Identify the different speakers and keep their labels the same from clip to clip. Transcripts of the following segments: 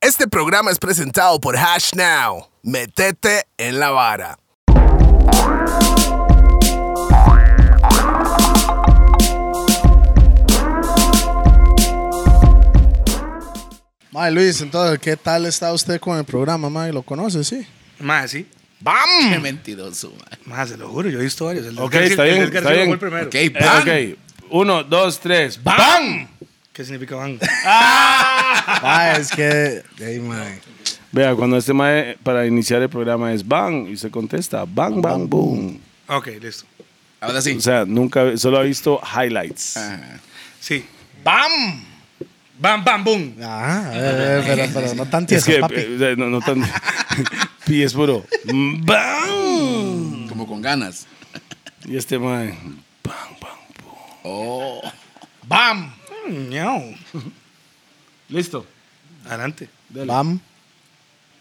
Speaker 1: Este programa es presentado por Hash Now. Metete en la vara.
Speaker 2: Mae Luis, entonces, ¿qué tal está usted con el programa, mae? ¿Lo conoce, sí?
Speaker 3: Más, sí.
Speaker 1: ¡Bam!
Speaker 4: Mentiroso, man.
Speaker 3: Más, se lo juro, yo he visto varios. El del
Speaker 5: Ok,
Speaker 3: García-
Speaker 5: está
Speaker 3: el
Speaker 5: bien,
Speaker 3: del García
Speaker 5: está bien.
Speaker 3: fue el primero.
Speaker 4: Ok, pan.
Speaker 5: Ok, uno, dos, tres. ¡Bam!
Speaker 3: ¿Qué significa van?
Speaker 2: Mae, es que. Ey, mae.
Speaker 5: Vea, cuando este mae para iniciar el programa es bang y se contesta bang, bang, boom.
Speaker 3: ok, listo.
Speaker 4: Ahora sí.
Speaker 5: O sea, nunca, solo ha visto highlights.
Speaker 4: Ajá.
Speaker 3: Sí.
Speaker 1: ¡Bam!
Speaker 3: Bam, bam, boom.
Speaker 2: Ah, eh, eh, pero, pero no tan tieso,
Speaker 5: es que,
Speaker 2: papi.
Speaker 5: eh, o sea, no, no tan. y es puro bang.
Speaker 4: Como con ganas.
Speaker 5: Y este mae.
Speaker 4: Oh.
Speaker 1: ¡Bam!
Speaker 3: Mm, Miau.
Speaker 5: Listo.
Speaker 3: Adelante.
Speaker 2: Bam.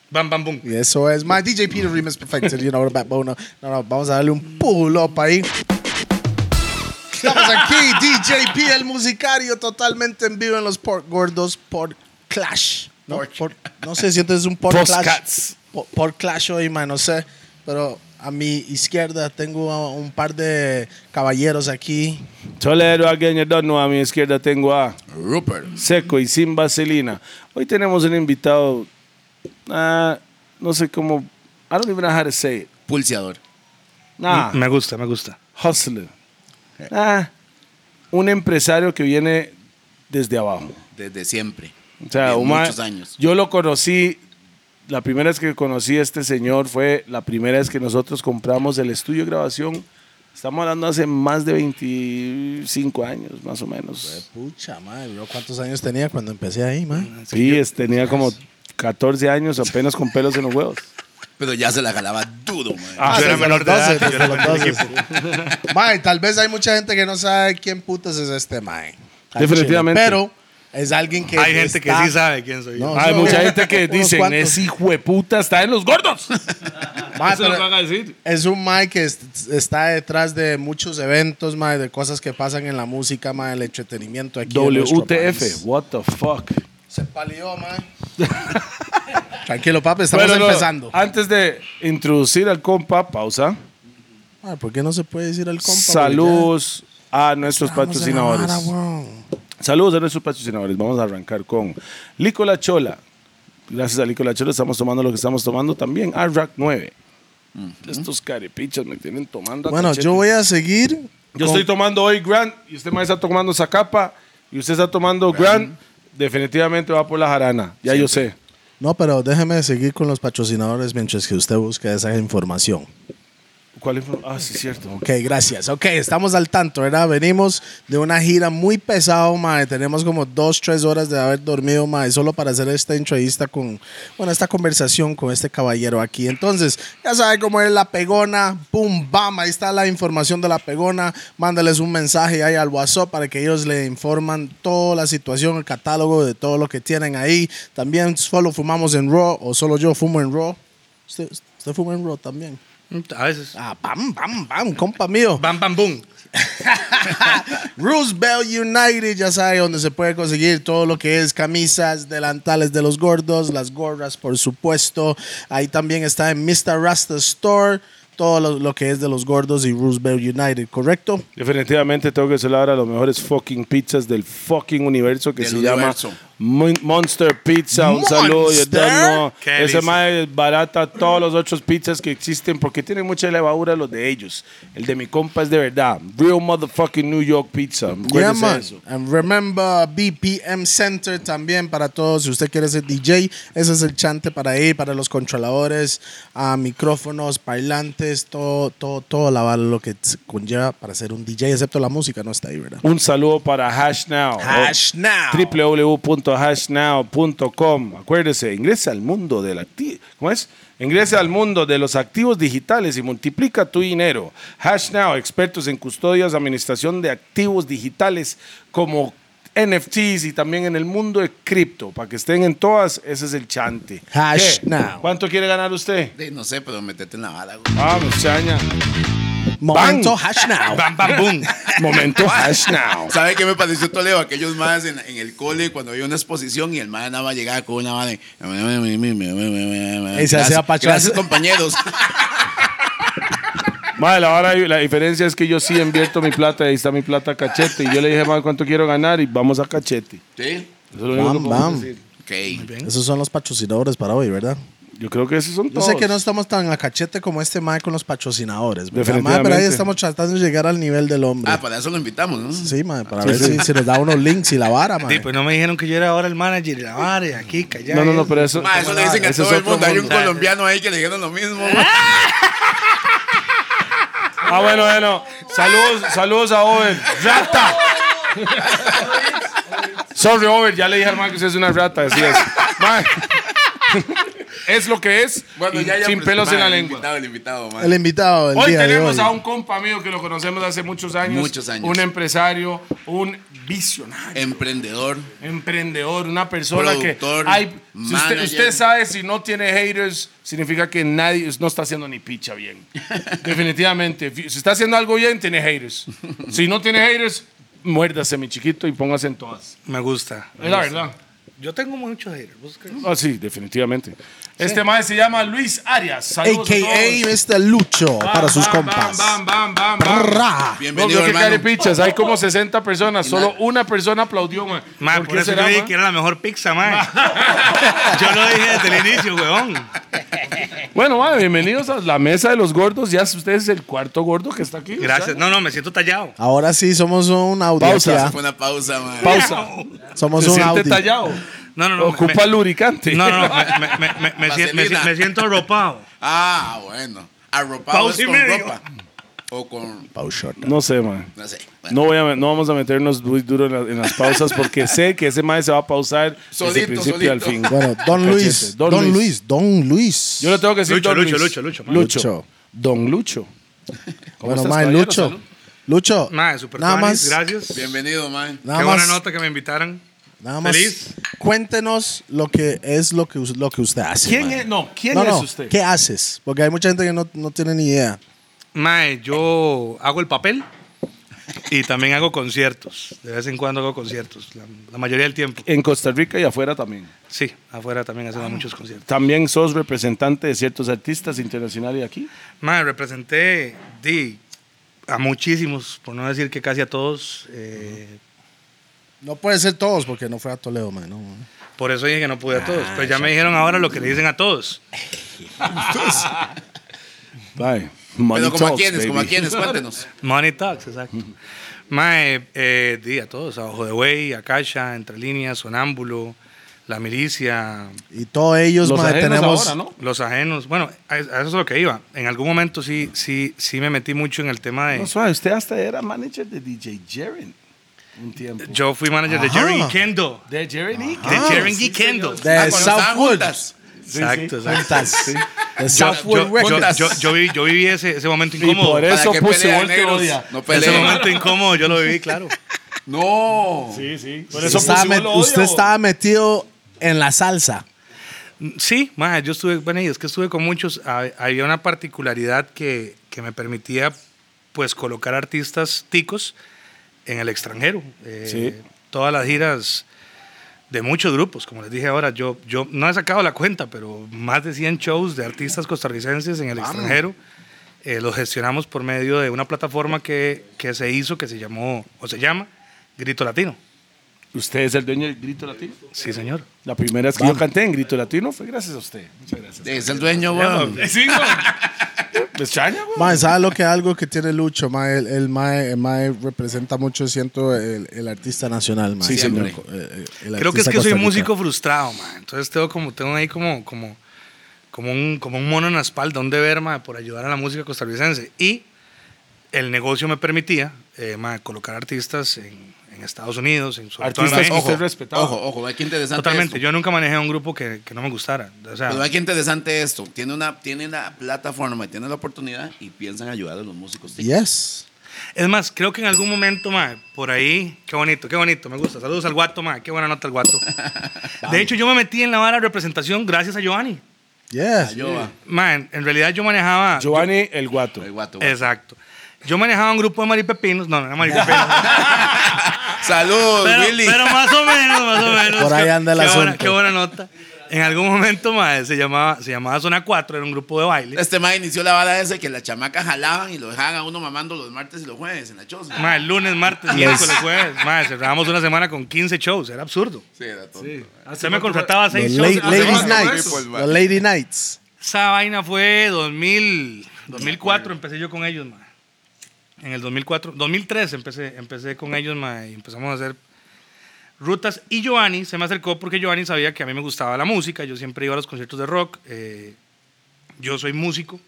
Speaker 3: Bam, bam, boom.
Speaker 2: Y eso es, mae. DJ Peter Remix Perfected, you know, the backbone. No, no, no, vamos a darle un pull up ahí. Estamos aquí, DJ P, el musicario, totalmente en vivo en los Port Gordos por Clash. No, Por- no sé si entonces es un Port Clash.
Speaker 5: Postcats.
Speaker 2: Por, por Clash hoy, mae, no sé. Pero a mi izquierda tengo a un par de caballeros aquí.
Speaker 5: Solero Agueñedorno, a mi izquierda tengo a
Speaker 4: Rupert.
Speaker 5: Seco y sin vaselina. Hoy tenemos un invitado. ah, no sé cómo. I don't even know how to say it.
Speaker 4: Pulseador.
Speaker 5: Nah.
Speaker 3: Me gusta, me gusta.
Speaker 5: hustler.
Speaker 4: Eh.
Speaker 5: Ah, un empresario que viene desde abajo.
Speaker 4: Desde siempre.
Speaker 5: O sea,
Speaker 4: De
Speaker 5: un ma-
Speaker 4: muchos años.
Speaker 5: Yo lo conocí. La primera vez que conocí a este señor fue la primera vez que nosotros compramos el estudio de grabación. Estamos hablando hace más de 25 años, más o menos.
Speaker 2: Pucha, madre, bro, ¿cuántos años tenía cuando empecé ahí, man?
Speaker 5: Sí, es- tenía como 14 años apenas con pelos en los huevos.
Speaker 4: Pero ya se la jalaba duro, man.
Speaker 3: Ah, yo era menor de edad. yo era menor de equipo.
Speaker 2: Mae, tal vez hay mucha gente que no sabe quién putas es este mae. Al
Speaker 5: Definitivamente.
Speaker 2: chile, Pero es alguien que
Speaker 3: Hay gente que
Speaker 2: está-
Speaker 3: sí sabe quién soy yo.
Speaker 2: No,
Speaker 5: Hay
Speaker 2: no,
Speaker 5: mucha
Speaker 2: no.
Speaker 5: gente que
Speaker 2: Unos
Speaker 5: dice,
Speaker 2: cuantos.
Speaker 5: ese hijo de puta está en los gordos.
Speaker 2: Mae,
Speaker 5: Eso es lo que
Speaker 2: pero
Speaker 5: van a decir.
Speaker 2: es un mae que est- está detrás de muchos eventos, mae, de cosas que pasan en la música, mae, el entretenimiento aquí en nuestro
Speaker 5: WTF,
Speaker 2: país.
Speaker 5: what the fuck.
Speaker 2: Se palió, mae. Tranquilo, papi, estamos
Speaker 5: Bueno, no,
Speaker 2: empezando.
Speaker 5: antes de introducir al compa, pausa.
Speaker 2: Mae, ¿Por qué no se puede decir al compa? güey? Ya.
Speaker 5: Saludos a nuestros
Speaker 2: Estamos en la
Speaker 5: patrocinadores.
Speaker 2: vara, weón.
Speaker 5: Saludos a nuestros patrocinadores. Vamos a arrancar con Licola Chola. Gracias a Licola Chola estamos tomando lo que estamos tomando también. A Rack 9. Estos carepichas me tienen tomando. a
Speaker 2: Bueno,
Speaker 5: cachete.
Speaker 2: yo voy a seguir.
Speaker 5: Yo
Speaker 2: con-
Speaker 5: estoy tomando hoy Grant y usted más está tomando Zacapa y usted está tomando Grant. Definitivamente va por la jarana. Ya yo sé.
Speaker 2: No, pero déjeme seguir con los patrocinadores mientras que usted busca esa información.
Speaker 5: ¿Cuál info- Ah, sí, cierto.
Speaker 2: Ok, gracias. Ok, estamos al tanto, ¿verdad? Venimos de una gira muy pesado, mae. Tenemos como dos, tres horas de haber dormido, mae, solo para hacer esta entrevista con, bueno, esta conversación con este caballero aquí. Entonces, ya sabe cómo es la pegona. Boom, bam, ahí está la información de la pegona. Mándales un mensaje ahí al WhatsApp para que ellos le informan toda la situación, el catálogo de todo lo que tienen ahí. También solo fumamos en Raw o solo yo fumo en Raw. ¿Usted, usted fuma en Raw también?
Speaker 3: Mm, A veces.
Speaker 2: Ah, bam, bam, bam, compa mío.
Speaker 3: Bam, bam, boom.
Speaker 2: Roosevelt United, ya sabe donde se puede conseguir todo lo que es camisas, delantales de los gordos, las gorras, por supuesto. Ahí también está en Mr. Rasta Store, todo lo, lo que es de los gordos y Roosevelt United, ¿correcto?
Speaker 5: Definitivamente tengo que celebrar a los mejores fucking pizzas del fucking universo que
Speaker 4: Del
Speaker 5: se
Speaker 4: universo.
Speaker 5: llama Mon- Monster Pizza. Un
Speaker 2: Monster.
Speaker 5: saludo. yo te amo.
Speaker 3: Qué
Speaker 5: Ese
Speaker 3: delicia.
Speaker 5: mae es barata todos los otros pizzas que existen porque tienen mucha levadura los de ellos. El de mi compa es de verdad. Real motherfucking New York Pizza.
Speaker 2: Yeah,
Speaker 5: Acuérdense de
Speaker 2: man.
Speaker 5: eso.
Speaker 2: And remember BPM Center también para todos. Si usted quiere ser DJ, ese es el chante para ahí, para los controladores, ah, micrófonos, parlantes, todo, todo, todo la vara, lo que conlleva para ser un DJ, excepto la música, no está ahí, ¿verdad?
Speaker 5: Un saludo para Hash Now.
Speaker 2: Oh. Hash Now.
Speaker 5: www.hashnow.com. Acuérdese, ingresa al mundo del acti- ¿cómo es? Ingresa al mundo de los activos digitales y multiplica tu dinero. Hash Now, expertos en custodias, administración de activos digitales como NFTs y también en el mundo de cripto. Para que estén en todas, ese es el chante.
Speaker 2: Hash Now.
Speaker 5: ¿Cuánto quiere ganar usted? Ah,
Speaker 4: De- no sé, pero metete en la bala,
Speaker 5: Vamos, chaña.
Speaker 2: Momento hash now.
Speaker 3: Bam, bam, boom.
Speaker 5: Momento hash now.
Speaker 4: ¿Sabe qué me pareció Toledo? Aquellos más en, en el cole cuando había una exposición y el más nada más llegaba con una madre.
Speaker 2: Y se hacía
Speaker 4: Gracias-
Speaker 2: pacho.
Speaker 4: Gracias, compañeros.
Speaker 5: Madre, la, hora- la diferencia es que yo sí invierto mi plata, ahí está mi plata cachete. Y yo le dije, madre, ¿cuánto quiero ganar? Y vamos a cachete.
Speaker 4: Sí.
Speaker 5: Eso es lo único
Speaker 2: Bam,
Speaker 5: que podemos
Speaker 2: bam.
Speaker 5: decir.
Speaker 4: Ok.
Speaker 2: Esos son los patrocinadores para hoy, ¿verdad?
Speaker 5: Yo creo que esos son
Speaker 2: Yo
Speaker 5: todos.
Speaker 2: sé que no estamos tan a cachete como este Mike con los patrocinadores. ¿verdad, mae?
Speaker 5: Definitivamente.
Speaker 2: pero ahí estamos tratando de llegar al nivel del hombre.
Speaker 4: Ah, para eso lo invitamos, ¿no?
Speaker 5: pues.
Speaker 2: sí, mae, para ver si, si nos da unos links y la vara, mae.
Speaker 3: Sí, pues no me dijeron que yo era ahora el manager y la vara y aquí, callado.
Speaker 5: No, no, no, pero Ah, eso.
Speaker 4: Ma, Ah, eso le dicen a
Speaker 5: ese es
Speaker 4: todo el
Speaker 5: otro
Speaker 4: mundo. Hay un
Speaker 5: mundo.
Speaker 4: colombiano ahí que le dijeron lo mismo. güey.
Speaker 5: Ah, bueno, bueno. Saludos, saludos a Owen. ¡Rata! Sorry, Owen. Ya le dije al man que usted es una rata. Así es. Man, es lo que es. y sin
Speaker 4: pues,
Speaker 5: pelos
Speaker 4: ma,
Speaker 5: en la
Speaker 4: el
Speaker 5: lengua.
Speaker 4: invitado, el invitado, ma.
Speaker 2: El invitado del
Speaker 5: Hoy
Speaker 2: día de
Speaker 5: tenemos
Speaker 2: hoy.
Speaker 5: a un compa mío que lo conocemos hace muchos años.
Speaker 4: Muchos años.
Speaker 5: Un empresario, un visionario,
Speaker 4: Emprendedor.
Speaker 5: emprendedor, una persona
Speaker 4: Productor,
Speaker 5: que. Hay, si usted,
Speaker 4: manager.
Speaker 5: usted sabe, si no tiene haters, significa que nadie no está haciendo ni picha bien. Definitivamente. Fi- Si está haciendo algo bien, tiene haters. Si no tiene haters, muérdase, mi chiquito, y póngase en todas.
Speaker 3: Me gusta.
Speaker 5: Es la verdad.
Speaker 3: Yo tengo muchos haters. ¿vos crees?
Speaker 5: Ah, sí, definitivamente. Este maestro se llama Luis Arias. Saludos a
Speaker 2: AKA
Speaker 5: todos.
Speaker 2: Mr. Lucho
Speaker 5: Bam,
Speaker 2: para sus
Speaker 5: bam,
Speaker 2: compas.
Speaker 5: Bam, bam, bam, bam, bam.
Speaker 2: Ra.
Speaker 5: no,
Speaker 4: Bienvenido,
Speaker 5: no, que
Speaker 4: hermano.
Speaker 5: carepichas, hay como 60 personas, solo una persona aplaudió, man.
Speaker 3: Ma,
Speaker 5: ¿Por
Speaker 3: por,
Speaker 5: qué
Speaker 3: eso
Speaker 5: será,
Speaker 3: yo dije
Speaker 5: ma?
Speaker 3: que era la mejor pizza, ma. yo lo dije desde el inicio, weón.
Speaker 5: Bueno, ma, bienvenidos a la mesa de los gordos, ya usted es el cuarto gordo que está aquí.
Speaker 3: Gracias.
Speaker 5: o
Speaker 3: No, no, me siento tallado.
Speaker 2: Ahora sí somos una
Speaker 5: Pausa.
Speaker 2: audiencia.
Speaker 4: Fue una pausa, ma.
Speaker 5: sea, pausa.
Speaker 2: Somos
Speaker 5: Se
Speaker 2: un
Speaker 5: siente
Speaker 2: audio.
Speaker 5: tallado.
Speaker 3: No, no, no. me-
Speaker 5: Ocupa lubricante.
Speaker 3: No, no, no. Me, me- me- me- me si- me si- me siento arropado.
Speaker 4: Ah, bueno. Arropados
Speaker 3: Pausa y
Speaker 4: con
Speaker 3: medio.
Speaker 4: ropa. O con.
Speaker 5: No sé, man.
Speaker 4: No sé.
Speaker 5: No, voy a- no vamos a meternos muy duro en, la- en las pausas porque sé que ese maestro se va a pausar desde el
Speaker 4: Solito,
Speaker 5: principio
Speaker 4: solito.
Speaker 5: al fin.
Speaker 2: Bueno, Don
Speaker 5: Cachete.
Speaker 2: Luis. Don, Luis. Don Luis.
Speaker 5: Yo le tengo que decir
Speaker 3: Lucho,
Speaker 5: Don
Speaker 3: Lucho,
Speaker 5: Luis.
Speaker 3: Lucho, Lucho, man.
Speaker 5: Lucho.
Speaker 2: Lucho.
Speaker 5: Don Lucho. ¿Cómo
Speaker 2: bueno,
Speaker 5: estás,
Speaker 2: mae,
Speaker 5: caballero?
Speaker 2: Lucho.
Speaker 5: Salud.
Speaker 2: Lucho.
Speaker 3: Ma, super
Speaker 2: nada más.
Speaker 3: Gracias.
Speaker 4: Bienvenido, man.
Speaker 2: Nada
Speaker 3: Qué
Speaker 2: más.
Speaker 3: buena nota que me invitaran.
Speaker 2: Nada más.
Speaker 3: Feliz.
Speaker 2: Cuéntenos lo que es lo que, us- lo que usted hace.
Speaker 5: ¿Quién
Speaker 2: mae.
Speaker 5: es? No, ¿quién
Speaker 2: No,
Speaker 5: es
Speaker 2: no,
Speaker 5: usted?
Speaker 2: ¿Qué haces? Porque hay mucha gente que no, no tiene ni idea.
Speaker 3: Mae, yo hago el papel y también hago conciertos. De vez en cuando hago conciertos, la, la mayoría del tiempo.
Speaker 5: En Costa Rica y afuera también.
Speaker 3: Sí, afuera también
Speaker 5: Ah.
Speaker 3: hacemos muchos conciertos.
Speaker 5: También sos representante de ciertos artistas internacionales de aquí.
Speaker 3: Mae, representé di, a muchísimos, por no decir que casi a todos. eh,
Speaker 2: No puede ser todos porque no fue a Toledo, mae, no, mae.
Speaker 3: por eso dije que no pude a todos. Pero
Speaker 5: Ah,
Speaker 3: ya me dijeron ahora lo que le dicen a todos.
Speaker 5: Bye.
Speaker 4: Pero como a quienes, como a quienes, cuéntenos.
Speaker 3: Money Talks, exacto. Mae, eh, di a todos, a Ojo de Güey, a Cacha, Entre Líneas, Sonámbulo, La Milicia,
Speaker 2: Y todos ellos,
Speaker 5: Los
Speaker 2: mae,
Speaker 5: ajenos
Speaker 2: tenemos.
Speaker 5: ahora, ¿no?
Speaker 3: Los ajenos, bueno, a a eso es lo que iba. En algún momento sí, sí, sí me metí mucho en el tema de.
Speaker 5: No, suave, usted hasta era manager de DJ Jaren un tiempo.
Speaker 3: Yo fui manager de
Speaker 2: Ajá.
Speaker 3: Jerry y Kendo.
Speaker 5: de Jaren y
Speaker 3: De Jerry y Kendo.
Speaker 2: De
Speaker 4: Ah, cuando estaban
Speaker 2: Southwood.
Speaker 4: juntas.
Speaker 3: Exacto, exacto.
Speaker 2: Juntas. De
Speaker 3: Yo,
Speaker 2: Southwood
Speaker 3: yo, yo,
Speaker 2: Records.
Speaker 3: yo- yo viví, yo viví ese, ese momento
Speaker 5: Y
Speaker 3: incómodo.
Speaker 5: por
Speaker 4: ¿Para
Speaker 5: eso
Speaker 4: qué
Speaker 5: puse
Speaker 4: pelean,
Speaker 5: volteo
Speaker 4: negros?
Speaker 5: odia.
Speaker 4: No
Speaker 3: Ese
Speaker 4: peleen.
Speaker 3: momento incómodo yo lo viví, claro.
Speaker 4: No.
Speaker 5: Sí, sí. Por
Speaker 2: Usted estaba met- usted estaba metido en la salsa.
Speaker 3: Sí, ma, yo estuve, bueno, y es que estuve con muchos. Ha- Había una particularidad que, que me permitía, pues, colocar artistas ticos en el extranjero. Eh,
Speaker 5: Sí.
Speaker 3: Todas las giras de muchos grupos, como les dije ahora, yo, yo no he sacado la cuenta, pero más de 100 shows de artistas costarricenses en el extranjero. Eh, los gestionamos por medio de una plataforma que, que se hizo, que se llamó, o se llama, Grito Latino.
Speaker 5: Usted es el dueño del Grito Latino.
Speaker 3: Sí, señor.
Speaker 5: La primera vez que yo canté en Grito Latino fue gracias a usted. Muchas gracias.
Speaker 4: Es el dueño, weón.
Speaker 5: Sí, güey. Me extraña, güey.
Speaker 2: Mae, ¿sabe lo que algo que tiene Lucho? Mae, el, el mae, el mae representa mucho, siento, el, el artista nacional, mae.
Speaker 4: Sí,
Speaker 2: Siempre.
Speaker 4: señor.
Speaker 2: Eh, eh, el
Speaker 3: Creo que es
Speaker 2: artista
Speaker 3: que soy
Speaker 2: costarricense.
Speaker 3: músico frustrado, man. Entonces tengo como tengo ahí como como como un como un mono en la espalda, un deber, man, por ayudar a la música costarricense y el negocio me permitía, eh, man, colocar artistas en, en Estados Unidos, en sobre todo en
Speaker 5: Artistas que
Speaker 3: México.
Speaker 5: usted respetaba.
Speaker 4: Ojo, ojo, ve qué interesante.
Speaker 3: Totalmente.
Speaker 4: esto.
Speaker 3: Yo nunca manejé un grupo que, que no me gustara. O sea,
Speaker 4: Pero ve qué interesante esto. Tiene una, tiene una plataforma, tiene la oportunidad y piensan ayudar a los músicos.
Speaker 2: Yes.
Speaker 3: es más, creo que en algún momento, man, por ahí, qué bonito, qué bonito, me gusta. Saludos al guato, man, qué buena nota al guato. De hecho, yo me metí en la vara de representación gracias a Giovanni.
Speaker 2: Yes.
Speaker 4: Ayuda. ah,
Speaker 3: Man, en realidad yo manejaba.
Speaker 5: Giovanni el Guato.
Speaker 3: Eh,
Speaker 4: El guato. guato.
Speaker 3: Exacto. Yo manejaba un grupo de maripepinos. No, no era maripepinos.
Speaker 4: Salud,
Speaker 3: pero,
Speaker 4: Willy.
Speaker 3: pero más o menos, más o menos.
Speaker 2: Por ahí
Speaker 3: Qué-
Speaker 2: anda el
Speaker 3: qué buena-
Speaker 2: asunto.
Speaker 3: qué buena nota. En algún momento, mae, se llamaba, se llamaba Zona 4, era un grupo de baile.
Speaker 4: Este mae inició la vara ese que las chamacas jalaban y lo dejaban a uno mamando los martes y los jueves en la choza.
Speaker 3: Mae, lunes, martes, miércoles, jueves. Mae, cerrábamos una semana con 15 shows. Era absurdo.
Speaker 4: Sí, era tonto.
Speaker 3: Usted Ah, me contrataba
Speaker 2: Los
Speaker 3: 6
Speaker 2: la-
Speaker 3: shows. pues, a la
Speaker 2: ladies
Speaker 3: semana.
Speaker 4: night.
Speaker 2: Nights.
Speaker 4: People,
Speaker 2: Los Lady Nights.
Speaker 3: Esa vaina fue 2000, 2004 empecé yo con ellos, ma. En el 2004, 2003 empecé, empecé con ellos, ma, y empezamos a hacer rutas. Y Giovanni se me acercó porque Giovanni sabía que a mí me gustaba la música. Yo siempre iba a los conciertos de rock. eh, yo soy músico.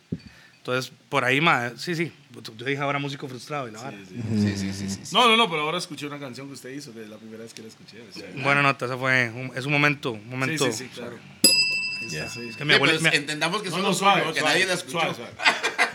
Speaker 3: Entonces, por ahí, ma, sí, sí. Yo dije ahora músico frustrado y la vara.
Speaker 4: Sí, sí, sí, sí, sí.
Speaker 5: No, no, no, pero ahora escuché una canción que usted hizo, que es la primera vez que la escuché. o sea,
Speaker 3: Buena nota, esa fue. un- es un momento, un
Speaker 5: sí,
Speaker 3: momento.
Speaker 5: sí, sí, claro.
Speaker 3: Es que mi
Speaker 4: Sí, pues, pero
Speaker 3: abuelita, mi-
Speaker 4: entendamos que
Speaker 5: No,
Speaker 4: son
Speaker 5: no,
Speaker 4: los
Speaker 5: suave,
Speaker 4: que
Speaker 5: suave,
Speaker 4: nadie la escuchó.
Speaker 5: suave, suave.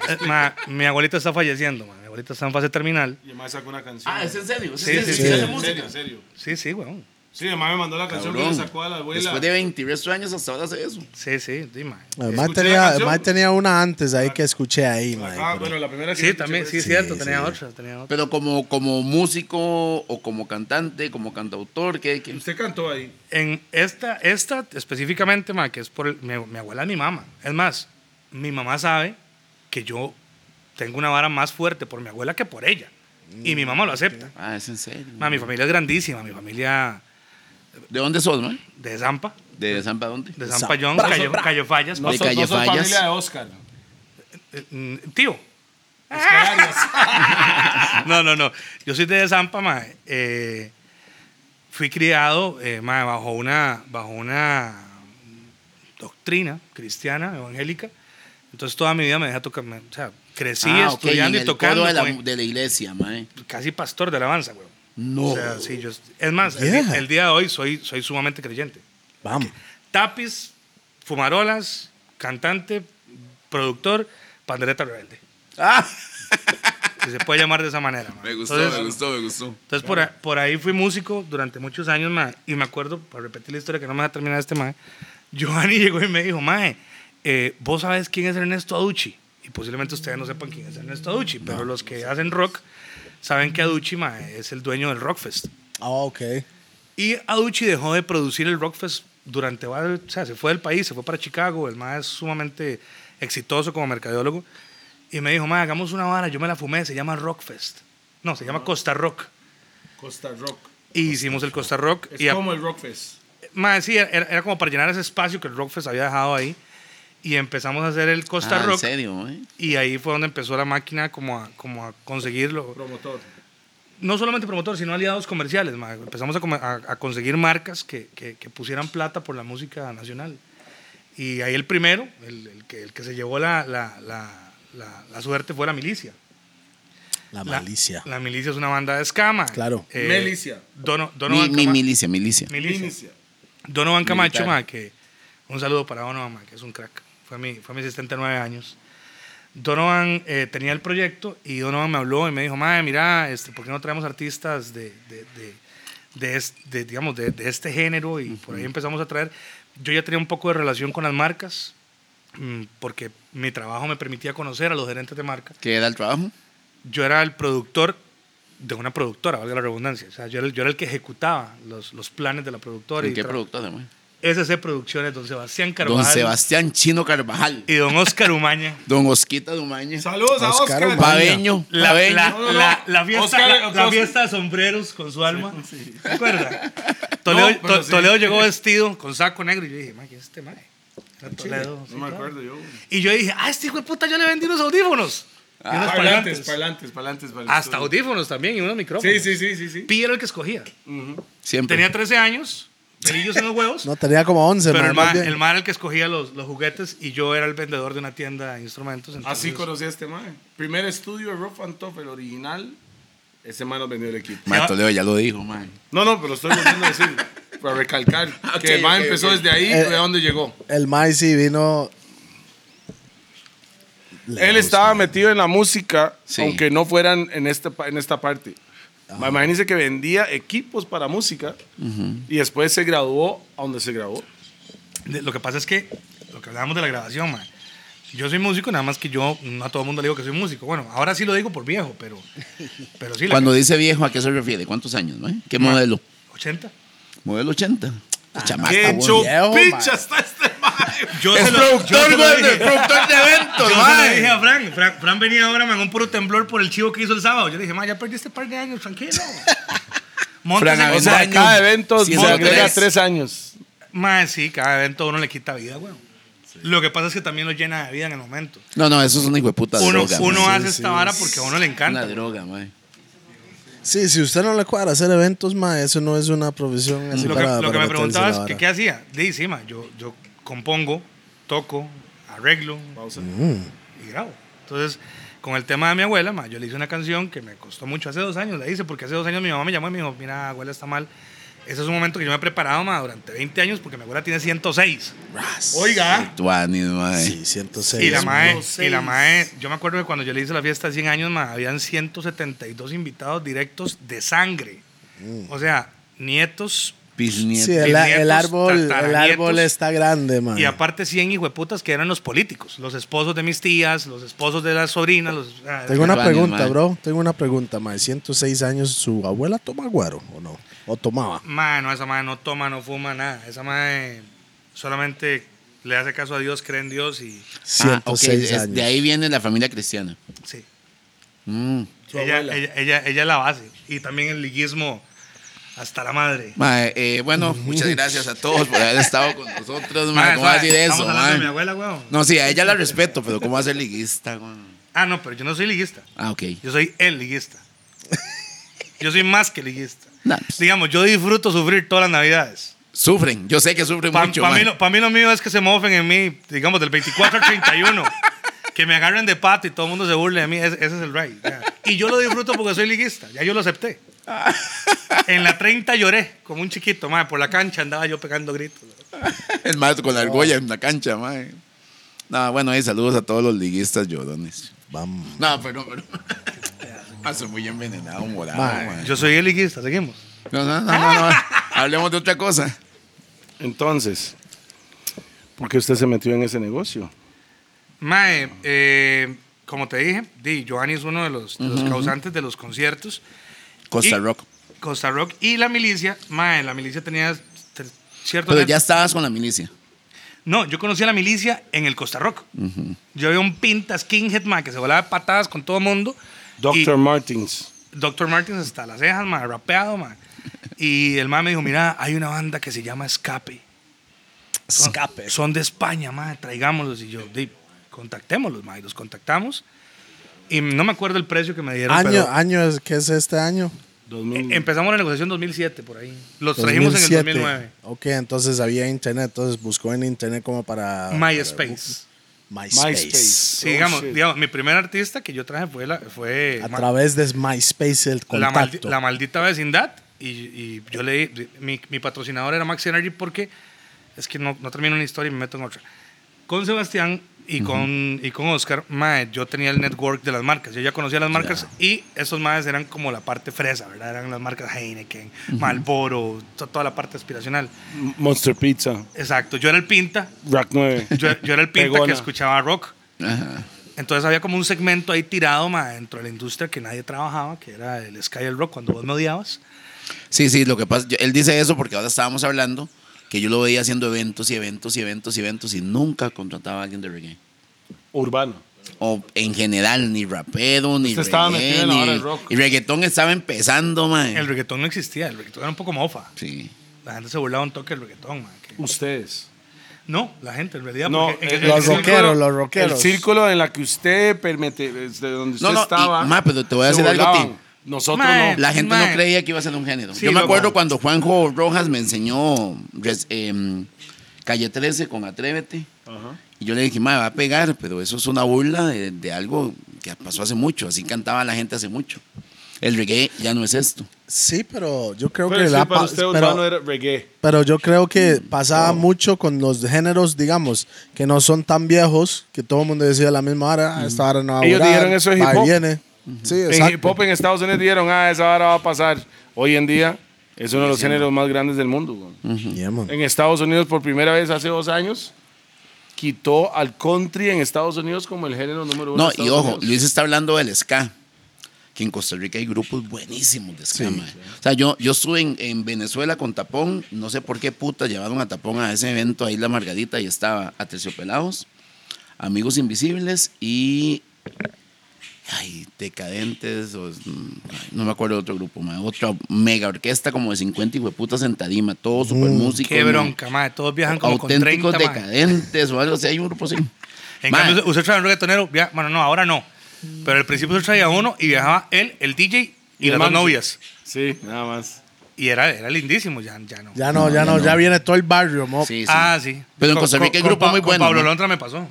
Speaker 3: eh, ma, mi abuelita está falleciendo, ma. Mi abuelita está en fase terminal.
Speaker 5: Y además sacó una canción.
Speaker 4: Ah, ¿es en serio? ¿Es
Speaker 3: Sí,
Speaker 4: en
Speaker 3: sí,
Speaker 4: serio?
Speaker 3: sí.
Speaker 4: ¿Se hace
Speaker 5: En serio,
Speaker 4: música?
Speaker 5: en serio.
Speaker 3: Sí, sí, weón.
Speaker 5: Sí, además me mandó la canción que
Speaker 4: Cabrón.
Speaker 5: le sacó a la abuela.
Speaker 4: Después de 20 y resto de años hasta ahora hace eso.
Speaker 3: Sí, sí, dime.
Speaker 2: El
Speaker 5: Escuché
Speaker 2: mae
Speaker 5: la
Speaker 2: tenía, el
Speaker 5: canción.
Speaker 2: mae tenía una antes ahí que escuché ahí, mae,
Speaker 5: Ah,
Speaker 2: pero-
Speaker 5: bueno, la primera que
Speaker 3: Sí,
Speaker 5: escuché
Speaker 3: también,
Speaker 5: fue
Speaker 3: sí,
Speaker 5: esa.
Speaker 3: cierto, tenía otra, tenía otra.
Speaker 4: Pero como, como músico o como cantante, como cantautor, ¿qué? qué?
Speaker 5: Usted cantó ahí.
Speaker 3: En esta, esta específicamente, ma, que es por el- mi, mi abuela es mi mamá. Es más, mi mamá sabe que yo tengo una vara más fuerte por mi abuela que por ella. Y mi mamá lo acepta.
Speaker 4: Ah, es en serio.
Speaker 3: Ma, mi familia es grandísima, mi familia
Speaker 4: ¿De dónde sos, man?
Speaker 3: de Zampa,
Speaker 4: ¿De Zampa dónde?
Speaker 3: de
Speaker 2: Zampa.
Speaker 3: Zampa John, Cayo, Cayo Fallas.
Speaker 5: No,
Speaker 4: De
Speaker 5: son,
Speaker 4: Calle
Speaker 5: no son
Speaker 4: Fallas.
Speaker 5: familia de Oscar.
Speaker 3: eh, mm, Tío.
Speaker 5: Oscar Arias.
Speaker 3: No, no, no. Yo soy de Zampa, ma. eh, fui criado eh, ma, bajo, una, bajo una doctrina cristiana, evangélica. Entonces toda mi vida me deja tocar. me- o sea, crecí
Speaker 4: Ah, ok,
Speaker 3: estudiando
Speaker 4: en
Speaker 3: y
Speaker 4: el
Speaker 3: tocando.
Speaker 4: coro de la,
Speaker 3: güey.
Speaker 4: de la iglesia, mae.
Speaker 3: Casi pastor de alabanza, güey.
Speaker 4: No.
Speaker 3: O sea, sí, yo- es más, el
Speaker 2: Yeah.
Speaker 3: di- el, día de hoy soy, soy sumamente creyente.
Speaker 2: Vamos.
Speaker 3: Tapiz, fumarolas, cantante, productor, pandereta rebelde.
Speaker 4: Ah,
Speaker 3: Si se puede llamar de esa manera. ma. Entonces,
Speaker 4: gustó, me gustó.
Speaker 3: Entonces, por, a- por ahí fui músico durante muchos años, mae, y me acuerdo, para repetir la historia que no me va a terminar este mae, Giovanni llegó y me dijo, mae, eh, vos sabés quién es Ernesto Aducci, y posiblemente ustedes no sepan quién es Ernesto Aducci, pero los que hacen rock saben que Aducci, mae, es el dueño del Rockfest.
Speaker 2: Ah, ok.
Speaker 3: Y Aducci dejó de producir el Rockfest durante, varios- o sea, se fue del país, se fue para Chicago, el mae es sumamente exitoso como mercadólogo, y me dijo, mae, hagamos una vara, yo me la fumé, se llama Rockfest. No, se llama Costa Rock.
Speaker 5: Costa Rock.
Speaker 3: Y hicimos el Costa Rock.
Speaker 5: Es
Speaker 3: y a-
Speaker 5: como el Rockfest.
Speaker 3: Mae, sí, era, era como para llenar ese espacio que el Rockfest había dejado ahí. Y empezamos a hacer el Costa
Speaker 4: ah, en
Speaker 3: Rock.
Speaker 4: serio, mae.
Speaker 3: Y ahí fue donde empezó la máquina como a, como a conseguirlo.
Speaker 5: Promotor.
Speaker 3: No solamente promotor, sino aliados comerciales. mae. Empezamos a, come- a- a conseguir marcas que, que- que pusieran plata por la música nacional. Y ahí el primero, el, el que, el que se llevó la, la- la- la- la suerte fue la milicia.
Speaker 2: La
Speaker 3: La-
Speaker 2: malicia.
Speaker 3: La, milicia es una banda de escama.
Speaker 2: Claro.
Speaker 5: Milicia.
Speaker 3: Dono,
Speaker 4: Mi,
Speaker 3: Donovan
Speaker 4: mi
Speaker 3: Cama-
Speaker 4: milicia, milicia.
Speaker 3: milicia.
Speaker 5: Inicia.
Speaker 3: Donovan Camacho,
Speaker 4: Militar.
Speaker 3: ma, que un saludo para Donovan, ma, que es un crack. Fue mi, fue mi asistente nueve años. Donovan eh, tenía el proyecto y Donovan me habló y me dijo, madre, mira, este, ¿por qué no traemos artistas de, de, de, de es- de, digamos, de, de este género? Y por ahí empezamos a traer. Yo ya tenía un poco de relación con las marcas, mm, porque mi trabajo me permitía conocer a los gerentes de marca
Speaker 4: ¿Qué era el trabajo?
Speaker 3: yo era el productor de una productora, valga la redundancia. O sea, yo era el, yo era el que ejecutaba los, los planes de la productora.
Speaker 4: ¿En
Speaker 3: y
Speaker 4: qué
Speaker 3: tra-
Speaker 4: productora, mae?
Speaker 3: SC Producciones, don Sebastián Carvajal
Speaker 4: Don Sebastián Chino Carvajal.
Speaker 3: y don Oscar Umaña.
Speaker 4: Don Osquita Dumaña.
Speaker 5: Saludos a
Speaker 2: Oscar
Speaker 5: Oscar.
Speaker 2: Obama.
Speaker 4: Paveño.
Speaker 3: La,
Speaker 4: Paveño.
Speaker 3: la-
Speaker 5: No, no, no.
Speaker 3: la- la fiesta,
Speaker 5: Oscar-
Speaker 3: la, la
Speaker 5: Oscar-
Speaker 3: fiesta de sombreros con su alma. ¿Te acuerdas? Toledo,
Speaker 5: pero
Speaker 3: To-
Speaker 5: sí.
Speaker 3: Toledo llegó vestido con saco negro y yo dije, "Ma, ¿qué es este mae? Era Toledo. sí,
Speaker 5: No me
Speaker 3: claro.
Speaker 5: acuerdo yo.
Speaker 3: Y yo dije, ah, este hijo de puta, yo le vendí unos audífonos. Y unos
Speaker 5: Ah, Parlantes, parlantes, parlantes. para el
Speaker 3: Hasta
Speaker 5: estudio.
Speaker 3: audífonos también y unos micrófonos.
Speaker 5: Sí, sí, sí, sí, sí.
Speaker 3: Pi era el que escogía.
Speaker 4: Siempre.
Speaker 3: Tenía 13 años, pelillos en los huevos.
Speaker 2: No, tenía como 11,
Speaker 3: pero
Speaker 2: mae,
Speaker 3: el
Speaker 2: más
Speaker 3: man,
Speaker 2: bien.
Speaker 3: el man era el que escogía los, los juguetes y yo era el vendedor de una tienda de instrumentos. entonces-
Speaker 5: Así conocí a este man. Primer estudio de Rough and Tough, el original. Ese man nos vendió el equipo.
Speaker 4: Mae, Toledo ya lo dijo, mae.
Speaker 5: No, no, pero lo estoy volviendo a decir. Para recalcar
Speaker 4: Ok,
Speaker 5: que el man
Speaker 4: ok,
Speaker 5: empezó
Speaker 4: ok.
Speaker 5: desde ahí y
Speaker 2: Eh,
Speaker 5: de dónde llegó.
Speaker 2: El mae sí vino.
Speaker 5: Él estaba metido en la música,
Speaker 4: Sí.
Speaker 5: aunque no fueran en, este, pa- en esta parte.
Speaker 4: Ah.
Speaker 5: Ma- Imagínense que vendía equipos para música y después se graduó a donde se graduó.
Speaker 3: De- Lo que pasa es que, lo que hablábamos de la grabación, man, Yo soy músico, nada más que yo no a todo el mundo le digo que soy músico. Bueno, ahora sí lo digo por viejo, pero, pero sí, la Ah.
Speaker 4: Cuando dice viejo, ¿a qué se refiere? ¿Cuántos años, mae? ¿Qué modelo?
Speaker 3: 80.
Speaker 4: Modelo 80.
Speaker 3: Ah,
Speaker 4: Chamaca,
Speaker 5: ¡Qué
Speaker 4: weón.
Speaker 5: chupicha está este mae!
Speaker 3: Yo
Speaker 4: Es
Speaker 3: se lo- yo se
Speaker 4: productor,
Speaker 3: lo
Speaker 4: weón,
Speaker 3: dije.
Speaker 4: es productor de
Speaker 3: Yo
Speaker 4: eventos,
Speaker 3: se lo dije
Speaker 4: mae.
Speaker 3: a Fran. Fran, Fran venía ahora, me hago un puro temblor por el chivo que hizo el sábado. Yo le dije, ma, ya perdí este par de años, tranquilo. Montes
Speaker 4: Fran,
Speaker 3: en-
Speaker 5: O sea,
Speaker 4: Avendaño.
Speaker 5: cada evento
Speaker 4: Sí,
Speaker 5: se agrega
Speaker 4: tres.
Speaker 5: tres años.
Speaker 3: Ma, sí, cada evento a uno le quita vida, weón. Lo que pasa es que también lo llena de vida en el momento.
Speaker 4: No, no, eso es una hijueputa
Speaker 3: Uno,
Speaker 4: droga.
Speaker 3: uno
Speaker 4: mae.
Speaker 3: hace esta vara porque a uno le encanta.
Speaker 4: Una droga, mae.
Speaker 2: Sí, si usted no le cuadra hacer eventos, ma, eso no es una profesión así
Speaker 3: lo que,
Speaker 2: para,
Speaker 3: lo que
Speaker 2: para
Speaker 3: me
Speaker 2: meterse
Speaker 3: preguntabas,
Speaker 2: la
Speaker 3: que,
Speaker 2: vara.
Speaker 3: ¿qué hacía? Di, sí, ma, yo, yo compongo, toco, arreglo y grabo. Entonces, con el tema de mi abuela, ma, yo le hice una canción que me costó mucho hace dos años, la hice, porque hace dos años mi mamá me llamó y me dijo, mira, abuela está mal. Ese es un momento que yo me he preparado ma, durante 20 años porque mi abuela tiene 106.
Speaker 2: Ras.
Speaker 3: Oiga.
Speaker 4: Tuanis, mae.
Speaker 2: Sí, 106.
Speaker 3: Y la mae, y
Speaker 5: 106.
Speaker 3: la mae, yo me acuerdo que cuando yo le hice la fiesta de 100 años, ma, habían 172 invitados directos de sangre.
Speaker 2: Mm.
Speaker 3: O sea, nietos,
Speaker 4: Bisnieto.
Speaker 2: Sí, el, el
Speaker 3: bisnietos,
Speaker 2: árbol, el árbol
Speaker 3: tataranietos.
Speaker 2: está grande, ma.
Speaker 3: Y aparte 100 hijueputas que eran los políticos, los esposos de mis tías, los esposos de las sobrinas, los... ah,
Speaker 2: Tengo una
Speaker 4: Cuatro años,
Speaker 2: pregunta,
Speaker 4: ma.
Speaker 2: bro. Tengo una pregunta, ma. 106 años, ¿su abuela toma guaro o no? ¿O tomaba?
Speaker 3: Ma, no, esa madre no toma, no fuma, nada. Esa madre solamente le hace caso a Dios, cree en Dios y...
Speaker 4: Ah, ok,
Speaker 2: 106
Speaker 4: es-
Speaker 2: años.
Speaker 4: de ahí viene la familia cristiana.
Speaker 3: Sí.
Speaker 4: Mm.
Speaker 3: Ella, ella, ella, ella es la base. Y también el liguismo hasta la madre.
Speaker 4: Mae, eh, bueno, muchas gracias a todos por haber estado con nosotros, mae.
Speaker 3: Ma,
Speaker 4: ¿Cómo va a
Speaker 3: suave,
Speaker 4: decir eso,
Speaker 3: Ah, estamos hablando de mi
Speaker 4: mae?
Speaker 3: abuela, weón.
Speaker 4: No, sí, a ella la respeto, pero ¿cómo va a ser liguista, weón?
Speaker 3: Ah, no, pero yo no soy liguista.
Speaker 4: Ah, ok.
Speaker 3: Yo soy el liguista. Yo soy más que liguista.
Speaker 4: Nah, pues,
Speaker 3: Digamos, yo disfruto sufrir todas las navidades.
Speaker 4: Sufren, yo sé que sufren
Speaker 3: Para
Speaker 4: mucho,
Speaker 3: mí,
Speaker 4: mae.
Speaker 3: lo- pa' mí lo mío es que se mofen en mí, digamos, del 24 al 31. que me agarren de pato y todo el mundo se burle de mí. Es- ese es el ride. ya. Y yo lo disfruto porque soy liguista. Ya yo lo acepté.
Speaker 4: Ah.
Speaker 3: en la 30 lloré como un chiquito, madre. Por la cancha andaba yo pegando gritos.
Speaker 4: El maestro con la argolla en la cancha, mae. No, bueno, ahí saludos a todos los liguistas llorones.
Speaker 2: Vamos.
Speaker 4: No, pero, pero. Ah, soy muy envenenado, morado,
Speaker 2: Mae.
Speaker 4: mae.
Speaker 3: Yo soy el liguista, seguimos.
Speaker 4: No, no, no, no, no. Hablemos de otra cosa.
Speaker 5: Entonces, ¿por qué usted se metió en ese negocio?
Speaker 3: Mae,
Speaker 4: Ah.
Speaker 3: eh, como te dije, di, Giovanni es uno de los, de los causantes de los conciertos.
Speaker 4: Costa
Speaker 3: Y-
Speaker 4: Rock.
Speaker 3: Costa Rock y la milicia. Mae, la milicia tenía t- cierto...
Speaker 4: Pero ya estabas con la milicia.
Speaker 3: No, yo conocí a la milicia en el Costa Rock. Yo había un pinta skinhead, mae, que se volaba de patadas con todo mundo.
Speaker 5: Dr. Martins.
Speaker 3: Y Dr. Martins hasta las cejas, mae, rapeado, mae. Y el mae me dijo, mira, hay una banda que se llama Escape. Son- Son de España, mae, traigámoslos. Y yo, di, contactémoslos, mae. Y los contactamos. Y no me acuerdo el precio que me dieron,
Speaker 2: Año, ah,
Speaker 3: pero-
Speaker 2: año, es- ¿qué es este año?
Speaker 3: Eh,
Speaker 5: 2000.
Speaker 3: Empezamos la negociación en 2007, por ahí. Los trajimos en el
Speaker 2: 2007.
Speaker 3: 2009.
Speaker 2: Ok, entonces había internet, entonces buscó en internet como para...
Speaker 3: MySpace.
Speaker 2: para- MySpace.
Speaker 5: MySpace.
Speaker 3: Sí,
Speaker 5: Oh,
Speaker 3: digamos,
Speaker 5: shit.
Speaker 3: digamos, mi primer artista que yo traje fue, la, fue
Speaker 2: A
Speaker 3: ma-
Speaker 2: través de MySpace el
Speaker 3: la, maldi-
Speaker 2: contacto.
Speaker 3: la maldita vecindad. Y, y yo le di- mi, mi patrocinador era Max Energy porque es que no, no termino una historia y me meto en otra. Con Sebastián y, con, y con Oscar, mae, yo tenía el network de las marcas. Yo ya conocía las marcas y esos maes eran como la parte fresa, ¿verdad? Eran las marcas Heineken, Malboro, toda la parte aspiracional.
Speaker 5: Monster Pizza.
Speaker 3: Exacto, yo era el pinta,
Speaker 5: Rack 9.
Speaker 3: yo, yo era el pinta
Speaker 5: Pegona.
Speaker 3: que escuchaba rock.
Speaker 4: Ajá.
Speaker 3: Entonces había como un segmento ahí tirado ma, dentro de la industria que nadie trabajaba, que era el Sky el Rock, cuando vos me odiabas.
Speaker 4: Sí, sí, lo que pasa, yo- él dice eso porque ahora estábamos hablando que yo lo veía haciendo eventos y eventos y eventos y eventos y nunca contrataba a alguien de reggae.
Speaker 5: Urbano.
Speaker 4: O en general, ni rapero, ni
Speaker 5: Usted estaba
Speaker 4: reggae,
Speaker 5: metido en la
Speaker 4: ni-
Speaker 5: hora del rock.
Speaker 4: Y reggaetón estaba empezando, mae.
Speaker 3: El reggaetón no existía, el reggaetón era un poco mofa.
Speaker 4: Sí.
Speaker 3: La gente se burlaba un toque del reggaetón. ma, que-
Speaker 5: Ustedes.
Speaker 3: No, la gente en realidad.
Speaker 5: No,
Speaker 4: eh,
Speaker 3: porque-
Speaker 5: el-
Speaker 3: en-
Speaker 5: el
Speaker 2: los
Speaker 5: círculo-
Speaker 2: rockeros, los rockeros.
Speaker 5: El círculo en la que usted permite, desde donde usted
Speaker 4: No, no, y,
Speaker 5: estaba.
Speaker 4: ma, pero te voy a
Speaker 5: se
Speaker 4: decir algo a ti.
Speaker 5: burlaban. Nosotros
Speaker 3: Ma,
Speaker 5: no.
Speaker 4: La gente
Speaker 3: Mae.
Speaker 4: no creía que iba a ser un género.
Speaker 3: Sí,
Speaker 4: yo me
Speaker 3: loco.
Speaker 4: acuerdo cuando Juanjo Rojas me enseñó res- em, Calle 13 con Atrévete. Y yo le dije, ma, va a pegar, pero eso es una burla de, de algo que pasó hace mucho. Así cantaba la gente hace mucho. El reggae ya no es esto.
Speaker 2: Sí, pero yo creo
Speaker 5: Pero
Speaker 2: que
Speaker 5: sí,
Speaker 2: la
Speaker 5: para
Speaker 2: pa-
Speaker 5: usted
Speaker 2: pero-
Speaker 5: urbano era reggae.
Speaker 2: Pero yo creo que pasaba mucho con los géneros, digamos, que no son tan viejos, que todo el mundo decía la misma hora, "Ah, esta hora no va a
Speaker 5: Ellos
Speaker 2: durar,
Speaker 5: dijeron eso en
Speaker 2: va y
Speaker 5: hip hop.
Speaker 2: viene. Sí,
Speaker 5: En
Speaker 2: exacto.
Speaker 5: hip hop en Estados Unidos dijeron, ah, esa hora va a pasar. Hoy en día es uno de los géneros más grandes del mundo. güey.
Speaker 2: Yeah, man.
Speaker 5: En Estados Unidos por primera vez hace dos años quitó al country en Estados Unidos como el género número uno.
Speaker 4: No,
Speaker 5: de
Speaker 4: y
Speaker 5: Estados
Speaker 4: ojo,
Speaker 5: Unidos.
Speaker 4: Luis está hablando del ska. Que en Costa Rica hay grupos buenísimos de ska, mae. O sea, yo, yo estuve en, en Venezuela con Tapón. No sé por qué puta llevaron a Tapón a ese evento a Isla Margarita y estaba Aterciopelados, Amigos Invisibles y. Ay, Decadentes. o- mm, ay, no me acuerdo de otro grupo, mae. Otra mega orquesta como de 50 hueputas en Tarima. Todos super músicos.
Speaker 3: Qué bronca, madre. Todos viajan como con
Speaker 4: Auténticos
Speaker 3: 30, mae.
Speaker 4: decadentes o algo así. Hay un grupo así.
Speaker 3: En
Speaker 4: Mae,
Speaker 3: cambio, usted trae un reggaetonero, via- bueno, no, ahora no. Pero al principio usted traía uno y viajaba él, el DJ y,
Speaker 5: el
Speaker 3: las dos
Speaker 5: man.
Speaker 3: novias.
Speaker 5: Sí, nada más.
Speaker 3: Y era, era lindísimo, ya, ya no.
Speaker 2: Ya no, ya no, ya viene todo el barrio, mo. Sí,
Speaker 4: sí, sí.
Speaker 3: Ah, sí.
Speaker 4: Pero en
Speaker 3: Con-
Speaker 4: Costa Rica
Speaker 3: con-
Speaker 4: hay
Speaker 3: con
Speaker 4: grupos
Speaker 3: Pa-
Speaker 4: muy
Speaker 3: con
Speaker 4: buenos,
Speaker 3: Pablo
Speaker 4: ¿no?
Speaker 3: Londra me pasó.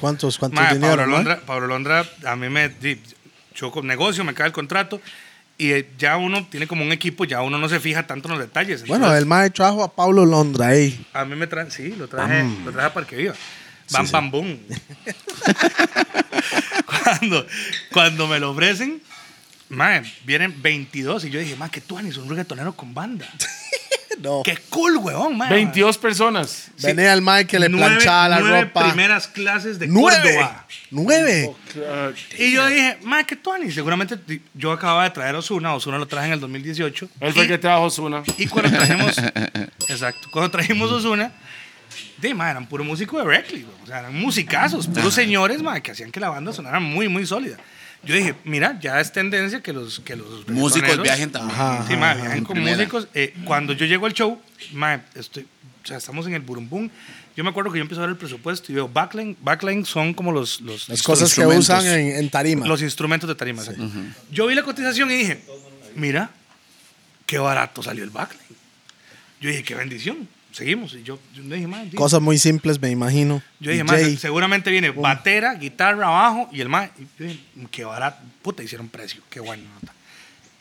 Speaker 2: ¿cuántos, cuántos
Speaker 3: Ma,
Speaker 2: dinero,
Speaker 3: Pablo, Londra, Pablo Londra, a mí me. di- Yo con negocio, me cae el contrato. Y eh, ya uno tiene como un equipo, ya uno no se fija tanto en los detalles.
Speaker 2: Bueno,
Speaker 3: Entonces,
Speaker 2: el mae trajo a Pablo Londra ahí.
Speaker 3: A mí me traen, sí, lo traje, lo traje a Parque Viva. Bam, bam, boom. cuando, cuando me lo ofrecen, mae, vienen 22 y yo dije, mae, que tú eres un reggaetonero con banda.
Speaker 2: No.
Speaker 3: Qué cool, weón, mae.
Speaker 5: 22 personas.
Speaker 2: Venía al mae que le
Speaker 3: Nueve-
Speaker 2: planchaba la
Speaker 3: nueve
Speaker 2: ropa.
Speaker 3: primeras clases de
Speaker 2: ¡Nueve!
Speaker 3: Córdoba.
Speaker 2: ¡Nueve! Ah,
Speaker 3: Y yo dije, mae, que tú eres. Seguramente di- yo acababa de traer a Osuna, Osuna lo traje en el 2018.
Speaker 5: Él fue
Speaker 3: y,
Speaker 5: el que trajo Zuna.
Speaker 3: y cuando trajimos, exacto, cuando trajimos Osuna, de mae, eran puro músico de Berkeley, weón. o sea, eran musicazos, puros señores, mae, que hacían que la banda sonara muy, muy sólida. Yo dije, mira, ya es tendencia que los, que los
Speaker 4: Músicos
Speaker 3: reggaetoneros-
Speaker 4: viajen también.
Speaker 3: Sí, mae, viajan
Speaker 4: en
Speaker 3: con
Speaker 4: primera.
Speaker 3: músicos. Eh, cuando yo llego al show, mae, estoy, o sea, estamos en el burumbum. Yo me acuerdo que yo empecé a ver el presupuesto y veo backline. Backline son como los, los,
Speaker 2: Las cosas que
Speaker 4: instrumentos.
Speaker 2: usan en, en tarima.
Speaker 3: los instrumentos de tarima. exacto. Yo vi la cotización y dije, mira, qué barato salió el backline. Yo dije, qué bendición. Seguimos. Y yo, yo dije, "Mae, di".
Speaker 2: Cosas muy simples, me imagino.
Speaker 3: yo dije,
Speaker 2: DJ.
Speaker 3: "Mae, seguramente viene batera, guitarra, bajo y el más. Yo dije, qué barato. Puta, hicieron precio. Qué bueno. nota".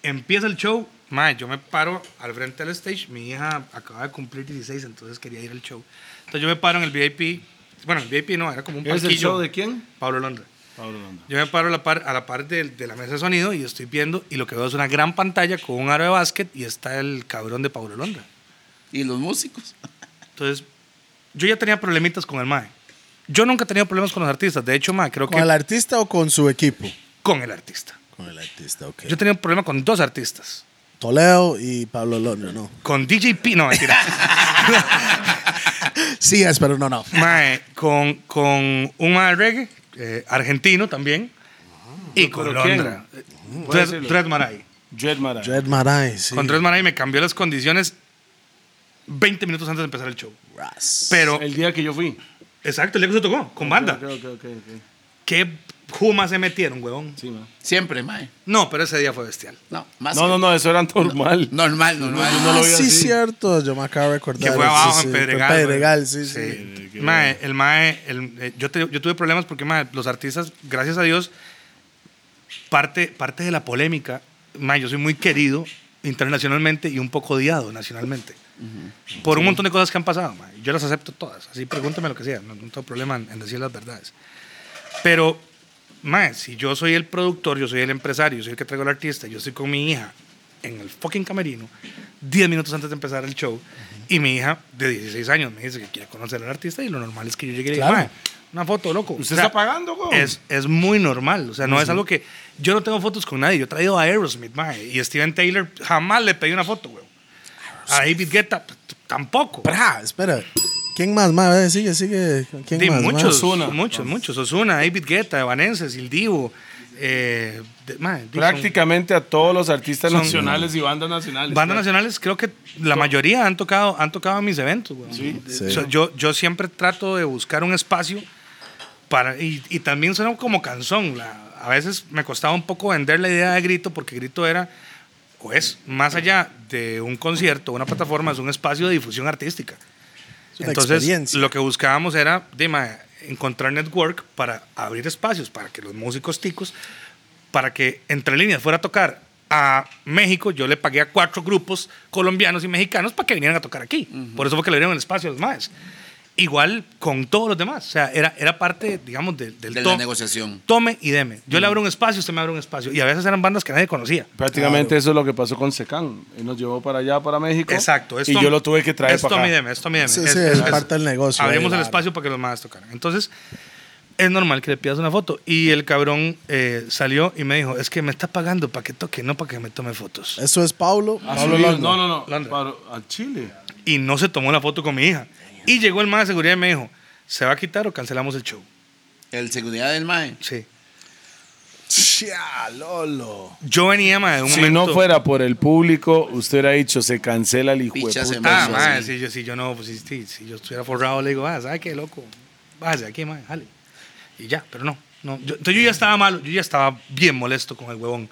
Speaker 3: Empieza el show. Mae, yo me paro al frente del stage. Mi hija acaba de cumplir 16, entonces quería ir al show. Entonces yo me paro en el VIP. Bueno, el VIP no, era como un
Speaker 5: ¿Es el
Speaker 3: palquillo.
Speaker 5: show de quién?
Speaker 3: Pablo Londra.
Speaker 5: Pablo Londra.
Speaker 3: Yo me paro a la par, a la par del- de, la mesa de sonido y estoy viendo y lo que veo es una gran pantalla con un aro de básquet y está el cabrón de Pablo Londra.
Speaker 4: Y los músicos.
Speaker 3: Entonces, yo ya tenía problemitas con el MAE. Yo nunca he tenido problemas con los artistas. De hecho, MAE, creo
Speaker 2: ¿Con
Speaker 3: que
Speaker 2: el artista o con su equipo?
Speaker 3: con el artista.
Speaker 2: Con el artista, ok.
Speaker 3: Yo tenía un problema con dos artistas.
Speaker 2: Toledo y Pablo Londra, no.
Speaker 3: Con DJ P, no, mentira.
Speaker 2: Sí, es, pero no, no.
Speaker 3: mae, con, con un mae de reggae, eh, argentino también, y con
Speaker 5: Ah. ¿Pero quién? Mm,
Speaker 3: Londra.
Speaker 5: Puede
Speaker 3: Tres,
Speaker 5: decirlo.
Speaker 3: Tres Maray.
Speaker 5: Dread Mara.
Speaker 2: Dread Marais, sí.
Speaker 3: Con Tres Maray me cambió las condiciones 20 minutos antes de empezar el show.
Speaker 2: Ras.
Speaker 3: Pero
Speaker 5: El día que yo fui.
Speaker 3: Exacto, el día que se tocó, con banda.
Speaker 5: Ok, ok, ok, ok.
Speaker 3: ¿Qué juma se metieron, huevón?
Speaker 5: Sí, ma.
Speaker 4: Siempre, mae.
Speaker 3: No, pero ese día fue bestial.
Speaker 4: No, más
Speaker 5: No,
Speaker 4: que-
Speaker 5: no, no, eso era normal.
Speaker 4: Normal, normal.
Speaker 5: no lo
Speaker 2: Ah,
Speaker 5: vi
Speaker 2: sí,
Speaker 5: así.
Speaker 2: cierto. Yo me acabo de recordar.
Speaker 3: Que fue
Speaker 2: sí,
Speaker 3: abajo
Speaker 2: sí,
Speaker 3: en
Speaker 2: fue
Speaker 3: Pedregal.
Speaker 2: Pedregal, sí,
Speaker 3: güey.
Speaker 2: sí.
Speaker 5: qué
Speaker 3: Mae, el mae, el- eh, yo, te- yo tuve problemas porque mae, los artistas, gracias a Dios, parte, parte de la polémica, mae, yo soy muy querido internacionalmente y un poco odiado nacionalmente. Por un montón de cosas que han pasado, mae. Yo las acepto todas. Así pregúntame lo que sea, no, no tengo problema en, en decir las verdades. Pero, mae, si yo soy el productor, yo soy el empresario, yo soy el que traigo al artista, yo estoy con mi hija en el fucking camerino, 10 minutos antes de empezar el show, y mi hija de 16 años me dice que quiere conocer al artista, y lo normal es que yo llegue y le diga,
Speaker 2: Claro.
Speaker 3: "Mae, una foto, loco.
Speaker 5: ¿Usted está pagando, güey?
Speaker 3: Es, es muy normal, o sea, no es algo que. Yo no tengo fotos con nadie, yo he traído a Aerosmith, mae, y Steven Taylor jamás le pedí una foto, güey. A David Guetta p- t- tampoco.
Speaker 2: Pra, espera. ¿Quién más, mae? Sigue, sigue. ¿Quién
Speaker 3: Sí,
Speaker 2: más? mae?
Speaker 3: muchos,
Speaker 5: Ozuna.
Speaker 3: muchos, muchos. Osuna, David Guetta, Evanescence, El Divo. Eh, de- mae, di- son-
Speaker 5: Prácticamente a todos los artistas
Speaker 3: Son-
Speaker 5: nacionales y bandas nacionales.
Speaker 3: Bandas nacionales, creo que la mayoría han tocado, han tocado en mis eventos. güey.
Speaker 5: Sí.
Speaker 3: O sea, yo, yo siempre trato de buscar un espacio para. Y, y también suena como canción. la- a veces me costaba un poco vender la idea de grito, porque grito era, o es, más allá de un concierto, una plataforma, es un espacio de difusión artística.
Speaker 2: Es una
Speaker 3: Entonces,
Speaker 2: experiencia.
Speaker 3: lo que buscábamos era de ma- encontrar network para abrir espacios para que los músicos ticos, para que entre líneas fuera a tocar a México, yo le pagué a cuatro grupos colombianos y mexicanos para que vinieran a tocar aquí. Por eso fue que le dieron el espacio a los maes. Igual con todos los demás. O sea, era, era parte, digamos, del, del
Speaker 4: De la
Speaker 3: to-
Speaker 4: negociación.
Speaker 3: Tome y deme. Yo le abro un espacio, usted me abre un espacio. Y a veces eran bandas que nadie conocía.
Speaker 5: Prácticamente eso es lo que pasó con Secán. Él nos llevó para allá, para México.
Speaker 3: Exacto.
Speaker 5: Y
Speaker 3: esto-
Speaker 5: yo lo tuve que traer
Speaker 3: esto
Speaker 5: para acá.
Speaker 3: mi deme, esto mi deme.
Speaker 2: Sí, sí, es parte del negocio, ahí,
Speaker 3: Abrimos el
Speaker 2: claro.
Speaker 3: espacio para que los más tocaran. Entonces, es normal que le pidas una foto. Y el cabrón eh, salió y me dijo, es que me está pagando para que toque, no para que me tome fotos.
Speaker 2: Eso es Paulo.
Speaker 5: Ah,
Speaker 2: Paulo
Speaker 5: sí,
Speaker 2: Longo.
Speaker 5: no, no, no.
Speaker 3: Londres.
Speaker 5: Para- a Chile.
Speaker 3: Y no se tomó la foto con mi hija. Y llegó el más de seguridad y me dijo, ¿se va a quitar o cancelamos el show?
Speaker 4: El seguridad del MAE.
Speaker 3: Sí.
Speaker 2: Chia, Lolo.
Speaker 3: Yo venía, más de un
Speaker 5: Si
Speaker 3: momento...
Speaker 5: no fuera por el público, usted hubiera dicho, se cancela el hijo de
Speaker 4: Picha se
Speaker 5: puta".
Speaker 3: Ah,
Speaker 4: Sí,
Speaker 3: mae,
Speaker 4: sí.
Speaker 3: si yo, si yo no, pues, si, si- si yo estuviera forrado, le digo, ah, ¿sabes qué, loco? Bájese aquí, mae, jale. Y ya, pero no. no. Yo- entonces yo ya estaba malo, yo ya estaba bien molesto con el huevón.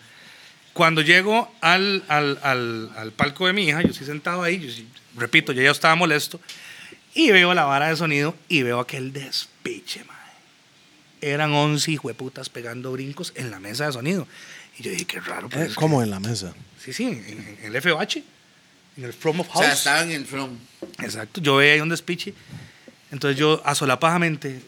Speaker 3: Cuando llego al, al, al, al palco de mi hija, yo sí sentado ahí, yo sí, repito, yo ya estaba molesto, y veo la vara de sonido y veo aquel despiche, mae. Eran 11 hijueputas pegando brincos en la mesa de sonido. Y yo dije, qué raro. pues,
Speaker 2: Eh,
Speaker 3: es que-
Speaker 2: ¿Cómo en la mesa?
Speaker 3: Sí, sí, en, en- en el FOH, en el From of
Speaker 4: O
Speaker 3: House.
Speaker 4: sea, estaban en front.
Speaker 3: Exacto, yo veía ahí un despiche. Entonces yo asolapajamente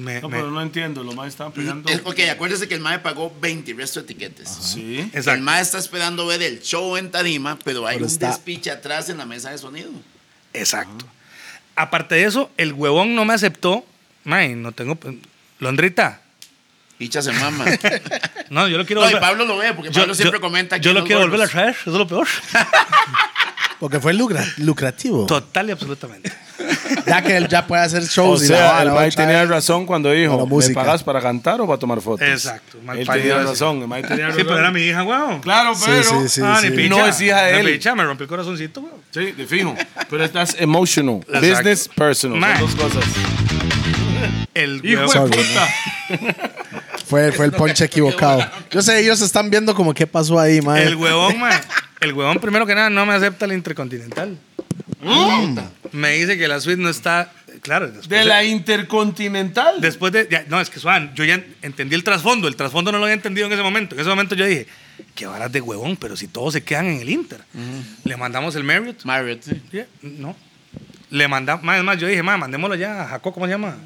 Speaker 3: me,
Speaker 5: No,
Speaker 3: me-
Speaker 5: pero no entiendo. Lo más estaban pegando.
Speaker 4: Es porque acuérdese que el MAE pagó 20 y resto de etiquetes.
Speaker 5: Sí.
Speaker 4: El
Speaker 3: Exacto.
Speaker 4: MAE está esperando ver el show en tarima, pero hay
Speaker 2: Pero
Speaker 4: un
Speaker 2: está-
Speaker 4: despiche atrás en la mesa de sonido.
Speaker 3: Exacto. Aparte de eso, el huevón no me aceptó. Mae, no tengo. pues, Londrita.
Speaker 4: Picha se mama.
Speaker 3: No, yo lo quiero
Speaker 4: No, y
Speaker 3: volver-
Speaker 4: Pablo lo ve, porque Pablo siempre comenta que
Speaker 3: Yo lo
Speaker 4: los
Speaker 3: quiero volver a
Speaker 4: gordos.
Speaker 3: traer, eso es lo peor.
Speaker 2: Porque fue lucra- lucrativo.
Speaker 3: Total y absolutamente.
Speaker 2: ya que él ya puede hacer
Speaker 5: O
Speaker 2: shows y la
Speaker 5: sea,
Speaker 2: vara,
Speaker 5: el
Speaker 2: otra
Speaker 5: Mike tenía
Speaker 2: vez.
Speaker 5: razón cuando dijo,
Speaker 2: Con la
Speaker 5: ¿me
Speaker 2: música.
Speaker 5: pagas para cantar o para tomar fotos?
Speaker 3: Exacto, mal
Speaker 5: Él
Speaker 3: parido
Speaker 5: tenía
Speaker 3: ese.
Speaker 5: razón. El Mike tenía
Speaker 3: Sí, pero
Speaker 5: razón.
Speaker 3: era mi hija, huevón.
Speaker 5: Claro,
Speaker 2: Sí,
Speaker 5: pero...
Speaker 2: sí, sí.
Speaker 3: Ah, ni
Speaker 5: Y
Speaker 3: picha.
Speaker 5: no es hija de
Speaker 3: Ni
Speaker 5: él.
Speaker 3: picha, me rompió el corazoncito, huevón.
Speaker 5: Sí, de fijo. Pero estás emotional.
Speaker 3: Exacto.
Speaker 5: Business, personal.
Speaker 3: Man.
Speaker 5: Son dos cosas.
Speaker 3: El
Speaker 5: Hijo
Speaker 3: huevón.
Speaker 5: de puta.
Speaker 2: Fue, fue el ponche equivocado. Yo sé, ellos están viendo como qué pasó ahí,
Speaker 3: El
Speaker 2: madre.
Speaker 3: huevón, mae, El huevón, primero que nada, no me acepta el Intercontinental.
Speaker 4: Mm.
Speaker 3: Me dice que la suite no está. Claro, después
Speaker 5: De la Intercontinental.
Speaker 3: Después de. ya, no, es que Juan, yo ya entendí el trasfondo. El trasfondo no lo había entendido en ese momento. En ese momento yo dije, qué varas de huevón, pero si todos se quedan en el Inter. Le mandamos el Marriott.
Speaker 4: Marriott. sí.
Speaker 3: Yeah, No. Le mandamos. Más, más, yo dije, más, mandémoslo ya a Jacob, ¿cómo se llama?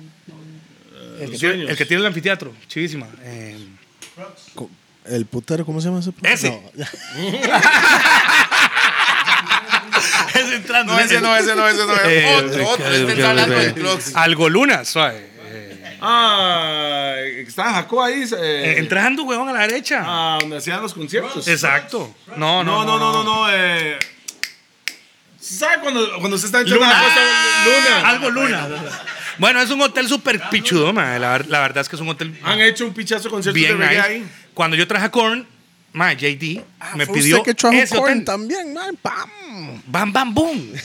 Speaker 5: Eh,
Speaker 3: El que, tiene, el que tiene el anfiteatro, chivísima. Eh,
Speaker 2: Co- El putero, ¿cómo se llama ese? putero?
Speaker 3: Ese.
Speaker 2: No.
Speaker 5: Ah,
Speaker 3: ese entrando.
Speaker 4: No, ese no, ese no, ese no.
Speaker 3: Eh,
Speaker 4: Otro, otro. Este está hablando
Speaker 5: Eh.
Speaker 4: del Clocks.
Speaker 3: Algo Luna, suave. Eh,
Speaker 5: Ah, está Jacob ahí. eh,
Speaker 3: entrando, huevón, a la derecha.
Speaker 5: ah, donde hacían los conciertos.
Speaker 3: Exacto. No,
Speaker 5: No, no, no, no, no. eh. ¿Sabe cuando, cuando se está entrando
Speaker 3: Luna. Ah,
Speaker 5: a la costa? Luna.
Speaker 3: Algo Luna. Bueno, es un hotel súper pichudo, mae. La, ver- la verdad es que es un hotel
Speaker 5: Han hecho un pichazo concierto de
Speaker 3: bien
Speaker 5: reggae
Speaker 3: nice.
Speaker 5: ahí.
Speaker 3: Cuando yo traje a Korn, mae, JD me
Speaker 2: Fue
Speaker 3: pidió
Speaker 2: Ah, usted que trajo
Speaker 3: ese
Speaker 2: corn
Speaker 3: hotel.
Speaker 2: también, man. ¡Pam!
Speaker 3: Bam, bam, boom. Eh,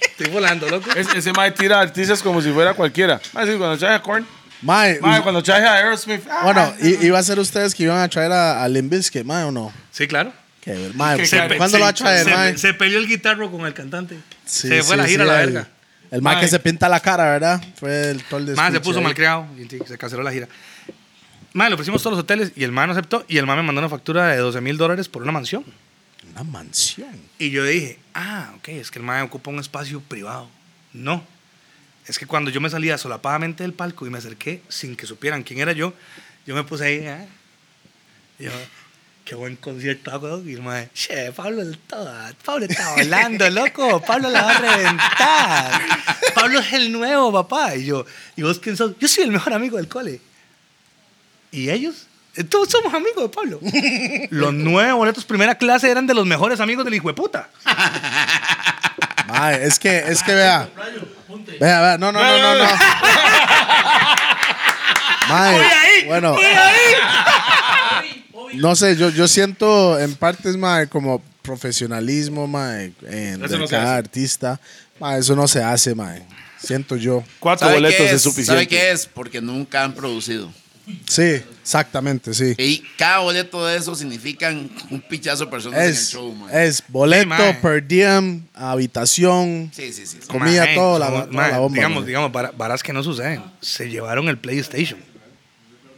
Speaker 3: Estoy volando, loco.
Speaker 5: Es- ese mae tira artistas como si fuera cualquiera. Mae, sí, cuando traje a Korn,
Speaker 2: Mae,
Speaker 5: mae, cuando traje a Aerosmith. ah,
Speaker 2: bueno, i- iba a ser ustedes que iban a traer a, a Limp Bizkit, mae, o no.
Speaker 3: Sí, claro.
Speaker 2: Qué ver, mae,
Speaker 5: Que
Speaker 2: ¿cu-
Speaker 5: se pe-
Speaker 2: ¿Cuándo lo va a
Speaker 3: se-
Speaker 2: traer,
Speaker 3: se-
Speaker 2: mae?
Speaker 3: Se peleó el guitarro con el cantante.
Speaker 2: Sí,
Speaker 3: se fue a la
Speaker 2: sí,
Speaker 3: gira
Speaker 2: sí,
Speaker 3: a la
Speaker 2: el-
Speaker 3: verga.
Speaker 2: El mae que
Speaker 5: Mae.
Speaker 2: se pinta la cara, ¿verdad? Fue el tol de
Speaker 3: Más se
Speaker 2: speech
Speaker 3: puso
Speaker 2: ahí.
Speaker 3: malcriado y sí, se canceló la gira. Más le ofrecimos todos los hoteles y el man no aceptó y el man me mandó una factura de 12 mil dólares por una mansión.
Speaker 2: Una mansión.
Speaker 3: Y yo dije, ah, ok, es que el mae ocupa un espacio privado. No. Es que cuando yo me salía solapadamente del palco y me acerqué sin que supieran quién era yo, yo me puse ahí, ah. Y yo, qué buen concierto hago. Y el mae, che, Pablo, está, Pablo está volando, loco. Pablo la va a reventar. Pablo es el nuevo, papá. Y yo, ¿y vos quién sos? Yo soy el mejor amigo del cole. ¿Y ellos? Eh, Todos somos amigos de Pablo. los nueve boletos primera clase eran de los mejores amigos del hijo de puta.
Speaker 2: Mae, es que, es que vea. Vea, vea, no, no, no, no, no. Mae, Ah, bueno. No sé, yo, yo siento en partes, mae, como profesionalismo, mae, en
Speaker 5: Eso
Speaker 2: de
Speaker 5: no se
Speaker 2: cada
Speaker 5: hace.
Speaker 2: artista. Mae, eso no se hace, mae. Siento yo.
Speaker 5: Cuatro
Speaker 4: ¿Sabe qué
Speaker 5: boletos es,
Speaker 4: ¿Sabe
Speaker 5: suficiente.
Speaker 4: qué es? Porque nunca han producido.
Speaker 2: Sí, exactamente, sí.
Speaker 4: Y cada boleto de eso significan un pichazo de personas en el
Speaker 2: Es,
Speaker 4: show, man.
Speaker 2: es boleto,
Speaker 3: mae.
Speaker 2: per diem, habitación.
Speaker 4: Sí, sí, sí. sí.
Speaker 2: Comida,
Speaker 3: Mae,
Speaker 2: todo, la-
Speaker 3: somos-
Speaker 2: toda la
Speaker 3: mae,
Speaker 2: bomba,
Speaker 3: Digamos,
Speaker 2: mae.
Speaker 3: digamos, vara- varas que no suceden. Se llevaron el PlayStation.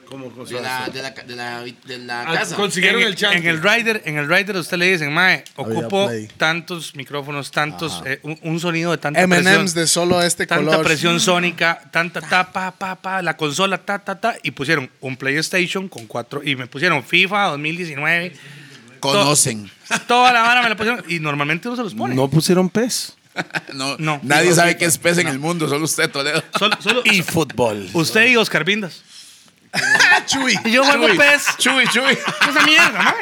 Speaker 6: ¿Cómo cómo se
Speaker 4: De la,
Speaker 6: hace?
Speaker 4: de la, ca- de la, de la
Speaker 6: Ah,
Speaker 4: casa.
Speaker 6: consiguieron
Speaker 3: en,
Speaker 6: el chance.
Speaker 3: en el rider, en el rider usted le dicen, mae, ocupo
Speaker 2: play.
Speaker 3: tantos micrófonos, tantos, eh, un, un sonido de tanta
Speaker 2: M&M's
Speaker 3: presión,
Speaker 2: de solo este
Speaker 3: tanta
Speaker 2: color.
Speaker 3: presión sónica, tanta ta, pa, pa, pa, la consola, ta, ta, ta, y pusieron un PlayStation con cuatro, y me pusieron FIFA 2019,
Speaker 4: Conocen.
Speaker 3: toda la vara me la pusieron, y normalmente no se los pone.
Speaker 5: No pusieron pez.
Speaker 4: No,
Speaker 3: No.
Speaker 4: Nadie
Speaker 3: No,
Speaker 4: sabe qué es pez en el mundo, solo usted, Toledo.
Speaker 3: Solo- solo-
Speaker 5: fútbol.
Speaker 3: usted y Oscar Vindas.
Speaker 2: Chuy.
Speaker 3: Y yo juego pez.
Speaker 4: Chuy, chuy.
Speaker 3: Esa mierda, mae.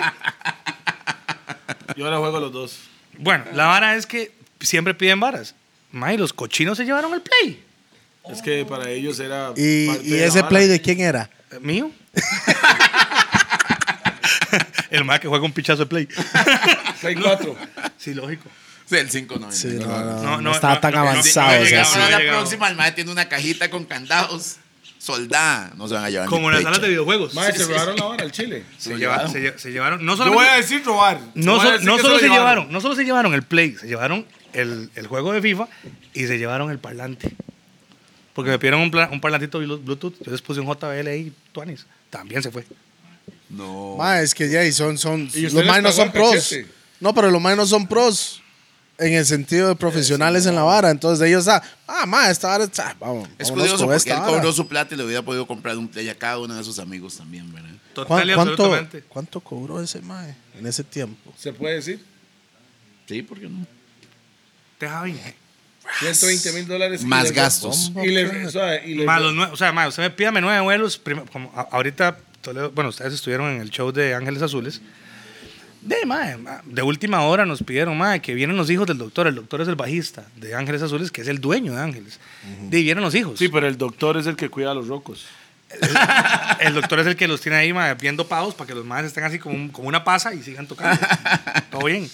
Speaker 6: Yo ahora juego los dos.
Speaker 3: Bueno, la vara es que siempre piden varas. Mae, los cochinos se llevaron el play.
Speaker 6: Es que para ellos era.
Speaker 2: ¿Y,
Speaker 6: parte
Speaker 2: y
Speaker 6: de la
Speaker 2: ese
Speaker 6: vara.
Speaker 2: play de quién era?
Speaker 3: Eh, ¿Mío? el mae que juega un pichazo de play.
Speaker 5: 6-4.
Speaker 3: Sí, lógico.
Speaker 4: Sí, el 590.
Speaker 2: Sí, no, no, no,
Speaker 3: no,
Speaker 2: estaba
Speaker 3: no,
Speaker 2: tan
Speaker 3: no, no,
Speaker 2: avanzado.
Speaker 3: no,
Speaker 2: o sea,
Speaker 3: llegaba.
Speaker 2: sí.
Speaker 4: Ahora la
Speaker 3: llegado.
Speaker 4: próxima, el mae tiene una cajita con candados. Soldada. No se van a llevar.
Speaker 3: Como en las salas de videojuegos.
Speaker 5: Mae, se robaron la hora al Chile.
Speaker 3: Se, lleva- se lle- se llevaron. No
Speaker 6: Yo
Speaker 3: solo,
Speaker 6: voy a decir robar.
Speaker 3: no
Speaker 6: Voy a
Speaker 3: so-
Speaker 6: decir
Speaker 3: no
Speaker 6: que
Speaker 3: solo
Speaker 6: lo
Speaker 3: se llevaron, no solo se llevaron el play, se llevaron el, el juego de FIFA y se llevaron el parlante. Porque me pidieron un, pla- un parlantito Bluetooth, yo les puse un JBL ahí, Tuanis. También se fue.
Speaker 4: No.
Speaker 2: Ma, es que ya y son, son
Speaker 5: ¿Y usted
Speaker 2: los
Speaker 5: les
Speaker 2: más no
Speaker 5: pagó
Speaker 2: son
Speaker 5: el
Speaker 2: pros.
Speaker 5: cachete?
Speaker 2: No, pero los más no son pros en el sentido de profesionales en la vara. Entonces de ellos, ah, ah ma, esta vara, ah, vamos.
Speaker 4: Es
Speaker 2: vámonos
Speaker 4: curioso
Speaker 2: con
Speaker 4: porque
Speaker 2: esta
Speaker 4: él
Speaker 2: vara.
Speaker 4: cobró su plata y le hubiera podido comprar un play a cada uno de sus amigos también, ¿verdad?
Speaker 3: Total y
Speaker 2: ¿Cuán- ¿Cuánto,
Speaker 3: absolutamente.
Speaker 2: ¿Cuánto cobró ese mae en ese tiempo?
Speaker 5: ¿Se puede decir?
Speaker 4: Sí, ¿por qué
Speaker 3: Ah,
Speaker 4: no?
Speaker 3: Te Javi.
Speaker 5: 120 mil dólares. y
Speaker 4: Más
Speaker 5: le-
Speaker 4: gastos.
Speaker 5: Y le, o sea, y le-
Speaker 3: Más los nue- o sea, más, usted me pídame nueve vuelos. prim- como a- ahorita, Toledo- bueno, ustedes estuvieron en el show de Ángeles Azules. De, mae, ma- de última hora nos pidieron, mae, que vienen los hijos del doctor. El doctor es el bajista de Ángeles Azules, que es el dueño de Ángeles. De ahí vienen los hijos.
Speaker 6: Sí, pero el doctor es el que cuida a los rocos.
Speaker 3: El doctor es el que los tiene ahí, mae, viendo pavos para que los maes estén así como, un- como una pasa y sigan tocando. Todo bien.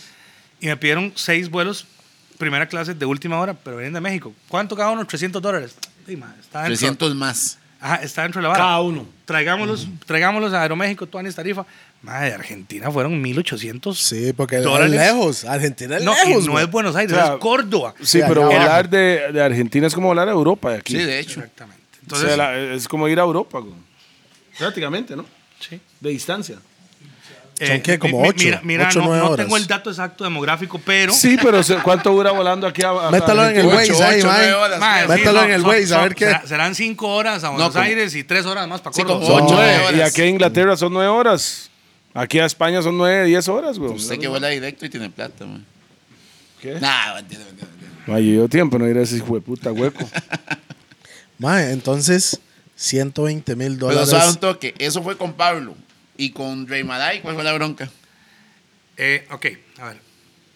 Speaker 3: Y me pidieron seis vuelos, primera clase, de última hora, pero vienen de México. ¿Cuánto cada uno? 300 dólares. Sí, mae, está dentro.
Speaker 4: 300 más.
Speaker 3: Ajá, está dentro de la vara.
Speaker 6: Cada uno.
Speaker 3: Traigámoslos, traigámoslos a Aeroméxico, Tuanis Tarifa. Madre, de Argentina fueron 1800.
Speaker 2: Sí, porque es
Speaker 3: Dólares.
Speaker 2: lejos. Argentina es
Speaker 3: no, y
Speaker 2: lejos.
Speaker 3: no
Speaker 2: ma.
Speaker 3: es Buenos Aires,
Speaker 5: O sea,
Speaker 3: es Córdoba.
Speaker 5: Sí,
Speaker 2: Sí,
Speaker 5: pero
Speaker 2: allá abajo.
Speaker 5: volar de, de Argentina es como volar a Europa de aquí.
Speaker 4: Sí, de hecho.
Speaker 3: Exactamente.
Speaker 5: O
Speaker 3: Entonces,
Speaker 5: sea, la- es como ir a Europa. güey.
Speaker 6: Prácticamente, ¿no?
Speaker 3: sí. Eh,
Speaker 6: De distancia.
Speaker 2: ¿Son qué? Como
Speaker 3: mi- mi-
Speaker 2: ocho,
Speaker 3: Mira, mira,
Speaker 2: ocho,
Speaker 3: no,
Speaker 2: nueve
Speaker 3: no
Speaker 2: horas.
Speaker 3: tengo el dato exacto demográfico, pero.
Speaker 5: Sí, pero se- ¿cuánto dura volando aquí a, a- a
Speaker 2: Métalo en el
Speaker 5: Argentina?
Speaker 2: Waze ahí,
Speaker 4: ocho,
Speaker 2: mae.
Speaker 4: nueve horas.
Speaker 3: Mae,
Speaker 2: Métalo en el
Speaker 3: son-
Speaker 2: Waze, a
Speaker 3: son-
Speaker 2: ver qué.
Speaker 3: será- serán cinco horas a Buenos
Speaker 4: como-
Speaker 3: Aires y tres horas más para
Speaker 4: Sí,
Speaker 3: Córdoba.
Speaker 4: como ocho,
Speaker 5: Son nueve,
Speaker 4: nueve horas.
Speaker 5: Y aquí a Inglaterra son nueve horas. Aquí a España son nueve, diez horas, güey.
Speaker 4: Usted que vuela directo y tiene plata, man.
Speaker 3: ¿Eh?
Speaker 5: ¿Qué?
Speaker 4: Nah, mentira, mentira, mentira.
Speaker 5: Ay, yo llevo tiempo no ir a ese hijo de puta hueco.
Speaker 2: Ma, entonces, 120 mil
Speaker 4: Pero
Speaker 2: dólares.
Speaker 4: suave un toque. Eso fue con Pablo. Y con Rey Maday, ¿cuál fue la bronca?
Speaker 3: Eh, ok, a ver.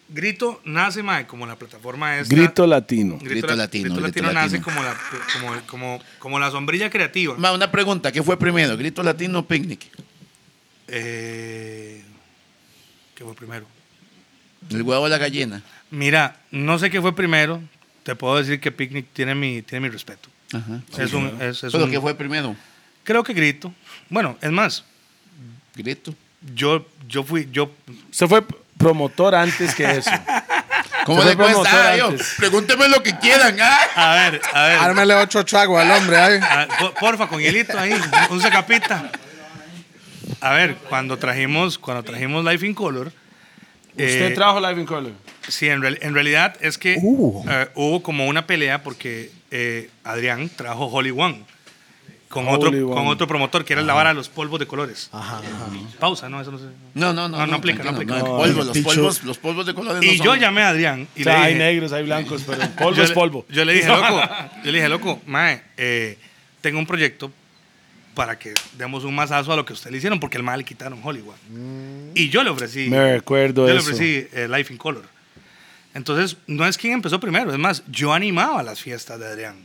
Speaker 3: Grito nace, mae, como la plataforma esta.
Speaker 5: Grito latino.
Speaker 4: Grito
Speaker 3: la-
Speaker 4: Latino,
Speaker 3: Grito
Speaker 4: Grito
Speaker 3: latino nace
Speaker 4: Latino.
Speaker 3: como la, como, como, como la sombrilla creativa.
Speaker 4: Ma, una pregunta. ¿Qué fue primero? ¿Grito latino o picnic?
Speaker 3: Eh, ¿Qué fue primero?
Speaker 4: ¿El huevo o la gallina?
Speaker 3: Mira, no sé qué fue primero. Te puedo decir que Picnic tiene mi, tiene mi respeto.
Speaker 4: Ajá.
Speaker 3: Es un, es- es
Speaker 4: ¿Pero
Speaker 3: un-
Speaker 4: qué Pues fue primero?
Speaker 3: Creo que grito. Bueno, es más,
Speaker 4: ¿Grito?
Speaker 3: yo, yo fui, yo,
Speaker 5: Usted fue promotor antes que eso.
Speaker 4: ¿Cómo
Speaker 5: fue
Speaker 4: le cuesta?
Speaker 5: promotor
Speaker 4: Ah, yo,
Speaker 5: antes.
Speaker 4: Pregúnteme lo que quieran, ¿ah?
Speaker 3: a ver, a ver,
Speaker 2: Ármele otro trago al hombre ahí.
Speaker 3: a ver, por- Ah, porfa, con hielito ahí, un sacapita. A ver, cuando trajimos, cuando trajimos Life in Color,
Speaker 6: Usted
Speaker 3: eh,
Speaker 6: trajo Live in Color.
Speaker 3: Sí, en, real- en realidad es que
Speaker 2: Uh.
Speaker 3: eh, hubo como una pelea porque eh, Adrián trajo Holy One con, otro,
Speaker 5: Holy One.
Speaker 3: con otro promotor que era la vara de los polvos de colores. Pausa, no, eso no sé.
Speaker 4: No, no, no.
Speaker 3: No, no aplica, no
Speaker 4: tranquilo,
Speaker 3: aplica.
Speaker 4: no, el polvo, los,
Speaker 2: Pichu.
Speaker 4: polvos, los polvos de colores no
Speaker 3: Y
Speaker 4: son-
Speaker 3: yo llamé a Adrián y
Speaker 5: O sea,
Speaker 3: le
Speaker 5: hay
Speaker 3: dije,
Speaker 5: negros, hay blancos, pero el polvo
Speaker 3: yo
Speaker 5: es
Speaker 3: le-
Speaker 5: polvo.
Speaker 3: Yo le dije, loco, yo le dije, loco, mae, eh, tengo un proyecto para que demos un mazazo a lo que usted le hicieron porque el mae le quitaron Holy One.
Speaker 2: Mm.
Speaker 3: Y yo le ofrecí.
Speaker 5: Me recuerdo
Speaker 3: Yo le
Speaker 5: eso.
Speaker 3: ofrecí eh, Life in Color. Entonces, no es quien empezó primero. Es más, yo animaba las fiestas de Adrián.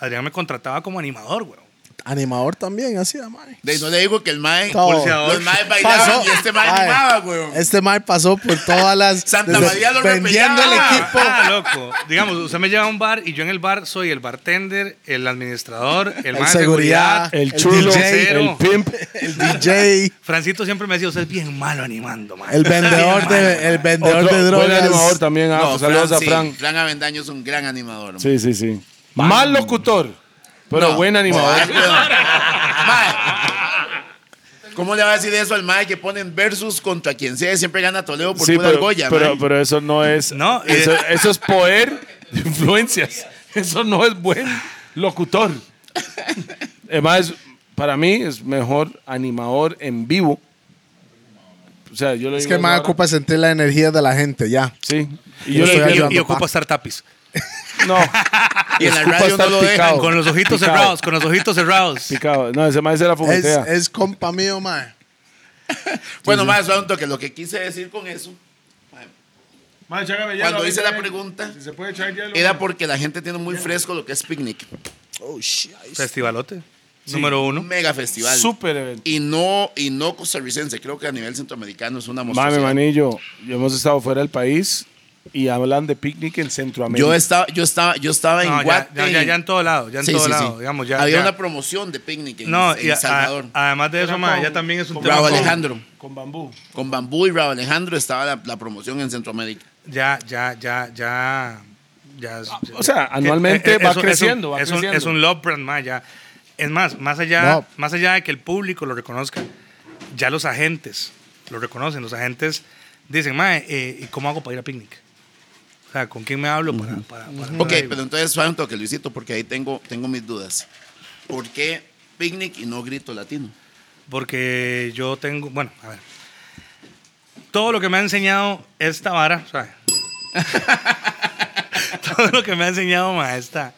Speaker 3: Adrián me contrataba como animador, güey.
Speaker 2: Animador también, así, mae.
Speaker 4: De- no le digo que el mae.
Speaker 2: Todo.
Speaker 4: Los maes bailaban
Speaker 2: Pasó.
Speaker 4: y este mae
Speaker 2: Ay,
Speaker 4: animaba, weón.
Speaker 2: Este mae pasó por todas las.
Speaker 4: Santa María lo
Speaker 2: Vendiendo el
Speaker 4: repellaba.
Speaker 2: equipo.
Speaker 3: Ah, loco. Digamos, usted me lleva a un bar y yo en el bar soy el bartender, el administrador, el,
Speaker 2: El
Speaker 3: más de seguridad.
Speaker 2: seguridad.
Speaker 5: El
Speaker 2: El
Speaker 5: chulo,
Speaker 3: DJ.
Speaker 5: el pimp.
Speaker 2: El DJ,
Speaker 3: Francito siempre me decía, usted es bien malo animando, man.
Speaker 2: el vendedor de, el vendedor
Speaker 5: Otro
Speaker 2: de
Speaker 5: buen animador
Speaker 2: drogas.
Speaker 5: también. ah, pues, saludos a
Speaker 4: sí,
Speaker 5: Fran.
Speaker 4: Fran Avendaño es un gran animador.
Speaker 5: Sí, sí, sí. Mal locutor, pero
Speaker 4: No.
Speaker 5: buen animador.
Speaker 4: Ay, weón. Mae, ¿Cómo le va a decir eso al Mae que ponen versus contra quien sea? Siempre gana Toledo por
Speaker 5: Sí,
Speaker 4: pura
Speaker 5: pero,
Speaker 4: argolla,
Speaker 5: pero,
Speaker 4: mae.
Speaker 5: pero eso no es.
Speaker 3: No,
Speaker 5: eso,
Speaker 3: eh.
Speaker 5: eso es poder de influencias. Eso no es buen locutor. Además, para mí es mejor animador en vivo. O sea, yo lo
Speaker 2: Es
Speaker 5: digo
Speaker 2: que más
Speaker 5: ahora.
Speaker 2: ocupa sentir la energía de la gente, ya.
Speaker 5: Sí.
Speaker 2: Yo
Speaker 3: Y,
Speaker 5: Y yo, le
Speaker 2: estoy
Speaker 5: digo,
Speaker 2: ayudando,
Speaker 3: y ocupa
Speaker 2: pa.
Speaker 3: estar tapiz.
Speaker 5: no,
Speaker 4: Y en la
Speaker 5: Escupa
Speaker 4: radio no
Speaker 5: estar
Speaker 4: lo dejan.
Speaker 5: picado.
Speaker 3: Con los ojitos
Speaker 5: Picado.
Speaker 3: cerrados, con los ojitos cerrados.
Speaker 5: picado. No, ese maestro era
Speaker 2: Es,
Speaker 5: fumetea.
Speaker 2: es compa mío, mae.
Speaker 4: Bueno, Mae, suave un toque. Lo que quise decir con eso
Speaker 6: Mae, chágame hielo,
Speaker 4: Cuando hice la
Speaker 6: ahorita,
Speaker 4: pregunta,
Speaker 6: Si se puede echar hielo.
Speaker 4: era
Speaker 6: mae.
Speaker 4: porque la gente tiene muy fresco lo que es picnic.
Speaker 3: Festivalote. Número
Speaker 4: Un
Speaker 3: uno.
Speaker 4: mega festival.
Speaker 5: Súper evento.
Speaker 4: Y no, y no costarricense. Creo que a nivel centroamericano es una
Speaker 5: Mame,
Speaker 4: monstruosidad.
Speaker 5: manillo, yo hemos estado fuera del país y hablan de picnic en Centroamérica.
Speaker 4: Yo estaba, yo estaba, yo estaba en
Speaker 3: No, ya,
Speaker 4: Guate.
Speaker 3: ya, ya, ya en todo lado, ya en
Speaker 4: Sí,
Speaker 3: todo
Speaker 4: sí,
Speaker 3: lado.
Speaker 4: sí.
Speaker 3: Digamos, ya,
Speaker 4: Había
Speaker 3: ya.
Speaker 4: una promoción de picnic en,
Speaker 3: No,
Speaker 4: en
Speaker 3: y a-
Speaker 4: Salvador.
Speaker 3: a- además de
Speaker 6: Era
Speaker 3: eso, ma,
Speaker 6: con-
Speaker 3: ya también es un
Speaker 6: con
Speaker 3: tema.
Speaker 4: Bravo
Speaker 3: con-
Speaker 4: Alejandro.
Speaker 6: Con bambú.
Speaker 4: Con Bambú y Bravo Alejandro estaba la, la promoción en Centroamérica.
Speaker 3: Ya, ya, ya, ya. ya es-
Speaker 5: Ah, o sea,
Speaker 3: que-
Speaker 5: anualmente
Speaker 3: eh,
Speaker 5: va
Speaker 3: eso-
Speaker 5: creciendo, va
Speaker 3: es un, es un-
Speaker 5: creciendo.
Speaker 3: Es un love brand más, ya. Es más, más allá,
Speaker 2: No.
Speaker 3: más allá de que el público lo reconozca, ya los agentes lo reconocen. Los agentes dicen, mae, eh, ¿y ¿cómo hago para ir a picnic? O sea, ¿con quién me hablo para, para, para-
Speaker 4: Ok,
Speaker 3: para ir?
Speaker 4: pero entonces suave un toque, Luisito, porque ahí tengo, tengo mis dudas. ¿Por qué picnic y no grito latino?
Speaker 3: Porque yo tengo, bueno, a ver. Todo lo que me ha enseñado esta vara, o sea, todo lo que me ha enseñado ma, esta,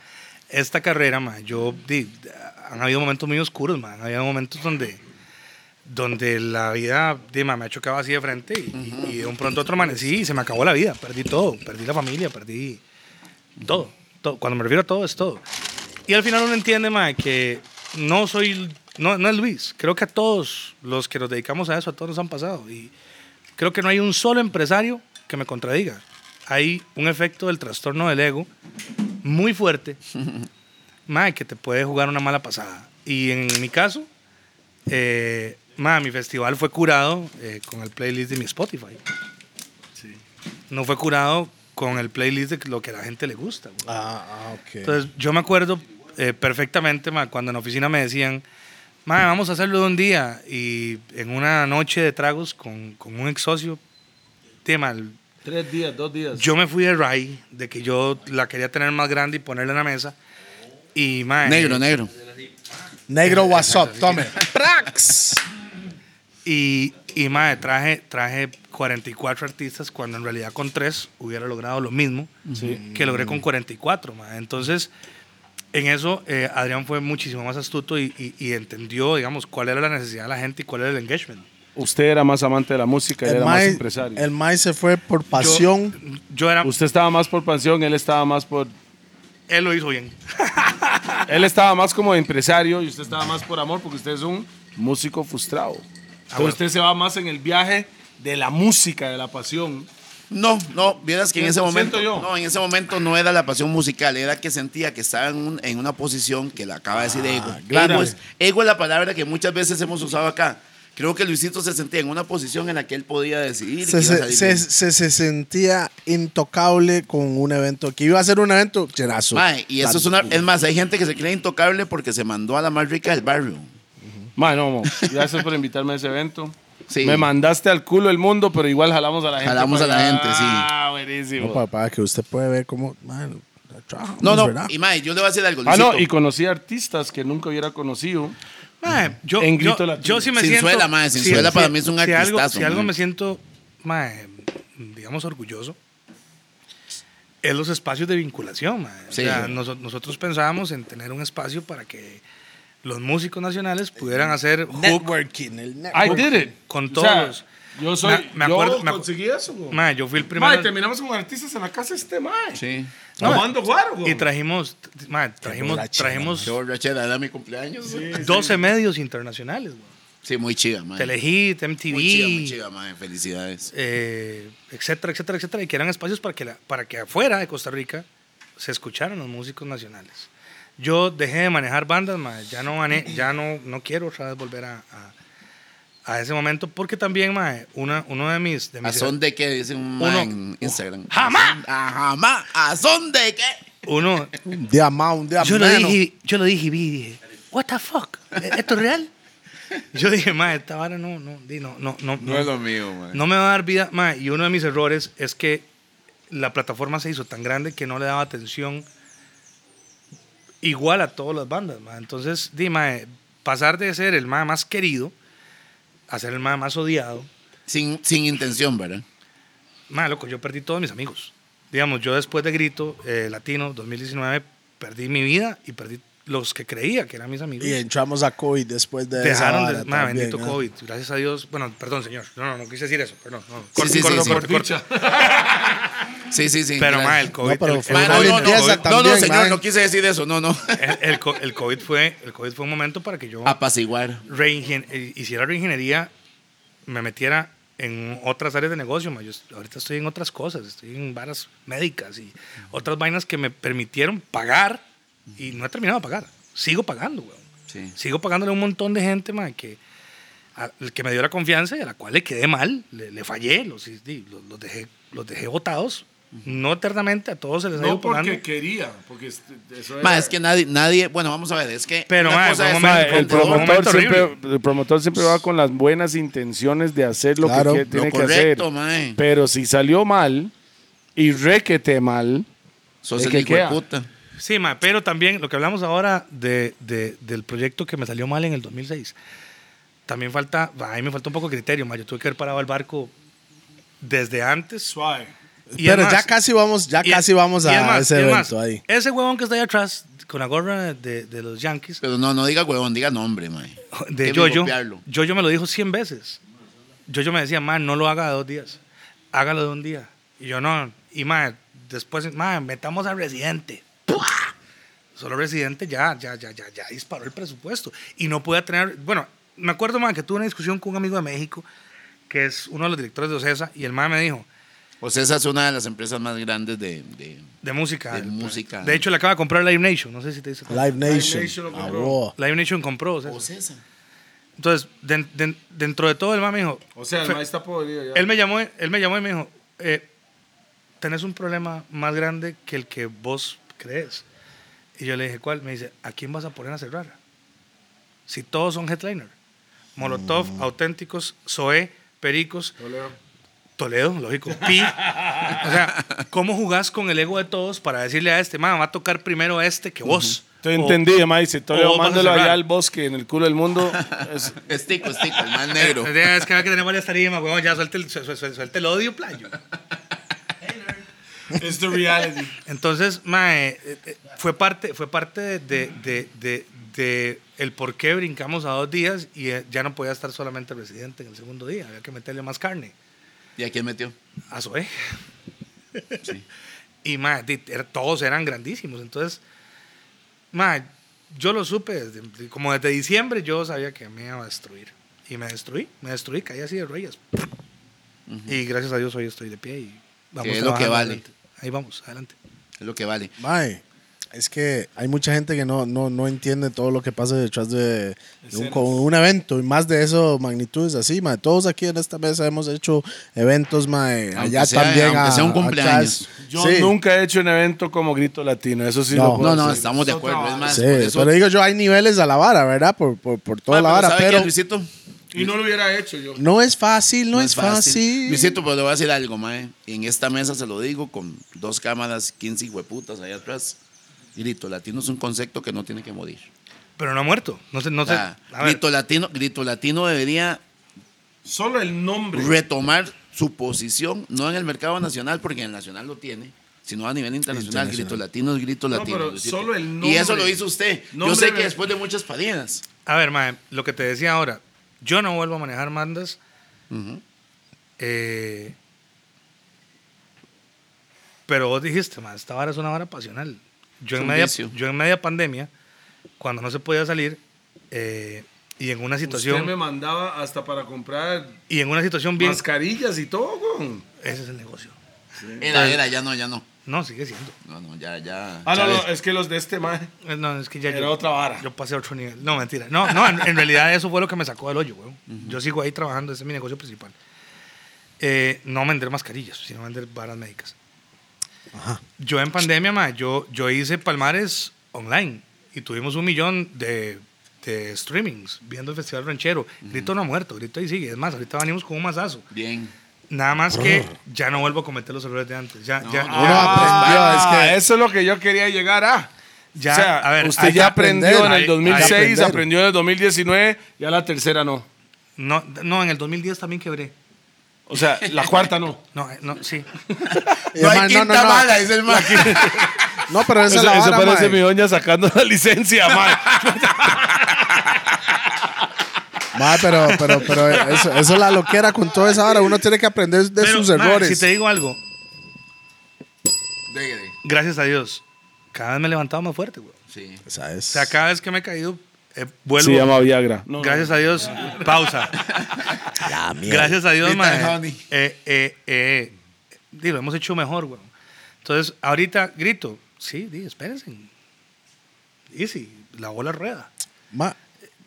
Speaker 3: esta carrera, ma, yo di, han habido momentos muy oscuros, ma, han habido momentos donde donde la vida di, ma, me ha chocado así de frente y, y de un pronto a otro amanecí y se me acabó la vida, perdí todo, perdí la familia, perdí todo, todo. Cuando me refiero a todo es todo. Y al final uno entiende, ma, que no soy, no, no es Luis. Creo que a todos los que nos dedicamos a eso, a todos nos han pasado. Y creo que no hay un solo empresario que me contradiga. Hay un efecto del trastorno del ego muy fuerte, ma, que te puede jugar una mala pasada. Y en mi caso, eh, ma, mi festival fue curado eh, con el playlist de mi Spotify. No fue curado con el playlist de lo que a la gente le gusta. güey.
Speaker 2: Ah, ah, ok.
Speaker 3: Entonces, yo me acuerdo eh, perfectamente ma, cuando en la oficina me decían, "Mae, vamos a hacerlo de un día. Y en una noche de tragos con, con un ex socio, tema, el-
Speaker 6: Tres días, dos días.
Speaker 3: yo me fui de Rai, de que yo la quería tener más grande y ponerla en la mesa. Y, mae,
Speaker 4: Negro, negro.
Speaker 2: Negro WhatsApp, tome. Prax.
Speaker 3: Y, y mae, traje, traje 44 artistas cuando en realidad con 3 hubiera logrado lo mismo que logré con 44. mae. Entonces, en eso eh, Adrián fue muchísimo más astuto y, y- y entendió, digamos, cuál era la necesidad de la gente y cuál era el engagement.
Speaker 5: Usted era más amante de la música, él
Speaker 2: El
Speaker 5: era más
Speaker 2: mae-
Speaker 5: empresario.
Speaker 2: el mae se fue por pasión.
Speaker 3: Yo era...
Speaker 5: Usted estaba más por pasión, él estaba más por.
Speaker 3: Él lo hizo bien.
Speaker 5: Él estaba más como empresario y usted estaba más por amor porque usted es un músico frustrado.
Speaker 6: Entonces usted se va más en el viaje de la música, de la pasión.
Speaker 4: No, no, vieras que en ese
Speaker 6: Siento
Speaker 4: momento,
Speaker 6: yo.
Speaker 4: no, en ese momento no era la pasión musical, era que sentía que estaba en, un- en una posición que la acaba de decir ego. Ego es, ego es la palabra que muchas veces hemos usado acá. Creo que Luisito se sentía en una posición en la que él podía decidir. y
Speaker 2: Se,
Speaker 4: que iba a
Speaker 2: se,
Speaker 4: salir
Speaker 2: se,
Speaker 4: bien.
Speaker 2: se- se sentía intocable con un evento que iba a ser un evento llenazo.
Speaker 4: Mae, y eso es una, es más, hay gente que se cree intocable porque se mandó a la más rica del barrio.
Speaker 5: Mano, mo, gracias por invitarme a ese evento.
Speaker 4: Sí.
Speaker 5: Me mandaste al culo el mundo, pero igual jalamos a la gente.
Speaker 4: Jalamos
Speaker 5: para
Speaker 4: a la
Speaker 5: allá.
Speaker 4: gente, sí.
Speaker 5: Ah,
Speaker 2: No,
Speaker 5: buenísimo.
Speaker 2: papá, que usted puede ver cómo. man, trabajamos,
Speaker 4: No, no,
Speaker 2: ¿verdad?
Speaker 4: y mae, yo le voy a decir algo.
Speaker 5: ah, no,
Speaker 4: Luisito.
Speaker 5: y conocí artistas que nunca hubiera conocido.
Speaker 3: Mae, Eh, yo,
Speaker 5: En
Speaker 3: yo,
Speaker 5: grito latino.
Speaker 3: yo sí me
Speaker 4: Sinzuela,
Speaker 3: siento.
Speaker 4: mae,
Speaker 3: si-
Speaker 4: Sinzuela
Speaker 3: si-
Speaker 4: para mí es un
Speaker 3: si algo-
Speaker 4: artistazo,
Speaker 3: Si algo
Speaker 4: mae.
Speaker 3: me siento, mae, digamos, orgulloso, es los espacios de vinculación. mae. O
Speaker 4: Sí.
Speaker 3: sea, noso- nosotros pensábamos en tener un espacio para que los músicos nacionales pudieran hacer hook
Speaker 2: Networking, el
Speaker 5: I
Speaker 2: networking.
Speaker 5: did it.
Speaker 3: con
Speaker 5: O sea,
Speaker 3: todos.
Speaker 5: yo soy.
Speaker 3: Me- me acuerdo-
Speaker 6: yo
Speaker 3: me acu-
Speaker 6: conseguí eso. güey.
Speaker 3: Mae, yo fui el primero.
Speaker 6: Mae, terminamos con artistas en la casa de este mae.
Speaker 4: Sí.
Speaker 3: No, mae,
Speaker 6: Tomando guaro. güey.
Speaker 3: y trajimos, t- mae, trajimos,
Speaker 2: borrachera,
Speaker 3: trajimos
Speaker 4: Qué borrachera, era mi cumpleaños. Sí,
Speaker 3: 12 medios internacionales. güey.
Speaker 4: muy chiga, mae.
Speaker 3: Telehit, MTV.
Speaker 4: Muy chiga, muy chiga, mae. Felicidades.
Speaker 3: eh, etcétera, etcétera, etcétera, y que eran espacios para que, la- para que afuera de Costa Rica se escucharan los músicos nacionales. Yo dejé de manejar bandas, mae, ya no mane- ya no, no quiero otra vez volver a, a- a ese momento, porque también, mae, una, uno de mis... De
Speaker 4: ¿A
Speaker 3: mis
Speaker 4: son de qué? Dicen un mae
Speaker 3: Uno-
Speaker 4: en Instagram.
Speaker 3: ¡Jamás!
Speaker 4: ¡Ah, jamás! ¿A son de qué?
Speaker 3: uno,
Speaker 2: De amount, de
Speaker 3: yo, lo
Speaker 2: ameno.
Speaker 3: dije, yo lo dije y vi y dije, ¿What the fuck? ¿E- ¿Esto es real? Yo dije, mae, esta vara no, no, di, no, no, no.
Speaker 4: No es lo mío, mae.
Speaker 3: No me va a dar vida, mae. Y uno de mis errores es que la plataforma se hizo tan grande que no le daba atención igual a todas las bandas, mae. Entonces, di, mae, pasar de ser el mae más querido a ser el mae más odiado,
Speaker 4: Sin, sin intención, ¿verdad?
Speaker 3: mae, loco, yo perdí todos mis amigos. Digamos, yo después de Grito eh, Latino 2019 perdí mi vida y perdí los que creía que eran mis amigos.
Speaker 2: Y entramos a COVID después de
Speaker 3: Dejaron
Speaker 2: esa
Speaker 3: de.
Speaker 2: vara
Speaker 3: ma,
Speaker 2: también,
Speaker 3: bendito
Speaker 2: ¿no?
Speaker 3: COVID. Gracias a Dios. Bueno, perdón, señor. No, no, no quise decir eso. Perdón. No.
Speaker 4: Sí, sí, sí,
Speaker 3: corto,
Speaker 4: sí.
Speaker 3: corto, corto.
Speaker 4: Sí, sí, sí.
Speaker 3: Pero,
Speaker 4: claro.
Speaker 3: ma, el COVID.
Speaker 2: No, pero
Speaker 3: el-
Speaker 2: fue
Speaker 3: el,
Speaker 4: Ma, no,
Speaker 2: una
Speaker 4: no, no,
Speaker 2: limpieza
Speaker 4: no, no,
Speaker 2: también,
Speaker 4: señor,
Speaker 2: mae.
Speaker 4: no quise decir eso, no, no.
Speaker 3: el- el co- el COVID fue, el COVID fue un momento para que yo
Speaker 4: Ah. Apaciguar.
Speaker 3: reingen- eh, hiciera reingeniería, me metiera en otras áreas de negocio. ma. Yo est- ahorita estoy en otras cosas. Estoy en varas médicas y otras vainas que me permitieron pagar y no he terminado de pagar. Sigo pagando, weón.
Speaker 4: Sí.
Speaker 3: Sigo pagándole a un montón de gente, ma, que, a- el que me dio la confianza y a la cual le quedé mal, le, le fallé, los, di- los, los dejé, los dejé botados. No eternamente, a todos se les ha ido
Speaker 6: No
Speaker 3: pagando.
Speaker 6: porque quería, porque es- eso era-
Speaker 4: Ma, es que nadie, nadie, bueno, vamos a ver, es que.
Speaker 3: Pero,
Speaker 4: una
Speaker 3: ma,
Speaker 4: cosa
Speaker 3: fue un
Speaker 4: es-
Speaker 5: Ma,
Speaker 3: momento-
Speaker 5: el,
Speaker 3: fue un
Speaker 5: promotor
Speaker 3: momento
Speaker 5: siempre,
Speaker 3: horrible.
Speaker 5: el promotor siempre va con las buenas intenciones de hacer lo
Speaker 2: Claro,
Speaker 5: que quiere-
Speaker 2: lo
Speaker 5: tiene
Speaker 4: correcto,
Speaker 5: que hacer.
Speaker 4: mae.
Speaker 5: Pero si salió mal y requete mal,
Speaker 4: Sos
Speaker 5: Es
Speaker 4: el
Speaker 5: que
Speaker 4: hijo de
Speaker 5: queda.
Speaker 4: puta.
Speaker 3: Sí, ma, pero también lo que hablamos ahora de, de- del proyecto que me salió mal en el 2006. También falta, a mí me faltó un poco de criterio, ma. Yo tuve que haber parado el barco desde antes.
Speaker 6: Suave.
Speaker 3: Y
Speaker 2: Pero
Speaker 3: además-
Speaker 2: ya casi vamos, ya
Speaker 3: y-
Speaker 2: casi vamos
Speaker 3: y
Speaker 2: a
Speaker 3: además-
Speaker 2: ese
Speaker 3: y
Speaker 2: evento
Speaker 3: además,
Speaker 2: ahí.
Speaker 3: Ese huevón que está ahí atrás con la gorra de, de los Yankees.
Speaker 4: Pero no, no diga huevón, diga nombre, mae.
Speaker 3: de
Speaker 4: Qué
Speaker 3: Jojo,
Speaker 4: bigotearlo.
Speaker 3: Jojo me lo dijo 100 veces. Jojo me decía, man, no lo haga de dos días, hágalo de un día. Y yo no, y man, después, man, metamos a Residente. ¡Pua! Solo Residente ya, ya, ya, ya, ya disparó el presupuesto. Y no pude tener, bueno, me acuerdo, man, que tuve una discusión con un amigo de México, que es uno de los directores de OCESA, y el man me dijo,
Speaker 4: Pues esa es una de las empresas más grandes de. de-
Speaker 3: de música.
Speaker 4: De
Speaker 3: el-
Speaker 4: música.
Speaker 3: De hecho, le acaba de comprar Live Nation, no sé si te dice.
Speaker 2: Live Nation.
Speaker 6: Nation lo
Speaker 2: Ah,
Speaker 6: compró.
Speaker 2: wow.
Speaker 3: Live Nation compró Ocesa.
Speaker 4: Pues esa.
Speaker 3: Entonces, den- den- dentro de todo, el man me dijo,
Speaker 6: O sea, el
Speaker 3: Fe-
Speaker 6: mae está podrido ya.
Speaker 3: Él me llamó, él me llamó y me dijo, eh, tenés un problema más grande que el que vos crees. Y yo le dije, ¿cuál? Me dice, ¿a quién vas a poner a cerrar? Si todos son headliner. Molotov, Auténticos, Zoé, Pericos,
Speaker 6: Mm. Toledo.
Speaker 3: Toledo, lógico, Pi. o sea, ¿cómo jugás con el ego de todos para decirle a este, man, va a tocar primero a este que vos?
Speaker 5: te
Speaker 3: O-
Speaker 5: entendí, ma, y si
Speaker 3: o
Speaker 5: Toledo
Speaker 3: vas a
Speaker 5: mándalo
Speaker 3: cerrar.
Speaker 5: allá al bosque, en el culo del mundo, es-
Speaker 4: Es tico, es tico, el más negro.
Speaker 3: Eh, Es que hay que tener varias tarimas, weón, ya suelte el, su- su- su- suelte el odio, playo.
Speaker 6: It's the reality.
Speaker 3: Entonces, mae, eh, eh, fue parte, fue parte de, de, de- de- de el por qué brincamos a dos días y eh, ya no podía estar solamente el residente en el segundo día. Había que meterle más carne
Speaker 4: ¿Y a quién metió?
Speaker 3: a Zoé. ¿eh? y, mae, di- era- todos eran grandísimos. Entonces, mae, yo lo supe desde- de- como desde diciembre yo sabía que me iba a destruir. Y me destruí, me destruí, caí así de rollas. Y gracias a Dios hoy estoy de pie y vamos
Speaker 4: Que es lo que
Speaker 3: trabajando
Speaker 4: vale.
Speaker 3: adelante. Ahí vamos, adelante.
Speaker 4: Es lo que vale.
Speaker 2: Mae, es que hay mucha gente que no, no, no entiende todo lo que pasa detrás de, de un, co- un evento y más de eso, magnitudes así, mae. Todos aquí en esta mesa hemos hecho eventos, mae. Allá
Speaker 4: sea-
Speaker 2: también.
Speaker 4: aunque
Speaker 2: a-
Speaker 4: sea un
Speaker 2: atrás.
Speaker 4: cumpleaños.
Speaker 5: yo
Speaker 2: Sí.
Speaker 5: nunca he hecho un evento como Grito Latino, eso sí
Speaker 2: No.
Speaker 5: lo puedo
Speaker 4: No, no,
Speaker 5: decir.
Speaker 4: estamos de
Speaker 6: Es otra
Speaker 4: acuerdo. Es
Speaker 6: vara.
Speaker 4: más,
Speaker 2: Sí,
Speaker 4: por eso.
Speaker 2: pero digo yo, hay niveles a la vara, ¿verdad? Por, por, por toda
Speaker 4: Ma,
Speaker 2: la
Speaker 4: pero
Speaker 2: vara,
Speaker 4: ¿sabe qué,
Speaker 2: pero
Speaker 4: Luisito?
Speaker 6: Y no lo hubiera hecho yo.
Speaker 2: no es fácil, no, es fácil.
Speaker 4: Luisito, pues le voy a decir algo, mae. En esta mesa se lo digo con dos cámaras, 15 hueputas allá atrás. Grito latino es un concepto que no tiene que morir.
Speaker 3: Pero no ha muerto. No sé, no
Speaker 4: O
Speaker 3: sé.
Speaker 4: sea,
Speaker 3: a ver.
Speaker 4: grito latino, grito latino debería
Speaker 6: Solo el nombre.
Speaker 4: retomar su posición, no en el mercado nacional, porque en el nacional lo tiene, sino a nivel internacional. Grito latino es grito
Speaker 6: No,
Speaker 4: latino.
Speaker 6: pero
Speaker 4: Luisito.
Speaker 6: solo el
Speaker 4: y
Speaker 6: nombre.
Speaker 4: eso lo hizo usted. Yo
Speaker 6: Nombre
Speaker 4: sé que
Speaker 6: me-
Speaker 4: después de muchas paridas.
Speaker 3: A ver, mae, lo que te decía ahora, yo no vuelvo a manejar mandas. Eh, pero vos dijiste, mae, esta vara es una vara pasional. Yo,
Speaker 4: Es
Speaker 3: en
Speaker 4: un
Speaker 3: media,
Speaker 4: vicio.
Speaker 3: yo en media pandemia, cuando no se podía salir, eh, y en una situación,
Speaker 6: Usted me mandaba hasta para comprar
Speaker 3: y en una situación bien...
Speaker 6: mascarillas y todo, weón.
Speaker 3: Ese es el negocio.
Speaker 4: Era, era, ya no, ya no.
Speaker 3: No, sigue siendo.
Speaker 4: No, no, ya, ya.
Speaker 6: Ah, no,
Speaker 4: Chávez.
Speaker 6: no, es que los de este mae.
Speaker 3: Eh, No, es que ya
Speaker 6: Era
Speaker 3: yo,
Speaker 6: otra vara.
Speaker 3: Yo pasé a otro nivel. No, mentira. No, no, en, en realidad eso fue lo que me sacó del hoyo, weón. Yo sigo ahí trabajando, ese es mi negocio principal. Eh, no vender mascarillas, sino vender varas médicas. Yo en pandemia, ma, yo, yo hice palmares online y tuvimos un millón de de streamings, viendo el Festival Ranchero. Grito no ha muerto, Grito ahí sigue. Es más, ahorita venimos con un mazazo.
Speaker 4: Bien.
Speaker 3: Nada más que ya no vuelvo a cometer los errores de antes. Ya, ya,
Speaker 4: no.
Speaker 3: ya-
Speaker 5: Ah, eso es lo que yo quería llegar a.
Speaker 3: ya,
Speaker 5: o sea,
Speaker 3: a ver,
Speaker 5: usted
Speaker 3: hay-
Speaker 5: ya
Speaker 3: hay-
Speaker 5: aprendió en
Speaker 3: hay-
Speaker 5: el 2006,
Speaker 3: hay-
Speaker 2: aprender.
Speaker 5: aprendió en el 2019,
Speaker 6: Ya la tercera no.
Speaker 3: no, no, en el 2010 también quebré.
Speaker 5: o sea, la cuarta no.
Speaker 3: No, eh, no, sí.
Speaker 2: Y el man,
Speaker 4: dice el man.
Speaker 2: No, pero esa
Speaker 5: Eso,
Speaker 2: es la
Speaker 5: eso
Speaker 2: vara,
Speaker 5: parece
Speaker 2: mae.
Speaker 5: mi doña sacando la licencia, mae.
Speaker 2: Mae, pero, pero, pero eso, eso es la loquera con toda esa vara. Uno tiene que aprender de
Speaker 3: Pero,
Speaker 2: sus
Speaker 3: madre,
Speaker 2: errores.
Speaker 3: Si te digo algo,
Speaker 4: Dégale.
Speaker 3: gracias a Dios, cada vez me he levantado más fuerte, güey. O
Speaker 4: Sí.
Speaker 2: Esa es.
Speaker 3: sea, cada vez que me he caído, eh, vuelvo.
Speaker 5: Se llama Viagra. No,
Speaker 3: Gracias a Dios, pausa.
Speaker 2: La mierda.
Speaker 3: Gracias a Dios,
Speaker 4: Vita
Speaker 3: man.
Speaker 4: Honey.
Speaker 3: Eh, eh, eh, di, lo hemos hecho mejor, güey. Entonces, ahorita grito, sí, di, espérense. Easy, la bola rueda.
Speaker 2: Ma-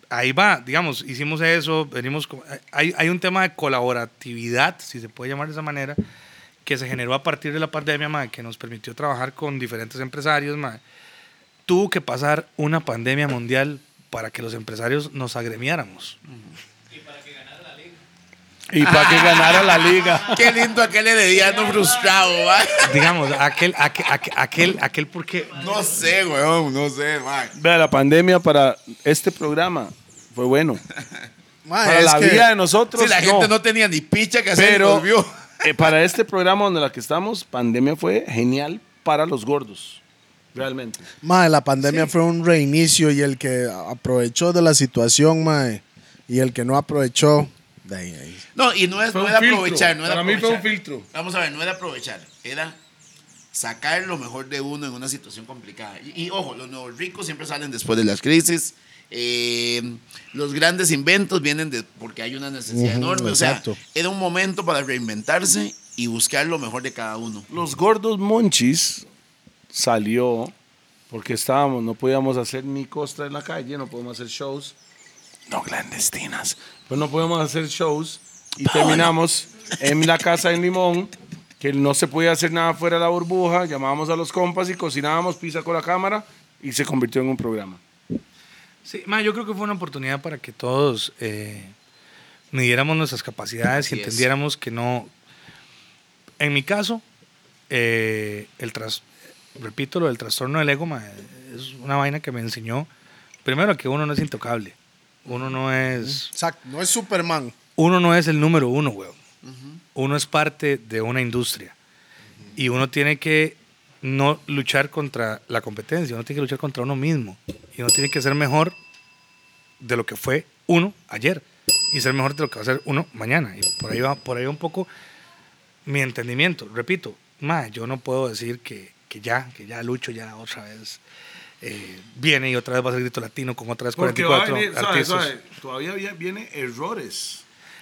Speaker 3: Ahí va, digamos, hicimos eso, venimos... con- hay, hay un tema de colaboratividad, si se puede llamar de esa manera, que se generó a partir de la pandemia, ma, que nos permitió trabajar con diferentes empresarios, ma. Tuvo que pasar una pandemia mundial para que los empresarios nos agremiáramos.
Speaker 5: Y para que ganara la liga.
Speaker 4: Qué lindo aquel herediano frustrado, man.
Speaker 3: digamos, aquel, aquel, aquel, aquel, aquel porque...
Speaker 4: No sé, weón, no sé, man.
Speaker 5: Vea, la pandemia para este programa fue bueno.
Speaker 2: ma,
Speaker 5: Para
Speaker 2: es
Speaker 5: la
Speaker 2: que-
Speaker 5: vida de nosotros,
Speaker 4: Ah, Si la gente no tenía ni picha que hacer,
Speaker 5: Pero-
Speaker 4: nos vio.
Speaker 5: Eh, para este programa donde la que estamos, pandemia fue genial para los gordos. Realmente.
Speaker 2: Mae, la pandemia fue un reinicio y el que aprovechó de la situación, mae, y el que no aprovechó, de ahí, ahí.
Speaker 4: No, y no, es,
Speaker 6: Fue
Speaker 4: no
Speaker 6: un
Speaker 4: era
Speaker 6: filtro.
Speaker 4: aprovechar, no era
Speaker 6: Para mí fue un
Speaker 4: aprovechar.
Speaker 6: filtro.
Speaker 4: Vamos a ver, no era aprovechar, era sacar lo mejor de uno en una situación complicada. Y, y ojo, los nuevos ricos siempre salen después de las crisis. eh, los grandes inventos vienen de, porque hay una necesidad
Speaker 2: Ujú,
Speaker 4: enorme. O
Speaker 2: exacto.
Speaker 4: sea, era un momento para reinventarse y buscar lo mejor de cada uno.
Speaker 5: Los gordos monchis salió porque estábamos, no podíamos hacer ni costra en la calle, no podíamos hacer shows. No clandestinas. Pues no podíamos hacer shows y terminamos en la casa en Limón, que no se podía hacer nada fuera de la burbuja. Llamábamos a los compas y cocinábamos pizza con la cámara y se convirtió en un programa.
Speaker 3: Sí, ma, yo creo que fue una oportunidad para que todos eh, midiéramos nuestras capacidades y
Speaker 4: Así es.
Speaker 3: entendiéramos que no... En mi caso, eh, el tras, repito, lo del trastorno del ego ma, es una vaina que me enseñó, primero, que uno no es intocable. Uno no es...
Speaker 2: Exacto, no es Superman.
Speaker 3: uno no es el número uno, weón. Uno es parte de una industria. Y uno tiene que no luchar contra la competencia, uno tiene que luchar contra uno mismo. Y uno tiene que ser mejor de lo que fue uno ayer y ser mejor de lo que va a ser uno mañana. Y por ahí va, por ahí va un poco mi entendimiento. Repito, ma, yo no puedo decir que, que ya, que ya lucho ya otra vez. eh, viene y otra vez va a ser grito latino con otra vez
Speaker 6: Porque va a
Speaker 3: 44
Speaker 6: venir, suave,
Speaker 3: artistas.
Speaker 6: suave, todavía vi- viene errores.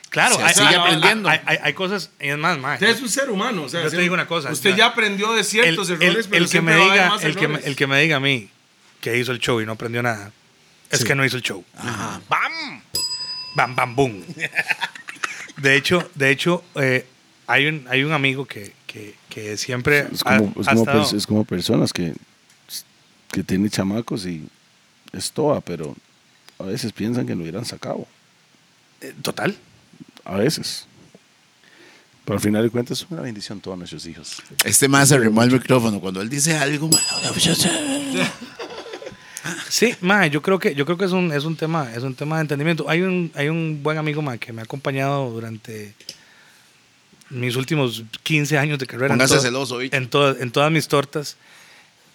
Speaker 3: Claro,
Speaker 4: Se
Speaker 3: hay,
Speaker 4: sigue
Speaker 3: hay-
Speaker 4: aprendiendo.
Speaker 3: Hay, hay- hay cosas, y es más, más.
Speaker 6: Usted es un ser humano. O sea,
Speaker 3: Yo te
Speaker 6: sí,
Speaker 3: digo una cosa,
Speaker 6: Usted
Speaker 3: ya-
Speaker 6: ya aprendió de
Speaker 3: el,
Speaker 6: ciertos
Speaker 3: el-
Speaker 6: errores, pero
Speaker 3: el que me
Speaker 6: siempre va a haber
Speaker 3: diga,
Speaker 6: más
Speaker 3: el que, me-
Speaker 6: errores.
Speaker 3: el que me diga a mí que hizo el show y no aprendió nada, es que no hizo el show. ¡Bam! ¡Bam, bam, boom! de hecho, de hecho eh, hay, un, hay un amigo que, que, que siempre
Speaker 5: Es
Speaker 3: ha-
Speaker 5: como, es
Speaker 3: ha
Speaker 5: como
Speaker 3: estado-
Speaker 5: pers- es como personas que, que tienen chamacos y es toa, pero a veces piensan que lo hubieran sacado.
Speaker 3: eh, Total.
Speaker 5: A veces. Pero al final de cuentas es una bendición todos nuestros hijos.
Speaker 4: Este más se arrimó el micrófono. Cuando él dice algo, man,
Speaker 3: Sí, ma, yo creo que yo creo que es un, es un tema, es un tema de entendimiento. Hay un hay un buen amigo ma, que me ha acompañado durante mis últimos 15 años de carrera.
Speaker 4: Póngase
Speaker 3: toda-
Speaker 4: celoso, bicho.
Speaker 3: en, todas- en todas mis tortas.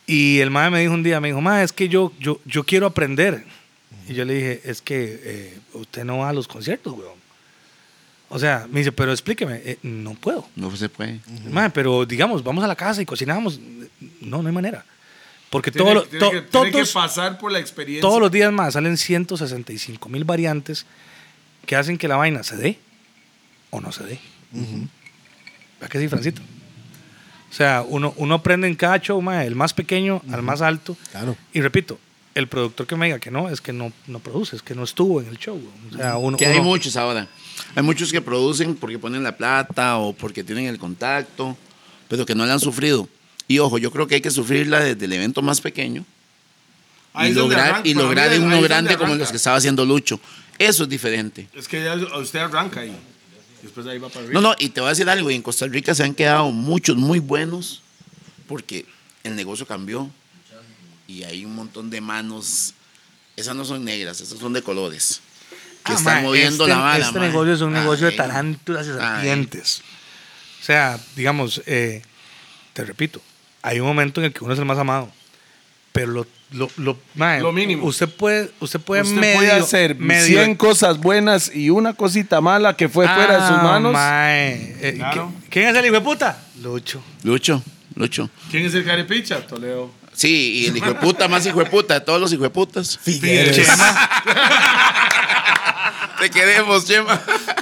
Speaker 3: Y el mae me dijo un día, me dijo, mae, es que yo, yo, yo quiero aprender. Y yo le dije, es que eh, usted no va a los conciertos, weón. O sea, me dice, pero explíqueme, Eh, no puedo.
Speaker 4: no se puede.
Speaker 3: Mae, pero digamos, vamos a la casa y cocinamos. No, no hay manera. Porque
Speaker 6: Tiene-
Speaker 3: todo lo-
Speaker 6: tiene
Speaker 3: to-
Speaker 6: que- tiene que
Speaker 3: todos-
Speaker 6: pasar por la experiencia.
Speaker 3: todos los días más salen 165 mil variantes que hacen que la vaina se dé o no se dé. ¿Verdad que sí, Francito? O sea, uno, uno aprende en cada show, mae, el más pequeño al más alto.
Speaker 2: Claro.
Speaker 3: Y repito, el productor que me diga que no, es que no, no produce, es que no estuvo en el show. weón. O sea, uno,
Speaker 4: Que hay
Speaker 3: uno-
Speaker 4: muchos ahora. Hay muchos que producen porque ponen la plata o porque tienen el contacto, pero que no la han sufrido. Y ojo, yo creo que hay que sufrirla desde el evento más pequeño
Speaker 6: Ahí
Speaker 4: y
Speaker 6: es donde
Speaker 4: lograr,
Speaker 6: arranca,
Speaker 4: y
Speaker 6: para
Speaker 4: lograr
Speaker 6: mí
Speaker 4: en
Speaker 6: ahí
Speaker 4: uno
Speaker 6: es
Speaker 4: grande
Speaker 6: donde
Speaker 4: como
Speaker 6: arranca.
Speaker 4: los que estaba haciendo Lucho. Eso es diferente.
Speaker 6: Es que ya usted arranca ahí. Después de ahí va para arriba.
Speaker 4: No, no, y te voy a decir algo, y en Costa Rica se han quedado muchos muy buenos porque el negocio cambió y hay un montón de manos, esas no son negras, esas son de colores, que
Speaker 3: Ah,
Speaker 4: están
Speaker 3: mae,
Speaker 4: moviendo
Speaker 3: este-
Speaker 4: la bala.
Speaker 3: Este
Speaker 4: mae.
Speaker 3: negocio es un negocio de
Speaker 4: Ay,
Speaker 3: tarántulas y
Speaker 4: ay.
Speaker 3: serpientes. O sea, digamos, eh, te repito, hay un momento en el que uno es el más amado. Pero lo, lo, lo, mae,
Speaker 6: Lo mínimo.
Speaker 3: Usted puede, usted puede,
Speaker 5: Usted
Speaker 3: medio-
Speaker 5: puede hacer
Speaker 3: medio-
Speaker 5: 100 cosas buenas y una cosita mala que fue fuera de sus
Speaker 3: Ah,
Speaker 5: manos.
Speaker 3: mae. Eh,
Speaker 6: Claro.
Speaker 3: ¿qui- ¿Quién es el hijo de puta? Lucho.
Speaker 4: Lucho, Lucho.
Speaker 6: ¿Quién es el carepicha? Toledo.
Speaker 4: Sí, y el hijo de puta, más hijo de puta, de todos los hijo de putas. Te queremos, Chema.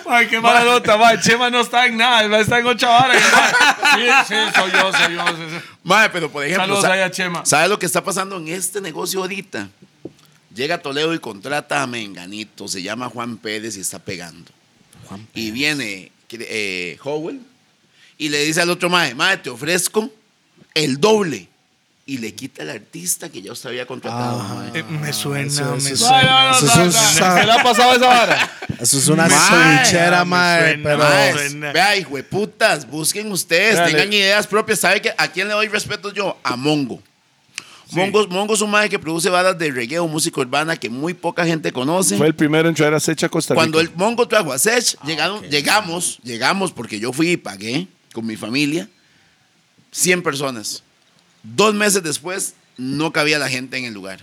Speaker 6: Ay, qué mala nota, va. Chema no está en nada, va, está en ocho horas. va. Sí, sí, soy yo, soy yo. soy yo.
Speaker 4: Mae, pero por ejemplo,
Speaker 6: Saludos
Speaker 4: sa-
Speaker 6: ahí a Chema.
Speaker 4: ¿Sabes lo que está pasando en este negocio ahorita? Llega Toledo y contrata a Menganito, se llama Juan Pérez y está pegando. y viene eh, Howell y le dice al otro mae, mae, te ofrezco el doble. Y le quita al artista que ya usted había contratado. mae.
Speaker 3: Eh, me suena,
Speaker 2: Eso-
Speaker 3: me
Speaker 2: eso-
Speaker 3: suena.
Speaker 6: Ay, no, no,
Speaker 2: Eso es
Speaker 6: no,
Speaker 2: un
Speaker 6: no.
Speaker 2: sa-
Speaker 6: Ah. Se le ha pasado esa vara.
Speaker 2: Eso es una
Speaker 4: Mae,
Speaker 2: cevichera,
Speaker 3: me
Speaker 2: mae.
Speaker 3: suena,
Speaker 2: Pero
Speaker 4: Mae,
Speaker 3: suena.
Speaker 4: vea, hijo de putas, busquen ustedes,
Speaker 5: Dale.
Speaker 4: tengan ideas propias. ¿Sabe que a quién le doy respeto yo? A Mongo. Mongo, Mongo es un mae que produce balas de reggae o música urbana que muy poca gente conoce.
Speaker 5: Fue el primero en traer a Secha a Costa Rica.
Speaker 4: Cuando el Mongo trajo a Sech, llegaron, llegamos, llegamos porque yo fui y pagué con mi familia 100 personas. Dos meses después no cabía la gente en el lugar.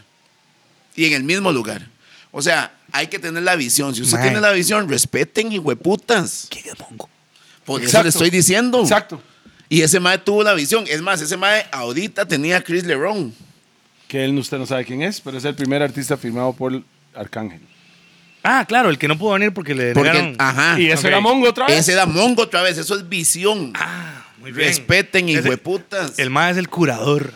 Speaker 4: Y en el mismo lugar. O sea, hay que tener la visión. Si usted
Speaker 3: Mae.
Speaker 4: tiene la visión, respeten, hijueputas.
Speaker 3: ¿Quién es Mongo?
Speaker 4: Por eso
Speaker 5: Exacto.
Speaker 4: le estoy diciendo.
Speaker 5: Exacto.
Speaker 4: Y ese mae tuvo la visión. Es más, ese mae ahorita tenía a Chris Lerón.
Speaker 5: Que él, usted no sabe quién es, pero es el primer artista firmado por Arcángel.
Speaker 3: Ah, claro, el que no pudo venir porque le
Speaker 4: Porque-
Speaker 3: negaron.
Speaker 4: ajá.
Speaker 5: y ese
Speaker 3: Ah, ok.
Speaker 5: era Mongo otra vez.
Speaker 4: Ese era Mongo otra vez. Eso es visión.
Speaker 3: Muy Ah, bien.
Speaker 4: respeten,
Speaker 3: Ese-
Speaker 4: hijueputas.
Speaker 3: El más es el curador.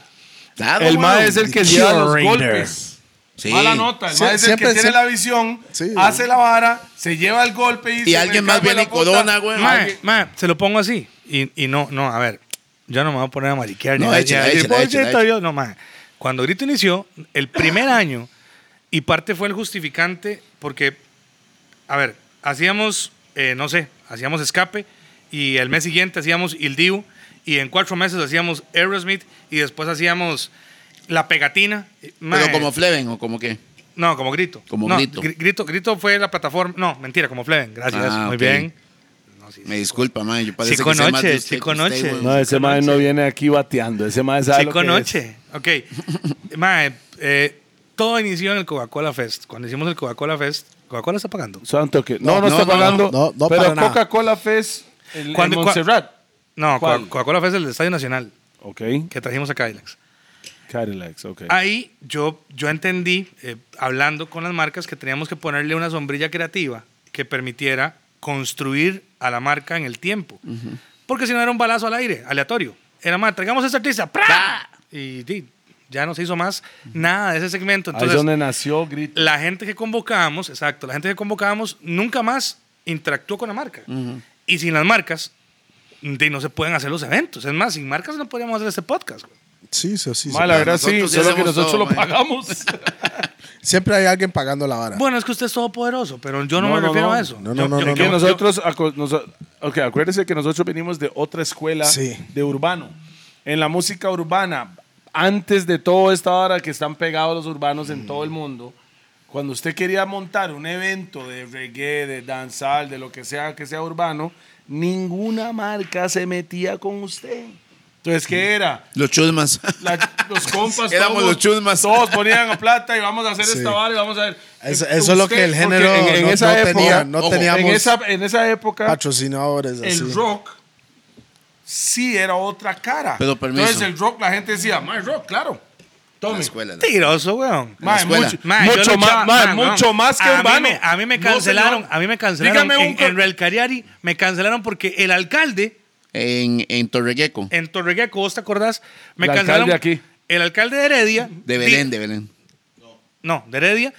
Speaker 4: Claro,
Speaker 5: el
Speaker 4: mae.
Speaker 5: mae es el que lleva los
Speaker 2: curator.
Speaker 5: golpes.
Speaker 4: Sí.
Speaker 6: Mala nota. El
Speaker 2: Sí,
Speaker 6: mae es el
Speaker 2: siempre-
Speaker 6: que tiene
Speaker 2: siempre-
Speaker 6: la visión,
Speaker 2: Sí.
Speaker 6: hace la vara, se lleva el golpe y...
Speaker 4: Y alguien más viene y corona, güey.
Speaker 3: Mae, mae, se lo pongo así. Y, y no, no, a ver, yo no me voy a poner a mariquear.
Speaker 4: No,
Speaker 3: ya, ya,
Speaker 4: échela, échela,
Speaker 3: ya,
Speaker 4: échela,
Speaker 3: ya,
Speaker 4: échela.
Speaker 3: yo- No, mae. Cuando Grito inició, el primer año, y parte fue el justificante, porque, a ver, hacíamos, eh, no sé, hacíamos escape, y el mes siguiente hacíamos Il Divo, y en cuatro meses hacíamos Aerosmith, y después hacíamos La Pegatina. Mae,
Speaker 4: Pero como Fleven o como qué.
Speaker 3: No, como grito.
Speaker 4: Como
Speaker 3: No,
Speaker 4: Grito.
Speaker 3: Gri- grito. Grito fue la plataforma. No, mentira, como Fleven. Gracias.
Speaker 4: Ah,
Speaker 3: Muy
Speaker 4: ok.
Speaker 3: bien. No, sí, sí.
Speaker 4: Me disculpa, man. Yo parece
Speaker 3: Chico
Speaker 4: que sé más de
Speaker 3: Noche,
Speaker 4: usted que
Speaker 3: Chico
Speaker 4: usted,
Speaker 3: Noche.
Speaker 4: güey.
Speaker 5: No, ese mae no viene aquí bateando. Ese mae sabe lo
Speaker 3: Chico
Speaker 5: que es.
Speaker 3: Noche. Ok. Mae, eh, todo inició en el Coca-Cola Fest. Cuando hicimos el Coca-Cola Fest, ¿Coca-Cola está pagando?
Speaker 5: Suave un toque. No, no,
Speaker 4: No,
Speaker 5: está
Speaker 4: no,
Speaker 5: pagando.
Speaker 2: no, no, para
Speaker 5: pero
Speaker 2: nada.
Speaker 5: Coca-Cola Fest en, en
Speaker 3: ¿Cuándo- cua-
Speaker 5: Montserrat.
Speaker 3: No,
Speaker 5: ¿Cuál?
Speaker 3: Coca- Coca-Cola Fest es el Estadio Nacional
Speaker 5: Ok.
Speaker 3: que trajimos a Cadillacs.
Speaker 5: Cadillacs, ok.
Speaker 3: Ahí yo, yo entendí, eh, hablando con las marcas, que teníamos que ponerle una sombrilla creativa que permitiera construir a la marca en el tiempo. Porque si no era un balazo al aire, aleatorio. Era más, traigamos a este artista, ¡pra! Y, di, ya no se hizo más nada de ese segmento.
Speaker 5: Ahí es
Speaker 3: Entonces,
Speaker 5: donde nació Grito.
Speaker 3: la gente que convocábamos, exacto, la gente que convocábamos nunca más interactuó con la marca. Y sin las marcas, di, no se pueden hacer los eventos. Es más, sin marcas no podríamos hacer este podcast. güey.
Speaker 2: Sí, sí, sí. sí.
Speaker 5: Mae, la verdad sí,
Speaker 4: Nosotros sí
Speaker 5: solo que
Speaker 4: hacemos
Speaker 5: nosotros
Speaker 4: todo,
Speaker 5: lo
Speaker 4: mae.
Speaker 5: pagamos.
Speaker 2: Siempre hay alguien pagando la vara.
Speaker 3: Bueno, es que usted es todopoderoso, pero yo no,
Speaker 5: No,
Speaker 3: me
Speaker 5: no,
Speaker 3: refiero
Speaker 5: no.
Speaker 3: a eso.
Speaker 2: No,
Speaker 3: Yo-
Speaker 2: no, no,
Speaker 3: yo-
Speaker 2: no,
Speaker 5: Que
Speaker 3: yo-
Speaker 2: no.
Speaker 5: nosotros, aco- noso- ok, acuérdense que nosotros venimos de otra escuela
Speaker 2: Sí.
Speaker 5: de urbano. En la música urbana, antes de todo esta hora que están pegados los urbanos en
Speaker 2: Mm.
Speaker 5: todo el mundo, cuando usted quería montar un evento de reggae, de danzal, de lo que sea que sea urbano, ninguna marca se metía con usted. Entonces,
Speaker 2: Mm.
Speaker 5: ¿qué era?
Speaker 4: Los chusmas.
Speaker 5: La- los compas
Speaker 4: Éramos
Speaker 5: todos-
Speaker 4: los chusmas.
Speaker 5: todos ponían a plata y vamos a hacer
Speaker 2: Sí.
Speaker 5: esta vara y vamos a ver
Speaker 2: Eso- eso es lo que el
Speaker 5: porque
Speaker 2: género no- no tenía, no
Speaker 5: en
Speaker 2: teníamos
Speaker 5: esa en esa época
Speaker 2: Patrocinadores, así.
Speaker 6: El rock sí era otra cara.
Speaker 4: Pero permiso.
Speaker 6: Entonces el rock, la gente decía, my rock, claro.
Speaker 4: La
Speaker 6: Tome.
Speaker 4: escuela. la-
Speaker 3: Mentiroso, weón.
Speaker 4: la
Speaker 6: Mae,
Speaker 4: escuela.
Speaker 6: mucho-
Speaker 3: Mae, yo
Speaker 5: Mucho
Speaker 3: luchaba-
Speaker 5: más- mae,
Speaker 3: mae,
Speaker 5: mucho
Speaker 3: weón.
Speaker 5: más que
Speaker 3: a mí
Speaker 5: urbano.
Speaker 3: me- a mí me
Speaker 6: No,
Speaker 3: cancelaron,
Speaker 6: señor.
Speaker 3: a mí me cancelaron.
Speaker 6: Dígame un
Speaker 3: en,
Speaker 6: co-
Speaker 3: en Real Cariari me cancelaron porque el alcalde
Speaker 4: En, en Torregueco.
Speaker 3: en Torregueco, ¿vos te acordás? Me
Speaker 5: El alcalde
Speaker 3: cancelaron.
Speaker 5: aquí.
Speaker 3: El alcalde de Heredia.
Speaker 4: De
Speaker 3: di-
Speaker 4: Belén, de Belén.
Speaker 3: No, de Heredia.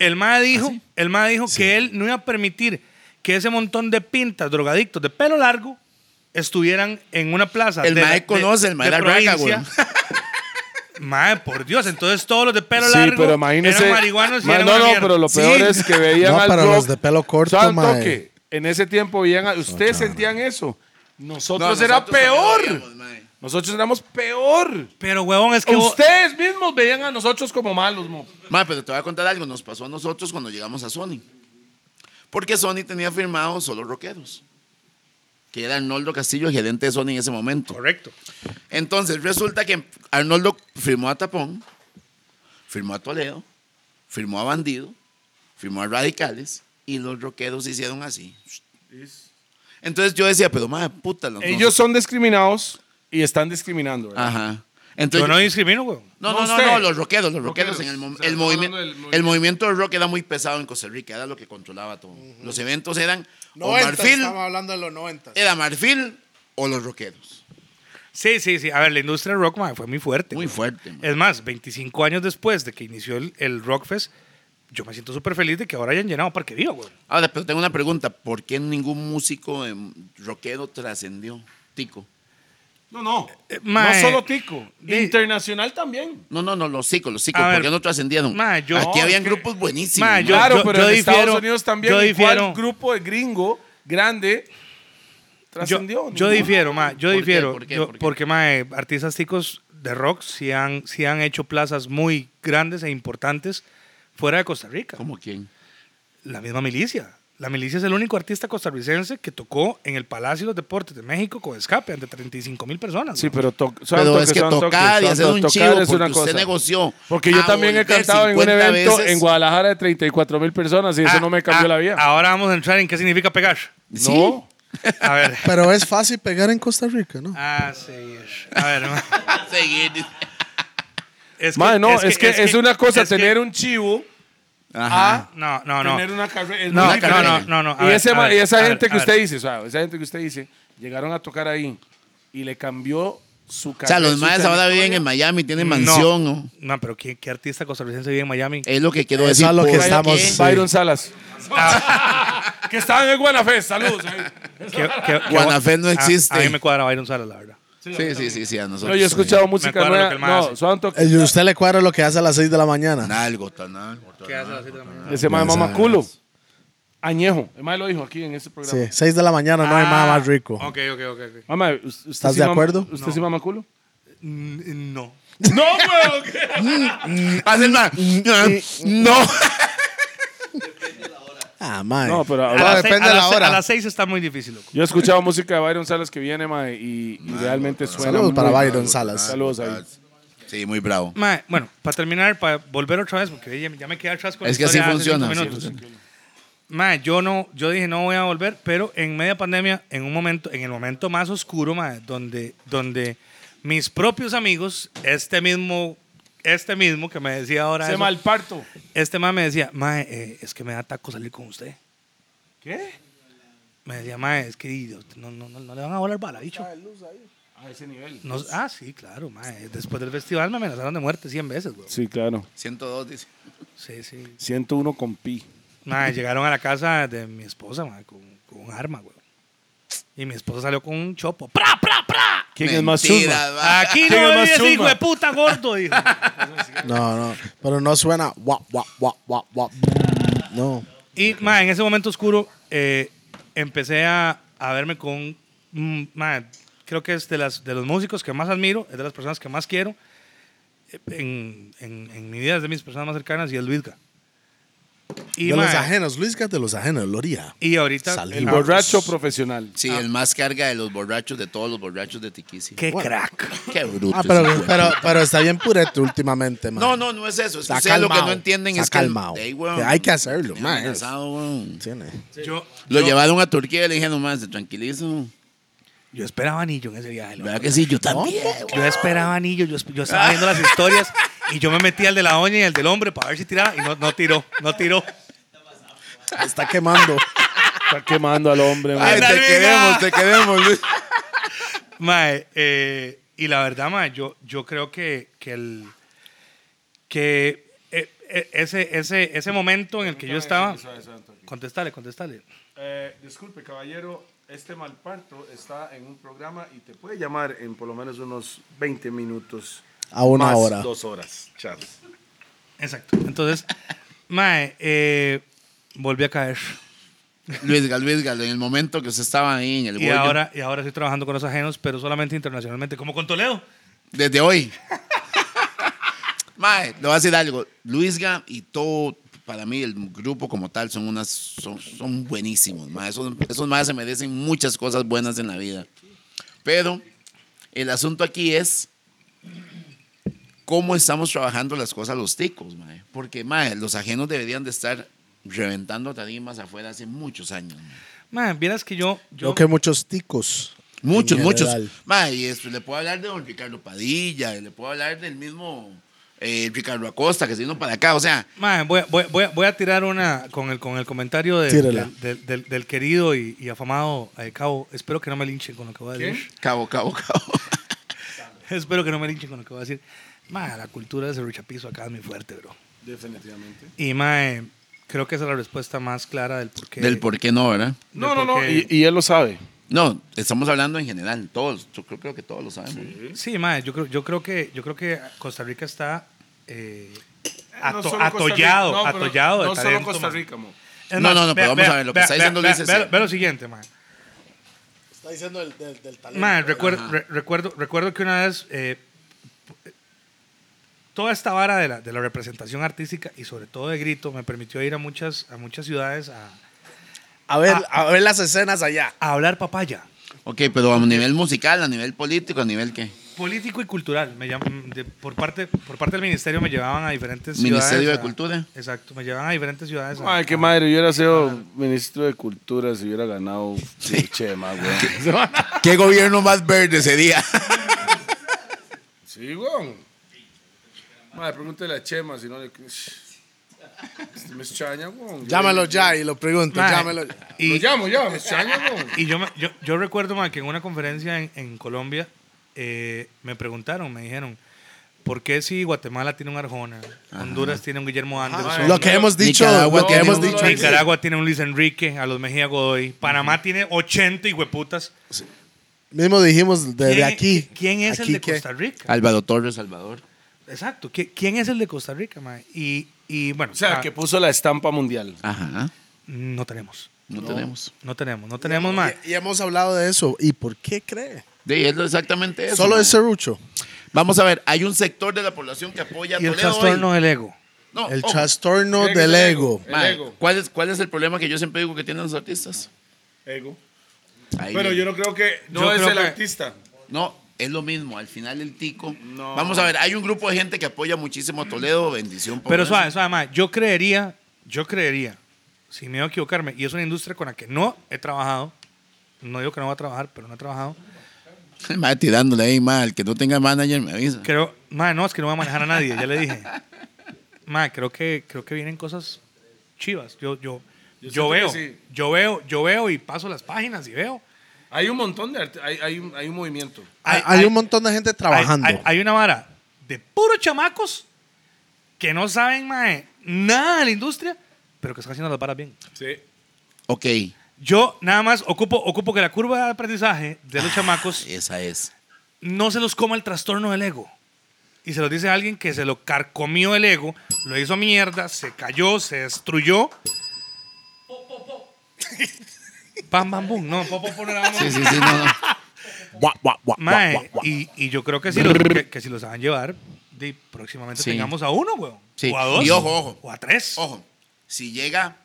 Speaker 3: El MAE
Speaker 5: ¿Ah,
Speaker 3: dijo, el mae dijo que él no iba a permitir que ese montón de pintas, drogadictos de pelo largo, estuvieran en una plaza.
Speaker 4: El
Speaker 3: de-
Speaker 4: mae
Speaker 3: de-
Speaker 4: conoce, el mae
Speaker 3: de
Speaker 4: la raga,
Speaker 3: provincia. Mae, por Dios, entonces todos los de pelo
Speaker 5: Sí,
Speaker 3: largo
Speaker 5: pero imagínese.
Speaker 3: eran marihuanos y
Speaker 5: Ma-
Speaker 3: eran
Speaker 5: no,
Speaker 3: una
Speaker 5: no,
Speaker 3: mierda.
Speaker 5: pero lo
Speaker 2: Sí.
Speaker 5: peor es que veían
Speaker 2: No,
Speaker 5: al
Speaker 2: pero
Speaker 5: rock-
Speaker 2: los de pelo corto, eh.
Speaker 5: Sabe un
Speaker 2: mae.
Speaker 5: toque? En ese tiempo veían. a- Ustedes sentían eso.
Speaker 4: No,
Speaker 5: Nosotros,
Speaker 4: nosotros
Speaker 5: era
Speaker 4: también
Speaker 5: peor.
Speaker 4: lo veíamos, mae.
Speaker 5: nosotros éramos peor.
Speaker 3: Pero, huevón, es que vos-
Speaker 5: Ustedes mismos veían a nosotros como malos, mo.
Speaker 4: Mae, pero te voy a contar algo. Nos pasó a nosotros cuando llegamos a Sony. Porque Sony tenía firmado solo rockeros. Que era Arnoldo Castillo, el gerente de Sony en ese momento.
Speaker 3: Correcto.
Speaker 4: Entonces resulta que Arnoldo firmó a Tapón, firmó a Toledo, firmó a Bandido, firmó a Radicales y los rockeros hicieron así. Entonces yo decía, pero madre puta, los
Speaker 5: Ellos son discriminados y están discriminando. ¿verdad?
Speaker 4: Ajá.
Speaker 3: Yo
Speaker 4: Entonces,
Speaker 3: no discrimino, huevón.
Speaker 4: no,
Speaker 5: no,
Speaker 4: no, no,
Speaker 5: usted.
Speaker 4: no, los rockeros, los rockeros,
Speaker 5: Rockeros.
Speaker 4: en el, mom-
Speaker 5: O sea,
Speaker 4: el,
Speaker 5: estamos
Speaker 4: movime-
Speaker 5: hablando del movimiento.
Speaker 4: el movimiento del rock era muy pesado en Costa Rica, era lo que controlaba todo. Los eventos eran o
Speaker 2: 90,
Speaker 4: Marfil,
Speaker 2: estamos hablando de los 90.
Speaker 4: era Marfil o los rockeros.
Speaker 3: Sí, sí, sí. A ver, la industria del rock, mae, fue muy fuerte.
Speaker 4: Muy
Speaker 3: huevón.
Speaker 4: fuerte. mae.
Speaker 3: Es más, 25 años después de que inició el, el Rockfest, yo me siento súper feliz de que ahora hayan llenado Parque Viva, huevón.
Speaker 4: Ahora, pero tengo una pregunta. ¿Por qué ningún músico em, rockero trascendió? Tico.
Speaker 5: No, no.
Speaker 3: Eh,
Speaker 5: no
Speaker 3: mae.
Speaker 5: solo Tico.
Speaker 3: Di-
Speaker 5: internacional también.
Speaker 4: No, no, no, los chicos, los chicos.
Speaker 3: A
Speaker 4: ¿Por
Speaker 3: ver,
Speaker 4: qué no trascendieron?
Speaker 3: ma, yo-
Speaker 4: Aquí
Speaker 3: no,
Speaker 4: habían
Speaker 3: es que-
Speaker 4: grupos buenísimos.
Speaker 3: ma,
Speaker 4: ma.
Speaker 3: yo-
Speaker 5: claro, pero en
Speaker 3: difiero-
Speaker 5: Estados Unidos también.
Speaker 3: yo
Speaker 5: ¿y cuál
Speaker 3: difiero.
Speaker 5: grupo de gringo grande
Speaker 3: Yo,
Speaker 5: trascendió?
Speaker 3: yo
Speaker 5: Ninguno.
Speaker 3: difiero, ma, yo
Speaker 4: ¿Por qué?
Speaker 3: difiero.
Speaker 4: ¿Por qué?
Speaker 3: Yo-
Speaker 4: ¿Por qué?
Speaker 3: Porque, ma, eh, artistas ticos de rock sí han, sí han hecho plazas muy grandes e importantes fuera de Costa Rica.
Speaker 4: ¿Cómo quién?
Speaker 3: La misma milicia. La milicia es el único artista costarricense que tocó en el Palacio de los Deportes de México con escape ante 35 mil personas.
Speaker 5: Sí,
Speaker 3: ma.
Speaker 5: pero, to- son
Speaker 4: Pero
Speaker 5: toques,
Speaker 4: es que
Speaker 5: son toques,
Speaker 4: tocar y
Speaker 5: son
Speaker 4: hacer
Speaker 5: toques,
Speaker 4: un
Speaker 5: tocar
Speaker 4: chivo,
Speaker 5: es una
Speaker 4: porque usted
Speaker 5: cosa.
Speaker 4: negoció
Speaker 5: Porque
Speaker 3: Ah,
Speaker 5: yo
Speaker 4: a
Speaker 5: también he
Speaker 4: volver
Speaker 5: cantado en un
Speaker 4: 50
Speaker 5: evento
Speaker 4: veces.
Speaker 5: en Guadalajara de 34 mil personas y eso
Speaker 3: Ah,
Speaker 5: no me cambió
Speaker 3: ah,
Speaker 5: la vida.
Speaker 3: Ahora vamos a entrar en qué significa pegar.
Speaker 4: Sí.
Speaker 5: No.
Speaker 3: A ver.
Speaker 2: Pero es fácil pegar en Costa Rica, ¿no?
Speaker 3: Ah, sí. es. A ver, ma.
Speaker 4: Seguir.
Speaker 3: Es que-
Speaker 5: Mae, no, es, que, es, una cosa
Speaker 3: es que-
Speaker 5: tener un chivo
Speaker 4: Ajá.
Speaker 3: No, no,
Speaker 5: a
Speaker 3: no.
Speaker 5: tener una carrera.
Speaker 3: No,
Speaker 4: una
Speaker 3: no,
Speaker 4: carrera.
Speaker 3: no, no, no, a
Speaker 5: y,
Speaker 3: ver,
Speaker 5: ese
Speaker 3: a
Speaker 5: ma-
Speaker 3: ver,
Speaker 5: y esa
Speaker 3: a ver,
Speaker 5: gente que
Speaker 3: a ver.
Speaker 5: usted dice, o sea, esa gente que usted dice, llegaron a tocar ahí y le cambió su
Speaker 4: O
Speaker 5: carrera.
Speaker 2: Ah,
Speaker 4: sea,
Speaker 5: su
Speaker 4: los maes ahora viven
Speaker 5: trayectoria.
Speaker 4: en Miami, tienen mansión.
Speaker 3: No,
Speaker 4: ¿no?
Speaker 3: no, pero ¿qué, qué artista costarricense vive en Miami?
Speaker 4: Es lo que quiero
Speaker 2: Eso
Speaker 4: decir.
Speaker 2: es lo que
Speaker 4: ¿por
Speaker 2: estamos-
Speaker 4: qué?
Speaker 5: Byron Salas. que estaban en el Guanafé, saludos. ahí.
Speaker 3: ¿Qué- qué- qué-
Speaker 4: Guanafé no
Speaker 3: a-
Speaker 4: existe.
Speaker 3: A, mí me cuadra Byron Sara, la verdad.
Speaker 4: Sí, sí, sí, sí, a nosotros.
Speaker 5: No, yo he escuchado
Speaker 3: Me
Speaker 5: música
Speaker 3: acuerdo lo
Speaker 5: nueva.
Speaker 3: que el mae
Speaker 5: No,
Speaker 3: hace.
Speaker 5: son toques.
Speaker 2: El- Eh, usted le cuadra lo que hace a las 6 de la mañana.
Speaker 4: Nalgo, tan algo, tan algo.
Speaker 5: Ese mae
Speaker 2: Mae
Speaker 5: mama
Speaker 2: Salas.
Speaker 5: culo. Añejo. El mae lo dijo aquí en este programa.
Speaker 2: Sí, 6 de la mañana no hay nada más rico.
Speaker 3: Ah, Ok, ok, ok. ok.
Speaker 5: Mamá, ¿us- ¿usted
Speaker 2: ¿Estás
Speaker 5: sí
Speaker 2: de
Speaker 5: mama-
Speaker 2: acuerdo?
Speaker 5: ¿Usted sí mama culo?
Speaker 3: Mm, No.
Speaker 5: No, weón.
Speaker 4: Haz el ma- No.
Speaker 2: Ah, mae.
Speaker 5: No, pero
Speaker 3: A
Speaker 5: ahora-
Speaker 3: las
Speaker 2: depende
Speaker 3: seis- a
Speaker 2: de
Speaker 3: las
Speaker 2: la
Speaker 3: se-
Speaker 2: hora.
Speaker 3: A las seis está muy difícil, loco.
Speaker 5: yo he escuchado música de Byron Salas que viene, mae, y, y realmente suena.
Speaker 2: Saludos
Speaker 5: muy
Speaker 2: para
Speaker 5: mal.
Speaker 2: Byron Salas.
Speaker 5: Saludos ahí.
Speaker 4: Sí, muy bravo.
Speaker 3: Mae, bueno, para terminar, para volver otra vez, porque ya, ya me quedé atrás con la
Speaker 4: Es que así
Speaker 3: historia de hace cinco
Speaker 4: funciona, así
Speaker 3: minutos.
Speaker 4: funciona.
Speaker 3: Mae, yo no, yo dije no voy a volver, pero en media pandemia, en un momento, en el momento más oscuro, mae, donde, donde mis propios amigos, este mismo, este mismo que me decía ahora,
Speaker 5: Se
Speaker 3: eso,
Speaker 5: malparto.
Speaker 3: este mae me decía, mae, eh, es que me da taco salir con usted. ¿Qué? Me decía, mae, es que di, no, no, no, no le van a volar bala, bicho.
Speaker 5: A ese nivel.
Speaker 3: No- ah, sí, claro, mae. Después del festival me amenazaron de muerte 100 veces, güey.
Speaker 5: Sí, claro.
Speaker 4: 102 dice.
Speaker 3: Sí, sí.
Speaker 5: 101 con pi.
Speaker 3: Mae, llegaron a la casa de mi esposa, mae, con, con un arma, güey. Y mi esposa salió con un chopo. ¡Pra, pra, pra!
Speaker 5: ¿Quién es más chulo?
Speaker 4: Mentiras, va.
Speaker 3: Aquí
Speaker 5: Ah, ¿Quién es
Speaker 3: no
Speaker 5: más
Speaker 3: es
Speaker 5: chuma?
Speaker 3: hijo de puta gordo, dijo.
Speaker 2: No, no. Pero no suena. Wap, wap, wap, wap, wap. No.
Speaker 3: Y, mae, en ese momento oscuro, eh, empecé a, a verme con. mm, mae, creo que es de, las, de los músicos que más admiro, es de las personas que más quiero. eh, En, en, en mi vida es de mis personas más cercanas y es Luisga. Y,
Speaker 2: de los
Speaker 3: mae,
Speaker 2: ajenos. Luis Gat de los ajenos. Loría.
Speaker 3: y ahorita. eh,
Speaker 2: Salí.
Speaker 5: El
Speaker 2: Ah,
Speaker 5: borracho profesional.
Speaker 4: Sí, el más carga de los borrachos, de todos los borrachos de Tiquicia.
Speaker 3: ¡Qué crack!
Speaker 4: Qué bruto.
Speaker 2: Ah, pero,
Speaker 4: ese güey.
Speaker 2: pero, pero está bien pureto últimamente, mae.
Speaker 4: no, no, no es eso. Es que
Speaker 2: Está
Speaker 4: ustedes lo que
Speaker 2: calmado,
Speaker 4: no entienden
Speaker 2: está
Speaker 4: es que.
Speaker 2: calmado.
Speaker 4: Ey, weón,
Speaker 2: Que hay que hacerlo,
Speaker 4: me
Speaker 2: mae.
Speaker 4: amenazado, weón.
Speaker 2: Tiene.
Speaker 3: Yo,
Speaker 4: Lo
Speaker 3: yo-
Speaker 4: llevaron a Turquía y le dijeron, más, se tranquilizo.
Speaker 3: yo esperaba anillo en ese viaje. loco.
Speaker 4: ¿Verdad que sí? Yo también.
Speaker 3: Yo esperaba anillo, yo, yo estaba viendo las historias y yo me metí al de la doña y al del hombre para ver si tiraba y no, no tiró, no tiró.
Speaker 2: Está quemando.
Speaker 5: Está quemando al hombre, mae.
Speaker 4: Ay,
Speaker 3: Anda,
Speaker 4: te
Speaker 3: amiga.
Speaker 4: queremos, te queremos, Luis.
Speaker 3: Mae, eh, y la verdad, mae, yo, yo creo que, que el que eh, eh, ese, ese, ese momento en el que yo estaba. Contestale, contestale.
Speaker 5: Eh, disculpe, caballero, este malparto está en un programa y te puede llamar en por lo menos unos 20 minutos.
Speaker 2: a una
Speaker 5: Más
Speaker 2: hora.
Speaker 5: Dos horas, Charles.
Speaker 3: Exacto. Entonces, mae, eh, volví a caer.
Speaker 4: Luis Gal, Luis Gal, en el momento que usted estaba ahí en el
Speaker 3: Y
Speaker 4: bollo,
Speaker 3: ahora, y ahora estoy trabajando con los ajenos, pero solamente internacionalmente, como con Toledo.
Speaker 4: desde hoy. Mae, le voy a decir algo. Luisga y todo, para mí, el grupo como tal, son unas son, son buenísimos. Mae. Esos, esos maes se merecen muchas cosas buenas en la vida. Pero el asunto aquí es cómo estamos trabajando las cosas los ticos, mae. Porque, mae, los ajenos deberían de estar reventando tarimas afuera hace muchos años. mae.
Speaker 3: Mae, vieras que yo. yo
Speaker 2: Creo que muchos ticos. en
Speaker 4: Muchos, muchos.
Speaker 2: general.
Speaker 4: Ma, y esto, le puedo hablar de don Ricardo Padilla, y le puedo hablar del mismo eh, Ricardo Acosta que se vino para acá. O sea,
Speaker 3: Mae, voy, voy- voy- voy a tirar una con el, con el comentario de-
Speaker 2: Tírala.
Speaker 3: del, del- del- del querido y, y afamado eh, Cabo. Espero que no me linchen con lo que voy a decir.
Speaker 4: cabo, cabo, cabo.
Speaker 3: Espero que no me linchen con lo que voy a decir. Mae, la cultura de cerruchapizo acá es muy fuerte, bro.
Speaker 5: Definitivamente.
Speaker 3: Y mae, creo que esa es la respuesta más clara del por qué.
Speaker 4: Del por qué no, ¿verdad?
Speaker 3: del
Speaker 5: No,
Speaker 3: por
Speaker 5: no, no.
Speaker 3: qué-
Speaker 5: Y, y él lo sabe.
Speaker 4: No, estamos hablando en general, todos. Yo creo, creo que todos lo sabemos.
Speaker 3: Sí, mae, yo creo, yo creo que yo creo que Costa Rica está eh,
Speaker 5: No
Speaker 3: ato-
Speaker 5: solo Costa Rica,
Speaker 3: atollado,
Speaker 5: no, pero
Speaker 3: atollado de
Speaker 5: No solo
Speaker 3: talento,
Speaker 5: Costa
Speaker 3: mae.
Speaker 5: Rica, mo.
Speaker 3: Es
Speaker 4: No,
Speaker 3: más,
Speaker 4: no, no, pero
Speaker 3: vea-
Speaker 4: vamos a
Speaker 3: vea-
Speaker 4: ver, lo que
Speaker 3: vea-
Speaker 4: está diciendo
Speaker 3: vea-
Speaker 4: Luis es-
Speaker 3: Vea vea lo siguiente, mae.
Speaker 2: Está diciendo del, del, del talento.
Speaker 3: Mae, recuer- re- recuerdo, recuerdo que una vez eh, p- toda esta vara de la, de la representación artística y sobre todo de grito me permitió ir a muchas, a muchas ciudades a,
Speaker 2: A ver, a ver las escenas allá.
Speaker 3: a hablar papaya.
Speaker 4: Ok, pero a nivel musical, a nivel político, a nivel qué?
Speaker 3: Político y cultural. Me llam- de- por, parte, por parte del ministerio me llevaban a diferentes ciudades.
Speaker 4: Ministerio de
Speaker 3: a-
Speaker 4: Cultura.
Speaker 3: Exacto, me llevaban a diferentes ciudades. a-
Speaker 5: Ay, qué
Speaker 3: a-
Speaker 5: madre. Yo hubiera sido ministro de Cultura si hubiera ganado. Che, más, güey.
Speaker 4: ¿Qué gobierno más verde ese día?
Speaker 5: Sí, güey. Madre, pregúntele a Chema si no le. Este me extraña, güey.
Speaker 2: Llámalo ya y lo pregunto.
Speaker 3: Mae,
Speaker 2: Llámalo.
Speaker 5: Lo
Speaker 3: Y,
Speaker 5: llamo ya, me extraña, güey.
Speaker 3: y yo, me- yo, yo recuerdo mae, que en una conferencia en, en Colombia eh, me preguntaron, me dijeron, ¿por qué si Guatemala tiene un Arjona, Honduras tiene un Guillermo Anderson?
Speaker 2: Lo que hemos dicho,
Speaker 4: Nicaragua
Speaker 2: lo que
Speaker 4: tiene
Speaker 2: hemos
Speaker 4: un-
Speaker 2: dicho.
Speaker 5: Sí, cara-
Speaker 3: Nicaragua tiene un Luis Enrique, a los Mejía Godoy. Panamá tiene 80 hueputas.
Speaker 2: Mismo dijimos desde aquí.
Speaker 3: ¿Quién es
Speaker 2: Aquí
Speaker 3: el de
Speaker 2: que-
Speaker 3: Costa Rica?
Speaker 4: Álvaro Torres, Salvador.
Speaker 3: Exacto. ¿qui- ¿Quién es el de Costa Rica, mae? Y, y bueno,
Speaker 5: O sea,
Speaker 3: ah,
Speaker 5: que puso la estampa mundial.
Speaker 4: Ajá,
Speaker 3: no tenemos.
Speaker 4: no, tenemos.
Speaker 3: No tenemos, no tenemos más.
Speaker 2: Y, y hemos hablado de eso. ¿Y por qué cree?
Speaker 4: Sí, es lo- exactamente eso.
Speaker 2: Solo
Speaker 4: mae.
Speaker 2: es serrucho.
Speaker 4: Vamos a ver, hay un sector de la población que apoya a
Speaker 3: Y el
Speaker 4: Toledo hoy.
Speaker 3: trastorno del ego.
Speaker 4: No, oh.
Speaker 2: El
Speaker 4: ojo.
Speaker 2: trastorno
Speaker 5: Tiene que
Speaker 2: del
Speaker 5: ser
Speaker 2: ego.
Speaker 5: El
Speaker 4: Mae,
Speaker 5: ego.
Speaker 4: ¿cuál, es, ¿Cuál es el problema que yo siempre digo que tienen los artistas?
Speaker 5: Ego.
Speaker 4: Ahí
Speaker 5: Pero
Speaker 4: viene.
Speaker 5: yo no creo que. No
Speaker 3: Yo
Speaker 5: es
Speaker 3: creo
Speaker 5: el
Speaker 3: que-
Speaker 5: artista.
Speaker 4: No, es lo mismo. Al final el tico.
Speaker 5: No.
Speaker 4: Vamos a ver, hay un grupo de gente que apoya muchísimo a Toledo. Bendición por
Speaker 3: Pero
Speaker 4: eso.
Speaker 3: suave, suave, mae. Yo creería, yo creería, sin miedo a equivocarme, y es una industria con la que no he trabajado. No digo que no voy a trabajar, pero no he trabajado.
Speaker 4: Mae, tirándole ahí mal. Que no tenga manager me avisa.
Speaker 3: Creo, madre, no, es que no voy a manejar a nadie, ya le dije. Madre, creo que, creo que vienen cosas chivas. Yo, yo, yo,
Speaker 5: siento que
Speaker 3: veo,
Speaker 5: sí.
Speaker 3: yo veo, yo veo y paso las páginas y veo.
Speaker 5: Hay un montón de. arte- Hay, hay, un- hay un movimiento.
Speaker 2: Hay, hay un montón de gente
Speaker 3: hay-
Speaker 2: trabajando.
Speaker 3: Hay, hay una vara de puros chamacos que no saben, madre, nada de la industria, pero que están haciendo las varas bien.
Speaker 5: Sí.
Speaker 4: Ok.
Speaker 3: Yo nada más ocupo, ocupo que la curva de aprendizaje de
Speaker 4: Ah,
Speaker 3: los chamacos
Speaker 4: Esa es.
Speaker 3: no se los coma el trastorno del ego. Y se los dice a alguien que se lo carcomió el ego, lo hizo mierda, se cayó, se destruyó. Pam, bam, bum. No, po, po, po, no era vamos.
Speaker 4: Sí, sí, sí. No, no.
Speaker 3: Mae, y, y yo creo que si, los, que, que si los saben llevar, de- próximamente
Speaker 4: Sí.
Speaker 3: tengamos a uno, weón.
Speaker 4: Sí.
Speaker 3: O a dos.
Speaker 4: Y ojo, ojo.
Speaker 3: O a tres.
Speaker 4: Ojo. Si llega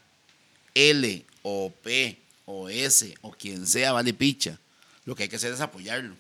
Speaker 4: L o P o S o quien sea, vale picha. Lo que hay que hacer es apoyarlo.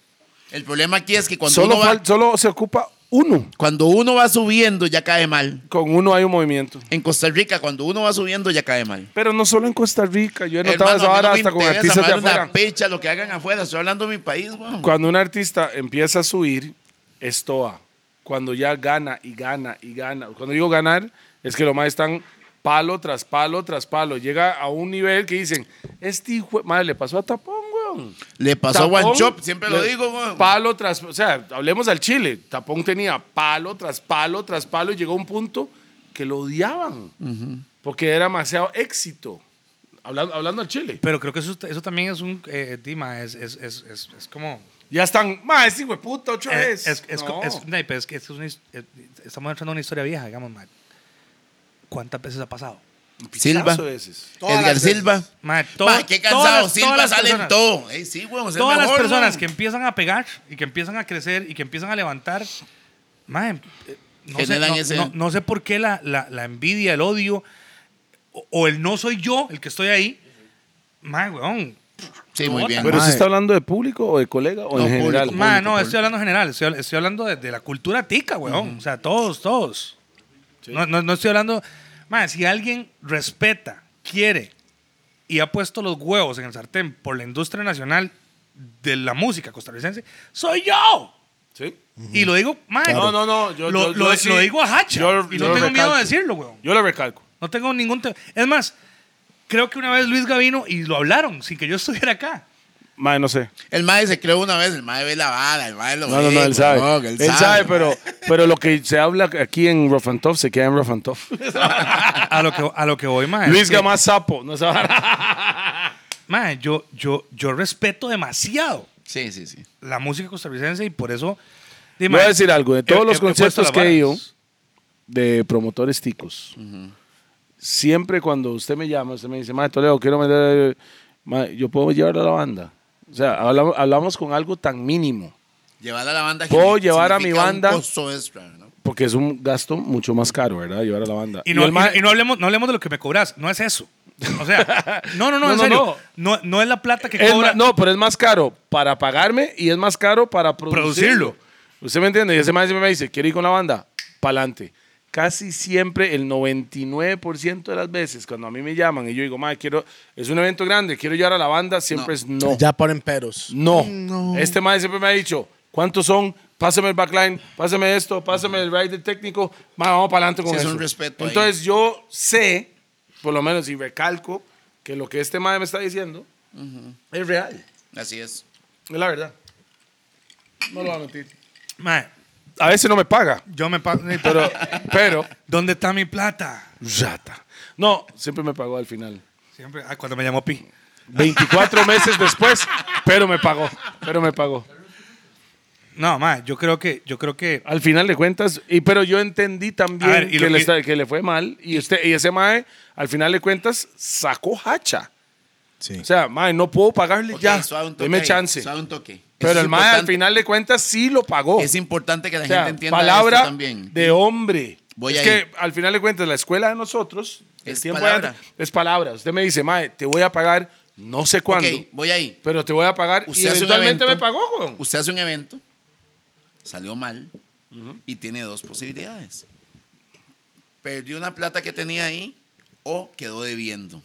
Speaker 4: El problema aquí es que cuando,
Speaker 5: Solo,
Speaker 4: uno va,
Speaker 5: fal- solo se ocupa uno.
Speaker 4: cuando uno va subiendo ya cae mal.
Speaker 5: Con uno hay un movimiento.
Speaker 4: En Costa Rica, cuando uno va subiendo ya cae mal.
Speaker 5: Pero no solo en Costa Rica. Yo he notado
Speaker 4: Hermano,
Speaker 5: esa
Speaker 4: a mí
Speaker 5: vara
Speaker 4: no me
Speaker 5: hasta con
Speaker 4: interesa,
Speaker 5: artistas de
Speaker 4: madre,
Speaker 5: afuera.
Speaker 4: una pecha lo que hagan afuera. Estoy hablando de mi país, weón.
Speaker 5: Cuando un artista empieza a subir, es toa. Cuando ya gana y gana y gana. Cuando digo ganar, es que los más están palo tras palo tras palo. Llega a un nivel que dicen, este hijo, de- madre, le pasó a Tapón, weón.
Speaker 4: Le pasó a
Speaker 5: Tapón,
Speaker 4: One Chop, siempre lo
Speaker 5: le-
Speaker 4: digo, weón.
Speaker 5: Palo tras, o sea, hablemos al Chile. Tapón tenía palo tras palo tras palo y llegó a un punto que lo odiaban. Porque era demasiado éxito. Hablando, hablando al Chile.
Speaker 3: Pero creo que eso, eso también es un. eh, Dima, es, es, es, es- es como.
Speaker 5: Ya están, ma, es hijo de puta otra vez.
Speaker 3: Es, Eh, es, es,
Speaker 5: No.
Speaker 3: es- no, pero es que es una his- eh, estamos entrando en una historia vieja, digamos, mae. ¿Cuántas veces ha pasado?
Speaker 4: Silva.
Speaker 5: Pichazo ese.
Speaker 2: Todas
Speaker 4: Edgar
Speaker 2: las veces.
Speaker 4: Silva.
Speaker 3: Mae, to-
Speaker 4: Ma, qué cansado.
Speaker 3: todas las-
Speaker 4: Silva
Speaker 3: todas las
Speaker 4: sale en
Speaker 3: personas-
Speaker 4: todo. Ey, sí, weón, es el
Speaker 3: Todas las
Speaker 4: mejor,
Speaker 3: personas
Speaker 4: weón.
Speaker 3: que empiezan a pegar y que empiezan a crecer y que empiezan a levantar, mae, eh, no, sé,
Speaker 4: Generan
Speaker 3: no-
Speaker 4: ese-
Speaker 3: no- no sé por qué la, la- la envidia, el odio o, o el no soy yo el que estoy ahí. Mae, weón.
Speaker 4: Sí, muy bien.
Speaker 5: Pero
Speaker 2: Ma,
Speaker 5: se
Speaker 2: eh.
Speaker 5: está hablando de público o de colega o
Speaker 4: No,
Speaker 5: en general.
Speaker 4: público.
Speaker 3: Mae, no, estoy hablando en general. Estoy, hab- estoy hablando de, de la cultura tica, weón. O sea, todos, todos. No, no- no estoy hablando. Mae, si alguien respeta, quiere y ha puesto los huevos en el sartén por la industria nacional de la música costarricense, soy yo.
Speaker 5: Sí.
Speaker 3: Y lo digo, mae,
Speaker 5: No, no, no. Yo,
Speaker 3: lo,
Speaker 5: yo-
Speaker 3: lo-
Speaker 5: yo sí-
Speaker 3: lo digo a hacha.
Speaker 5: yo-
Speaker 3: y
Speaker 5: yo
Speaker 3: no tengo miedo
Speaker 5: recalco.
Speaker 3: de decirlo, weón.
Speaker 5: Yo lo recalco.
Speaker 3: No tengo ningún. te- es más, creo que una vez Luis Gavino, y lo hablaron sin que yo estuviera acá.
Speaker 5: Ma, no sé.
Speaker 4: El mae se creó una vez, el mae ve la vara, el mae lo
Speaker 5: No,
Speaker 4: ve.
Speaker 5: no, no, él sabe.
Speaker 4: weón,
Speaker 5: él, sabe, pero, pero lo que se habla aquí en Rough and Tough se queda en Rough and Tough.
Speaker 3: A lo que, a lo que voy, mae.
Speaker 5: Luis
Speaker 3: es que-
Speaker 5: Gamás Sapo. No se va
Speaker 3: Mae, yo, yo, yo respeto demasiado
Speaker 4: Sí, sí, sí.
Speaker 3: la música costarricense y por eso. di,
Speaker 5: Voy
Speaker 3: mae,
Speaker 5: a decir algo. De
Speaker 3: he-
Speaker 5: todos
Speaker 3: he-
Speaker 5: los
Speaker 3: he puesto
Speaker 5: conciertos
Speaker 3: la
Speaker 5: que
Speaker 3: vara.
Speaker 5: he ido de promotores ticos, siempre cuando usted me llama, usted me dice, Mae Toledo, quiero meter. ma, yo puedo llevar a la banda. O sea, hablamos, hablamos con algo tan mínimo.
Speaker 4: Llevar a la banda.
Speaker 5: Puedo
Speaker 4: significa
Speaker 5: llevar a mi
Speaker 4: un
Speaker 5: banda.
Speaker 4: costo extra, ¿no?
Speaker 5: Porque es un gasto mucho más caro, ¿verdad? Llevar a la banda.
Speaker 3: Y no,
Speaker 5: el
Speaker 3: y-
Speaker 5: mae-
Speaker 3: y no hablemos, no hablemos de lo que me cobras, no es eso. O sea, no, no, no,
Speaker 5: No,
Speaker 3: en
Speaker 5: no,
Speaker 3: serio. No. No, es la plata que
Speaker 5: Es
Speaker 3: cobra.
Speaker 5: ma- no, pero es más caro para pagarme y es más caro para producirlo.
Speaker 3: Producirlo.
Speaker 5: ¿Usted me entiende? Y ese man siempre me dice, ¿quiere ir con la banda? Pa'lante. Casi siempre, el 99% de las veces, cuando a mí me llaman y yo digo, madre, quiero, es un evento grande, quiero llevar a la banda, siempre es no.
Speaker 2: Ya ponen peros.
Speaker 5: No. Este man siempre me ha dicho, ¿cuántos son? Pásame el backline, pásame esto, pásame el ride del técnico, mae, vamos para adelante con
Speaker 4: Sí, es
Speaker 5: eso.
Speaker 4: un respeto ahí.
Speaker 5: Entonces yo sé, por lo menos, y recalco, que lo que este madre me está diciendo es real.
Speaker 4: Así es.
Speaker 5: Es la verdad. No lo voy a mentir.
Speaker 3: Mae,
Speaker 5: A veces no me paga,
Speaker 3: yo me pago.
Speaker 5: pero, pero,
Speaker 3: ¿Dónde está mi plata?
Speaker 5: rata. No, siempre me pagó al final.
Speaker 3: Siempre, ah, cuando me llamó Pi.
Speaker 5: 24 meses después, pero me pagó, pero me pagó.
Speaker 3: No, mae, yo creo que, yo creo que
Speaker 5: Al final de cuentas, y, pero yo entendí también
Speaker 3: A ver, y
Speaker 5: que,
Speaker 3: lo
Speaker 5: le
Speaker 3: que-
Speaker 5: está- que le fue mal y, usted, y ese mae, al final de cuentas, sacó hacha.
Speaker 2: Sí.
Speaker 5: O sea, mae, no puedo pagarle
Speaker 4: Ok,
Speaker 5: ya,
Speaker 4: suave un toque
Speaker 5: deme
Speaker 4: ahí,
Speaker 5: chance.
Speaker 4: suave un toque. Eso
Speaker 5: Pero
Speaker 4: es
Speaker 5: el mae, al
Speaker 4: importante.
Speaker 5: final de cuentas, sí lo pagó.
Speaker 4: Es importante que la
Speaker 5: O sea,
Speaker 4: gente entienda
Speaker 5: palabra
Speaker 4: esto también.
Speaker 5: de hombre.
Speaker 4: Voy
Speaker 5: es
Speaker 4: ahí.
Speaker 5: que al final de cuentas, la escuela de nosotros el
Speaker 4: Es
Speaker 5: tiempo de
Speaker 4: palabra.
Speaker 5: antes, es palabra. Usted me dice, Mae, te voy a pagar no sé cuándo,
Speaker 4: Ok, voy ahí.
Speaker 5: pero te voy a pagar. Y
Speaker 4: Usted hace un
Speaker 5: eventualmente me
Speaker 4: evento.
Speaker 5: pagó, weón.
Speaker 4: Usted hace un evento, salió mal y tiene dos posibilidades. Perdió una plata que tenía ahí o quedó debiendo.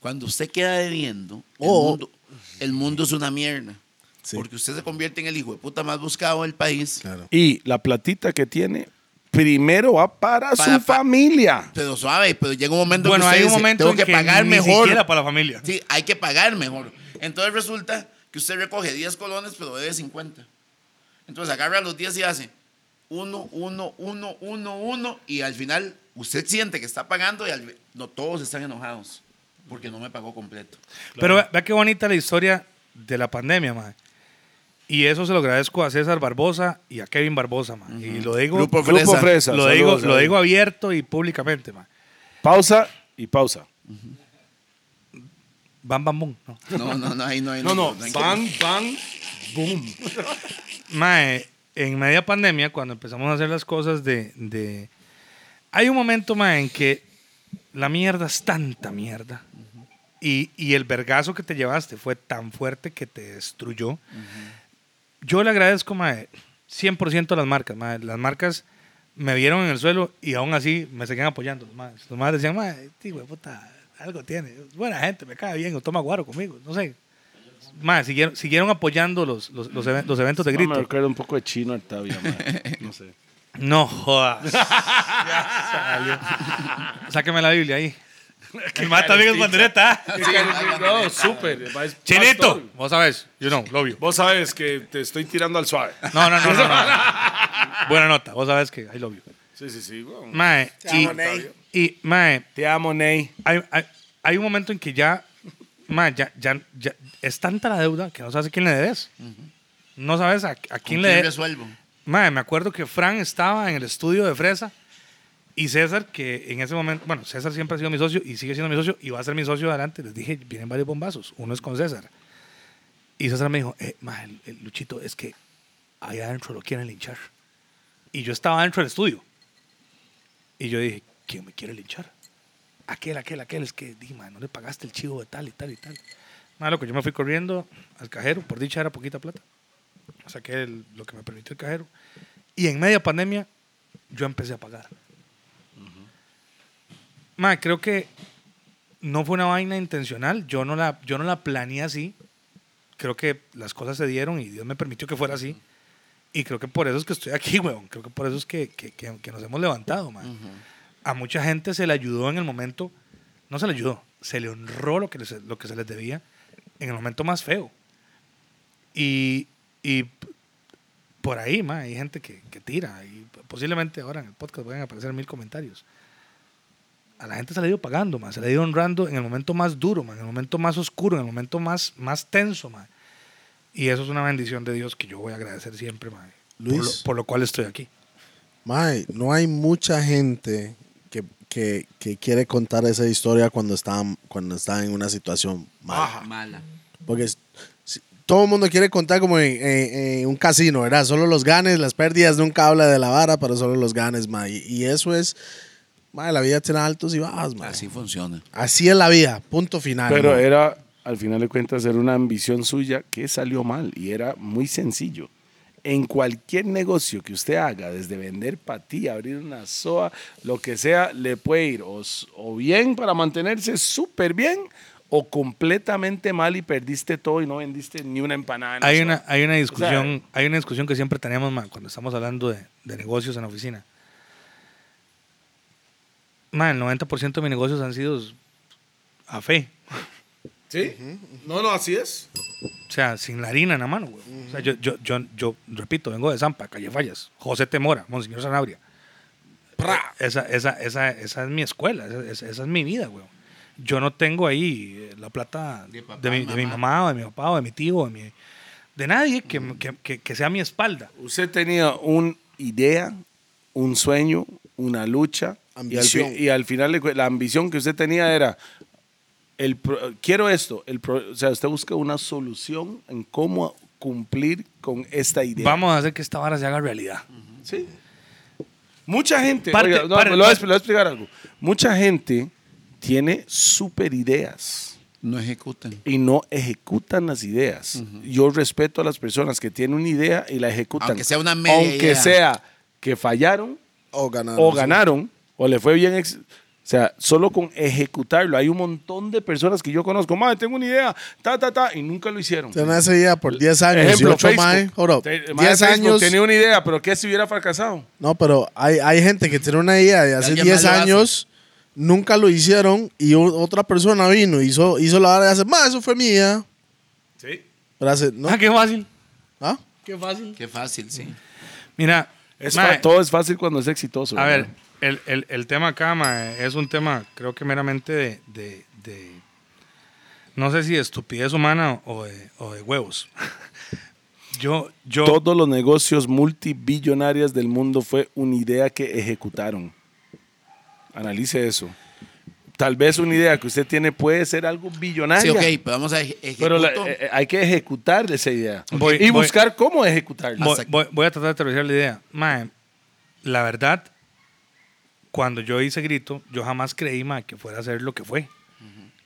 Speaker 4: Cuando usted queda debiendo,
Speaker 2: O-
Speaker 4: el, mundo, el mundo es una mierda.
Speaker 2: Sí.
Speaker 4: Porque usted se convierte en el hijo de puta más buscado del país.
Speaker 2: Claro.
Speaker 5: Y la platita que tiene, primero va para,
Speaker 4: Para
Speaker 5: su
Speaker 4: pa-
Speaker 5: familia.
Speaker 4: Pero suave, pero llega un momento
Speaker 3: bueno,
Speaker 4: que usted
Speaker 3: hay un
Speaker 4: dice,
Speaker 3: momento
Speaker 4: tengo
Speaker 3: en
Speaker 4: que, pagar
Speaker 3: ni
Speaker 4: mejor.
Speaker 3: siquiera para la familia.
Speaker 4: Sí, hay que pagar mejor. Entonces resulta que usted recoge 10 colones, pero debe 50. Entonces agarra los 10 y hace 1, 1, 1, 1, 1. Y al final usted siente que está pagando y al- no, todos están enojados porque no me pagó completo.
Speaker 3: Pero vea, vea qué bonita la historia de la pandemia, mae. Y eso se lo agradezco a César Barbosa y a Kevin Barbosa, mae. Y lo digo,
Speaker 4: Grupo
Speaker 5: Grupo
Speaker 4: Fresa.
Speaker 5: Fresa,
Speaker 3: lo
Speaker 5: saludos,
Speaker 3: digo, lo
Speaker 5: saludos.
Speaker 3: digo abierto y públicamente, mae.
Speaker 5: Pausa y pausa.
Speaker 3: Bam, bam, boom. ¿no?
Speaker 4: No, no, no, ahí no hay
Speaker 5: No, no,
Speaker 4: hay que-
Speaker 5: bang, bang, boom.
Speaker 3: Mae, en media pandemia, cuando empezamos a hacer las cosas de... de- Hay un momento, mae, en que la mierda es tanta mierda. Y, y el vergazo que te llevaste fue tan fuerte que te destruyó. Yo le agradezco, mae, 100% a las marcas, mae. Las marcas me vieron en el suelo y aún así me seguían apoyando. Los maes, los maes decían, mae, este hijo de puta, algo tiene. Es Buena gente, me cae bien, o toma guaro conmigo, no sé. Mae, siguieron, siguieron apoyando los, los, los even- los eventos de
Speaker 5: No, me
Speaker 3: grito.
Speaker 5: recuerda un poco de chino, Artavia, mae. No sé.
Speaker 3: No jodas. Sáqueme la Biblia ahí. Que mata amigos bandereta. ¿ah?
Speaker 5: No, súper.
Speaker 3: Chinito. Vos sabés. You know, lo obvio.
Speaker 5: Vos sabes que te estoy tirando al suave.
Speaker 3: No, no, no, no, no, no. Buena nota. Vos sabés que I love you.
Speaker 5: Sí, sí, sí. weón.
Speaker 3: Mae. Y,
Speaker 2: amo, Ney.
Speaker 3: y, mae,
Speaker 5: Te amo, Ney.
Speaker 3: hay, hay- hay un momento en que ya, mae, ya, ya, ya- es tanta la deuda que no sabes a quién le debes. no sabes a, a
Speaker 4: ¿Quién
Speaker 3: quién le...
Speaker 4: resuelvo?
Speaker 3: Mae, me acuerdo que Fran estaba en el estudio de Fresa y César, que en ese momento, bueno, César siempre ha sido mi socio y sigue siendo mi socio y va a ser mi socio adelante. Les dije, vienen varios bombazos. Uno es con César. Y César me dijo, eh, mae, el, el Luchito, es que allá adentro lo quieren linchar. Y yo estaba adentro del estudio. Y yo dije, ¿quién me quiere linchar? Aquel, aquel, aquel. Es que, di, mae, no le pagaste el chivo de tal y tal y tal. Mae, loco, yo me fui corriendo al cajero. Por dicha era poquita plata saqué el- lo que me permitió el cajero. Y en media pandemia, yo empecé a pagar. Mae, creo que no fue una vaina intencional. Yo no, la, yo no la planeé así. Creo que las cosas se dieron y Dios me permitió que fuera así. Y creo que por eso es que estoy aquí, weón. Creo que por eso es que, que- que- que nos hemos levantado, mae. A mucha gente se le ayudó en el momento. No se le ayudó. Se le honró lo que, les- lo que se les debía en el momento más feo. Y, y p- por ahí, ma, hay gente que, que tira. Y p- posiblemente ahora en el podcast vayan a aparecer mil comentarios. A la gente se le ha ido pagando, ma, se le ha ido honrando en el momento más duro, ma, en el momento más oscuro, en el momento más, más tenso. Ma. Y eso es una bendición de Dios que yo voy a agradecer siempre, ma, por
Speaker 2: Luis.
Speaker 3: lo, por lo cual estoy aquí.
Speaker 2: Mae, no hay mucha gente que, que- que quiere contar esa historia cuando está, cuando está en una situación mala.
Speaker 5: Ah.
Speaker 4: Mala.
Speaker 2: Porque es- si- todo el mundo quiere contar como en, en- en un casino, ¿verdad? Solo los ganes, las pérdidas, nunca habla de la vara, pero solo los ganes, mae. Y, y eso es, mae, la vida tiene altos y bajas, mae.
Speaker 4: Así
Speaker 2: Así,
Speaker 4: funciona.
Speaker 2: es la vida, punto final.
Speaker 5: Pero
Speaker 2: mae.
Speaker 5: era, al final de cuentas, era una ambición suya que salió mal y era muy sencillo. En cualquier negocio que usted haga, desde vender patí, abrir una soa, lo que sea, le puede ir o, s- o bien para mantenerse súper bien o completamente mal y perdiste todo y no vendiste ni una empanada. en la
Speaker 3: Hay
Speaker 5: soa.
Speaker 3: una, hay una discusión, hay una discusión que siempre tenemos ma, cuando estamos hablando de, de negocios en la oficina. Ma, el 90% de mis negocios han sido a fe.
Speaker 5: ¿Sí? No, no, así es.
Speaker 3: O sea, sin la harina en la mano, güey. O sea, yo, yo, yo, yo, repito, vengo de Zampa, Calle Fallas, José Temora, Monseñor Sanabria. Esa, esa, esa, esa es mi escuela, esa, esa- esa es mi vida, güey. Yo no tengo ahí eh, la plata de,
Speaker 4: De papá,
Speaker 3: mi, de mi
Speaker 4: mamá.
Speaker 3: mamá, o de mi papá, o de mi tío, o de, mi- de nadie que, que- que- que sea mi espalda.
Speaker 5: Usted tenía una idea, un sueño, una lucha. Y al,
Speaker 2: Ambición.
Speaker 5: fi- y al final de cu- la ambición que usted tenía era, el pro- quiero esto. El pro- o sea, usted busca una solución en cómo cumplir con esta idea.
Speaker 3: Vamos a hacer que esta vara se haga realidad.
Speaker 5: Sí. Mucha gente,
Speaker 3: Parte-
Speaker 5: oiga, no,
Speaker 3: parte-
Speaker 5: le voy a expl- le voy a explicar algo. Mucha gente tiene super ideas
Speaker 4: No ejecutan.
Speaker 5: y no ejecutan las ideas. Yo respeto a las personas que tienen una idea y la ejecutan.
Speaker 4: Aunque sea una media
Speaker 5: Aunque
Speaker 4: idea.
Speaker 5: sea que fallaron
Speaker 2: o ganar.
Speaker 5: o ganaron o le fue bien. ex- o sea, solo con ejecutarlo. Hay un montón de personas que yo conozco. Madre, tengo una idea, ta, ta, ta, y nunca lo hicieron.
Speaker 2: Tiene esa idea por 10 años. y
Speaker 5: Ejemplo,
Speaker 2: ocho,
Speaker 5: Facebook.
Speaker 2: mae, hold up,
Speaker 5: Te- madre,
Speaker 2: 10
Speaker 5: Facebook
Speaker 2: años.
Speaker 5: tenía una idea, pero ¿qué si hubiera fracasado?
Speaker 2: No, pero hay, hay gente que tiene una idea de hace
Speaker 4: alguien
Speaker 2: 10
Speaker 4: más lo
Speaker 2: años, nunca lo hicieron y o- otra persona vino, hizo, hizo la vara y hace, ma, eso fue mía.
Speaker 5: Sí.
Speaker 2: Pero hace, no.
Speaker 3: Ah, qué fácil.
Speaker 2: ¿Ah?
Speaker 4: Qué fácil, sí.
Speaker 3: Mira,
Speaker 5: Es
Speaker 3: mae,
Speaker 5: fa- todo es fácil cuando es exitoso.
Speaker 3: a ver,
Speaker 5: ¿verdad?
Speaker 3: el, el- el tema acá mae, es un tema, creo que meramente de, de- de- no sé si de estupidez humana o de, o de huevos. yo, yo,
Speaker 5: Todos los negocios multibillonarios del mundo fue una idea que ejecutaron. Analice eso. Tal vez una idea que usted tiene puede ser algo
Speaker 4: Sí,
Speaker 5: billonario.
Speaker 4: ok, pero vamos a eje- ejecuto.
Speaker 5: Pero la- eh, eh, hay que ejecutar esa idea.
Speaker 3: Voy-
Speaker 5: y
Speaker 3: voy-
Speaker 5: buscar cómo ejecutarla.
Speaker 3: voy,
Speaker 4: hasta aquí.
Speaker 3: voy- voy a tratar de aterrizar la idea. Mae, la verdad, cuando yo hice grito, yo jamás creí mae, que fuera a ser lo que fue.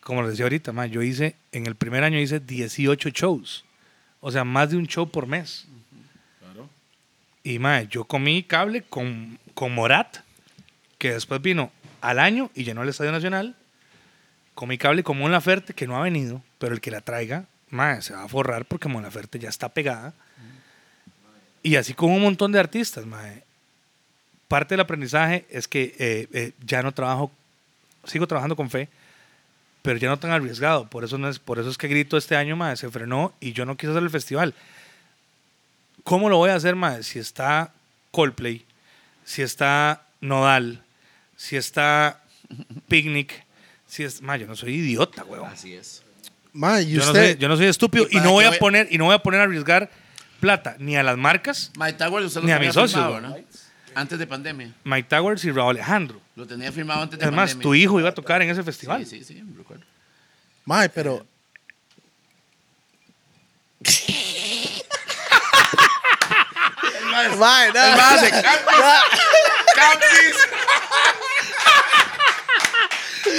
Speaker 3: Como les decía ahorita, mae, yo hice, en el primer año hice 18 shows. O sea, más de un show por mes. Y mae, yo comí cable con, con Morat, que después vino al año y llenó el Estadio Nacional. Comí cable con Mon Laferte, que no ha venido, pero el que la traiga, mae, se va a forrar porque Mon Laferte ya está pegada. Y así con un montón de artistas, mae. Parte del aprendizaje es que eh, eh, ya no trabajo, sigo trabajando con fe, pero ya no tan arriesgado. Por eso, no es, por eso es que Grito este año, mae, se frenó y yo no quise hacer el festival. ¿Cómo lo voy a hacer, mae? Si está Coldplay, si está Nodal, si está Picnic, si es... Mae, yo no soy idiota, weón.
Speaker 4: Así es.
Speaker 2: Ma, y
Speaker 3: Yo no,
Speaker 2: usted,
Speaker 3: soy, yo no soy estúpido
Speaker 4: ¿Y
Speaker 3: y
Speaker 4: para
Speaker 3: no voy
Speaker 4: qué
Speaker 3: a
Speaker 4: voy-
Speaker 3: poner y no voy a poner a arriesgar plata ni a las marcas,
Speaker 4: Mike Towers, usted lo
Speaker 3: Ni a
Speaker 4: tenía
Speaker 3: mi socio,
Speaker 4: firmado,
Speaker 3: güey.
Speaker 4: ¿no? Antes de pandemia.
Speaker 3: Mike Towers y Raúl Alejandro.
Speaker 4: Lo tenía firmado antes de
Speaker 3: Además,
Speaker 4: pandemia.
Speaker 3: tu hijo iba a tocar en ese festival.
Speaker 4: Sí, sí, sí, me recuerdo.
Speaker 2: Mae, pero. Mae, no.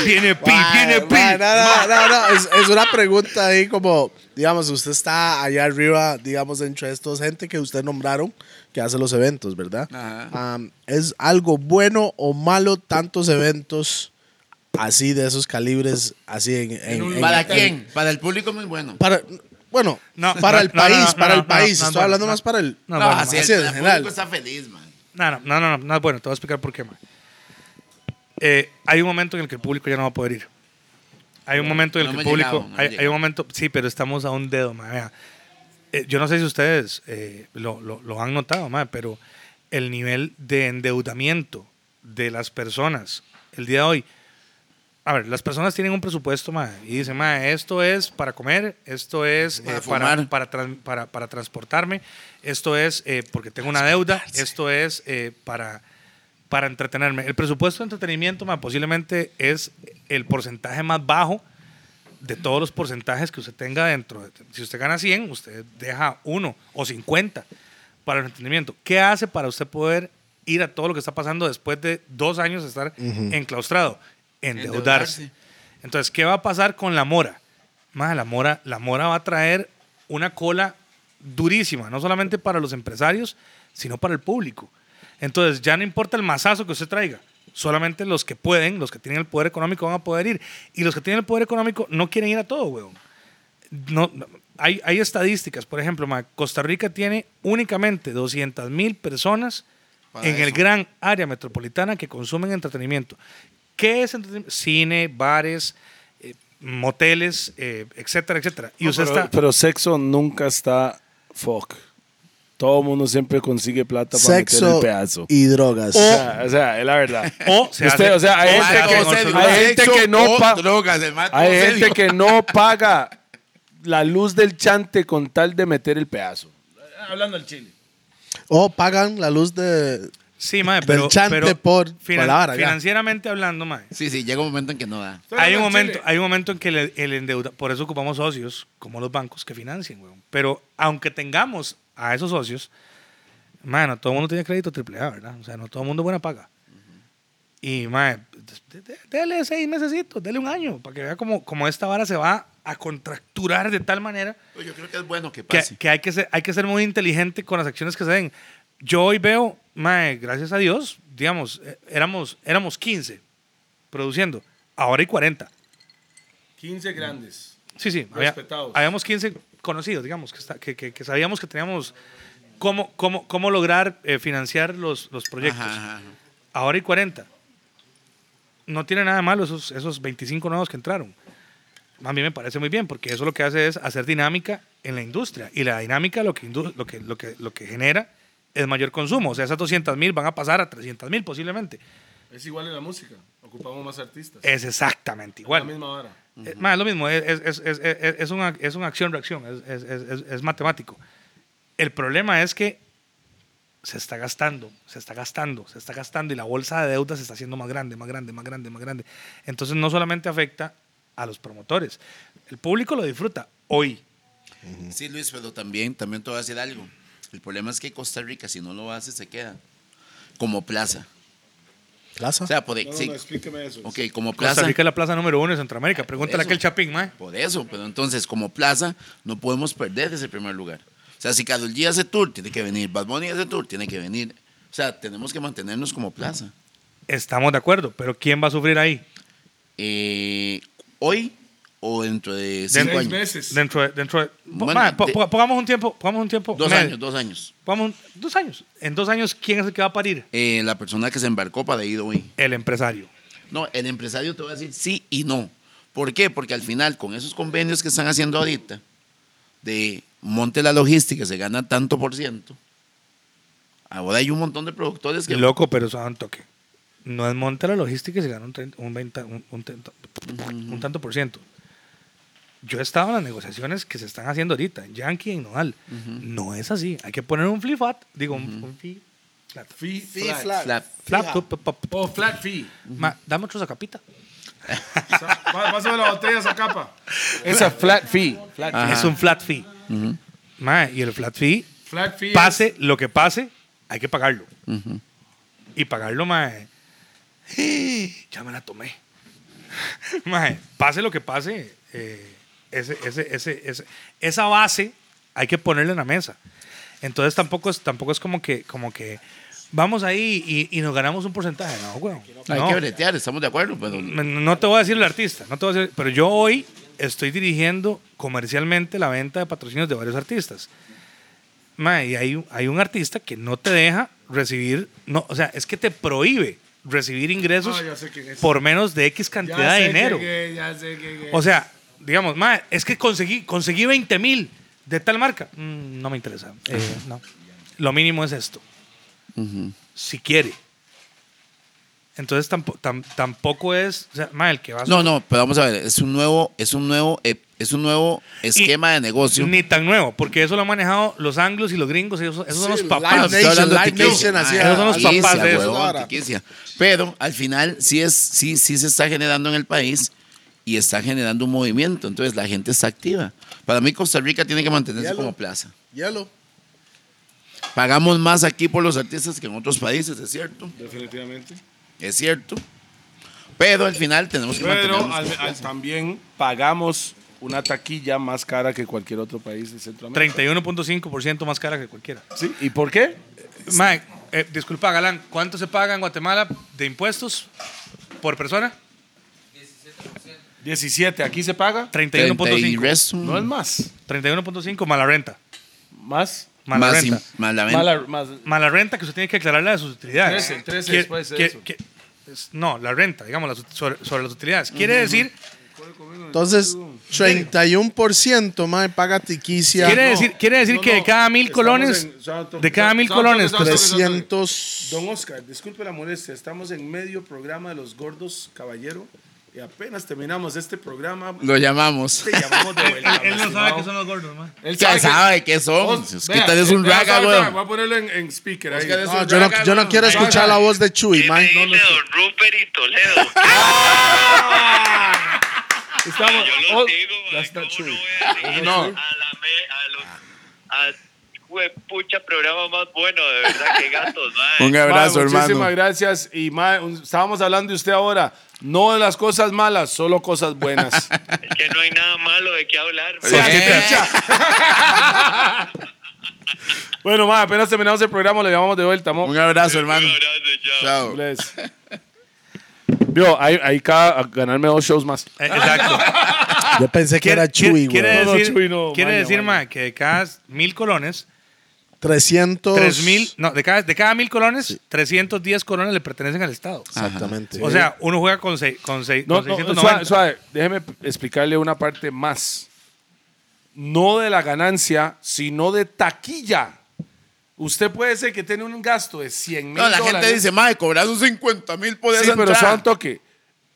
Speaker 3: Tiene pi,
Speaker 2: Mae,
Speaker 3: tiene pi.
Speaker 2: mae, no, no, no, no, Es, es una pregunta ahí como, digamos, usted está allá arriba, digamos, entre estos gente que usted nombraron que hace los eventos, ¿verdad?
Speaker 4: Ajá.
Speaker 2: Am, ¿Es algo bueno o malo tantos eventos así de esos calibres, así en... en- en-
Speaker 4: ¿Para
Speaker 2: en-
Speaker 4: quién? Para el público muy bueno.
Speaker 2: para, bueno,
Speaker 3: No,
Speaker 2: para
Speaker 3: no,
Speaker 2: el
Speaker 3: no,
Speaker 2: país,
Speaker 3: no, no,
Speaker 2: para
Speaker 3: no,
Speaker 2: el
Speaker 3: no,
Speaker 2: país.
Speaker 3: no,
Speaker 2: Estoy
Speaker 3: no,
Speaker 2: hablando
Speaker 3: no.
Speaker 2: más para el...
Speaker 3: No,
Speaker 4: No,
Speaker 3: bueno,
Speaker 4: así
Speaker 2: mae.
Speaker 4: es,
Speaker 2: Sí, en
Speaker 4: Ah, el
Speaker 2: general.
Speaker 4: público está feliz, man.
Speaker 3: No, no, no, no, no, no es bueno, te voy a explicar por qué, man. Eh, hay un momento en el que el público ya no va a poder ir. Hay un momento en el
Speaker 4: no
Speaker 3: que el público.
Speaker 4: hemos llegado, no hemos
Speaker 3: hay, hay
Speaker 4: llegado.
Speaker 3: un momento. Sí, pero estamos a un dedo, man. vea. Eh, yo no sé si ustedes eh, lo, lo- lo han notado, man, pero el nivel de endeudamiento de las personas el día de hoy. A ver, las personas tienen un presupuesto, man, y dicen, man, esto es para comer, esto es eh,
Speaker 4: Para
Speaker 3: para,
Speaker 4: fumar.
Speaker 3: para, tran- para- para transportarme, esto es eh, porque tengo una deuda, esto es eh, para, para entretenerme. El presupuesto de entretenimiento, ma, posiblemente es el porcentaje más bajo de todos los porcentajes que usted tenga dentro. Si usted gana 100, usted deja uno o 50 para el entretenimiento. ¿Qué hace para usted poder ir a todo lo que está pasando después de dos años de estar enclaustrado? Endeudarse.
Speaker 4: Endeudarse.
Speaker 3: Entonces, ¿qué va a pasar con la mora? Ma, la mora? La mora va a traer una cola durísima, no solamente para los empresarios, sino para el público. Entonces, ya no importa el masazo que usted traiga, solamente los que pueden, los que tienen el poder económico van a poder ir. Y los que tienen el poder económico no quieren ir a todo, weón. No, no, hay, hay estadísticas, por ejemplo, ma, Costa Rica tiene únicamente 200 mil personas
Speaker 4: Para
Speaker 3: en el
Speaker 4: eso.
Speaker 3: gran área metropolitana que consumen entretenimiento. ¿Qué es entretenimiento? Cine, bares, eh, moteles, eh, etcétera, etcétera. Y usted
Speaker 5: pero,
Speaker 3: está...
Speaker 5: pero sexo nunca está fuck. Todo mundo siempre consigue plata para meter
Speaker 2: Sexo
Speaker 5: el pedazo.
Speaker 2: y drogas.
Speaker 5: O sea, o sea, es la verdad.
Speaker 3: O se
Speaker 5: Usted,
Speaker 3: hace-
Speaker 5: o sea, hay
Speaker 3: o
Speaker 5: gente
Speaker 3: se
Speaker 5: que-
Speaker 3: hace con
Speaker 5: hay
Speaker 3: celular.
Speaker 5: gente que no pa-
Speaker 4: drogas, el man,
Speaker 5: Hay
Speaker 4: todo
Speaker 5: gente
Speaker 4: serio.
Speaker 5: que no paga la luz del chante con tal de meter el pedazo.
Speaker 2: O pagan la luz de...
Speaker 3: Sí, mae,
Speaker 2: Del
Speaker 3: pero,
Speaker 2: chante
Speaker 3: pero
Speaker 2: por palabra, ya.
Speaker 3: financieramente hablando, mae.
Speaker 4: Sí, sí, llega un momento en que no da.
Speaker 3: Hay un, momento, hay un momento en que el, el endeuda, por eso ocupamos socios como los bancos que financien, weón. Pero aunque tengamos a esos socios, mano, todo el mundo tiene crédito triple A, ¿verdad? O sea, no todo el mundo buena paga. Y, mae, de- de- dele seis mesecitos, dele un año, para que vea cómo, cómo esta vara se va a contracturar de tal manera
Speaker 4: Pues Yo creo que es bueno que
Speaker 3: que,
Speaker 4: pase.
Speaker 3: que hay, que ser, hay que ser muy inteligente con las acciones que se den. Yo hoy veo, mae, gracias a Dios, digamos, eh, éramos, éramos 15 produciendo, ahora hay 40.
Speaker 6: 15 grandes.
Speaker 3: Sí, sí, había-
Speaker 6: Respetados.
Speaker 3: habíamos 15 conocidos, digamos, que, está- que, que- que sabíamos que teníamos cómo, cómo, cómo lograr eh, financiar los, los proyectos.
Speaker 4: Ajá, ajá.
Speaker 3: Ahora hay 40. No tiene nada de malo esos, esos 25 nuevos que entraron. A mí me parece muy bien, porque eso lo que hace es hacer dinámica en la industria. Y la dinámica lo que, indu- lo que, lo que, lo que genera es mayor consumo. O sea, esas 200 mil van a pasar a 300 mil posiblemente.
Speaker 6: Es igual en la música. Ocupamos más artistas.
Speaker 3: Es exactamente
Speaker 6: La
Speaker 3: igual.
Speaker 6: misma hora.
Speaker 3: Eh, ma, es lo mismo, es, es- es- es- es- es una, es una acción-reacción, es, es- es- es- es matemático. El problema es que se está gastando, se está gastando, se está gastando y la bolsa de deuda se está haciendo más grande, más grande, más grande, más grande. Entonces no solamente afecta a los promotores, el público lo disfruta hoy.
Speaker 4: Sí, Luis, pero también, también te voy a decir algo. El problema es que Costa Rica, si no lo hace, se queda como plaza.
Speaker 2: Plaza.
Speaker 4: O sea, por, sí,
Speaker 5: explícame eso.
Speaker 4: ok, como plaza.
Speaker 3: Costa Rica es la plaza número uno de Centroamérica, pregúntale a
Speaker 4: eso.
Speaker 3: aquel Chapín, mae.
Speaker 4: Por eso, pero entonces, como plaza, no podemos perder ese primer lugar. O sea, si Carol G hace tour, tiene que venir. Bad Bunny hace tour, tiene que venir. O sea, tenemos que mantenernos como plaza.
Speaker 3: Estamos de acuerdo, pero ¿quién va a sufrir ahí?
Speaker 4: Eh, ¿Hoy o dentro de cinco
Speaker 3: Seis
Speaker 4: años?
Speaker 6: meses.
Speaker 3: Dentro de... Dentro de- po-
Speaker 4: Bueno,
Speaker 3: mae, po-
Speaker 4: de-
Speaker 3: po- pongamos un tiempo, pongamos un tiempo.
Speaker 4: Dos
Speaker 3: medio.
Speaker 4: años, dos años.
Speaker 3: Vamos, dos años. En dos años, ¿quién es el que va a parir?
Speaker 4: Eh, la persona que se embarcó para ir hoy.
Speaker 3: El empresario.
Speaker 4: No, el empresario te va a decir sí y no. ¿Por qué? Porque al final, con esos convenios que están haciendo ahorita, de monte la logística, se gana tanto por ciento. Ahora hay un montón de productores que.
Speaker 3: Loco, pero eso da un toque. No es monta la logística y se gana un, 30 un, 20 un, un 30 un tanto por ciento. Yo he estado en las negociaciones que se están haciendo ahorita, Yankee y Nodal. No es así. Hay que poner un flip flat, digo, un- un fee flat.
Speaker 6: Fee, flat.
Speaker 4: Flat.
Speaker 3: Flap, tu, pa, pa, pa.
Speaker 6: O flat fee.
Speaker 3: Ma, dame otro sacapita.
Speaker 6: Sa- pa- Pásame la botella esa capa.
Speaker 5: Es a flat fee.
Speaker 3: Es un flat fee. Ma, y el flat fee,
Speaker 6: Flat fee. es-
Speaker 3: pase lo que pase, hay que pagarlo. Y pagarlo, mae. Ya me la tomé. Mae, pase lo que pase, eh, ese, ese, ese, ese- esa base hay que ponerla en la mesa. Entonces tampoco es, tampoco es como que, como que vamos ahí y, y nos ganamos un porcentaje. No, güey.
Speaker 4: Hay que bretear, estamos de acuerdo, pero
Speaker 2: Mm.
Speaker 3: Me- No te voy a decir el artista, no te voy a decir- pero yo hoy estoy dirigiendo comercialmente la venta de patrocinios de varios artistas. Mae, y hay, un- hay un artista que no te deja recibir, no, o sea, es que te prohíbe recibir ingresos
Speaker 6: ya sé quién es.
Speaker 3: por menos de X
Speaker 6: Ya
Speaker 3: cantidad de
Speaker 6: sé
Speaker 3: dinero.
Speaker 6: que- que- ya sé que- que-
Speaker 3: O sea, digamos, mae, es que conseguí, conseguí 20 mil de tal marca. Mm, no me interesa. eh, no. Lo mínimo es esto. Si quiere. Entonces tampo- tam- tampoco es. O sea, mae, el que va a-
Speaker 4: No, no, pero vamos a ver, es un nuevo, es un nuevo, eh, es un nuevo esquema de negocio.
Speaker 3: Ni tan nuevo, porque eso lo han manejado los anglos y los gringos. Ellos, esos son los
Speaker 2: Sí,
Speaker 3: papás. Ah,
Speaker 2: Live Nation,
Speaker 4: hablando de
Speaker 2: Live Nation
Speaker 4: tiquicia.
Speaker 2: hacía-
Speaker 3: esos son los
Speaker 4: tiquicia,
Speaker 3: papás de eso.
Speaker 4: huevón,
Speaker 2: Ahora.
Speaker 4: tiquicia. Pero al final sí es, sí, sí se está generando en el país y está generando un movimiento. Entonces la gente está activa. Para mí Costa Rica tiene que mantenerse
Speaker 2: Yalo.
Speaker 4: como plaza.
Speaker 2: Hielo.
Speaker 4: Pagamos más aquí por los artistas que en otros países, es cierto,
Speaker 5: Definitivamente.
Speaker 4: es cierto. Pero al final tenemos que
Speaker 5: Pero
Speaker 4: mantenernos
Speaker 5: al-
Speaker 4: como
Speaker 5: al-
Speaker 4: plaza.
Speaker 5: también pagamos una taquilla más cara que cualquier otro país de Centroamérica.
Speaker 3: 31.5% más cara que cualquiera.
Speaker 5: ¿Sí? ¿Y por qué?
Speaker 3: Mae, eh, disculpa, Galán, ¿cuánto se paga en Guatemala de impuestos por persona?
Speaker 5: 17. ¿Aquí se paga?
Speaker 4: 30 y
Speaker 3: 31.5.
Speaker 4: resto,
Speaker 5: No es más.
Speaker 3: 31.5 más la renta.
Speaker 5: Más.
Speaker 3: Más la
Speaker 4: más,
Speaker 3: renta.
Speaker 4: in- más la venta.
Speaker 5: Mala- más-
Speaker 3: Más la renta que usted tiene que declararla de sus utilidades.
Speaker 6: Trece, trece
Speaker 3: Que-
Speaker 6: después de
Speaker 3: que-
Speaker 6: eso.
Speaker 3: que- es- no, la renta, digamos, las ut- sobre, sobre las utilidades. Quiere decir,
Speaker 2: Entonces, 31% mae paga tiquicia.
Speaker 3: quiere decir, quiere decir
Speaker 5: no,
Speaker 3: que de
Speaker 5: no,
Speaker 3: cada mil
Speaker 5: estamos
Speaker 3: colones,
Speaker 5: en- santo,
Speaker 3: de cada mil
Speaker 6: santo,
Speaker 3: colones,
Speaker 6: santo,
Speaker 3: tres-
Speaker 2: 300.
Speaker 5: Don Oscar, disculpe la molestia. Estamos en medio programa de los gordos, caballero. Y apenas terminamos este programa,
Speaker 4: Lo llamamos.
Speaker 5: te llamamos de vuelta. estimado.
Speaker 3: son los gordos, man.
Speaker 6: Él
Speaker 4: Ya sabe qué
Speaker 5: Oh,
Speaker 4: son.
Speaker 6: Os-
Speaker 4: Es que
Speaker 6: vea,
Speaker 4: tal es
Speaker 5: eh,
Speaker 4: un
Speaker 6: vea,
Speaker 4: raga,
Speaker 6: sabe, sabe,
Speaker 4: weón.
Speaker 6: Voy a ponerlo en, en speaker ahí.
Speaker 4: Oscar es-
Speaker 2: No, yo, no, yo no quiero escuchar la voz de Chuy, mae.
Speaker 7: Dile Don Rupert y Toledo.
Speaker 6: Estamos-
Speaker 7: Yo los
Speaker 6: oh,
Speaker 7: digo,
Speaker 6: that's
Speaker 7: ¿cómo
Speaker 6: not true.
Speaker 7: no voy a decir
Speaker 6: No.
Speaker 7: a la me- a los a huepucha programa más bueno, de verdad, que gatos, mae.
Speaker 4: Un
Speaker 5: Ma,
Speaker 4: abrazo,
Speaker 5: muchísimas
Speaker 4: hermano.
Speaker 5: gracias. Y ma, un- estábamos hablando de usted ahora. No de las cosas malas, solo cosas buenas.
Speaker 7: Es que no hay nada malo de qué hablar. mae.
Speaker 4: Eh,
Speaker 5: bueno, ma, apenas terminamos el programa, le llamamos de vuelta, mo.
Speaker 4: Un abrazo, hermano.
Speaker 7: Un abrazo, chao.
Speaker 4: Chao.
Speaker 5: Bless. Vio, ahí, ahí cada a ganarme dos shows más.
Speaker 3: Eh, Exacto.
Speaker 2: Yo pensé que era Chuy,
Speaker 3: Ah, quiere
Speaker 2: güey.
Speaker 5: No, no,
Speaker 3: decir,
Speaker 5: Chuy no,
Speaker 3: quiere
Speaker 5: maña,
Speaker 3: decir,
Speaker 5: maña.
Speaker 3: ma, que de cada mil colones,
Speaker 2: 300.
Speaker 3: tres mil, no, de cada, de cada mil colones, 310 colones le pertenecen al Estado.
Speaker 5: Ah,
Speaker 2: Exactamente.
Speaker 3: O sea, uno juega con, sei- con, sei-
Speaker 5: No,
Speaker 3: con
Speaker 5: no,
Speaker 3: 690.
Speaker 5: suave, suave, déjeme p- explicarle una parte más. No de la ganancia, sino de taquilla. Usted puede ser que tiene un gasto de 100 mil
Speaker 4: No, la
Speaker 5: dólares.
Speaker 4: gente dice, madre, cobraron 50 mil por
Speaker 5: Sí,
Speaker 4: esa
Speaker 5: pero
Speaker 4: entrada".
Speaker 5: solo un toque.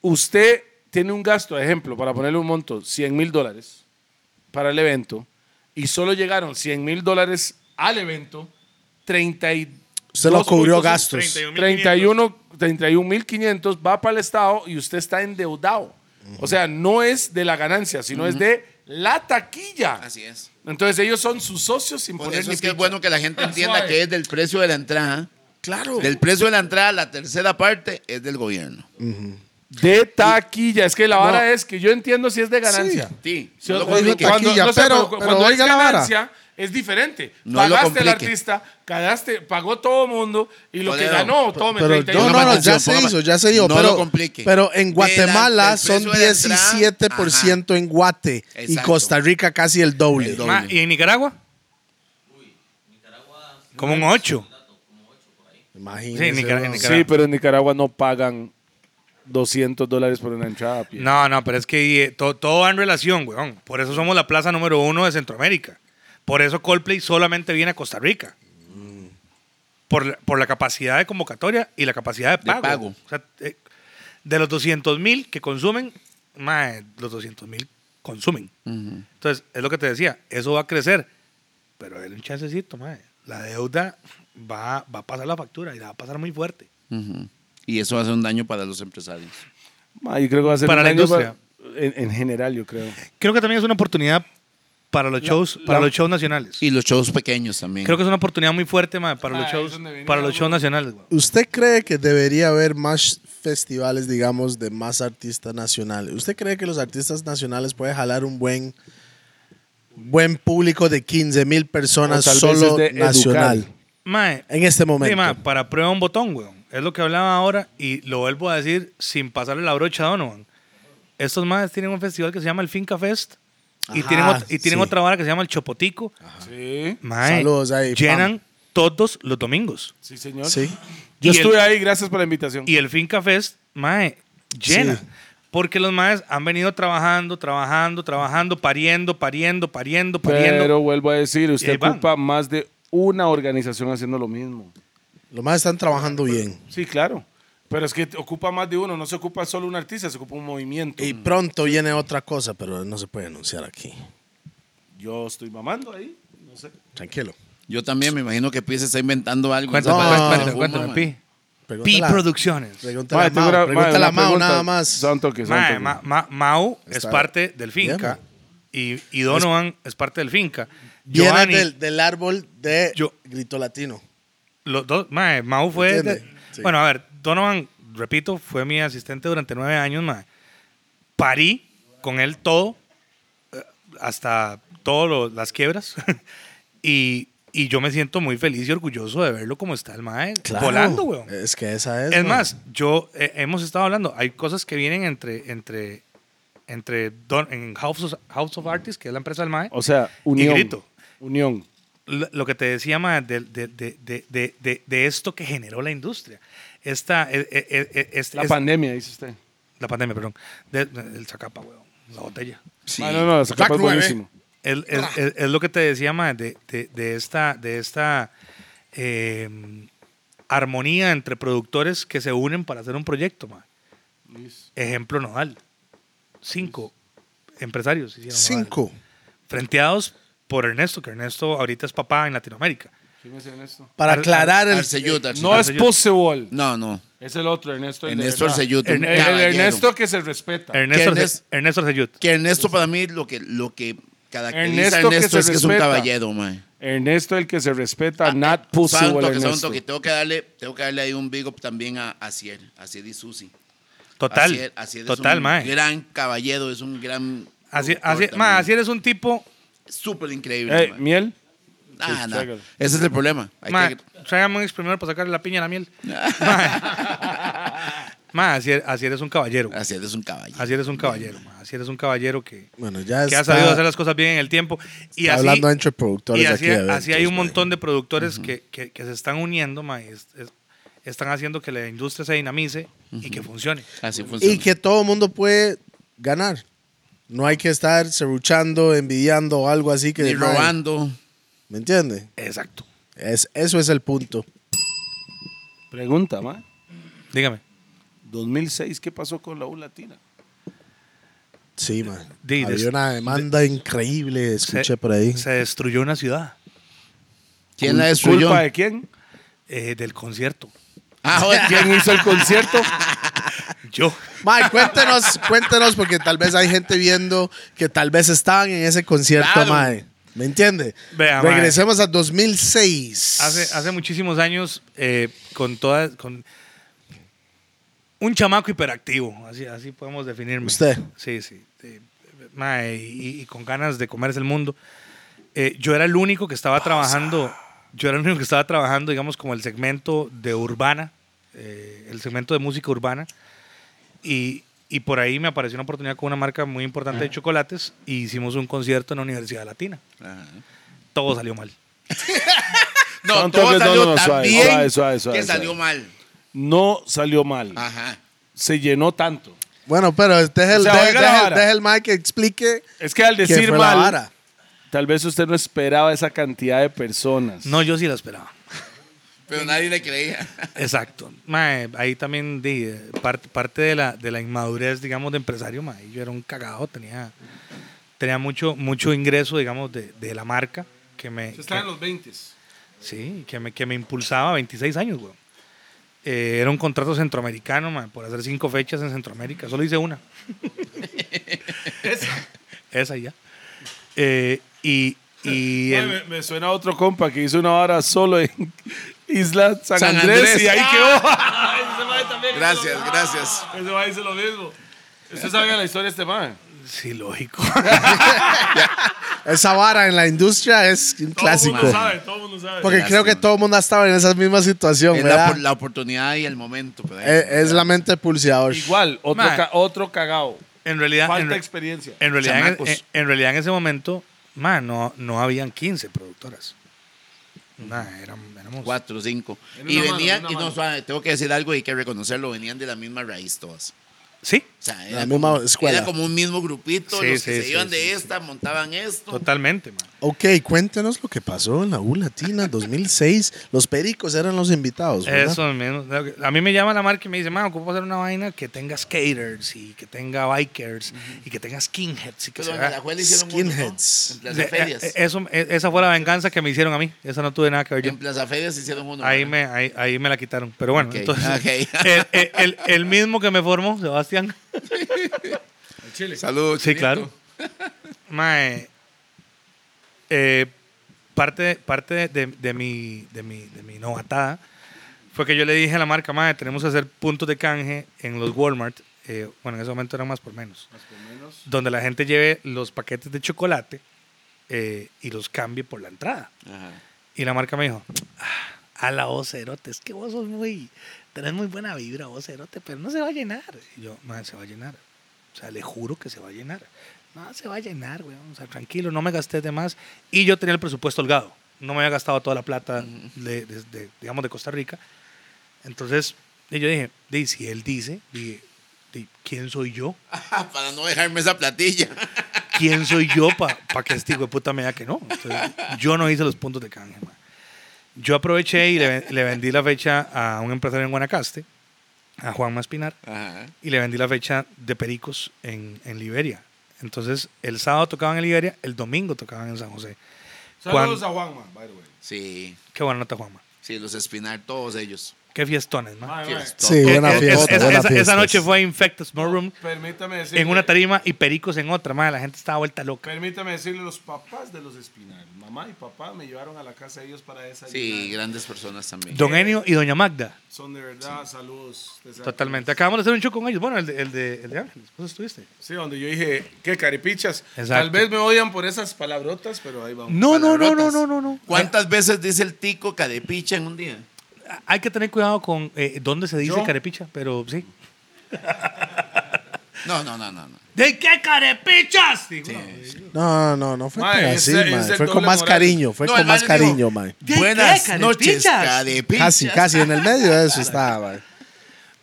Speaker 5: Usted tiene un gasto, ejemplo, para ponerle un monto, 100 mil dólares para el evento, y solo llegaron 100 mil dólares al evento, 30 y
Speaker 2: Usted lo cubrió
Speaker 5: 2.6,
Speaker 2: gastos.
Speaker 5: 31 31 mil 500 va para el Estado y usted está endeudado. O sea, no es de la ganancia, sino es de la taquilla.
Speaker 4: Así es.
Speaker 5: Entonces ellos son sus socios sin
Speaker 4: Por
Speaker 5: poner
Speaker 4: eso
Speaker 5: ni
Speaker 4: es que es
Speaker 5: picha.
Speaker 4: bueno que la gente entienda
Speaker 6: Suave.
Speaker 4: que es del precio de la entrada.
Speaker 2: claro.
Speaker 4: Del precio de la entrada, la tercera parte es del gobierno.
Speaker 5: De taquilla. Es que la vara es que yo entiendo si es de ganancia.
Speaker 4: Sí,
Speaker 5: Sí,
Speaker 4: no lo
Speaker 5: o- cuando-
Speaker 4: complique.
Speaker 2: taquilla,
Speaker 5: no sé,
Speaker 2: pero-
Speaker 5: cu-
Speaker 2: pero
Speaker 5: cuando
Speaker 2: oiga
Speaker 5: es
Speaker 2: la vara.
Speaker 5: ganancia, es diferente.
Speaker 4: No lo
Speaker 5: Pagaste al
Speaker 4: complique.
Speaker 5: artista, pagaste, pagó todo el mundo y lo que
Speaker 4: Toledo,
Speaker 5: ganó, tome
Speaker 2: Pero
Speaker 5: 31.
Speaker 2: no, no, no,
Speaker 4: Póngame
Speaker 2: ya
Speaker 4: atención,
Speaker 2: se
Speaker 4: póngame-
Speaker 2: hizo, ya se hizo.
Speaker 4: No
Speaker 2: pero,
Speaker 4: lo complique.
Speaker 2: pero en
Speaker 4: De la-
Speaker 2: Guatemala
Speaker 4: del
Speaker 2: son
Speaker 4: precio de la entrada,
Speaker 2: 17% en Guate y
Speaker 4: Exacto.
Speaker 2: Costa Rica casi el doble.
Speaker 4: El doble.
Speaker 3: Ma, ¿Y en Nicaragua? Como un 8.
Speaker 2: Imagínese.
Speaker 3: Sí, en Nicar- en
Speaker 2: ¿no?
Speaker 3: Nicaragua.
Speaker 5: Sí, pero en Nicaragua no pagan 200 dólares por una entrada. pie.
Speaker 3: No, no, pero es que eh, to- todo va en relación, weón. Por eso somos la plaza número uno de Centroamérica. Por eso Coldplay solamente viene a Costa Rica. Por, la- por la capacidad de convocatoria y la capacidad de pago.
Speaker 4: pago.
Speaker 3: O sea, eh, de los 200 mil que consumen, mae, los 200 mil consumen. Entonces, es lo que te decía, eso va a crecer, pero denle un chancecito, mae. La deuda va, va a pasar la factura y la va a pasar muy fuerte.
Speaker 4: Ujú. Y eso hace un daño para los empresarios.
Speaker 5: Ma, yo creo que va a ser
Speaker 3: Para
Speaker 5: un
Speaker 3: la
Speaker 5: año
Speaker 3: industria.
Speaker 5: pa- en, en general, yo creo.
Speaker 3: Creo que también es una oportunidad para los shows, para los shows nacionales.
Speaker 4: Y los shows pequeños también.
Speaker 3: Creo que es una oportunidad muy fuerte, mae, para los
Speaker 6: Ah,
Speaker 3: shows,
Speaker 6: es donde venía,
Speaker 3: para los shows
Speaker 6: güey.
Speaker 3: nacionales, güey.
Speaker 2: ¿Usted cree que debería haber más festivales, digamos, de más artistas nacionales? ¿Usted cree que los artistas nacionales pueden jalar un buen, buen público de 15 mil personas
Speaker 5: O tal vez
Speaker 2: solo
Speaker 5: es de
Speaker 2: nacional?
Speaker 5: educar.
Speaker 3: Mae,
Speaker 2: En este
Speaker 3: Sí,
Speaker 2: momento.
Speaker 3: ma, para prueba un botón, weón. Es lo que hablaba ahora y lo vuelvo a decir sin pasarle la brocha a Donovan. Estos madres tienen un festival que se llama el Finca Fest y
Speaker 2: Ajá,
Speaker 3: tienen, ot- y tienen
Speaker 2: sí.
Speaker 3: otra vara que se llama el Chopotico.
Speaker 5: Sí,
Speaker 3: Mae,
Speaker 2: Saludos ahí,
Speaker 3: Llenan todos los domingos.
Speaker 5: sí, señor.
Speaker 2: sí.
Speaker 5: Yo
Speaker 3: Y el-
Speaker 5: estuve ahí, gracias por la invitación.
Speaker 3: Y el Finca Fest, mae, llena.
Speaker 2: Sí.
Speaker 3: Porque los madres han venido trabajando, trabajando, trabajando, pariendo, pariendo, pariendo, pariendo.
Speaker 5: Pero vuelvo a decir,
Speaker 3: Y ahí
Speaker 5: usted
Speaker 3: van.
Speaker 5: ocupa más de una organización haciendo lo mismo.
Speaker 2: Los más están trabajando bien.
Speaker 5: Sí, claro. Pero es que te ocupa más de uno, no se ocupa solo un artista, se ocupa un movimiento.
Speaker 2: Y pronto viene otra cosa, pero no se puede anunciar aquí.
Speaker 5: Yo estoy mamando ahí, no sé.
Speaker 2: Tranquilo.
Speaker 4: Yo también me imagino que Pi se está inventando algo.
Speaker 3: Cuéntame,
Speaker 2: No,
Speaker 3: cuéntame,
Speaker 2: no,
Speaker 3: cuéntame,
Speaker 4: Fuma,
Speaker 3: Pi. Pi
Speaker 2: Pregúntale a-
Speaker 3: Producciones.
Speaker 2: Pregúntale a
Speaker 5: Ma, tengo
Speaker 2: Mao,
Speaker 5: una- ma,
Speaker 2: pregúntale a
Speaker 5: una
Speaker 2: Mao nada
Speaker 5: pregunta.
Speaker 2: más.
Speaker 5: Son toques, son
Speaker 3: Mae,
Speaker 5: toques.
Speaker 3: ma- ma- Mau es
Speaker 2: Está
Speaker 3: parte del finca y, y Donovan es parte del finca.
Speaker 2: Viene
Speaker 3: Giovanni,
Speaker 2: del, del árbol de
Speaker 3: Yo-
Speaker 2: Grito Latino.
Speaker 3: los dos, mae, Mau fue. de-
Speaker 2: Entiende, sí.
Speaker 3: Bueno, a ver, Donovan, repito, fue mi asistente durante nueve años, mae. Parí con él todo, eh, hasta todas las quiebras. y, y yo me siento muy feliz y orgulloso de verlo como está el mae. Volando, weón.
Speaker 2: Es que esa es.
Speaker 3: Es
Speaker 2: ma.
Speaker 3: más, yo eh, hemos estado hablando, hay cosas que vienen entre entre entre Don- en House of, House of Artists, que es la empresa del MAE.
Speaker 5: O sea, unión.
Speaker 3: grito.
Speaker 5: Unión.
Speaker 3: Lo, lo que te decía, MAE, de, de, de, de, de, de- de esto que generó la industria. Esta, eh, eh, eh, eh, es-
Speaker 5: La
Speaker 3: es-
Speaker 5: pandemia, dice usted.
Speaker 3: la pandemia, perdón. De- el Zacapa, weón. La botella.
Speaker 4: Sí.
Speaker 5: Ah, no, no, la
Speaker 2: Jack
Speaker 5: sacapa es
Speaker 2: nueve.
Speaker 5: buenísimo.
Speaker 3: Es, es-
Speaker 4: Ah.
Speaker 3: es- es lo que te decía, MAE, de, de, de esta, de esta eh, armonía entre productores que se unen para hacer un proyecto, MAE. Ejemplo Nodal. Cinco empresarios hicieron Nodal.
Speaker 2: Cinco.
Speaker 3: Frenteados por Ernesto, que Ernesto ahorita es papá en Latinoamérica.
Speaker 5: ¿Quién es Ernesto?
Speaker 2: Para
Speaker 3: Ar-
Speaker 2: aclarar el.
Speaker 4: Arceyut, Arceyut.
Speaker 5: Eh, No es possible.
Speaker 4: No, no.
Speaker 5: Es el otro, Ernesto. el de
Speaker 4: Ernesto
Speaker 5: verdad.
Speaker 4: Arceyut.
Speaker 5: El,
Speaker 4: un
Speaker 5: el
Speaker 4: caballero.
Speaker 5: Ernesto que se respeta.
Speaker 2: Er-
Speaker 3: Ernesto,
Speaker 4: ¿Quién
Speaker 3: Arce-
Speaker 4: es?
Speaker 3: Ernesto Arceyut.
Speaker 4: Que Ernesto para mí lo que, lo que caracteriza
Speaker 5: Ernesto
Speaker 4: a
Speaker 5: que
Speaker 4: Ernesto
Speaker 5: se
Speaker 4: es que es un
Speaker 5: respeta.
Speaker 4: caballero, mae.
Speaker 5: Ernesto el que se
Speaker 2: Ah,
Speaker 5: respeta. Not possible,
Speaker 4: Santo, que
Speaker 5: Ernesto.
Speaker 4: santo, que tengo que darle, tengo que darle ahí un big up también a Asier, Asier y Susi.
Speaker 3: Total.
Speaker 4: Asier, Asier es
Speaker 3: total,
Speaker 4: un
Speaker 3: mae.
Speaker 4: gran caballero, es un gran
Speaker 3: Así,
Speaker 4: productor
Speaker 3: así,
Speaker 4: también.
Speaker 3: mae, así eres un tipo.
Speaker 4: súper increíble.
Speaker 5: Eh,
Speaker 4: mae.
Speaker 5: miel.
Speaker 4: Ah,
Speaker 5: sí,
Speaker 4: no.
Speaker 5: sácalo.
Speaker 4: Ese es el problema. Hay
Speaker 3: Mae,
Speaker 4: que-
Speaker 3: tráigame un exprimidor para sacarle la piña a la miel. Mae. Mae, así, así eres un caballero.
Speaker 4: Asier es un caballero.
Speaker 3: Así eres un caballero, mae. Así eres un caballero que,
Speaker 2: Bueno, ya
Speaker 3: que
Speaker 2: está.
Speaker 3: ha sabido hacer las cosas bien en el tiempo. Y
Speaker 2: está
Speaker 3: así,
Speaker 2: hablando entre productores
Speaker 3: Y así,
Speaker 2: aquí. de
Speaker 3: así hay
Speaker 2: eventos,
Speaker 3: un
Speaker 2: ma.
Speaker 3: montón de productores que, que- que se están uniendo, ma, y es- es- están haciendo que la industria se dinamice y que funcione.
Speaker 4: Así funciona.
Speaker 2: Y que todo el mundo puede ganar. No hay que estar cerruchando, envidiando o algo así que.
Speaker 4: Ni
Speaker 2: ma,
Speaker 4: robando.
Speaker 2: ¿Me entiende?
Speaker 3: Exacto.
Speaker 2: Es, eso es el punto.
Speaker 5: Pregunta, ma.
Speaker 3: Dígame.
Speaker 5: 2006, ¿qué pasó con la U Latina?
Speaker 2: Sí, man.
Speaker 3: Di- des-
Speaker 2: Había una demanda increíble, escuché
Speaker 3: se,
Speaker 2: por ahí.
Speaker 3: Se destruyó una ciudad
Speaker 4: ¿Quién la destruyó?
Speaker 5: ¿Culpa de quién?
Speaker 3: eh, del concierto.
Speaker 4: Ah, joder,
Speaker 5: ¿Quién hizo el concierto?
Speaker 3: Yo.
Speaker 2: Mike, cuéntenos, cuéntenos, porque tal vez hay gente viendo que tal vez estaban en ese concierto,
Speaker 4: Claro.
Speaker 2: mae. ¿Me entiende?
Speaker 3: Vea, mae.
Speaker 2: Regresemos a 2006.
Speaker 3: Hace, hace muchísimos años, eh, con todas. Con un chamaco hiperactivo, así, así podemos definirme.
Speaker 2: ¿Usted?
Speaker 3: Sí, sí. eh, ma, y, y con ganas de comerse el mundo. Eh, yo era el único que estaba trabajando. Yo era el único que estaba trabajando, digamos, como el segmento de urbana, eh, el segmento de música urbana. Y, y por ahí me apareció una oportunidad con una marca muy importante de chocolates y hicimos un concierto en la Universidad Latina. Todo salió mal.
Speaker 4: no,
Speaker 5: Son
Speaker 4: todo
Speaker 5: toques, no,
Speaker 4: salió
Speaker 5: no, no,
Speaker 4: tan
Speaker 5: suave,
Speaker 4: bien
Speaker 5: suave, suave, suave,
Speaker 4: que salió
Speaker 5: suave.
Speaker 4: mal.
Speaker 5: No salió mal.
Speaker 2: Ah.
Speaker 4: Ajá.
Speaker 5: Se llenó tanto.
Speaker 2: Bueno, pero deje el,
Speaker 5: O sea,
Speaker 2: deje-
Speaker 5: oiga la
Speaker 2: deje-
Speaker 5: vara.
Speaker 2: deje el Mike que explique
Speaker 5: Es que al
Speaker 2: qué
Speaker 5: decir
Speaker 2: fue la
Speaker 5: mal,
Speaker 2: vara.
Speaker 5: tal vez usted no esperaba esa cantidad de personas.
Speaker 3: No, yo sí la esperaba.
Speaker 4: Pero nadie le creía.
Speaker 3: Exacto. Mae, ahí también di, eh, parte, parte de, la, de la inmadurez, digamos, de empresario, mae. Yo era un cagado, tenía tenía mucho, mucho ingreso, digamos, de, de la marca que me,
Speaker 6: Yo estaba
Speaker 3: que-
Speaker 6: en los 20.
Speaker 3: Sí, que me, que me impulsaba 26 años, weón. Eh, era un contrato centroamericano, man, por hacer cinco fechas en Centroamérica. Solo hice una. Esa. Esa y ya. Eh, y
Speaker 6: Ay,
Speaker 3: y el-
Speaker 6: me, me suena a otro compa que hizo una hora solo en Isla San,
Speaker 4: San
Speaker 6: Andrés,
Speaker 4: Andrés.
Speaker 6: y ahí
Speaker 4: ¡Ah!
Speaker 6: quedó. Ay, ese mae también hizo
Speaker 4: Gracias,
Speaker 6: lo-
Speaker 4: gracias.
Speaker 6: Ese mae hizo lo mismo. ¿Usted sabe la historia de este mae?
Speaker 3: Sí, lógico.
Speaker 2: Esa vara en la industria es un
Speaker 6: Todo el
Speaker 2: clásico.
Speaker 6: mundo sabe, todo el mundo sabe.
Speaker 2: Porque creo que
Speaker 4: Lástima.
Speaker 2: todo el mundo ha estado en esa misma situación,
Speaker 4: Es la,
Speaker 2: ¿verdad?
Speaker 4: por- la oportunidad y el momento. pues, pero ahí-
Speaker 2: Es, es la mente pulseador.
Speaker 6: Igual, otro,
Speaker 3: Mae.
Speaker 6: ca- otro cagao.
Speaker 3: En realidad, en,
Speaker 6: Falta
Speaker 3: re-
Speaker 6: experiencia.
Speaker 3: en realidad, en,
Speaker 4: Chamacos.
Speaker 3: en- en realidad en ese momento, man, no, no habían 15 productoras. Nah, eran, éramos
Speaker 4: Cuatro, cinco.
Speaker 6: En
Speaker 4: Y
Speaker 6: una mano,
Speaker 4: venían,
Speaker 6: en una
Speaker 4: y no,
Speaker 6: mano.
Speaker 4: suave, tengo que decir algo y hay que reconocerlo, venían de la misma raíz todas.
Speaker 3: Sí,
Speaker 4: O sea,
Speaker 2: La
Speaker 4: era,
Speaker 2: misma escuela.
Speaker 4: era como un mismo grupito,
Speaker 3: Sí,
Speaker 4: los que
Speaker 3: sí,
Speaker 4: se
Speaker 3: sí,
Speaker 4: iban de
Speaker 3: sí,
Speaker 4: esta, montaban esto.
Speaker 3: totalmente, man.
Speaker 2: Ok, cuéntenos lo que pasó en la U Latina 2006. Los pericos eran los invitados, ¿verdad?
Speaker 3: Eso mismo. A mí me llama la marca y me dice, man, ocupo hacer una vaina que tenga skaters y que tenga bikers y que tenga skinheads y que
Speaker 4: Pero en
Speaker 3: sea-
Speaker 4: Alajuela hicieron uno, ¿no?
Speaker 2: Skinheads.
Speaker 4: En Plaza
Speaker 3: Eh,
Speaker 4: Ferias.
Speaker 3: eh, eso, eh, esa fue la venganza que me hicieron a mí. Esa no tuve nada que ver yo.
Speaker 4: En Plaza Ferias hicieron uno.
Speaker 3: Ahí
Speaker 4: ¿verdad?
Speaker 3: me, ahí, ahí me la quitaron. Pero bueno,
Speaker 4: Ok,
Speaker 3: entonces.
Speaker 4: ok.
Speaker 3: El, el- el- el mismo que me formó, Sebastián.
Speaker 4: Saludos.
Speaker 3: Sí,
Speaker 4: Chinito.
Speaker 3: claro. Mae, eh, parte parte de, de mi, de, mi, de mi novatada fue que yo le dije a la marca, mae, tenemos que hacer puntos de canje en los Walmart. eh, bueno, en ese momento era más por menos. Donde la gente lleve los paquetes de chocolate eh, y los cambie por la entrada.
Speaker 4: Ajá.
Speaker 3: Y la marca me dijo, "Ah, a la voz, Cerote, es que vos sos muy, tenés muy buena vibra, vos, Cerote, pero no se va a llenar. Y yo, man, se va a llenar. O sea, le juro que se va a llenar. No, se va a llenar, güey. O sea, tranquilo, no me gasté de más. Y yo tenía el presupuesto holgado. No me había gastado toda la plata, de, de- de- digamos, de Costa Rica. Entonces, y yo dije, "Di, si él dice, di- di, ¿quién soy yo?
Speaker 4: Ah, Para no dejarme esa platilla.
Speaker 3: ¿quién soy yo para que este hijo de puta me diga que no? Entonces, yo no hice los puntos de canje, man. Yo aproveché y le, ven- le vendí la fecha a un empresario en Guanacaste, a Juan Maspinar,
Speaker 4: Ajá.
Speaker 3: y le vendí la fecha de Pericos en, en Liberia. Entonces, el sábado tocaban en Liberia, el domingo tocaban en San José.
Speaker 6: Saludos
Speaker 3: Cuando-
Speaker 6: a Juanma, by the way.
Speaker 4: Sí,
Speaker 3: Qué buena nota, Juanma.
Speaker 4: sí, los Espinar, todos ellos.
Speaker 3: Qué fiestones, man.
Speaker 6: Mae, mae,
Speaker 2: Sí, buena
Speaker 3: Es- es-
Speaker 2: fiesta.
Speaker 3: es-
Speaker 2: buena
Speaker 3: esa,
Speaker 2: fiesta.
Speaker 3: esa noche fue Infected Small Room
Speaker 6: Permítame decirle,
Speaker 3: en una tarima y Pericos en otra, man. La gente estaba vuelta loca.
Speaker 6: Permítame decirle, los papás de los Espinar, mamá y papá me llevaron a la casa de ellos para esa.
Speaker 4: Sí, grandes personas también.
Speaker 3: Don Enio y Doña Magda.
Speaker 6: Son de verdad, saludos. Ustedes saben
Speaker 3: Totalmente. Acabamos de hacer un show con ellos. Bueno, el de, el de, el de Ángeles. Vos estuviste.
Speaker 6: Sí, donde yo dije, qué caripichas.
Speaker 3: Exacto.
Speaker 6: Tal vez me odian por esas palabrotas, pero ahí vamos.
Speaker 3: No, no, no, no,
Speaker 4: Palabrotas.
Speaker 3: no, no, no.
Speaker 4: ¿Cuántas veces dice el tico cadepicha en un día?
Speaker 3: Hay que tener cuidado con eh, dónde se dice
Speaker 6: ¿Yo?
Speaker 3: carepicha, pero sí.
Speaker 4: No, no, no, no. no.
Speaker 3: ¿De qué carepichas? Digo, no,
Speaker 2: No, no, no, no fue
Speaker 6: Mae,
Speaker 2: tan
Speaker 6: es-
Speaker 2: así,
Speaker 6: es
Speaker 2: mae.
Speaker 6: el
Speaker 2: Fue con
Speaker 6: doble
Speaker 2: más
Speaker 6: moral.
Speaker 2: cariño, fue
Speaker 4: No,
Speaker 2: con
Speaker 4: el
Speaker 2: más
Speaker 4: man le dijo,
Speaker 2: cariño, mae.
Speaker 3: ¿De qué,
Speaker 4: Buenas
Speaker 3: carepichas?
Speaker 4: noches, cadepichas.
Speaker 2: Casi, casi en el medio de eso estaba, mae.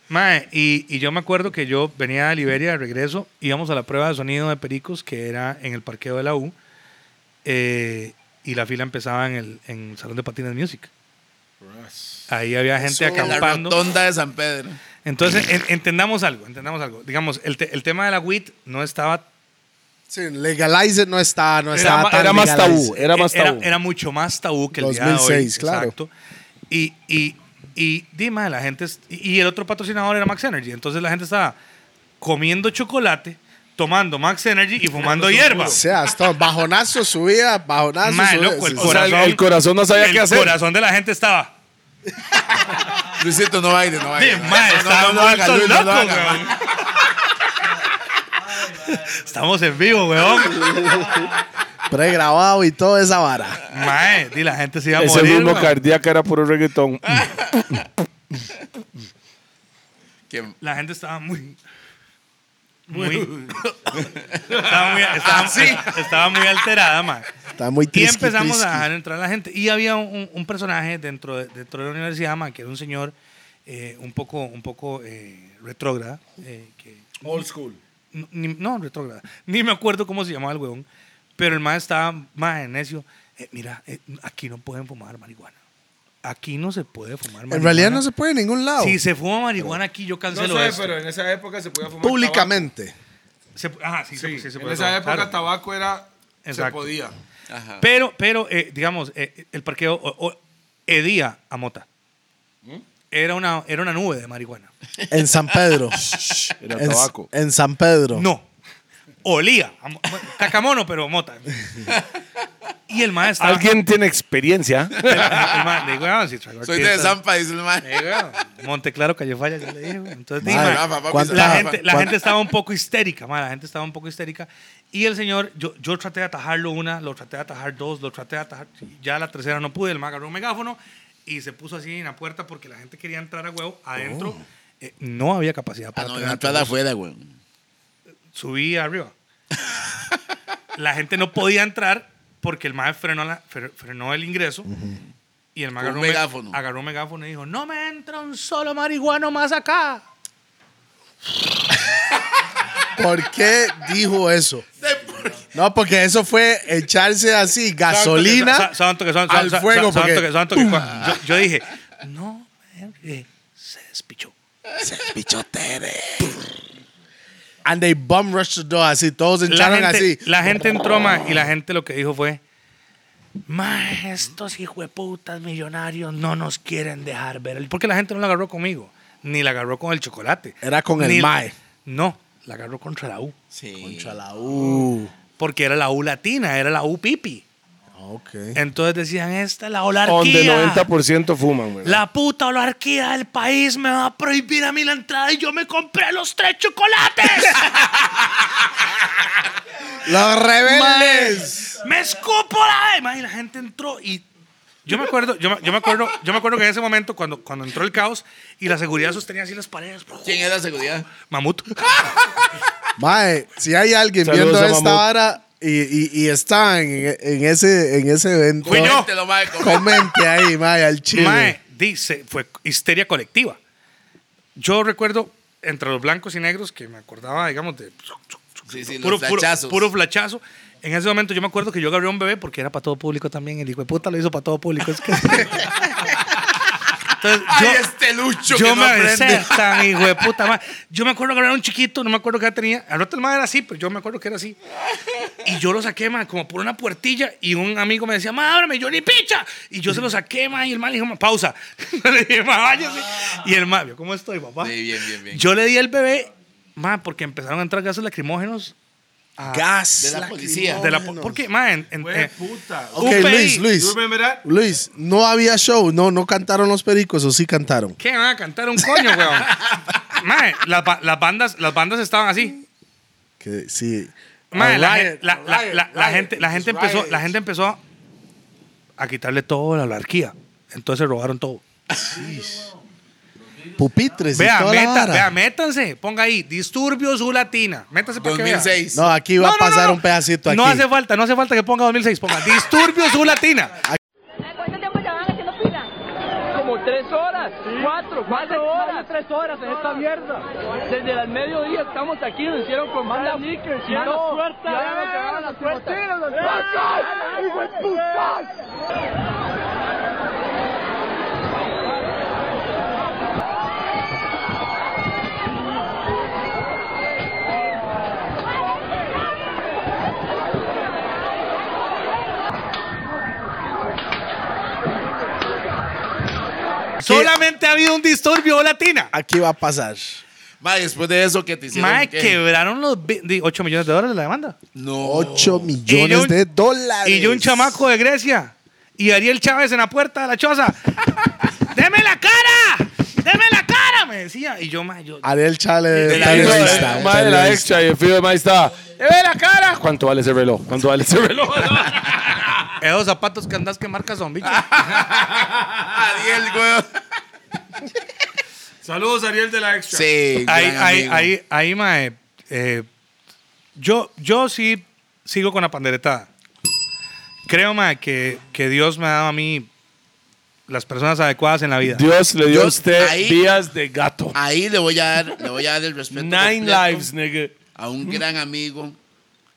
Speaker 3: Mae, y, y yo me acuerdo que yo venía de Liberia de regreso, íbamos a la prueba de sonido de Pericos, que era en el parqueo de la U, eh, y la fila empezaba en el, en el Salón de Patines Music. Ahí había gente
Speaker 4: En la
Speaker 3: acampando.
Speaker 4: rotonda de San Pedro.
Speaker 3: Entonces, en- entendamos algo, entendamos algo. Digamos, el, te- el tema de la WIT no estaba
Speaker 2: Sí, legalize it no estaba, no
Speaker 5: Era
Speaker 2: estaba
Speaker 5: ma-
Speaker 2: tan
Speaker 5: era más
Speaker 2: legalize.
Speaker 5: tabú, era más tabú.
Speaker 3: Era, mucho más tabú que el día de hoy.
Speaker 2: 2006, claro.
Speaker 3: Exacto. Y, y, y dime, la gente. es- Y y el otro patrocinador era Max Energy. Entonces la gente estaba comiendo chocolate, tomando Max Energy y fumando hierba.
Speaker 2: O sea, hasta bajonazo subía, bajonazo
Speaker 3: Mae,
Speaker 2: subía.
Speaker 3: loco, el
Speaker 2: Sí,
Speaker 5: O sea, el,
Speaker 3: corazón-
Speaker 5: el corazón no sabía
Speaker 3: el
Speaker 5: qué hacer.
Speaker 3: corazón de la gente estaba.
Speaker 4: Luisito, no baile, no baile.
Speaker 3: De mae,
Speaker 4: no, no,
Speaker 3: estaba
Speaker 4: no lo haga,
Speaker 3: vuelto
Speaker 4: Luis, no lo
Speaker 3: loco,
Speaker 4: haga.
Speaker 3: weón. Estamos en vivo, weón.
Speaker 2: sí. Pregrabado y toda esa vara.
Speaker 3: Mae, di, la gente se iba a
Speaker 5: Ese
Speaker 3: morir.
Speaker 5: mismo
Speaker 3: weón.
Speaker 5: cardíaco era puro reggaetón.
Speaker 4: Que-
Speaker 3: la gente estaba muy. Muy. estaba, muy
Speaker 6: Ah,
Speaker 3: estaba, estaba muy alterada, man.
Speaker 2: Está muy
Speaker 3: Y
Speaker 2: triste.
Speaker 3: empezamos a dejar entrar a la gente. Y había un, un personaje dentro de, dentro de la universidad, man, que era un señor eh, un poco, un poco eh, retrógrada. eh, que,
Speaker 6: Old school.
Speaker 3: no, ni- no, retrógrada. Ni me acuerdo cómo se llamaba el huevón. Pero el man estaba más necio. Eh, mira, eh, aquí no pueden fumar marihuana. Aquí no se puede fumar marihuana.
Speaker 2: En realidad no se puede en ningún lado.
Speaker 3: Si se fuma marihuana aquí, yo
Speaker 6: No
Speaker 3: cancelo
Speaker 6: sé,
Speaker 3: esto.
Speaker 6: pero en esa época se podía fumar.
Speaker 2: públicamente.
Speaker 3: Se- ajá, sí, se- sí se
Speaker 6: en
Speaker 3: puede
Speaker 6: esa
Speaker 3: robar,
Speaker 6: época
Speaker 3: claro.
Speaker 6: tabaco era... Se
Speaker 3: Exacto.
Speaker 6: podía.
Speaker 3: Pero, pero eh, digamos, eh, el parqueo o- o- hedía a mota.
Speaker 6: ¿Mm?
Speaker 3: Era, una, era una nube de marihuana.
Speaker 2: En San Pedro.
Speaker 5: Era
Speaker 2: en,
Speaker 5: tabaco.
Speaker 2: en San Pedro.
Speaker 3: No. Olía. a mo- mo- Cacamono, pero mota. Y el maestro.
Speaker 5: ¿Alguien tiene experiencia?
Speaker 3: "Ah,
Speaker 4: Soy de Zampa, dice el man.
Speaker 3: Monteclaro, Calle Falla, ya le dije. güey. Entonces,
Speaker 2: Madre,
Speaker 3: di, ma,
Speaker 4: Rafa, papi,
Speaker 2: ¿cuánta-
Speaker 3: la, gente, la
Speaker 2: cuán-
Speaker 3: gente estaba un poco histérica, ma, la gente estaba un poco histérica. Y el señor, yo, yo traté de atajarlo una, lo traté de atajar dos, lo traté de atajar. Ya la tercera no pude, el man agarró un megáfono y se puso así en la puerta porque la gente quería entrar a huevo adentro. eh, no había capacidad
Speaker 4: Ah,
Speaker 3: para
Speaker 4: no,
Speaker 3: tener
Speaker 4: entrada
Speaker 3: todos.
Speaker 4: afuera, güey.
Speaker 3: Subí arriba. la gente no podía entrar porque el maestro frenó, la- fre- frenó el ingreso. Y el man
Speaker 4: Con
Speaker 3: agarró
Speaker 4: un
Speaker 3: me-
Speaker 4: megáfono.
Speaker 3: agarró un megáfono y dijo, no me entra un solo marihuano más acá.
Speaker 2: ¿Por qué dijo eso? No, porque eso fue echarse así gasolina.
Speaker 3: Sa- santo que son-
Speaker 2: al
Speaker 3: sa- sa-
Speaker 2: fuego,
Speaker 3: santo
Speaker 2: porque-
Speaker 3: que- santo que cua- yo, yo dije, no, man", dije, se despichó.
Speaker 2: And they bum rushed the door así. Todos echaron
Speaker 3: la gente,
Speaker 2: así.
Speaker 3: La gente entró, ma, y la gente lo que dijo fue, ma, estos hijueputas millonarios no nos quieren dejar ver. el-". Porque la gente no la agarró conmigo, ni la agarró con el chocolate.
Speaker 2: Era con el
Speaker 3: ni-
Speaker 2: mae.
Speaker 3: No, la agarró contra la U.
Speaker 4: Sí.
Speaker 2: Contra la U.
Speaker 3: Porque era la U latina, era la U pipi.
Speaker 2: Ah, Ok.
Speaker 3: Entonces decían, esta es la
Speaker 5: Donde
Speaker 3: olarquía.
Speaker 5: 90% fuman, güey.
Speaker 3: La puta olarquía del país me va a prohibir a mí la entrada y yo me compré los tres chocolates.
Speaker 2: ¡Los rebeldes!
Speaker 3: ¡Me escupo la alma! Y la gente entró y... Yo me acuerdo, yo me, yo me acuerdo, yo me acuerdo que en ese momento cuando, cuando entró el caos y la seguridad sostenía así las paredes.
Speaker 4: ¿Quién es la seguridad?
Speaker 3: Mamut.
Speaker 2: Mae, si hay alguien
Speaker 5: Saludos
Speaker 2: viendo
Speaker 5: a
Speaker 2: esta
Speaker 5: Mamut.
Speaker 2: vara y, y, y están en, en ese, en ese evento,
Speaker 3: Fui yo.
Speaker 4: Te lo va a comer.
Speaker 2: comente ahí, mae, al chile.
Speaker 3: Mae, dice, fue histeria colectiva. Yo recuerdo entre los blancos y negros que me acordaba, digamos, de pues,
Speaker 4: Sí, sí,
Speaker 3: puro,
Speaker 4: los
Speaker 3: puro,
Speaker 4: flachazos.
Speaker 3: puro flachazo. En ese momento yo me acuerdo que yo agarré un bebé porque era para todo público también. El hijo de puta lo hizo para todo público. Es que... Entonces,
Speaker 4: Ay,
Speaker 3: yo-
Speaker 4: este lucho
Speaker 3: Yo
Speaker 4: que no
Speaker 3: me besé
Speaker 4: aprende.
Speaker 3: tan hijo de puta madre. Yo me acuerdo que era un chiquito, no me acuerdo qué edad tenía. Al rato el madre era así, pero yo me acuerdo que era así. Y yo lo saqué, man, como por una puertilla. Y un amigo me decía, ma, ábreme, yo ni picha. Y yo se lo saqué, man, y el man le dijo, "Ma, pausa. Yo le dije, ma, váyase. Y el man, "Vio ¿cómo estoy, papá?
Speaker 4: Sí, bien, bien, bien.
Speaker 3: Yo le di el bebé, ma, porque empezaron a entrar gases lacrimógenos.
Speaker 2: Gas.
Speaker 4: De la policía.
Speaker 3: De la, porque, ma, en, en-
Speaker 6: Güey,
Speaker 3: eh,
Speaker 6: puta.
Speaker 2: Ok,
Speaker 3: UPI.
Speaker 2: Luis,
Speaker 6: You
Speaker 2: Luis.
Speaker 6: remember that?
Speaker 2: Luis, no había show, no, no cantaron los pericos, o sí cantaron.
Speaker 3: ¿Qué van a cantar un coño, weón? Mae, las, ba- las bandas, las bandas estaban así.
Speaker 2: Que sí.
Speaker 3: Mae,
Speaker 2: A
Speaker 3: la,
Speaker 2: riot,
Speaker 3: gen- la-
Speaker 2: a
Speaker 3: la-
Speaker 2: riot,
Speaker 3: la- la
Speaker 2: riot,
Speaker 3: gente, la gente
Speaker 2: it's
Speaker 3: empezó,
Speaker 2: riot.
Speaker 3: la gente empezó a quitarle todo a la anarquía. Entonces se robaron todo.
Speaker 2: Pupitres. y
Speaker 3: Vea,
Speaker 2: toda la
Speaker 3: meta,
Speaker 2: vara.
Speaker 3: vea, métanse, ponga ahí, disturbios U Latina. Métanse para que vea.
Speaker 4: 2006.
Speaker 2: No, aquí va
Speaker 3: No,
Speaker 2: a
Speaker 3: no,
Speaker 2: pasar
Speaker 3: no.
Speaker 2: un pedacito aquí.
Speaker 3: No hace falta, no hace falta que ponga 2006, ponga disturbios U Latina.
Speaker 8: ¿Cuánto tiempo llevaban haciendo fila?
Speaker 9: Como tres horas, cuatro, cuatro horas. tres horas en esta mierda. Desde el mediodía estamos aquí, nos hicieron con manda níquel, y no, suerte. Ya nos cerraron las puertas.
Speaker 3: Solamente ha habido un disturbio U Latina.
Speaker 2: Aquí va a pasar.
Speaker 4: Ma, después de eso, ¿qué te hicieron?
Speaker 3: Mae,
Speaker 4: ¿Qué?
Speaker 3: quebraron los 8 millones de dólares la demanda.
Speaker 4: No.
Speaker 2: 8
Speaker 3: Y yo
Speaker 2: millones
Speaker 3: un-
Speaker 2: de dólares.
Speaker 3: Y yo un chamaco de Grecia. Y Ariel Chávez en la puerta de la choza. ¡Deme la cara! ¡Deme la cara! Me decía. Y yo, ma, yo.
Speaker 2: Ariel Chale
Speaker 4: De
Speaker 2: de
Speaker 4: la
Speaker 2: periodista,
Speaker 4: extra,
Speaker 5: eh, Madre la
Speaker 2: periodista.
Speaker 5: extra y el frío de maíz está. ¡Eh, ve la cara! ¿Cuánto vale ese reloj? ¿Cuánto vale ese reloj?
Speaker 3: Esos zapatos que andás que marca son, bicho.
Speaker 4: Adiel, güey.
Speaker 6: Saludos, Ariel de la Extra.
Speaker 4: Sí,
Speaker 3: ahí,
Speaker 4: gran
Speaker 3: ahí,
Speaker 4: amigo.
Speaker 3: ahí, ahí, mae. eh, yo, yo sí sigo con la panderetada. Creo, mae, que, que Dios me ha dado a mí las personas adecuadas en la vida.
Speaker 5: Dios le dio a
Speaker 4: Dios,
Speaker 5: usted
Speaker 4: ahí-
Speaker 5: días de gato.
Speaker 4: Ahí le voy a dar, le voy a dar el respeto
Speaker 5: Nine
Speaker 4: completo
Speaker 5: lives, nigga.
Speaker 4: a un gran amigo,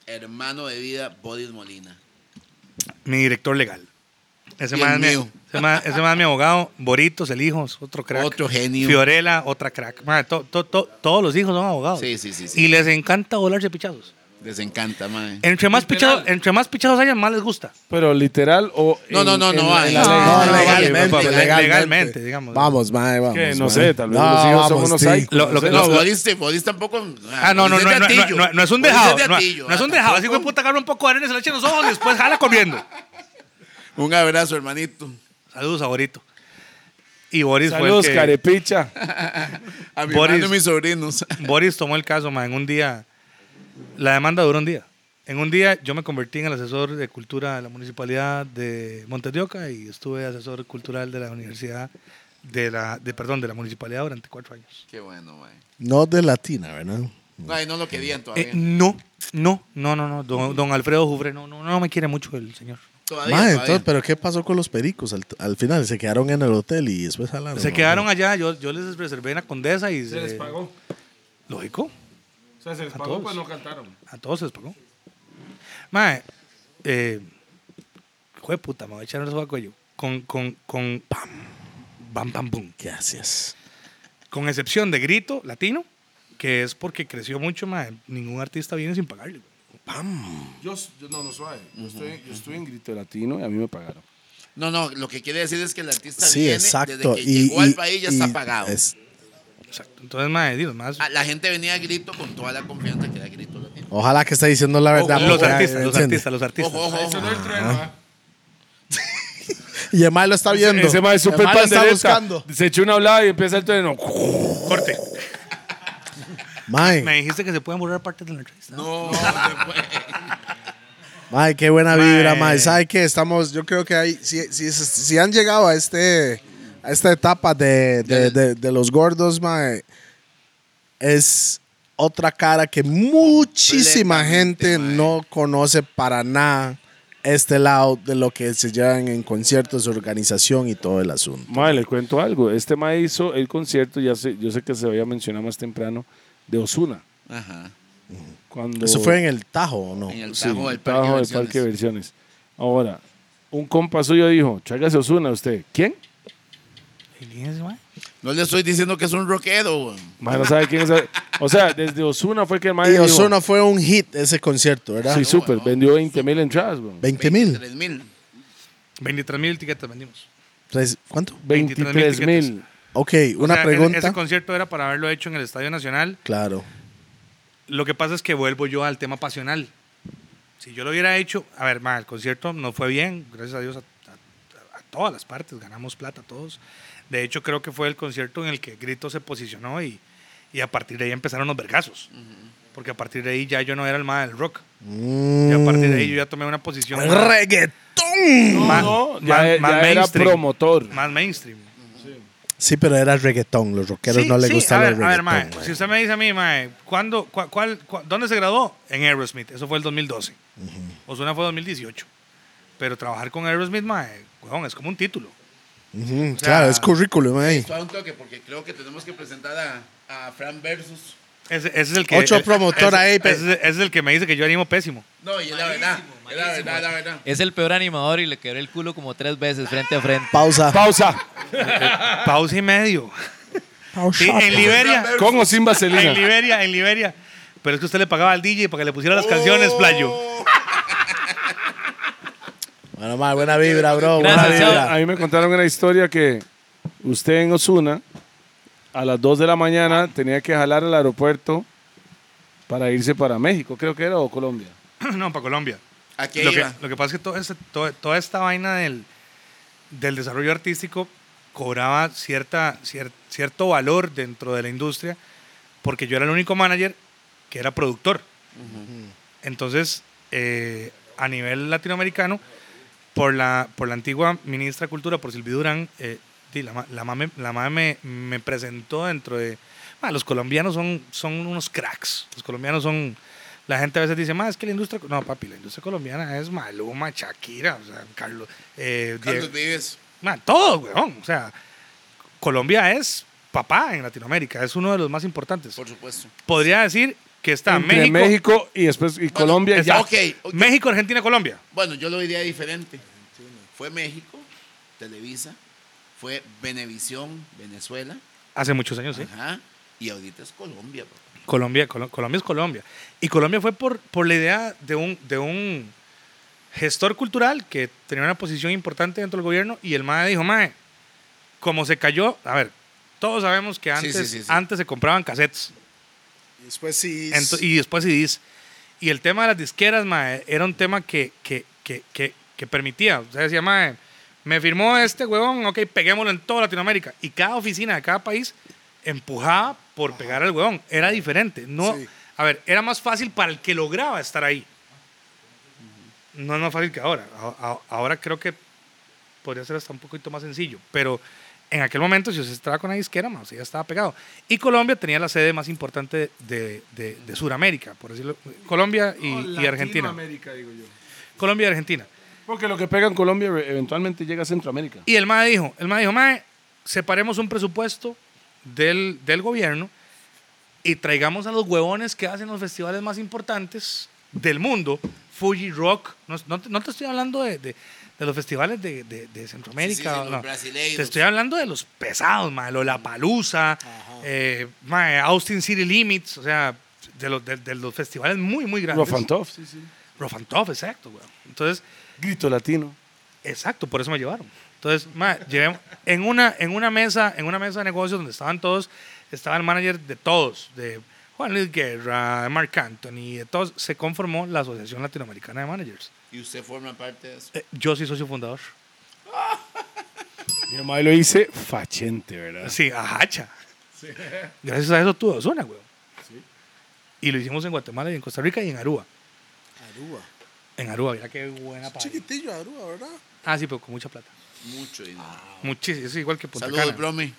Speaker 4: hermano de vida, Bodis Molina.
Speaker 3: Mi director legal. Ese
Speaker 4: Y el
Speaker 3: mae me,
Speaker 4: mío.
Speaker 3: Ese más, ese mae es mi abogado. Boritos, el hijo, es otro crack.
Speaker 4: Otro genio.
Speaker 3: Fiorella, otra crack. Mae, to- to- to- todos los hijos son abogados.
Speaker 4: Sí, sí, sí, sí.
Speaker 3: Y les encanta volarse pichazos.
Speaker 4: Les encanta, mae.
Speaker 3: Entre más, pichados, entre más pichados hayan, más les gusta.
Speaker 5: Pero literal o.
Speaker 4: No,
Speaker 5: en-
Speaker 4: no, no,
Speaker 5: en-
Speaker 4: no,
Speaker 5: en
Speaker 4: no,
Speaker 5: ley.
Speaker 4: Ah, no,
Speaker 5: No,
Speaker 3: legalmente,
Speaker 5: papá,
Speaker 3: legal. legalmente, digamos.
Speaker 2: Vamos, mae, vamos.
Speaker 5: Que no
Speaker 2: mae.
Speaker 5: sé, tal vez
Speaker 2: No,
Speaker 5: los hijos son
Speaker 2: vamos,
Speaker 5: unos
Speaker 2: sí.
Speaker 5: psychos.
Speaker 3: Lo- lo que-
Speaker 5: No
Speaker 4: Los
Speaker 5: sé.
Speaker 4: bodis, bodis tampoco.
Speaker 3: Ah, no, no,
Speaker 4: bodis
Speaker 3: no,
Speaker 4: de
Speaker 3: no,
Speaker 4: gatillo.
Speaker 3: no, no, no es un
Speaker 4: Bodis
Speaker 3: dejado.
Speaker 4: de
Speaker 3: No,
Speaker 4: gatillo,
Speaker 3: no es un
Speaker 4: ah,
Speaker 3: dejado. Así que
Speaker 4: tampoco.
Speaker 3: puta agarra un poco de arena y se la echa en los ojos y después jala corriendo.
Speaker 4: Un abrazo, hermanito.
Speaker 3: Saludos a Borito. Y Boris fue el
Speaker 5: Saludos,
Speaker 3: que-
Speaker 5: carepicha.
Speaker 4: A mi
Speaker 3: Boris.
Speaker 4: hermano y mis sobrinos.
Speaker 3: Boris tomó el caso, ma, en un día. La demanda duró un día. En un día yo me convertí en el asesor de cultura de la municipalidad de Montedioca y estuve asesor cultural de la universidad de la, de, perdón, de la municipalidad durante cuatro años.
Speaker 4: Qué bueno, mae.
Speaker 2: No de latina, ¿verdad?
Speaker 4: No, ahí no lo querían todavía.
Speaker 3: Eh, no, no, no, no, no. Don, don Alfredo Jufre, no, no, no me quiere mucho el señor.
Speaker 4: todavía,
Speaker 2: Mae,
Speaker 4: todavía.
Speaker 2: entonces, ¿pero qué pasó con los pericos al, al final? ¿Se quedaron en el hotel y después jalaron?
Speaker 3: Se
Speaker 2: ¿no?
Speaker 3: quedaron allá, yo, yo les reservé en la condesa y
Speaker 6: Se les pagó.
Speaker 3: Lógico.
Speaker 6: O sea, se les
Speaker 3: A
Speaker 6: pagó,
Speaker 3: todos.
Speaker 6: pues no cantaron.
Speaker 3: A todos se les pagó. Mae, eh, hijo de puta, me voy a echar un sobaco yo. Con, con, con, pam, bam, pam, pum.
Speaker 2: Gracias.
Speaker 3: Con excepción de Grito Latino, que es porque creció mucho, mae. Ningún artista viene sin pagarle. güey.
Speaker 5: Yo, yo- no, no suave. Yo estoy, yo estoy en grito latino y a mí me pagaron.
Speaker 4: No, no, lo que quiere decir es que el artista
Speaker 2: Sí,
Speaker 4: viene
Speaker 2: exacto.
Speaker 4: desde que
Speaker 2: y,
Speaker 4: llegó
Speaker 2: y-
Speaker 4: al país ya está
Speaker 2: y
Speaker 4: pagado.
Speaker 2: es-
Speaker 3: Exacto. Entonces, mae, digo, más.
Speaker 2: Pues,
Speaker 4: Ah, La gente venía a grito con toda la confianza que da grito latino.
Speaker 2: ojalá que esté diciendo la verdad.
Speaker 3: Los
Speaker 2: porque,
Speaker 3: artistas,
Speaker 2: ¿me
Speaker 3: los
Speaker 2: entiende?
Speaker 3: artistas, los artistas.
Speaker 4: Ojo, ojo,
Speaker 6: Eso
Speaker 4: ojo.
Speaker 6: no es el trueno, ¿ah?
Speaker 2: Y el mae lo está viendo.
Speaker 5: Ese mae es
Speaker 2: El
Speaker 5: súper
Speaker 2: mae lo está
Speaker 5: pandereta.
Speaker 2: buscando.
Speaker 5: Se echó una hablada y empieza el trueno.
Speaker 3: Corte.
Speaker 2: Mae,
Speaker 3: Me dijiste que se pueden borrar partes de la entrevista.
Speaker 4: No, se fue.
Speaker 2: Mae, qué buena vibra,
Speaker 3: Mae.
Speaker 2: mae. ¿Sabe qué? Estamos, yo creo que hay, si, si, si han llegado a este a esta etapa de, de- de- de los gordos, mae, es otra cara que muchísima
Speaker 4: Completamente,
Speaker 2: gente
Speaker 4: mae.
Speaker 2: no conoce para nada este lado de lo que se llevan en conciertos, organización y todo el asunto.
Speaker 5: Mae, le cuento algo. Este mae hizo el concierto, ya sé, yo sé que se había mencionado más temprano, de Osuna.
Speaker 4: Ajá.
Speaker 5: Cuando
Speaker 2: ¿Eso fue en el Tajo o no?
Speaker 4: En el
Speaker 5: Oh. Sí,
Speaker 4: tajo del parque.
Speaker 5: trabajo
Speaker 4: de
Speaker 5: del
Speaker 4: versiones.
Speaker 5: Parque de Versiones. Ahora, un compa suyo dijo, tráigase Osuna usted. ¿Quién?
Speaker 3: ¿Y quién es, mae?
Speaker 4: No le estoy diciendo que es un rockero, güey.
Speaker 5: Mae, no sabe quién es. O sea, desde Osuna fue que el mae
Speaker 2: Y
Speaker 5: dijo,
Speaker 2: Ozuna fue un hit ese concierto, ¿verdad?
Speaker 5: Sí, súper. Vendió 20 mil entradas, bro.
Speaker 2: 20 mil.
Speaker 4: 23 mil.
Speaker 3: 23 mil etiquetas vendimos.
Speaker 2: ¿Cuánto?
Speaker 5: 23 mil.
Speaker 2: Ok,
Speaker 3: O
Speaker 2: una
Speaker 3: sea, ese-
Speaker 2: pregunta.
Speaker 3: Ese concierto era para haberlo hecho en el Estadio Nacional.
Speaker 2: claro.
Speaker 3: Lo que pasa es que vuelvo yo al tema pasional. Si yo lo hubiera hecho, a ver, ma, el concierto no fue bien, gracias a Dios, a, a- a todas las partes, ganamos plata todos. De hecho, creo que fue el concierto en el que Grito se posicionó y, y a partir de ahí empezaron los vergazos. Porque a partir de ahí ya yo no era el más del rock. Y a partir de ahí yo ya tomé una posición más,
Speaker 2: ¡Reggaetón!
Speaker 3: más-
Speaker 5: No,
Speaker 3: más-
Speaker 5: ya,
Speaker 3: más
Speaker 5: ya era
Speaker 3: Ah, mainstream,
Speaker 5: promotor.
Speaker 3: Más mainstream.
Speaker 2: Sí, pero era reggaetón. Los rockeros
Speaker 3: Sí,
Speaker 2: no les
Speaker 3: sí,
Speaker 2: gusta
Speaker 3: a
Speaker 2: el
Speaker 3: ver, a ver,
Speaker 2: reggaetón.
Speaker 3: mae,
Speaker 2: mae.
Speaker 3: si usted me dice a mí, mae, ¿cuándo, cua- cuál- cua- ¿dónde se graduó? En Aerosmith, eso fue el 2012. Ozuna fue 2018. Pero trabajar con Aerosmith, mae, huevón, es como un título.
Speaker 2: Ujú,
Speaker 3: sea-
Speaker 2: claro, es currículum ahí.
Speaker 4: Suave un toque porque creo que tenemos que presentar a, a Fran Versus.
Speaker 3: Ese, ese es el que...
Speaker 2: Ocho
Speaker 3: el-
Speaker 2: promotor
Speaker 3: ese-
Speaker 2: ahí, pe-
Speaker 3: Ese, ese es el que me dice que yo animo pésimo.
Speaker 4: No, y es la verdad. Es la verdad, es la verdad.
Speaker 10: Es el peor animador y le quebré el culo como tres veces frente a frente.
Speaker 2: Pausa.
Speaker 5: Pausa.
Speaker 3: Pausa y medio.
Speaker 2: Pausa.
Speaker 3: Sí, en Liberia,
Speaker 5: Con o sin
Speaker 3: en
Speaker 5: vaselina.
Speaker 3: Liberia, en Liberia. Pero es que usted le pagaba al DJ para que le pusiera las canciones, playo.
Speaker 2: Bueno, mae, buena vibra, bro.
Speaker 10: Gracias,
Speaker 2: buena
Speaker 10: chao.
Speaker 2: vibra.
Speaker 5: A mí me contaron una historia que usted en Osuna, a las 2 de la mañana, tenía que jalar al aeropuerto para irse para México, creo que era, o Colombia.
Speaker 3: no, para Colombia.
Speaker 4: ¿A qué
Speaker 3: lo, que,
Speaker 4: iba?
Speaker 3: lo que pasa es que todo ese- todo- toda esta vaina del, del desarrollo artístico cobraba cierta, cier- cierto valor dentro de la industria porque yo era el único manager que era productor. Entonces, eh, a nivel latinoamericano, por la, por la antigua ministra de Cultura, por Silvi Durán, eh, sí, la, ma- la ma me- la ma me, me presentó dentro de... "Ma, los colombianos son, son unos cracks. Los colombianos son... La gente a veces dice, más es que la industria... No, papi, la industria colombiana es Maluma, Shakira, o sea, Carlos... eh,
Speaker 4: Carlos
Speaker 3: Diego-
Speaker 4: Vives.
Speaker 3: Ma, todo, weón. O sea, Colombia es papá en Latinoamérica. Es uno de los más importantes.
Speaker 4: Por supuesto.
Speaker 3: Podría decir que está
Speaker 5: Entre
Speaker 3: Ah, México,
Speaker 5: México, y después y Colombia. y
Speaker 3: está
Speaker 5: Ya.
Speaker 4: Ok, ok.
Speaker 3: México, Argentina, Colombia.
Speaker 4: Bueno, yo lo diría diferente. Fue México, Televisa, fue Benevisión, Venezuela,
Speaker 3: Hace muchos años, sí.
Speaker 4: ajá, y ahorita es Colombia. papá.
Speaker 3: Colombia, Colo- Colombia es Colombia. Y Colombia fue por, por la idea de un, de un gestor cultural que tenía una posición importante dentro del gobierno y el MAE dijo, MAE, como se cayó, a ver, todos sabemos que
Speaker 4: Sí,
Speaker 3: antes,
Speaker 4: sí, sí, sí.
Speaker 3: antes se compraban cassettes
Speaker 2: Después sí.
Speaker 3: ento- y después CDs. Y el tema de las disqueras, mae, era un tema que, que, que, que, que permitía. Usted decía, mae, me firmó este huevón, ok, peguémoslo en toda Latinoamérica. Y cada oficina de cada país empujaba por pegar al huevón. Era diferente. No,
Speaker 2: Sí.
Speaker 3: A ver, era más fácil para el que lograba estar ahí. No es más fácil que ahora. A- a- Ahora creo que podría ser hasta un poquito más sencillo. Pero en aquel momento, si usted estaba con la disquera, más, ya estaba pegado. Y Colombia tenía la sede más importante de, de, de Sudamérica, por decirlo. Colombia y, y Argentina.
Speaker 5: América, digo yo.
Speaker 3: Colombia y Argentina.
Speaker 5: Porque lo que pega en Colombia re- eventualmente llega a Centroamérica.
Speaker 3: Y el MAE dijo, el MAE dijo, MAE, separemos un presupuesto del, del gobierno y traigamos a los huevones que hacen los festivales más importantes del mundo, Fuji Rock, no, no te, no te estoy hablando de, de- de los festivales de, de- de
Speaker 4: Sí, sí,
Speaker 3: Centroamérica,
Speaker 4: sí, los
Speaker 3: no.
Speaker 4: brasileiros.
Speaker 3: te estoy hablando de los pesados, MAE, Lollapalooza, eh, mae, Austin City Limits, o sea, de los, de, de los festivales muy, muy grandes.
Speaker 5: Rough and Tough, sí, sí.
Speaker 3: Rough and Tough, exacto, weón. Entonces...
Speaker 5: Grito latino.
Speaker 3: Exacto, por eso me llevaron. Entonces, ma, llevé- en, una, en, una mesa, en una mesa de negocios donde estaban todos, estaba el manager de todos, de Juan Luis Guerra, de Marc Anthony, de todos, se conformó la Asociación Latinoamericana de Managers.
Speaker 4: Y usted forma parte de eso.
Speaker 3: Eh, yo soy socio fundador.
Speaker 5: Mi mamá lo dice fachente, ¿verdad?
Speaker 3: Sí, ajacha. Gracias a eso tuve Osuna, güey. Y lo hicimos en Guatemala y en Costa Rica y en Aruba.
Speaker 2: Aruba.
Speaker 3: En Aruba, mira qué buena paga.
Speaker 2: Chiquitillo Aruba, ¿verdad? Ah,
Speaker 3: Ah, sí, pero con mucha plata.
Speaker 4: Mucho dinero.
Speaker 3: Ah, Muchísimo, es igual que Punta
Speaker 4: Saludos,
Speaker 3: Cana.
Speaker 4: Bromi.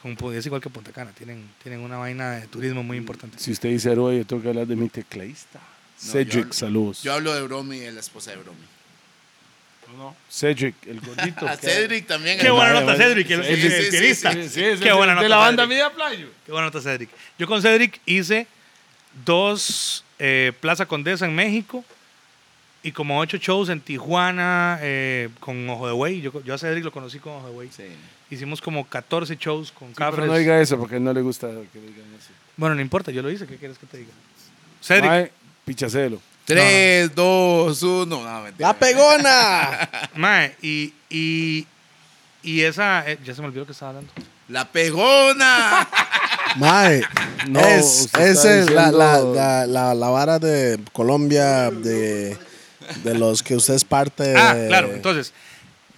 Speaker 3: Con pu- es igual que Punta Cana, tienen, tienen una vaina de turismo muy importante.
Speaker 5: Si usted dice Aruba, yo tengo que hablar de mi tecladista. Cedric,
Speaker 4: yo-
Speaker 5: saludos.
Speaker 4: Yo hablo de Bromi y de la esposa de Bromi.
Speaker 5: Cedric, el gordito.
Speaker 3: Ah,
Speaker 4: A Cedric también.
Speaker 3: Qué
Speaker 4: el-
Speaker 3: buena
Speaker 5: Vale,
Speaker 3: nota,
Speaker 5: vale.
Speaker 3: Cedric, el,
Speaker 5: Sí,
Speaker 3: el
Speaker 5: sí, sí,
Speaker 3: pianista.
Speaker 4: sí,
Speaker 6: Sí, es
Speaker 3: Qué
Speaker 6: el-
Speaker 3: buena nota.
Speaker 6: de la banda
Speaker 3: Cedric.
Speaker 6: mía, Playo.
Speaker 3: Qué buena nota, Cedric. Yo con Cedric hice dos eh, Plaza Condesa en México y como ocho shows en Tijuana eh, con Ojo de Güey. Yo, yo a Cedric lo conocí con Ojo de Güey.
Speaker 4: Sí.
Speaker 3: Hicimos como 14 shows con
Speaker 5: Ah, Pero
Speaker 3: Cafres.
Speaker 5: no diga eso porque no le gusta que le digan eso.
Speaker 3: bueno, no importa, yo lo hice. ¿Qué quieres que te diga? Cedric.
Speaker 5: Mae, pichacelo.
Speaker 4: Tres, dos, uno. No, mentira.
Speaker 2: ¡La pegona!
Speaker 3: Mae, y, y, y esa... eh, ya se me olvidó que estaba hablando.
Speaker 4: La pegona.
Speaker 2: Mae,
Speaker 5: No,
Speaker 2: es,
Speaker 5: usted
Speaker 2: es
Speaker 5: está
Speaker 2: el- la, la,
Speaker 5: diciendo-
Speaker 2: la, la, la vara de Colombia, de, de los que usted es parte de...
Speaker 3: Ah, claro. Entonces,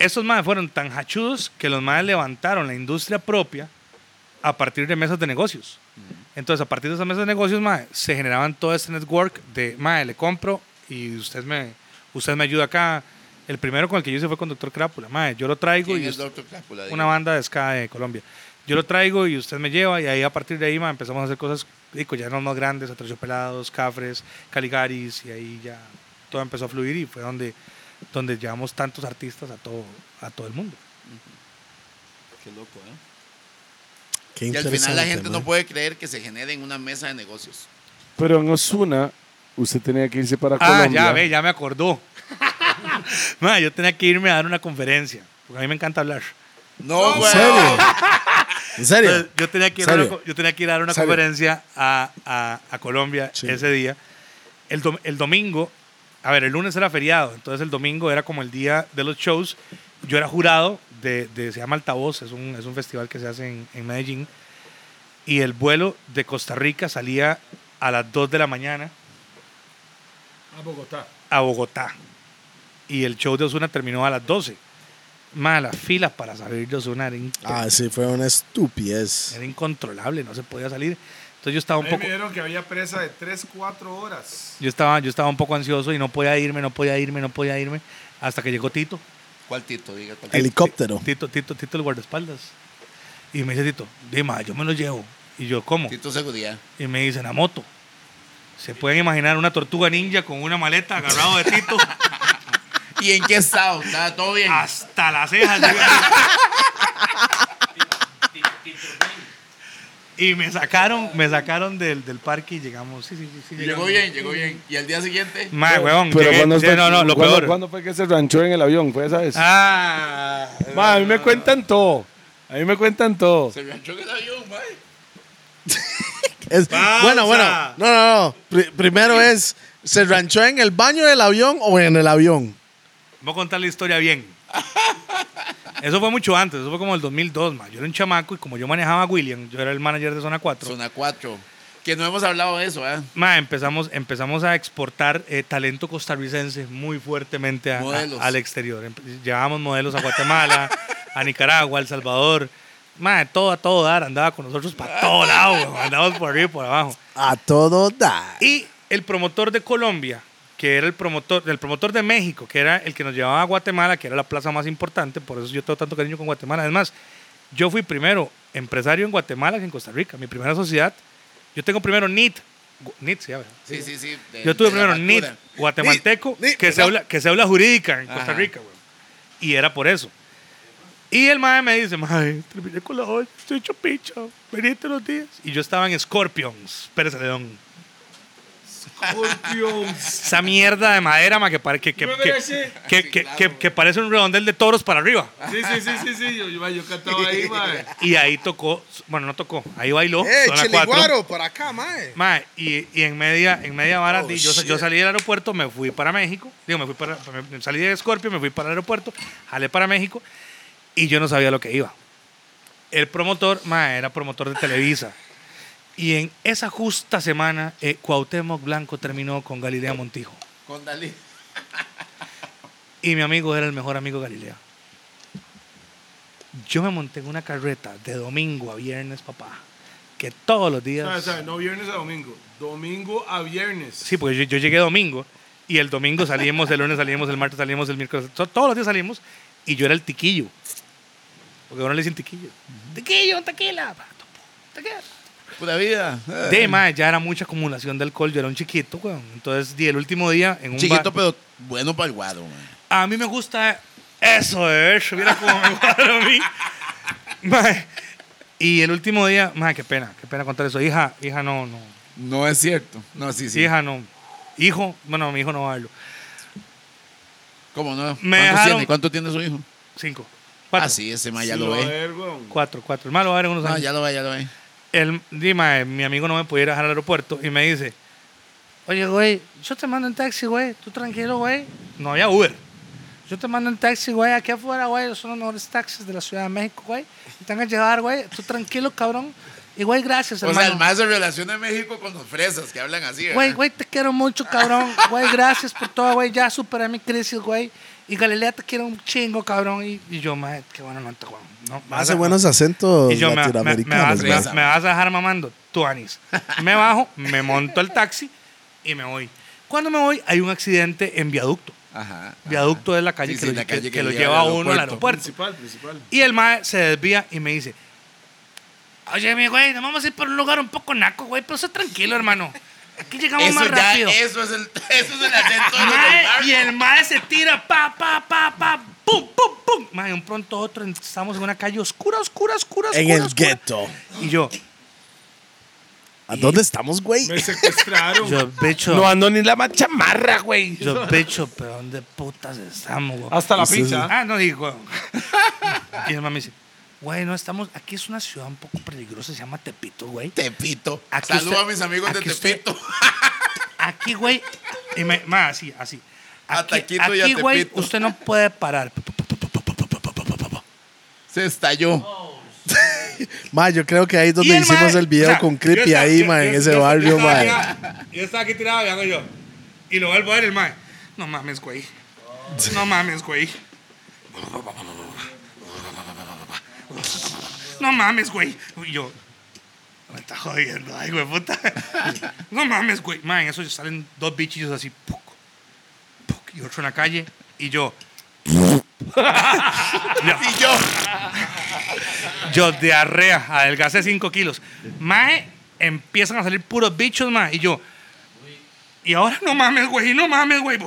Speaker 3: estos madres fueron tan hachudos que los madres levantaron la industria propia a partir de mesas de negocios. Entonces, a partir de esas mesas de negocios, madre, se generaban todo este network de, madre, le compro y usted me, usted me ayuda acá. El primero con el que yo hice fue con Doctor Crápula, madre, yo lo traigo
Speaker 4: ¿Quién
Speaker 3: y
Speaker 4: es
Speaker 3: usted-
Speaker 4: Dr. Crápula?
Speaker 3: una
Speaker 4: Diga.
Speaker 3: banda de ska de Colombia. Yo lo traigo y usted me lleva y ahí a partir de ahí, madre, empezamos a hacer cosas rico, ya no más grandes, aterciopelados, cafres, caligaris y ahí ya todo empezó a fluir y fue donde donde llevamos tantos artistas a todo, a todo el mundo.
Speaker 4: Qué loco, ¿eh?
Speaker 2: Qué
Speaker 4: Y al final la
Speaker 2: interesante,
Speaker 4: gente no
Speaker 2: mae.
Speaker 4: puede creer que se genere en una mesa de negocios.
Speaker 5: Pero en Osuna, usted tenía que irse para
Speaker 3: Ah,
Speaker 5: Colombia.
Speaker 3: ya ve, ya me acordó. Ma, yo tenía que irme a dar una conferencia, porque a mí me encanta hablar.
Speaker 4: No, güey.
Speaker 2: ¿En serio?
Speaker 3: Entonces, yo, tenía que ir a
Speaker 2: ¿Serio?
Speaker 3: una co- yo tenía que ir a dar una
Speaker 2: ¿Serio?
Speaker 3: conferencia a, a- a Colombia
Speaker 2: Sí.
Speaker 3: ese día. El, dom- el domingo, a ver, el lunes era feriado, entonces el domingo era como el día de los shows. Yo era jurado de, de- se llama Altavoz, es un, es un festival que se hace en, en Medellín. Y el vuelo de Costa Rica salía a las 2 de la mañana
Speaker 6: A Bogotá.
Speaker 3: a Bogotá. Y el show de Osuna terminó a las 12. Más las filas para salir de Osuna era, in-
Speaker 2: Ah, sí, fue una estupidez.
Speaker 3: era incontrolable, no se podía salir. Entonces yo estaba un
Speaker 6: Ahí
Speaker 3: poco...
Speaker 6: me dieron que había presa de 3, 4 horas.
Speaker 3: Yo estaba, yo estaba un poco ansioso y no podía irme, no podía irme, no podía irme. Hasta que llegó Tito.
Speaker 4: ¿Cuál Tito? Diga, ¿cuál Tito?
Speaker 2: Helicóptero.
Speaker 3: Tito, Tito, Tito el guardaespaldas. Y me dice Tito, Dima, yo me lo llevo. Y yo, ¿cómo?
Speaker 4: Tito Seguridad.
Speaker 3: Y me dicen, a moto. Se pueden imaginar una tortuga ninja con una maleta agarrado de Tito
Speaker 4: ¿Y en qué estado? ¿Está todo bien?
Speaker 3: Ah, hasta las cejas. Y me sacaron, me sacaron del, del parque y llegamos. Sí, sí, sí. sí,
Speaker 4: Llegó
Speaker 3: llegamos.
Speaker 4: bien, llegó bien. Y al día siguiente,
Speaker 3: Mae, huevón.
Speaker 5: Pero
Speaker 3: llegué-
Speaker 5: cuando
Speaker 3: sí, no, no, lo
Speaker 5: ¿cuándo-
Speaker 3: peor.
Speaker 5: ¿Cuándo fue que se ranchó en el avión? Fue esa vez.
Speaker 3: Ah.
Speaker 5: Ma, a mí me cuentan todo. A mí me cuentan todo.
Speaker 4: se ganchó en el avión, mae.
Speaker 2: Es-
Speaker 3: Pausa.
Speaker 2: bueno, bueno. No, no, no. Pri- primero es, ¿se ranchó en el baño del avión o en el avión?
Speaker 3: Voy a contar la historia bien. Eso fue mucho antes, eso fue como el 2002, mae. Yo era un chamaco y como yo manejaba a William, yo era el manager de Zona 4.
Speaker 4: Zona 4. Que no hemos hablado de eso, ¿eh?
Speaker 3: Ma, empezamos, empezamos a exportar eh, talento costarricense muy fuertemente a- a-
Speaker 4: Modelos.
Speaker 3: al exterior. Empe- Llevábamos modelos a Guatemala, a Nicaragua, a El Salvador. Ma, todo a todo dar, andaba con nosotros para todo lado, weón. andábamos por arriba y por abajo.
Speaker 2: A todo dar.
Speaker 3: Y el promotor de Colombia, que era el promotor, el promotor de México, que era el que nos llevaba a Guatemala, que era la plaza más importante, por eso yo tengo tanto cariño con Guatemala. Además, yo fui primero empresario en Guatemala que en Costa Rica, mi primera sociedad. Yo tengo primero NIT, Gu- NIT se llama.
Speaker 4: Sí, sí, sí. de-
Speaker 3: Yo tuve
Speaker 4: de la
Speaker 3: primero NIT
Speaker 4: factura.
Speaker 3: guatemalteco,
Speaker 2: NIT,
Speaker 3: que, se
Speaker 2: ¿verdad?
Speaker 3: habla, que se habla jurídica en Costa
Speaker 4: Ajá.
Speaker 3: Rica, güey. Y era por eso. Y el mae me dice, mae, terminé con la olla, estoy hecho picha, veniste los días. Y yo estaba en Scorpions, Pérez León. Esa mierda de madera, ma, que, pare- que, que,
Speaker 6: Yo me
Speaker 3: que,
Speaker 6: agradece.
Speaker 3: que- que- que- que parece un redondel de toros para arriba.
Speaker 6: Sí, sí, sí, sí, sí. Yo, yo, yo cantaba ahí, mae.
Speaker 3: Y ahí tocó, bueno, no tocó, ahí bailó.
Speaker 2: Eh,
Speaker 3: Zona Cuatro.
Speaker 2: Chiliguaro, por acá, mae.
Speaker 3: Mae, y, y en media, en media vara,
Speaker 2: Oh,
Speaker 3: di, yo, sa- yo
Speaker 2: shit.
Speaker 3: salí del aeropuerto, me fui para México. Digo, me fui para, me- me- salí de Scorpio, me fui para el aeropuerto, jalé para México y yo no sabía lo que iba. El promotor, mae, era promotor de Televisa. Y en esa justa semana, eh, Cuauhtémoc Blanco terminó con Galilea Montijo.
Speaker 4: Con Dalí.
Speaker 3: Y mi amigo era el mejor amigo de Galilea. Yo me monté en una carreta de domingo a viernes, papá, que todos los días...
Speaker 6: Sabe, sabe, No viernes a domingo. Domingo a viernes.
Speaker 3: Sí, porque yo, yo llegué domingo y el domingo salimos, el lunes salimos, el martes salimos, el miércoles, to- todos los días salimos y yo era el tiquillo. Porque ahora le dicen tiquillo. Tiquillo, tequila. pa, tu pu-
Speaker 4: Eh.
Speaker 3: tequila.
Speaker 4: Pura vida.
Speaker 3: De más, ya era mucha acumulación de alcohol, yo era un chiquito, weón. Entonces, di el último día en un bar-
Speaker 4: Chiquito, pero bueno para el guado, mae.
Speaker 3: A mí me gusta eso, de hecho, mira cómo me guardo a mí. Mae, Y el último día, más qué pena, qué pena contar eso. Hija, hija, no, no.
Speaker 4: No es cierto. No, sí, sí.
Speaker 3: Hija, no. Hijo, bueno, mi hijo no va a verlo.
Speaker 4: ¿Cómo no?
Speaker 3: Me
Speaker 4: ¿Cuántos
Speaker 3: dejaron-
Speaker 4: tiene? ¿Cuánto tiene su hijo?
Speaker 3: Cinco. Cuatro.
Speaker 4: Ah, sí, ese mae ya
Speaker 6: Sí,
Speaker 4: lo
Speaker 6: va a
Speaker 4: ve.
Speaker 6: ver, weón.
Speaker 3: Cuatro, cuatro. El malo va a dar en unos
Speaker 4: No,
Speaker 3: años.
Speaker 4: ya lo ve, ya lo ve.
Speaker 3: El, dime, mi amigo no me podía ir a dejar al aeropuerto y me dice, oye, güey, yo te mando en taxi, güey. Tú tranquilo, güey. No había Uber. Yo te mando en taxi, güey. Aquí afuera, güey. Son los mejores taxis de la Ciudad de México, güey. Y te van a llevar, güey. Tú tranquilo, cabrón. Y, güey, gracias,
Speaker 4: O
Speaker 3: hermano.
Speaker 4: sea, el mae se relaciona en México con los fresas que hablan así, ¿verdad?
Speaker 3: Güey, güey, te quiero mucho, cabrón. Güey, gracias por todo, güey. Ya superé mi crisis, güey. Y Galilea te quiero un chingo, cabrón. Y, y yo, madre, qué bueno, no te güey. No,
Speaker 2: Hace
Speaker 3: vas a-
Speaker 2: buenos acentos
Speaker 3: Y yo me, me- me vas,
Speaker 2: latinoamericanos.
Speaker 3: me-
Speaker 2: mae.
Speaker 4: mae.
Speaker 3: me vas a dejar mamando, tú, Anis. Me bajo, me monto el taxi y me voy. Cuando me voy, hay un accidente en viaducto.
Speaker 4: Ajá.
Speaker 3: Viaducto es la calle,
Speaker 4: Ah, Sí,
Speaker 3: que, lo,
Speaker 4: sí, la
Speaker 3: que-
Speaker 4: calle
Speaker 3: que
Speaker 4: que
Speaker 3: lo
Speaker 4: lleva
Speaker 3: lleva
Speaker 4: al
Speaker 3: a uno al
Speaker 4: aeropuerto.
Speaker 6: Principal,
Speaker 3: aeropuerto.
Speaker 6: principal.
Speaker 3: Y el mae se desvía y me dice, oye, mi güey, nos vamos a ir por un lugar un poco naco, güey, pero sé tranquilo, hermano. Aquí llegamos
Speaker 4: Eso
Speaker 3: más
Speaker 4: ya,
Speaker 3: rápido.
Speaker 4: eso es el, eso es el acento de los
Speaker 3: Mae,
Speaker 4: del barrio.
Speaker 3: y el mae se tira, pa, pa, pa, pa, pum, pum, pum. Mae, un pronto otro, estamos en una calle oscura, oscura, oscura,
Speaker 2: En
Speaker 3: oscura,
Speaker 2: el
Speaker 3: oscura.
Speaker 2: gueto.
Speaker 3: Y yo,
Speaker 2: ¿A dónde estamos, güey?
Speaker 6: Me secuestraron.
Speaker 3: yo, bicho,
Speaker 5: No ando ni la más chamarra, güey.
Speaker 3: Yo, pecho, pero ¿dónde putas estamos, güey?
Speaker 5: Hasta la
Speaker 2: Sí, sí,
Speaker 5: pizza.
Speaker 3: Ah, no digo. y el mami dice, güey, no estamos. Aquí es una ciudad un poco peligrosa, se llama Tepito, güey.
Speaker 4: Tepito.
Speaker 3: Aquí
Speaker 4: Saludo
Speaker 3: usted-
Speaker 4: a mis amigos de
Speaker 3: aquí usted-
Speaker 4: Tepito.
Speaker 3: Aquí, güey. Y me, ma, así, así.
Speaker 4: A
Speaker 3: Aquí,
Speaker 4: taquito y a
Speaker 3: aquí, güey,
Speaker 4: Tepito.
Speaker 3: usted no puede parar.
Speaker 4: Se estalló.
Speaker 2: Mae, yo creo que ahí es
Speaker 3: Y
Speaker 2: donde
Speaker 3: el
Speaker 2: hicimos
Speaker 3: mae-
Speaker 2: el video
Speaker 3: o sea,
Speaker 2: con
Speaker 3: yo
Speaker 2: Creepy
Speaker 3: estaba-
Speaker 2: ahí,
Speaker 3: yo-
Speaker 2: mae, en
Speaker 3: yo-
Speaker 2: ese
Speaker 3: yo- yo
Speaker 2: barrio,
Speaker 3: estaba
Speaker 2: mae.
Speaker 3: aquí- Yo estaba aquí tirado y hago yo. Y lo vuelvo a ver el mae. No mames, güey. No mames, güey. No mames, güey. Y yo. Me está jodiendo, ay, güey, puta. No mames, güey. Man, eso salen dos bichillos así. puc, puc, y otro en la calle. Y yo.
Speaker 4: Y yo,
Speaker 3: Yo diarrea, adelgacé 5 kilos. Mae, empiezan a salir puros bichos, mae. Y yo, y ahora no mames, güey, no mames, güey.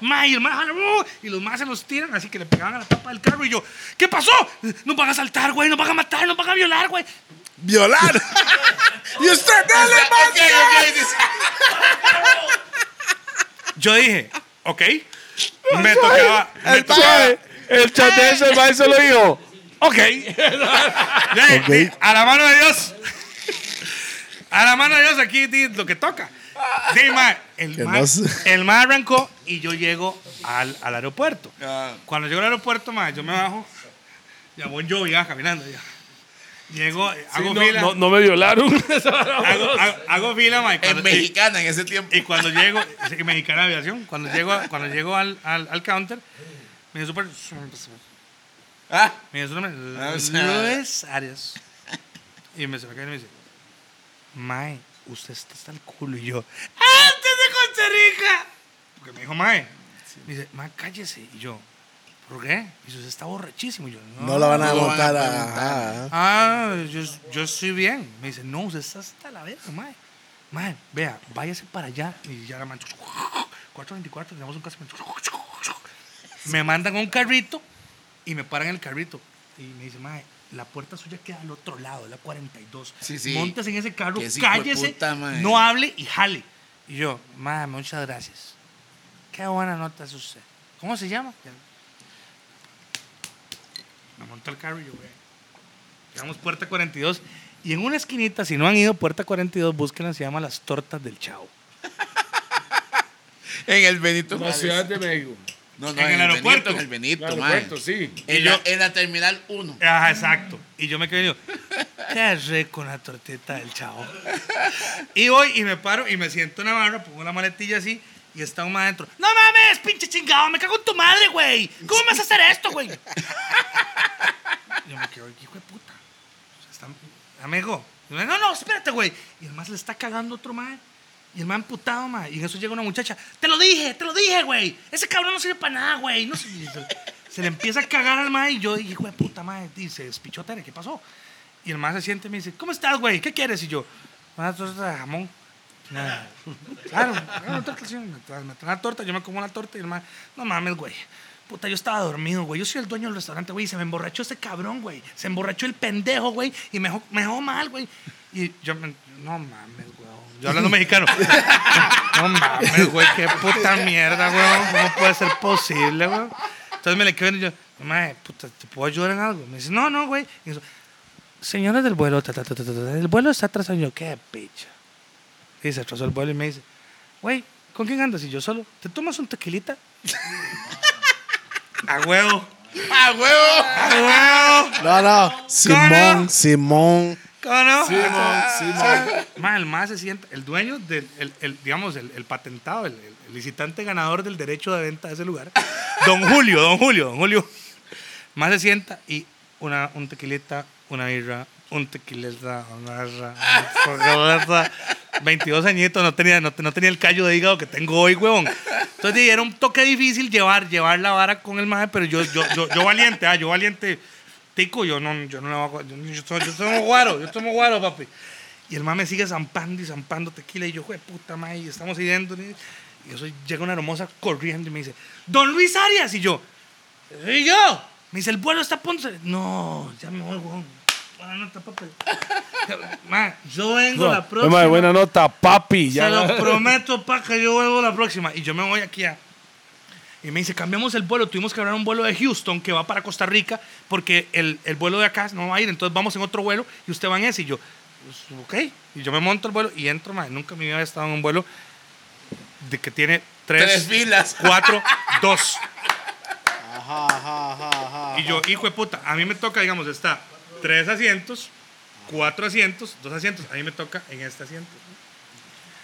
Speaker 3: Mae, y el mae jala, "Uh", y los más se los tiran, así que le pegaban a la tapa del carro. Y yo, ¿qué pasó? Nos van a saltar, güey, nos van a matar, nos van a violar, güey.
Speaker 1: ¡Violar! ¡Y usted no le manda!
Speaker 3: Yo dije, ok, me tocaba, me
Speaker 5: El
Speaker 3: tocaba.
Speaker 5: chat, el chat de ese mae solo dijo.
Speaker 3: Ok. Ya,
Speaker 2: Ok.
Speaker 3: di, A la mano de Dios. A la mano de Dios aquí di lo que toca. Di, ma, el,
Speaker 2: Que
Speaker 3: ma,
Speaker 2: no se-
Speaker 3: el ma arrancó y yo llego al, al aeropuerto.
Speaker 6: Ah.
Speaker 3: Cuando llego al aeropuerto, ma, yo me bajo. Ya voy yo, ya caminando. ya. Llego, eh, hago
Speaker 6: no,
Speaker 3: fila.
Speaker 6: no- no me violaron.
Speaker 3: hago, hago- hago fila, ma, y
Speaker 4: En
Speaker 3: cuando- y-
Speaker 4: mexicana en ese tiempo.
Speaker 3: y cuando llego, sí, mexicana aviación, cuando llego, cuando llego al, al, al counter, me dice súper.
Speaker 6: Ah.
Speaker 3: Me dice su nombre,
Speaker 6: Ah, o sea.
Speaker 3: Luis Arias. Y me se me cae y me dice, Mae, usted está hasta el culo. Y yo, ¡Antes de Costa Rica! Porque me dijo Mae. Me dice, Mae, cállese. Y yo, ¿por qué? Y dice, usted está borrachísimo. Y yo, no.
Speaker 2: No la van a
Speaker 4: No lo van a
Speaker 2: montar a.
Speaker 4: montar.
Speaker 2: ajá.
Speaker 3: Ah, yo, yo estoy bien. Me dice, no, usted está hasta la verga, mae. Mae, vea, váyase para allá. Y ya la mancho. 424, tenemos un caso. Me mandan un carrito y me paran el carrito. Y me dice, mae, la puerta suya queda al otro lado, la 42.
Speaker 4: Sí, sí.
Speaker 3: Montes en ese carro,
Speaker 4: Qué hijo de
Speaker 3: cállese,
Speaker 4: puta, mae.
Speaker 3: no hable y jale. Y yo, mae, muchas gracias. Qué buena nota es usted. ¿Cómo se llama? Ya. Me monto el carro y yo, güey. Llegamos Puerta 42. Y en una esquinita, si no han ido a Puerta 42, búsquenla, se llama Las Tortas del Chavo.
Speaker 4: En el Benito.
Speaker 6: La Ciudad de México.
Speaker 4: No, no,
Speaker 3: en el aeropuerto.
Speaker 4: Benito, En el Benito,
Speaker 6: El
Speaker 4: mae.
Speaker 6: aeropuerto, sí.
Speaker 4: En, la, en la terminal 1.
Speaker 3: Ajá, exacto. Y yo me quedé y digo, qué rico la tortita del Chavo. Y voy y me paro y me siento en la barra, pongo la maletilla así y está un mae adentro. ¡No mames, pinche chingado! ¡Me cago en tu madre, güey! ¿Cómo me vas a hacer esto, güey? Yo me quedo, hijo de puta. O sea, está- amigo. Y yo, no, no, espérate, güey. Y el más le está cagando otro mae. Y el más emputado, mae. Y en eso llega una muchacha. Te lo dije, te lo dije, güey. Ese cabrón no sirve para nada, güey. No sé. Y se, se le empieza a cagar al mae. Y yo dije, hijo de puta, mae. Y se despichó, Tere, ¿qué pasó? Y el más se siente y me dice, ¿cómo estás, güey? ¿Qué quieres? Y yo, una torta de jamón. Nada. Claro, una torta, sí, me traen me traen una torta, yo me como una torta y el más, no mames, güey. Puta, yo estaba dormido, güey. Yo soy el dueño del restaurante, güey. Y se me emborrachó ese cabrón, güey. Se emborrachó el pendejo, güey. Y me dejó, me dejó mal, güey. Y yo, me- no mames, güey. Yo hablando mexicano. no mames, güey. Qué puta mierda, güey. ¿Cómo puede ser posible, güey? Entonces me le quedo y yo, madre, puta, ¿te puedo ayudar en algo? Me dice, no, no, güey. Y yo, Señora del vuelo, ta, ta, ta, ta, ta, ta, el vuelo está atrasado. Y yo, qué picha. Y se atrasó el vuelo y me dice, güey, ¿con quién andas? Y yo solo, ¿te tomas un tequilita? a huevo,
Speaker 4: ¡Ah, huevo!
Speaker 3: a huevo.
Speaker 2: No, no. Simón, Simón.
Speaker 3: ¿Cómo no?
Speaker 5: Simón.
Speaker 3: Ma, el más se sienta, el dueño, del, el, el- digamos, el, el patentado, el, el- el licitante ganador del derecho de venta de ese lugar, don Julio, don Julio, don Julio, más se sienta y una, un tequilita, una birra, un tequileta, una birra, una cerveza. 22 añitos, no tenía, no, te- no tenía el callo de hígado que tengo hoy, huevón. Entonces di, era un toque difícil llevar, llevar la vara con el maje, pero yo, yo, yo, yo valiente, ah, yo valiente, tico, yo no, yo no la voy a- yo, yo, soy- yo tomo guaro, yo tomo guaro, papi. Y el mae me sigue zampando y zampando tequila. Y yo, jue puta mae, y estamos yendo. Y eso llega una hermosa corriendo y me dice, Don Luis Arias. Y yo, ¿y yo? Me dice, el vuelo está a punto. de-". No, ya me voy, weón. Buena nota, papi. Ma, yo vengo la próxima.
Speaker 5: Mae, buena nota, papi. Ya
Speaker 3: Se
Speaker 5: la-
Speaker 3: lo prometo, pa, que yo vuelvo la próxima. Y yo me voy aquí a... Y me dice, cambiamos el vuelo. Tuvimos que hablar un vuelo de Houston que va para Costa Rica porque el, el vuelo de acá no va a ir. Entonces vamos en otro vuelo y usted va en ese. Y yo, pues, ok. Y yo me monto el vuelo y entro, madre. Nunca en mi vida había estado en un vuelo de que tiene
Speaker 4: Tres
Speaker 3: tres,
Speaker 4: filas.
Speaker 3: cuatro, dos. Y yo, hijo de puta, a mí me toca, digamos, está tres asientos, cuatro asientos, dos asientos. A mí me toca en este asiento.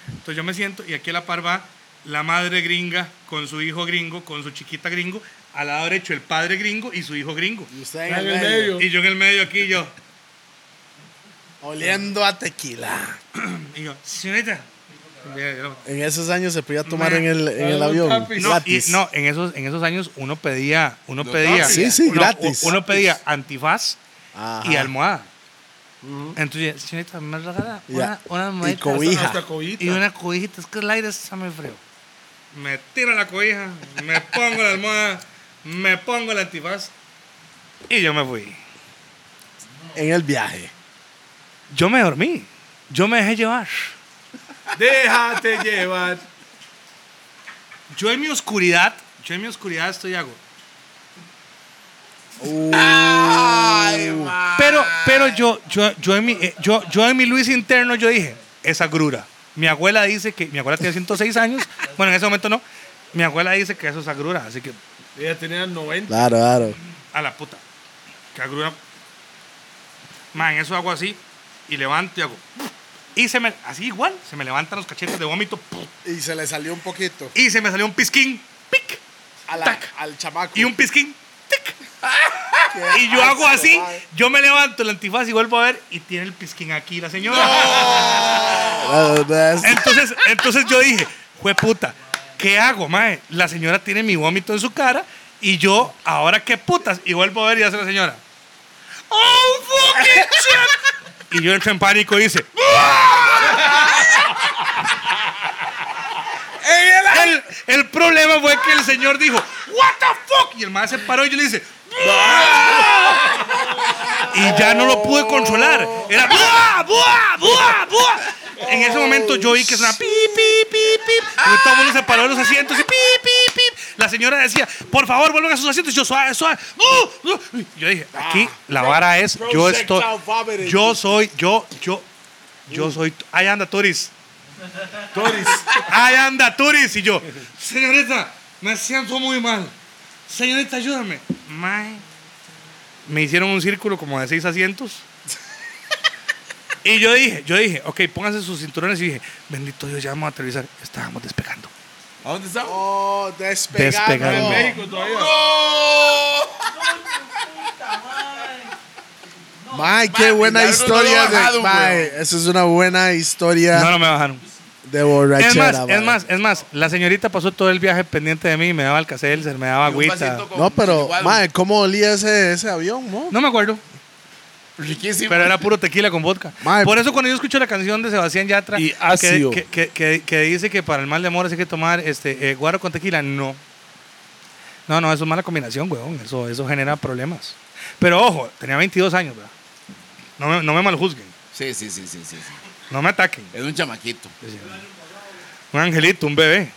Speaker 3: Entonces yo me siento y aquí a la par va la madre gringa con su hijo gringo, con su chiquita gringo, al lado derecho el padre gringo y su hijo gringo.
Speaker 2: Y usted
Speaker 6: en el medio.
Speaker 3: Y yo en el medio aquí, yo,
Speaker 2: Oliendo a tequila.
Speaker 3: y yo, señorita. Mira, yo-
Speaker 2: En esos años se podía tomar en el, en
Speaker 6: Dale
Speaker 2: el
Speaker 6: un
Speaker 2: avión.
Speaker 6: tapiz.
Speaker 3: No, y-
Speaker 2: gratis.
Speaker 3: no, en esos, en esos años uno pedía, uno pedía,
Speaker 2: Sí, sí,
Speaker 3: uno,
Speaker 2: gratis.
Speaker 3: uno pedía antifaz y
Speaker 2: Ajá.
Speaker 3: almohada. Entonces, señorita, me regala
Speaker 2: Y
Speaker 3: una,
Speaker 2: a-
Speaker 3: una
Speaker 2: y
Speaker 3: almohadita.
Speaker 2: cobija.
Speaker 6: Hasta cobijita.
Speaker 3: Y una cobijita, es que el aire está muy frío. me tiro la cobija, me pongo la almohada, me pongo el antifaz y yo me fui.
Speaker 2: En el viaje.
Speaker 3: Yo me dormí, yo me dejé llevar.
Speaker 6: Déjate llevar.
Speaker 3: Yo en mi oscuridad, yo en mi oscuridad estoy hago. Uh. pero pero yo, yo, yo, en mi, eh, yo, yo en mi Luis interno yo dije, esa grura. Mi abuela dice que, mi abuela tiene 106 años, bueno, en ese momento no, mi abuela dice que eso es agrura, así que
Speaker 6: Ella tenía 90.
Speaker 2: Claro, claro.
Speaker 3: a la puta. Que agrura. Man, eso hago así y levanto y hago. Y se me, así igual, se me levantan los cachetes de vómito
Speaker 2: Y se le salió un poquito
Speaker 3: y se me salió un pisquín, pic,
Speaker 2: a la-
Speaker 3: Tac.
Speaker 2: al chamaco.
Speaker 3: y un pisquín, tic. Y yo hago así, yo me levanto el antifaz y vuelvo a ver y tiene el pisquín aquí la señora.
Speaker 2: Ah, ¿ves?
Speaker 3: Entonces, entonces yo dije, jue puta, ¿qué hago, mae? La señora tiene mi vómito en su cara y yo, ahora qué putas. Y vuelvo a ver y hace la señora. ¡Oh, fucking shit! Y yo entro en pánico y dice. "Ah". El, el problema fue que el señor dijo, ¿What the fuck? Y el mae se paró y yo le dice. "Ah". Y ya no lo pude controlar. Era ¡buah, buah, buah, buah! En ese momento yo vi que sonaba pi, pi, pi, pi. Y todo el mundo se paró de los asientos y pi, pi, pi. La señora decía, por favor, vuelvan a sus asientos. Y yo, suave, suave. ¡Uh, uh! Yo dije, aquí la vara es, yo estoy, yo soy, yo, yo, yo soy, ahí anda Turis. Turis. Ahí anda Turis. Y yo, señorita, me siento muy mal. Señorita, ayúdame. Mae me hicieron un círculo como de seis asientos. y yo dije, yo dije, ok, pónganse sus cinturones y dije, bendito Dios, ya vamos a aterrizar. Estábamos despegando.
Speaker 6: ¿A dónde está?
Speaker 2: Oh, despegando.
Speaker 3: Despegando.
Speaker 6: México todavía.
Speaker 2: Mae, qué buena
Speaker 4: milagro no lo
Speaker 2: historia. de-
Speaker 4: bajaron,
Speaker 2: mae, esa es una buena historia
Speaker 3: No, no me bajaron.
Speaker 2: de borrachera.
Speaker 3: Es más,
Speaker 2: mae.
Speaker 3: es más, es más, la señorita pasó todo el viaje pendiente de mí y me daba alcacelser, me daba
Speaker 4: Y un
Speaker 3: agüita.
Speaker 4: vasito con-
Speaker 2: No, pero,
Speaker 4: igual,
Speaker 2: mae, ¿cómo olía ese, ese avión, mo?
Speaker 3: No me acuerdo,
Speaker 4: Riquísimo.
Speaker 3: pero era puro tequila con vodka.
Speaker 2: Mae.
Speaker 3: Por eso cuando yo escucho la canción de Sebastián Yatra,
Speaker 5: Y
Speaker 3: que-
Speaker 5: ácido.
Speaker 3: que, que- que- que dice que para el mal de amor hay que tomar este eh, guaro con tequila, no. No, no, eso es mala combinación, weón. Eso, eso genera problemas. Pero ojo, tenía 22 años, ¿verdad? No me, no me maljuzguen,
Speaker 4: Sí, sí, sí, sí, sí, sí.
Speaker 3: no me ataquen.
Speaker 4: Es un chamaquito.
Speaker 3: Un angelito, un bebé.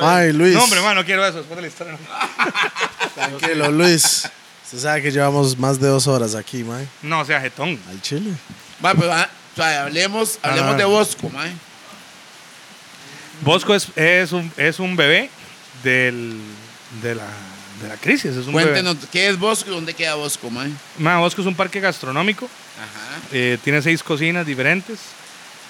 Speaker 2: Mae, Luis.
Speaker 3: No, hombre, man, no quiero eso. Después de la historia. no.
Speaker 2: Tranquilo, Luis. Usted sabe que llevamos más de dos horas aquí, mae,
Speaker 3: No, o sea, jetón.
Speaker 2: al chile.
Speaker 4: Va, pero ah, o sea, hablemos, hablemos
Speaker 3: Ah.
Speaker 4: de Bosco, mae.
Speaker 3: Bosco es, es un, es un bebé del, de, la, de la crisis. Es un bebé.
Speaker 4: Cuéntenos, ¿qué es Bosco y dónde queda Bosco, mae?
Speaker 3: Ma, Bosco es un parque gastronómico.
Speaker 4: Ajá.
Speaker 3: eh, tiene seis cocinas diferentes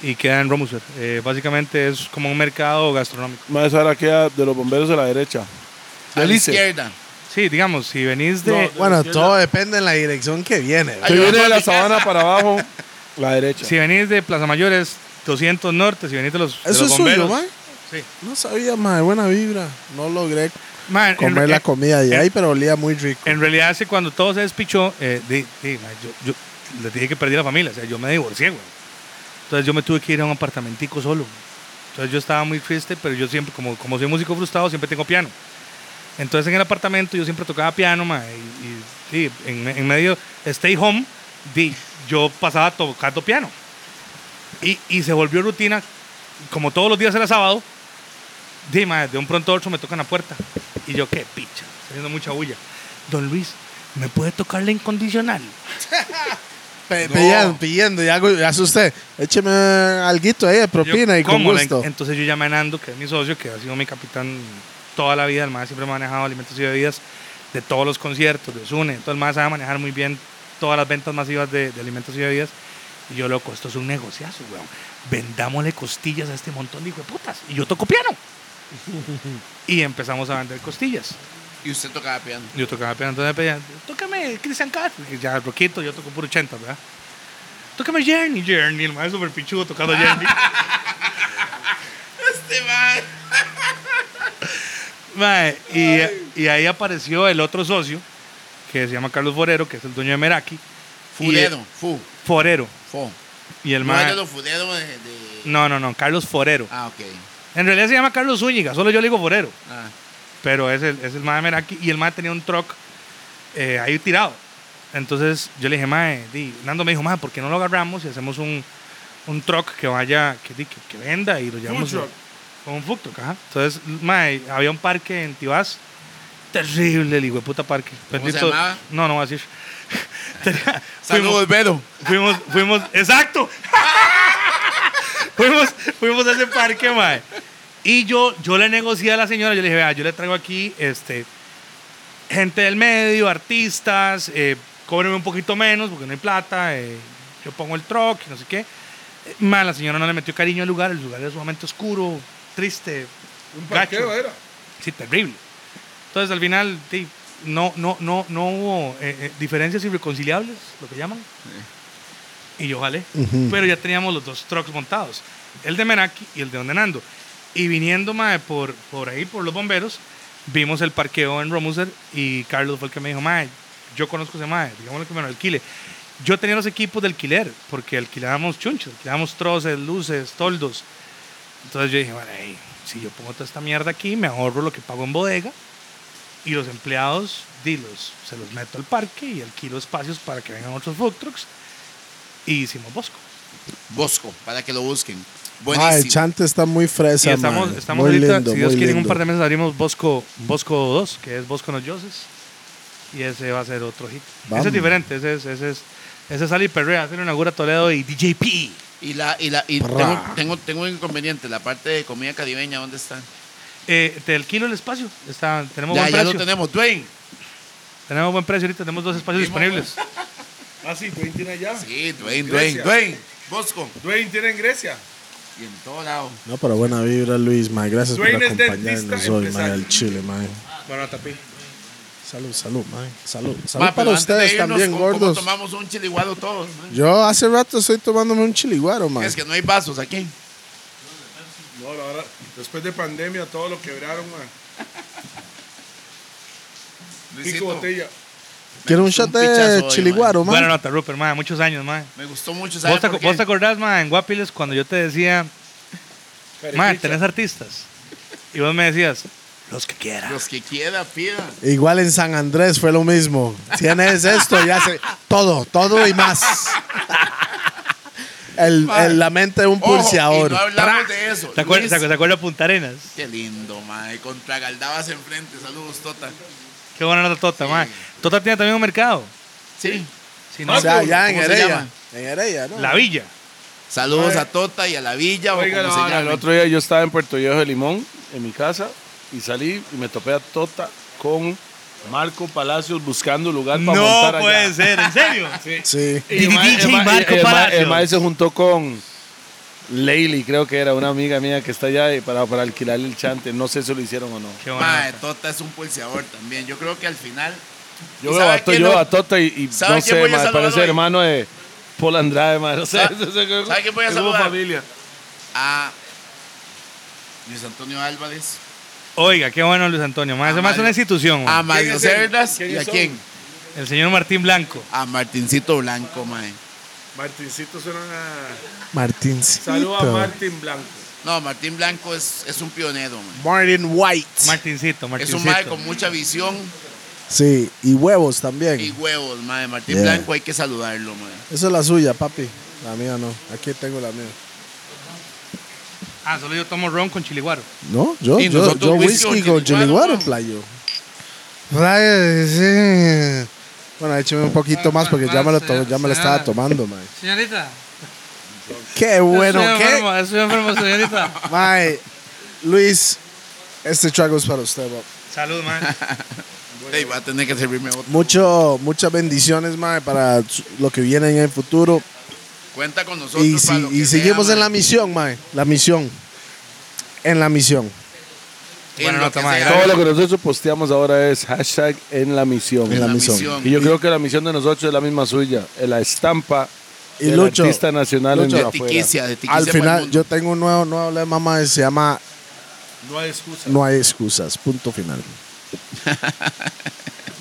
Speaker 3: y queda en Romusfeld. Eh, básicamente es como un mercado gastronómico.
Speaker 5: Más ahora queda de los bomberos a la derecha.
Speaker 4: A la
Speaker 5: Delice.
Speaker 4: izquierda.
Speaker 3: Sí, digamos, si venís de...
Speaker 2: Bueno, todo depende en la dirección que viene.
Speaker 4: Ay,
Speaker 5: Si viene de la
Speaker 4: Ay,
Speaker 5: sabana para abajo, la derecha.
Speaker 3: Si venís de Plaza Mayores, 200 Norte, si venís de los, de
Speaker 2: Eso
Speaker 3: los
Speaker 2: es suyo,
Speaker 3: bomberos...
Speaker 2: mae.
Speaker 3: Sí.
Speaker 2: No sabía, mae, buena vibra. No logré
Speaker 3: Ma, en-
Speaker 2: comer la
Speaker 3: en-
Speaker 2: comida de ahí, pero olía muy rico.
Speaker 3: En realidad, sí, cuando todo se despichó, eh, di- di, ma, yo, yo les dije que perdí la familia, o sea, yo me divorcié, güey. Entonces yo me tuve que ir a un apartamentico solo. güey. Entonces yo estaba muy triste, pero yo siempre, como, como soy músico frustrado, siempre tengo piano. Entonces en el apartamento yo siempre tocaba piano, ma, y, y, sí, en, en medio stay home, di, yo pasaba tocando piano. Y, y se volvió rutina, como todos los días era sábado, di, ma, de un pronto a otro me tocan la puerta. Y yo, qué picha, está haciendo mucha bulla. Don Luis, ¿me puede tocar la incondicional?
Speaker 2: Pe- Pidiendo, pidiendo, y hago, y hace usted, écheme alguito ahí de propina
Speaker 3: Yo,
Speaker 2: y con
Speaker 3: ¿cómo la-
Speaker 2: gusto.
Speaker 3: entonces yo llamé a Nando, que es mi socio, que ha sido mi capitán toda la vida. El más siempre ha manejado alimentos y bebidas de todos los conciertos, de Zune. Entonces el más sabe manejar muy bien todas las ventas masivas de, de alimentos y bebidas. Y yo, loco, esto es un negociazo, weón. Vendámosle costillas a este montón de putas. Y yo toco piano. y empezamos a vender costillas.
Speaker 4: Y usted tocaba piano.
Speaker 3: Yo tocaba piano, entonces me pedían, tócame Christian Castro, que ya roquito, yo toco puro 80, ¿verdad? Tócame Journey, Journey, el maestro super pichudo tocando Journey.
Speaker 4: Este, mae.
Speaker 3: Mae, y, y ahí apareció el otro socio, que se llama Carlos Forero, que es el dueño de Meraki. Y-
Speaker 4: Fudero, fu,
Speaker 3: Forero.
Speaker 4: fo.
Speaker 3: Y el
Speaker 4: No
Speaker 3: mae...
Speaker 4: era lo fudero de, de-
Speaker 3: No, no, no, Carlos Forero.
Speaker 4: Ah, ok. Ah.
Speaker 3: En realidad se llama Carlos Zúñiga, solo yo le digo forero. Pero es el, es el mae de Meraki y el mae tenía un truck eh, ahí tirado. Entonces yo le dije, mae, di, Nando me dijo, mae, ¿por qué no lo agarramos y hacemos un, un truck que vaya, que, di, que, que venda y lo llevamos?
Speaker 6: truck.
Speaker 3: a- Con un food truck, ajá. Entonces, mae, había un parque en Tibás. Terrible el puta parque.
Speaker 4: ¿Cómo se
Speaker 3: Bendito-
Speaker 4: llamaba?
Speaker 3: No, no voy a decir. Tenía-
Speaker 4: Saludos, Vero.
Speaker 3: Fuimos, fuimos, exacto. fuimos, fuimos a ese parque, mae. Y yo, yo le negocié a la señora, yo le dije, vea, yo le traigo aquí este, gente del medio, artistas, eh, cóbreme un poquito menos porque no hay plata, eh, yo pongo el truck y no sé qué. Eh, mae, la señora no le metió cariño al lugar, el lugar era sumamente oscuro, triste,
Speaker 6: Un
Speaker 3: gacho.
Speaker 6: parqueo era.
Speaker 3: Sí, terrible. Entonces al final sí, no, no, no, no hubo eh, eh, diferencias irreconciliables, lo que llaman. Y yo jalé. Pero ya teníamos los dos trucks montados. El de Meraki y el de Don Nando. Y viniendo mae, por, por ahí, por los bomberos, vimos el parqueo en Romuser y Carlos fue el que me dijo, mae, yo conozco ese mae, digámosle que me lo alquile. Yo tenía los equipos de alquiler, porque alquilábamos chunches, alquilábamos troces, luces, toldos. Entonces yo dije, bueno, ey, si yo pongo toda esta mierda aquí, me ahorro lo que pago en bodega y los empleados, dilos, se los meto al parque y alquilo espacios para que vengan otros food trucks y hicimos Bosco.
Speaker 4: Bosco, para que lo busquen.
Speaker 2: Ah, el
Speaker 4: Buenísimo.
Speaker 2: chante está muy fresa,
Speaker 3: y estamos,
Speaker 2: mae.
Speaker 3: estamos
Speaker 2: muy
Speaker 3: ahorita,
Speaker 2: lindo,
Speaker 3: si Dios
Speaker 2: muy
Speaker 3: quiere, en un
Speaker 2: lindo.
Speaker 3: par de meses abrimos Bosco, Bosco 2, que es Bosco No Dioses. Y ese va a ser otro hit.
Speaker 2: Vamos.
Speaker 3: Ese es diferente, ese es, ese es, ese es Ali Perrea, ese lo inaugura Toledo y DJP.
Speaker 4: Y la, y la, y
Speaker 2: Pra.
Speaker 4: tengo, tengo, tengo un inconveniente, la parte de comida caribeña, ¿dónde está?
Speaker 3: Eh, te alquilo el espacio, está, tenemos
Speaker 4: Ya,
Speaker 3: buen
Speaker 4: ya lo
Speaker 3: precio.
Speaker 4: tenemos, Dwayne.
Speaker 3: Tenemos buen precio ahorita, tenemos dos espacios disponibles.
Speaker 6: Ah, sí, Dwayne tiene allá.
Speaker 4: Sí, Dwayne, Dwayne,
Speaker 6: Grecia.
Speaker 4: Dwayne. Bosco.
Speaker 6: Dwayne tiene en Grecia.
Speaker 4: Y en todo lado.
Speaker 2: No, pero buena vibra, Luis, mae. Gracias por
Speaker 6: Dueños
Speaker 2: acompañarnos
Speaker 6: dentista,
Speaker 2: hoy, mae,
Speaker 6: empresario.
Speaker 2: al Chile, mae.
Speaker 6: Bueno, tapí.
Speaker 2: Salud, salud, mae. Salud. Salud
Speaker 4: Ma, pero
Speaker 2: para
Speaker 4: antes de
Speaker 2: ustedes
Speaker 4: irnos,
Speaker 2: también,
Speaker 4: ¿cómo- cómo
Speaker 2: gordos.
Speaker 4: tomamos un chiliguado todos. man?
Speaker 2: Yo hace rato estoy tomándome un chiliguaro, mae.
Speaker 4: Es que no hay vasos aquí.
Speaker 6: No, ahora, después de pandemia, todo lo quebraron, man. Pico
Speaker 4: Luisito,
Speaker 6: botella.
Speaker 2: Quiero un
Speaker 4: gustó
Speaker 2: shot
Speaker 4: un pichazo hoy,
Speaker 2: de
Speaker 4: mae.
Speaker 2: chiliguaro, mae.
Speaker 3: Buena nota, Rupert, mae, muchos años, mae.
Speaker 4: me gustó mucho. ¿sabes
Speaker 3: ¿Vos te,
Speaker 4: por qué?
Speaker 3: vos te acordás, ma, en Guapiles cuando yo te decía, ma, tenés artistas? Y vos me decías, los que quieras.
Speaker 4: Los que quiera, pida.
Speaker 2: Igual en San Andrés fue lo mismo. Tienes esto y hace todo, todo y más. El, el- la mente de un
Speaker 4: Ojo, y
Speaker 2: pulseador.
Speaker 4: no hablamos de eso.
Speaker 3: ¿Te acuerdas,
Speaker 4: Luis,
Speaker 3: te acuerdas- te acuerdas de Punta Arenas?
Speaker 4: Qué lindo, mae. Contra Galdabas enfrente. Saludos, Tota.
Speaker 3: Qué buena nota Tota, ma. Tota tiene también un mercado.
Speaker 4: Sí.
Speaker 3: Si no,
Speaker 2: O sea, allá en
Speaker 4: ¿Cómo se
Speaker 2: Heredia.
Speaker 4: llama?
Speaker 2: En Heredia, ¿no?
Speaker 3: la villa.
Speaker 4: Saludos a Tota y a la villa.
Speaker 5: Oiga,
Speaker 4: o
Speaker 5: la
Speaker 4: como se
Speaker 5: vara, el
Speaker 4: llame.
Speaker 5: otro día yo estaba en Puerto Viejo de Limón, en mi casa, y salí y me topé a Tota con Marco Palacios buscando lugar para
Speaker 3: No
Speaker 5: montar
Speaker 3: puede
Speaker 4: pues.
Speaker 5: allá.
Speaker 3: ser, ¿en serio? sí.
Speaker 2: Sí.
Speaker 3: Y DJ
Speaker 5: ma-
Speaker 3: Marco
Speaker 5: el ma- El
Speaker 3: Palacio.
Speaker 5: maestro se juntó con Leili, creo que era una amiga mía que está allá eh, para, para alquilarle el chante. No sé si lo hicieron o no.
Speaker 3: Qué buena
Speaker 4: Mae,
Speaker 3: nota.
Speaker 4: Tota es un pulseador también. Yo creo que al final.
Speaker 5: Yo
Speaker 4: ¿Y
Speaker 5: veo
Speaker 4: sabe
Speaker 5: a, to-
Speaker 4: quién
Speaker 5: yo
Speaker 4: lo-
Speaker 5: a Tota y, y
Speaker 4: sabe
Speaker 5: no
Speaker 4: quién
Speaker 5: sé,
Speaker 4: voy a
Speaker 5: ma,
Speaker 4: saludar
Speaker 5: parece
Speaker 4: hoy?
Speaker 5: hermano de Paul Andrade, ma, no sé.
Speaker 4: Sa-
Speaker 5: es-
Speaker 4: ¿sabe quién voy a
Speaker 5: es como
Speaker 4: saludar?
Speaker 5: familia.
Speaker 4: a Luis Antonio Álvarez,
Speaker 3: Oiga, qué bueno Luis Antonio. Ma,
Speaker 4: Ah,
Speaker 3: ese ma es una
Speaker 4: Mario.
Speaker 3: institución. ma.
Speaker 4: a Mario
Speaker 6: es él?
Speaker 4: Cerdas y
Speaker 6: ¿Quiénes
Speaker 4: a
Speaker 6: son?
Speaker 4: quién?
Speaker 3: El señor Martín Blanco.
Speaker 4: A Martincito Blanco, mae.
Speaker 6: Martincito suena a...
Speaker 2: Martincito.
Speaker 6: Saludos a Martín Blanco.
Speaker 4: No, Martín Blanco es, es un pionero, mae.
Speaker 2: Martin White.
Speaker 3: Martincito,
Speaker 4: Es un
Speaker 3: Martincito.
Speaker 4: mae con mucha visión
Speaker 2: Sí, y huevos también.
Speaker 4: y huevos, mae. Martín
Speaker 2: Yeah.
Speaker 4: Blanco hay que saludarlo, mae.
Speaker 2: Esa es la suya, papi. La mía no. Aquí tengo la mía.
Speaker 3: Ah, solo yo tomo ron con chiliguaro.
Speaker 2: No, yo,
Speaker 4: Y
Speaker 2: yo,
Speaker 4: nosotros
Speaker 2: yo
Speaker 4: whisky
Speaker 2: whisky
Speaker 4: con
Speaker 2: con chiliguaro,
Speaker 4: chiliguaro,
Speaker 2: playo. Playo, sí. Bueno, écheme un
Speaker 4: Ah,
Speaker 2: poquito más porque ya me lo, to- ya me lo estaba tomando, mae.
Speaker 3: Señorita.
Speaker 2: Qué bueno, qué.
Speaker 3: enfermo, estoy enfermo, señorita.
Speaker 2: Mae, Luis, este trago es para usted, bro.
Speaker 3: Salud, ma.
Speaker 4: Ey, va a tener que servirme otro.
Speaker 2: Mucho, muchas bendiciones, mae, para su- lo que viene en el futuro.
Speaker 4: Cuenta con nosotros.
Speaker 2: Y,
Speaker 4: para
Speaker 2: si-
Speaker 4: lo que
Speaker 2: y
Speaker 4: sea,
Speaker 2: seguimos en
Speaker 4: mae.
Speaker 2: la misión, mae. La misión. En la misión.
Speaker 4: En
Speaker 3: Buena
Speaker 4: lo
Speaker 3: nota,
Speaker 4: que
Speaker 3: mae.
Speaker 4: sea,
Speaker 5: Todo lo que nosotros posteamos ahora es hashtag en la misión.
Speaker 2: En la
Speaker 4: la
Speaker 2: misión.
Speaker 4: misión.
Speaker 5: Y yo creo que la misión de nosotros es la misma suya, eh, la estampa
Speaker 2: Y
Speaker 5: del
Speaker 2: Lucho,
Speaker 5: artista nacional
Speaker 2: Lucho,
Speaker 5: en
Speaker 4: De
Speaker 5: el afuera.
Speaker 4: tiquicia, de tiquicia
Speaker 2: Al
Speaker 4: para el
Speaker 2: final,
Speaker 4: mundo.
Speaker 2: yo tengo un nuevo, nuevo lema, mae, se llama
Speaker 6: No hay excusa.
Speaker 2: No hay excusas, punto final.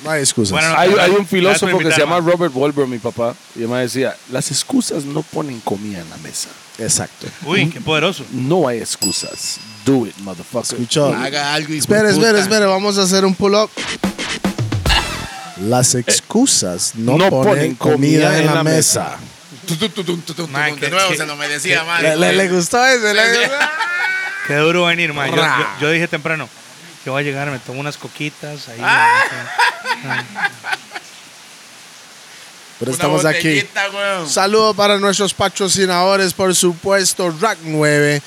Speaker 2: No hay excusas.
Speaker 3: Bueno,
Speaker 5: Hay, hay un
Speaker 3: Gracias
Speaker 5: filósofo
Speaker 3: por
Speaker 5: que se llama
Speaker 3: invitarme.
Speaker 5: Robert Wolver, mi papá, y además decía, las excusas no ponen comida en la mesa.
Speaker 2: Exacto.
Speaker 3: Uy, qué poderoso.
Speaker 5: No hay excusas.
Speaker 11: do it, motherfucker.
Speaker 2: Escuchó.
Speaker 4: Haga algo y
Speaker 2: Espera,
Speaker 4: puta.
Speaker 2: espera, espera, vamos a hacer un pull-up. Las excusas no,
Speaker 5: no
Speaker 2: ponen, comida, en la, mesa.
Speaker 4: Tu, tu, tu, tu, tu, tu,
Speaker 3: Mae,
Speaker 4: tu,
Speaker 3: que-
Speaker 4: de nuevo
Speaker 3: que-
Speaker 4: se lo merecía,
Speaker 2: Le,
Speaker 4: madre.
Speaker 2: le- le gustó ese. le-
Speaker 3: Qué duro venir, ma. Yo, yo- yo dije temprano, yo voy a llegar, me tomo unas coquitas ahí.
Speaker 2: Ah. Pero estamos aquí. Saludos para nuestros patrocinadores, por supuesto, Rack 9,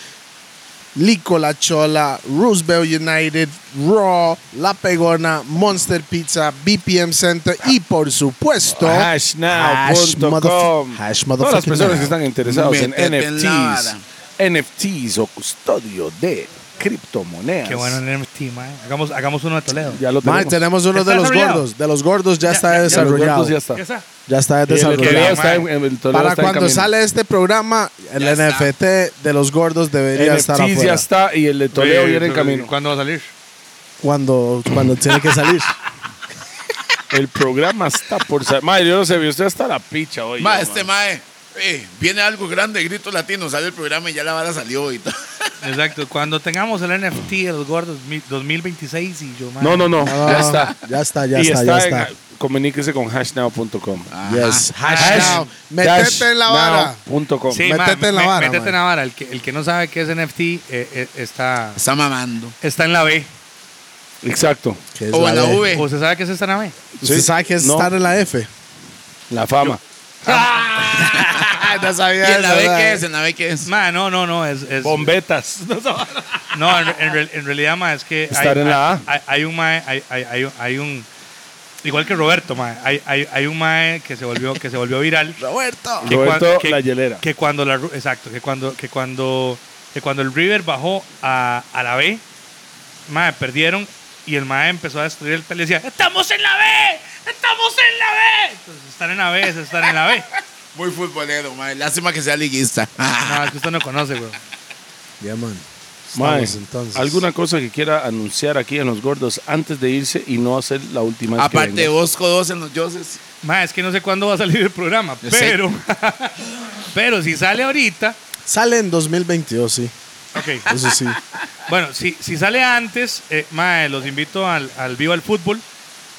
Speaker 2: Lico La Chola, Roosevelt United, Raw, La Pegona, Monster Pizza, BPM Center y por supuesto
Speaker 5: Hashnow.com.
Speaker 2: motherf- hash
Speaker 5: Todas las
Speaker 2: motherfucking
Speaker 5: personas
Speaker 2: now.
Speaker 5: que están interesados en
Speaker 4: Métete en la
Speaker 5: NFTs,
Speaker 4: vara.
Speaker 5: NFTs o custodio de criptomonedas.
Speaker 3: Qué bueno el NFT, ma. Hagamos, hagamos uno de Toledo.
Speaker 5: Ya lo
Speaker 2: Mae,
Speaker 5: tenemos.
Speaker 2: tenemos uno
Speaker 3: ¿Está
Speaker 2: de los
Speaker 3: desarrollado?
Speaker 2: gordos. De los gordos ya,
Speaker 3: Ya-
Speaker 2: está
Speaker 3: ya- ya los
Speaker 5: Los
Speaker 2: desarrollado.
Speaker 5: gordos ya
Speaker 3: Ya
Speaker 5: está.
Speaker 3: está.
Speaker 2: Ya está
Speaker 5: Y el que vea
Speaker 2: desarrollado.
Speaker 5: está en- en- el Toledo
Speaker 2: Para
Speaker 5: está en
Speaker 2: cuando
Speaker 5: camino.
Speaker 2: sale este programa, el
Speaker 4: Ya está.
Speaker 2: NFT de los gordos debería estar
Speaker 5: NFTs
Speaker 2: afuera.
Speaker 5: ya está y el de Toledo
Speaker 6: Oye,
Speaker 5: viene en camino.
Speaker 6: ¿Cuándo va a salir?
Speaker 2: Cuando, cuando tiene que salir.
Speaker 5: El programa está por salir. Madre, yo no sé, usted está la picha hoy.
Speaker 4: Ma,
Speaker 5: yo,
Speaker 4: este
Speaker 5: man.
Speaker 4: mae. eh, viene algo grande, grito latino, sale el programa y ya la vara salió y todo.
Speaker 3: Exacto. Cuando tengamos el NFT de los gordos mi- 2026 y yo, ma.
Speaker 5: No, no, no,
Speaker 2: No,
Speaker 5: ya está.
Speaker 2: Ya está, Ah, ya
Speaker 5: y
Speaker 2: está, ya está.
Speaker 5: en- comuníquese con hashnow.com.
Speaker 2: Yes.
Speaker 3: Hash
Speaker 2: Hash now. Metete en la vara.
Speaker 5: Hashnow.com.
Speaker 3: Sí,
Speaker 2: Métete
Speaker 3: ma,
Speaker 2: en la
Speaker 3: me-
Speaker 2: vara,
Speaker 3: Métete
Speaker 2: ma.
Speaker 3: en la vara. El que, el que no sabe qué es NFT eh, eh, está,
Speaker 4: Está mamando.
Speaker 3: está en la B.
Speaker 5: Exacto.
Speaker 2: Que es
Speaker 4: O en la
Speaker 2: B.
Speaker 4: V.
Speaker 3: ¿Usted sabe qué es esta en la B?
Speaker 2: ¿Usted
Speaker 5: E. Sí,
Speaker 2: sabe que es
Speaker 5: no.
Speaker 2: estar en la F?
Speaker 5: La fama.
Speaker 2: no
Speaker 4: ¿Y
Speaker 2: sabía
Speaker 4: en la B qué es? ¿En la B qué es?
Speaker 3: Ma, no, no, no. Es, es-
Speaker 5: Bombetas.
Speaker 3: No, en, en real- en realidad, ma, es que.
Speaker 5: Estar
Speaker 3: hay,
Speaker 5: en la
Speaker 3: hay- Hay, hay un mae, hay, hay, hay un- hay un. Igual que Roberto, mae, hay, hay, hay un mae que se volvió, que se volvió viral.
Speaker 4: Roberto.
Speaker 3: que
Speaker 5: Roberto
Speaker 3: cuan- que-
Speaker 5: La Hielera.
Speaker 3: Que cuando la Ru- exacto, que cuando, que cuando, que cuando el River bajó a, a la B, mae, perdieron y el mae empezó a destruir el tal y decía, ¡Estamos en la B! ¡Estamos en la B! Entonces, estar en la B es estar en la B.
Speaker 4: Muy futbolero, mae. Lástima que sea liguista.
Speaker 3: No, es que usted no conoce, güey.
Speaker 2: Ya, man.
Speaker 5: Mae,
Speaker 2: Estamos, entonces.
Speaker 5: ¿Alguna cosa que quiera anunciar aquí en Los Gordos antes de irse y no hacer la última vez
Speaker 4: Aparte
Speaker 5: que
Speaker 4: de
Speaker 5: venga?
Speaker 4: Bosco 2 en los Joses.
Speaker 3: Mae, es que no sé cuándo va a salir el programa,
Speaker 4: Exacto.
Speaker 3: pero, pero si sale ahorita,
Speaker 2: Sale en 2022, sí.
Speaker 3: ok.
Speaker 2: Eso sí.
Speaker 3: Bueno, si, si sale antes, eh, mae, los invito al, al Viva el Fútbol,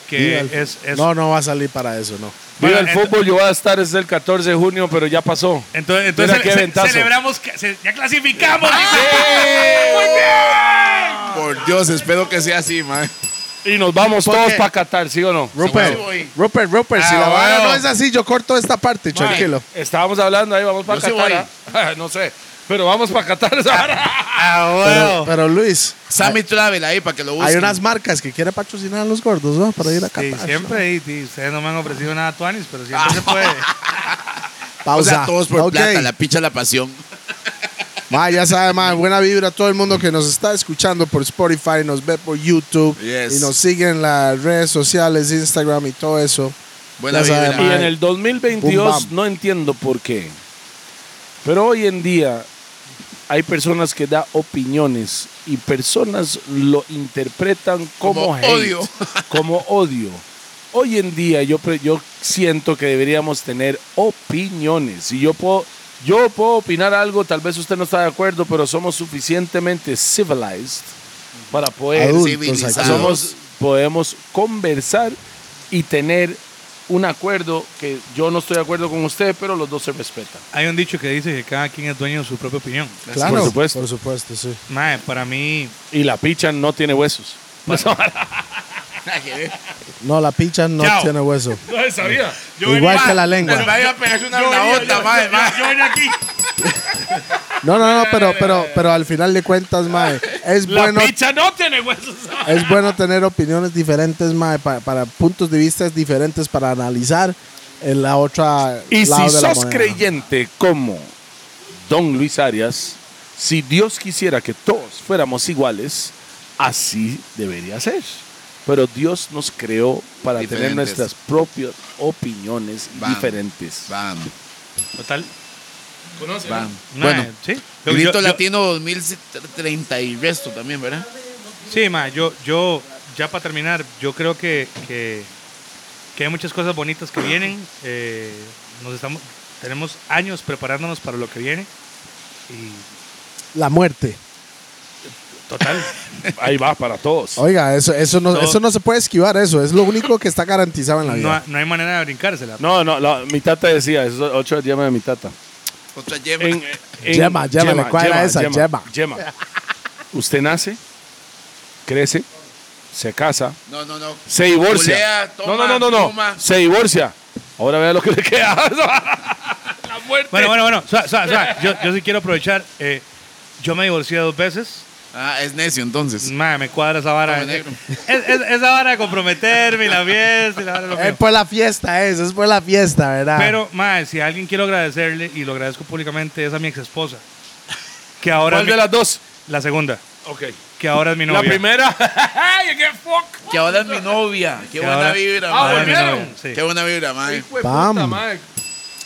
Speaker 3: que
Speaker 2: Viva el-
Speaker 3: es, es-
Speaker 4: Pues,
Speaker 2: No, no va a salir para eso, no.
Speaker 5: Viva el
Speaker 3: Bueno,
Speaker 5: fútbol, yo voy a estar desde el 14 de junio, pero ya pasó.
Speaker 3: Entonces,
Speaker 5: Mira
Speaker 3: entonces
Speaker 5: qué
Speaker 3: ce-
Speaker 5: ventazo.
Speaker 3: celebramos, que ce- ya clasificamos.
Speaker 2: Ah.
Speaker 4: Por Dios, espero que sea así, mae.
Speaker 5: Y nos vamos todos para Qatar, ¿sí o no?
Speaker 2: Rupert,
Speaker 4: voy.
Speaker 2: Rupert, Rupert, si
Speaker 5: Ah,
Speaker 2: la vara
Speaker 5: bueno.
Speaker 2: no es así, yo corto esta parte, tranquilo.
Speaker 5: Estábamos hablando ahí, vamos para
Speaker 4: Yo sí
Speaker 5: Qatar. ¿ah? no sé, pero vamos para Qatar. ahora.
Speaker 2: Pero, pero, Luis,
Speaker 4: Sammy Travel ahí para que lo busquen.
Speaker 2: hay unas marcas que quiere patrocinar a los gordos, ¿no? Para ir a
Speaker 3: Sí,
Speaker 2: Qatar.
Speaker 3: siempre, y, y ustedes no me han ofrecido nada, Tuanis, pero siempre
Speaker 2: Ah.
Speaker 3: se puede.
Speaker 4: O
Speaker 2: Pausa.
Speaker 4: sea, todos por
Speaker 2: Ok.
Speaker 4: plata, la picha, la pasión.
Speaker 2: Ma, ya sabe, ma, buena vibra a todo el mundo que nos está escuchando por Spotify, nos ve por YouTube
Speaker 4: Yes.
Speaker 2: y nos sigue en las redes sociales, Instagram y todo eso.
Speaker 4: Buena
Speaker 2: Ya sabe,
Speaker 4: vibra.
Speaker 5: Y
Speaker 2: mae.
Speaker 5: en el
Speaker 2: Boom,
Speaker 5: 2022
Speaker 2: bam.
Speaker 5: no entiendo por qué. Pero hoy en día hay personas que da opiniones y personas lo interpretan como,
Speaker 4: Como
Speaker 5: hate,
Speaker 4: odio.
Speaker 5: como odio. Hoy en día yo, pre- yo siento que deberíamos tener opiniones. Y yo puedo, yo puedo opinar algo, tal vez usted no está de acuerdo, pero somos suficientemente civilized para poder
Speaker 2: Adultos
Speaker 4: civilizado.
Speaker 2: aquí.
Speaker 5: somos, podemos conversar y tener un acuerdo que yo no estoy de acuerdo con usted, pero los dos se respetan.
Speaker 3: Hay un dicho que dice que cada quien es dueño de su propia opinión.
Speaker 2: Claro,
Speaker 5: Por supuesto.
Speaker 2: Por supuesto, sí.
Speaker 3: Mae, para mí,
Speaker 5: Y la picha no tiene huesos.
Speaker 2: No, la pincha no
Speaker 3: Chao.
Speaker 2: tiene hueso.
Speaker 5: No
Speaker 3: eh,
Speaker 5: sabía.
Speaker 2: Igual que la lengua.
Speaker 4: Nadie va a pegarse una a la otra, mae, mae.
Speaker 3: yo vine aquí.
Speaker 2: No, no, no, pero, pero, pero al final de cuentas, mae, es bueno,
Speaker 5: picha no tiene huesos.
Speaker 2: es bueno tener opiniones diferentes, mae, pa- para, puntos de vista diferentes para analizar en la otra
Speaker 5: Y
Speaker 2: lado
Speaker 5: si
Speaker 2: de la
Speaker 5: sos
Speaker 2: moneda.
Speaker 5: creyente como Don Luis Arias, si Dios quisiera que todos fuéramos iguales, así debería ser. Pero Dios nos creó para tener
Speaker 4: Diferentes.
Speaker 5: nuestras propias opiniones
Speaker 4: Bam.
Speaker 5: diferentes.
Speaker 4: Vamos,
Speaker 3: Total.
Speaker 5: eh.
Speaker 4: vamos.
Speaker 3: Mae,
Speaker 4: Bueno,
Speaker 3: sí. Yo-
Speaker 4: Grito
Speaker 3: yo- yo-
Speaker 4: Latino 2030 y resto también, ¿verdad?
Speaker 3: Sí, ma, yo, yo, ya para terminar, yo creo que, que, que hay muchas cosas bonitas que vienen. eh, nos estamos, tenemos años preparándonos para lo que viene. Y
Speaker 2: La muerte.
Speaker 5: Total. Ahí va para todos.
Speaker 2: Oiga, eso, eso, no, eso no se puede esquivar, eso. Es lo único que está garantizado
Speaker 4: Ah,
Speaker 2: en la
Speaker 3: No,
Speaker 2: vida.
Speaker 3: ha- no hay manera de brincársela.
Speaker 5: No, no, la- mi tata decía, eso es ocho yema de mi tata.
Speaker 4: Otra yema.
Speaker 5: En, en-
Speaker 2: Yema, yema, le cuadra esa, yema.
Speaker 5: yema. Usted nace, crece, se casa,
Speaker 4: No, no, no.
Speaker 5: se divorcia.
Speaker 4: Culea, toma,
Speaker 5: no, no, no, no,
Speaker 4: fuma.
Speaker 5: no. Se divorcia. Ahora vea lo que le queda.
Speaker 3: Bueno, bueno, bueno. suave, suave, suave. Yo, yo sí quiero aprovechar. eh, yo me divorcié dos veces.
Speaker 4: Ah, es necio
Speaker 5: Mm.
Speaker 4: entonces.
Speaker 3: Madre, me cuadra esa vara.
Speaker 4: Toma,
Speaker 3: Es,
Speaker 4: negro.
Speaker 3: es- esa vara de comprometerme y la fiesta y la vara
Speaker 4: Eh,
Speaker 3: de lo
Speaker 2: Es
Speaker 3: mío.
Speaker 2: por la fiesta, eso. Es por la fiesta, ¿verdad?
Speaker 3: Pero, madre, si a alguien quiero agradecerle, y lo agradezco públicamente, es a mi ex esposa. Que ahora.
Speaker 5: ¿Cuál
Speaker 3: es mi-
Speaker 5: de las dos?
Speaker 3: La segunda.
Speaker 5: Ok.
Speaker 3: Que ahora es mi
Speaker 5: La
Speaker 3: novia.
Speaker 5: primera. ¡Ay, qué fuck!
Speaker 4: Que ahora es mi novia. Qué
Speaker 3: Que
Speaker 4: buena
Speaker 3: ahora-
Speaker 5: Ah,
Speaker 4: vibra,
Speaker 3: ahora
Speaker 4: madre.
Speaker 3: es mi
Speaker 6: ¿volvieron?
Speaker 3: novia, sí.
Speaker 4: Qué buena vibra, madre.
Speaker 6: Hijo de
Speaker 2: Pam.
Speaker 6: puta, madre.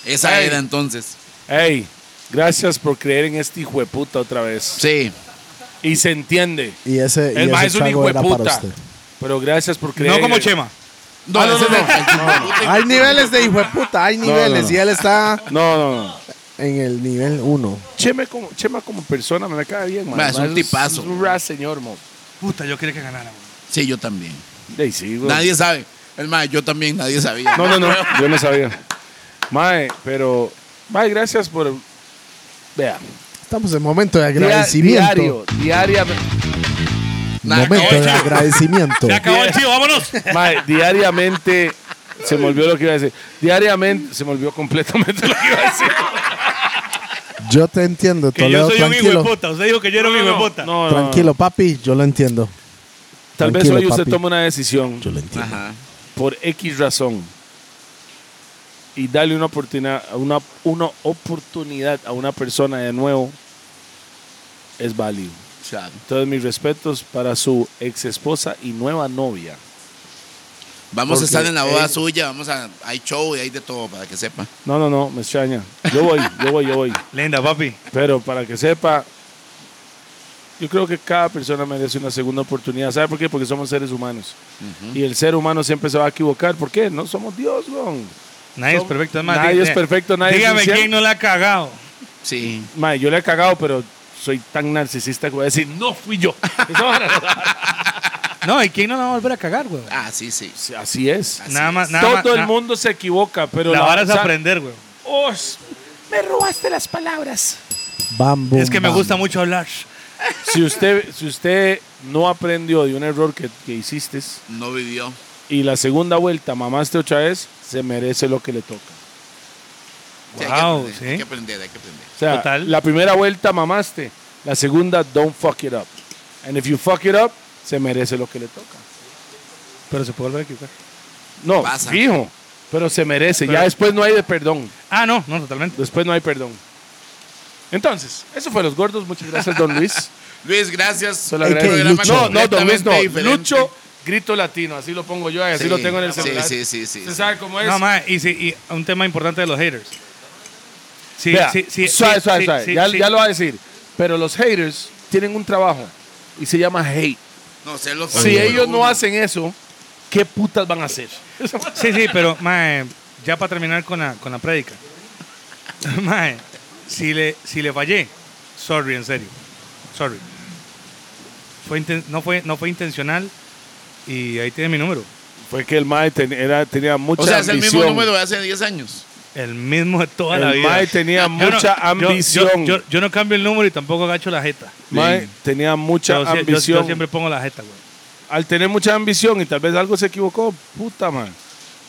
Speaker 4: Esa
Speaker 5: pues. Ey.
Speaker 4: era entonces.
Speaker 5: Ey, gracias por creer en este hijo de puta otra vez.
Speaker 4: Sí.
Speaker 5: Y se entiende.
Speaker 2: y ese, y
Speaker 5: El
Speaker 2: ese
Speaker 5: maestro es un
Speaker 2: trago
Speaker 5: hijo de
Speaker 2: era para
Speaker 5: puta.
Speaker 2: usted.
Speaker 5: Pero gracias por creer.
Speaker 3: No como
Speaker 5: en-
Speaker 3: Chema.
Speaker 4: No,
Speaker 5: Ah, no,
Speaker 4: ese
Speaker 5: no,
Speaker 4: es el-
Speaker 2: Hay niveles de hijo de puta, hay niveles.
Speaker 5: no.
Speaker 2: Y él está
Speaker 5: No, no, no.
Speaker 2: en el nivel 1.
Speaker 5: Chema como, Chema como persona me cae bien, man.
Speaker 4: Ma, es un
Speaker 5: Ma,
Speaker 4: tipazo.
Speaker 5: Es un ras señor, mo.
Speaker 3: Puta, yo quería que ganara, güey.
Speaker 4: Sí, yo también.
Speaker 5: Ey, sí, güey.
Speaker 4: Nadie sabe. Es más, yo también, nadie sabía.
Speaker 5: No, no, no. Yo no sabía. Mae, pero. Mae, gracias por. Vea.
Speaker 2: Estamos en momento de
Speaker 5: Dia-
Speaker 2: agradecimiento.
Speaker 5: Diario, diariamente.
Speaker 4: Nada,
Speaker 2: momento
Speaker 4: acabó
Speaker 2: de
Speaker 4: el show.
Speaker 2: agradecimiento.
Speaker 3: Se acabó el chivo, vámonos.
Speaker 5: Mae, diariamente. Se me olvidó lo que iba a decir. Diariamente. Se me olvidó completamente lo que iba a decir.
Speaker 2: Yo te entiendo,
Speaker 3: Que yo
Speaker 2: Toledo.
Speaker 3: soy un hijo de
Speaker 2: Tranquilo,
Speaker 3: puta. Usted dijo que yo era un hijo de puta.
Speaker 5: No, no, no.
Speaker 2: tranquilo, papi. Yo lo entiendo.
Speaker 5: Tal vez
Speaker 2: Tranquilo,
Speaker 5: hoy usted
Speaker 2: papi.
Speaker 5: tome una decisión
Speaker 2: Yo lo entiendo.
Speaker 4: Ajá.
Speaker 5: por X razón y darle una oportunidad a una, una oportunidad a una persona de nuevo es válido.
Speaker 4: Chao.
Speaker 5: Entonces, mis respetos para su ex esposa y nueva novia.
Speaker 4: Vamos
Speaker 5: Porque
Speaker 4: a estar en la boda
Speaker 5: él-
Speaker 4: suya, vamos a. Hay show y hay de todo para que sepa.
Speaker 5: No, no, no, me extraña. Yo voy, yo voy, yo voy.
Speaker 3: Linda, papi.
Speaker 5: Pero para que sepa, yo creo que cada persona merece una segunda oportunidad. ¿Sabe por qué? Porque somos seres humanos. Y el ser humano siempre se va a equivocar. ¿Por qué? No somos Dios, weón.
Speaker 3: Nadie es
Speaker 5: Som-
Speaker 3: perfecto. Es más,
Speaker 5: nadie
Speaker 3: dí-
Speaker 5: es perfecto, nadie es
Speaker 3: Dígame
Speaker 5: sincero.
Speaker 3: quién no la ha cagado.
Speaker 4: Sí.
Speaker 5: Mae, yo le he cagado, pero soy tan narcisista que voy a decir, no fui yo. Esa vara,
Speaker 3: No, ¿y quién no la va a volver a cagar, güey?
Speaker 4: Ah, sí, sí.
Speaker 5: no. Así es.
Speaker 4: Así
Speaker 3: Nada
Speaker 4: es.
Speaker 3: más, nada más.
Speaker 5: Todo el
Speaker 3: na-
Speaker 5: mundo se equivoca, pero
Speaker 3: La vara es
Speaker 5: sa-
Speaker 3: aprender, güey.
Speaker 5: Os, me robaste las palabras.
Speaker 2: Bam,
Speaker 3: Es que me
Speaker 2: bam.
Speaker 3: gusta mucho hablar.
Speaker 5: Si usted, si usted no aprendió de un error que, que hiciste
Speaker 4: No vivió.
Speaker 5: y la segunda vuelta mamaste otra vez, se merece lo que le toca.
Speaker 4: Sí,
Speaker 3: Wow,
Speaker 4: hay, que aprender,
Speaker 3: sí.
Speaker 4: hay que aprender, hay que aprender.
Speaker 5: O sea,
Speaker 3: Total.
Speaker 5: la primera vuelta mamaste, la segunda don't fuck it up. And if you fuck it up, se merece lo que le toca.
Speaker 3: Pero se puede volver a equivocar.
Speaker 5: No,
Speaker 4: Pasa.
Speaker 5: fijo, pero se merece. ya
Speaker 3: Pero-
Speaker 5: después no hay de perdón.
Speaker 3: Ah, no, no, totalmente.
Speaker 5: Después no hay perdón. Entonces, eso fue Los Gordos. Muchas gracias, don Luis.
Speaker 4: Luis, gracias.
Speaker 5: Se lo
Speaker 2: Ey,
Speaker 5: agradezco.
Speaker 2: ¿qué,
Speaker 4: Programa
Speaker 2: Lucho?
Speaker 5: No, no, don Luis, no.
Speaker 4: completamente diferente.
Speaker 5: Lucho, grito latino. Así lo pongo yo y así
Speaker 4: Sí,
Speaker 5: lo tengo en el
Speaker 4: sí,
Speaker 5: celular.
Speaker 4: sí, sí, sí,
Speaker 5: ¿Usted
Speaker 4: sí.
Speaker 5: sabe cómo es?
Speaker 3: No, más. Y, si, y un tema importante de los haters. Sí,
Speaker 5: Vea,
Speaker 3: sí, sí.
Speaker 5: suave,
Speaker 3: sí,
Speaker 5: suave,
Speaker 3: sí,
Speaker 5: suave.
Speaker 3: sí,
Speaker 5: ya,
Speaker 3: sí.
Speaker 5: ya lo va a decir. Pero los haters tienen un trabajo y se llama hate.
Speaker 4: No, ser los
Speaker 5: si
Speaker 4: número
Speaker 5: ellos no
Speaker 4: uno.
Speaker 5: hacen eso, ¿qué putas van a hacer?
Speaker 3: Sí, sí, pero, mae, ya para terminar con la, con la prédica. Mae, si le, si le fallé, sorry, en serio. Sorry. Fue inten- no, fue, no fue intencional y ahí tiene mi número.
Speaker 5: Fue que el Mae ten- era- tenía mucha
Speaker 4: O sea, es el mismo
Speaker 5: ambición.
Speaker 4: número de hace 10 años.
Speaker 3: El mismo de toda la
Speaker 5: El
Speaker 3: vida.
Speaker 5: mae tenía
Speaker 3: Yo
Speaker 5: mucha
Speaker 3: yo- yo-
Speaker 5: ambición.
Speaker 3: Yo, yo no cambio el número y tampoco agacho la jeta.
Speaker 5: Mae tenía mucha
Speaker 3: yo, sie- yo- yo
Speaker 5: ambición.
Speaker 3: siempre pongo la jeta, güey.
Speaker 5: al tener mucha ambición y tal vez algo se equivocó, puta man.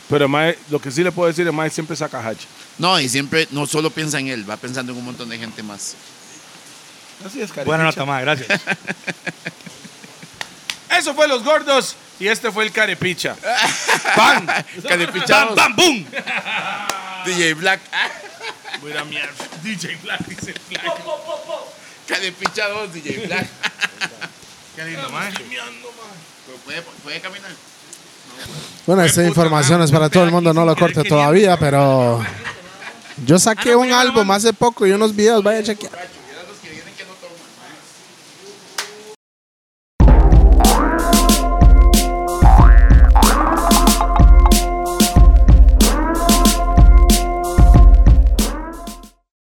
Speaker 5: Pero mae, lo que sí le puedo decir es Mae siempre saca hacha.
Speaker 4: No, y siempre no solo piensa en él, va pensando en un montón de gente más.
Speaker 5: Así es,
Speaker 3: Buena nota, mae, gracias.
Speaker 5: Eso fue Los Gordos y este fue el Carepicha. ¡Pam!
Speaker 4: Calepichados.
Speaker 3: ¡Bam, boom!
Speaker 4: DJ Black. Ah,
Speaker 5: Mira, mierda. DJ Black dice Black.
Speaker 4: Calepichados, DJ Black.
Speaker 3: Qué lindo, mae.
Speaker 4: Pero puede, puede caminar.
Speaker 2: Bueno, esta información es para todo el mundo, no lo corte todavía, pero yo saqué un álbum hace poco y unos videos, vaya a chequear.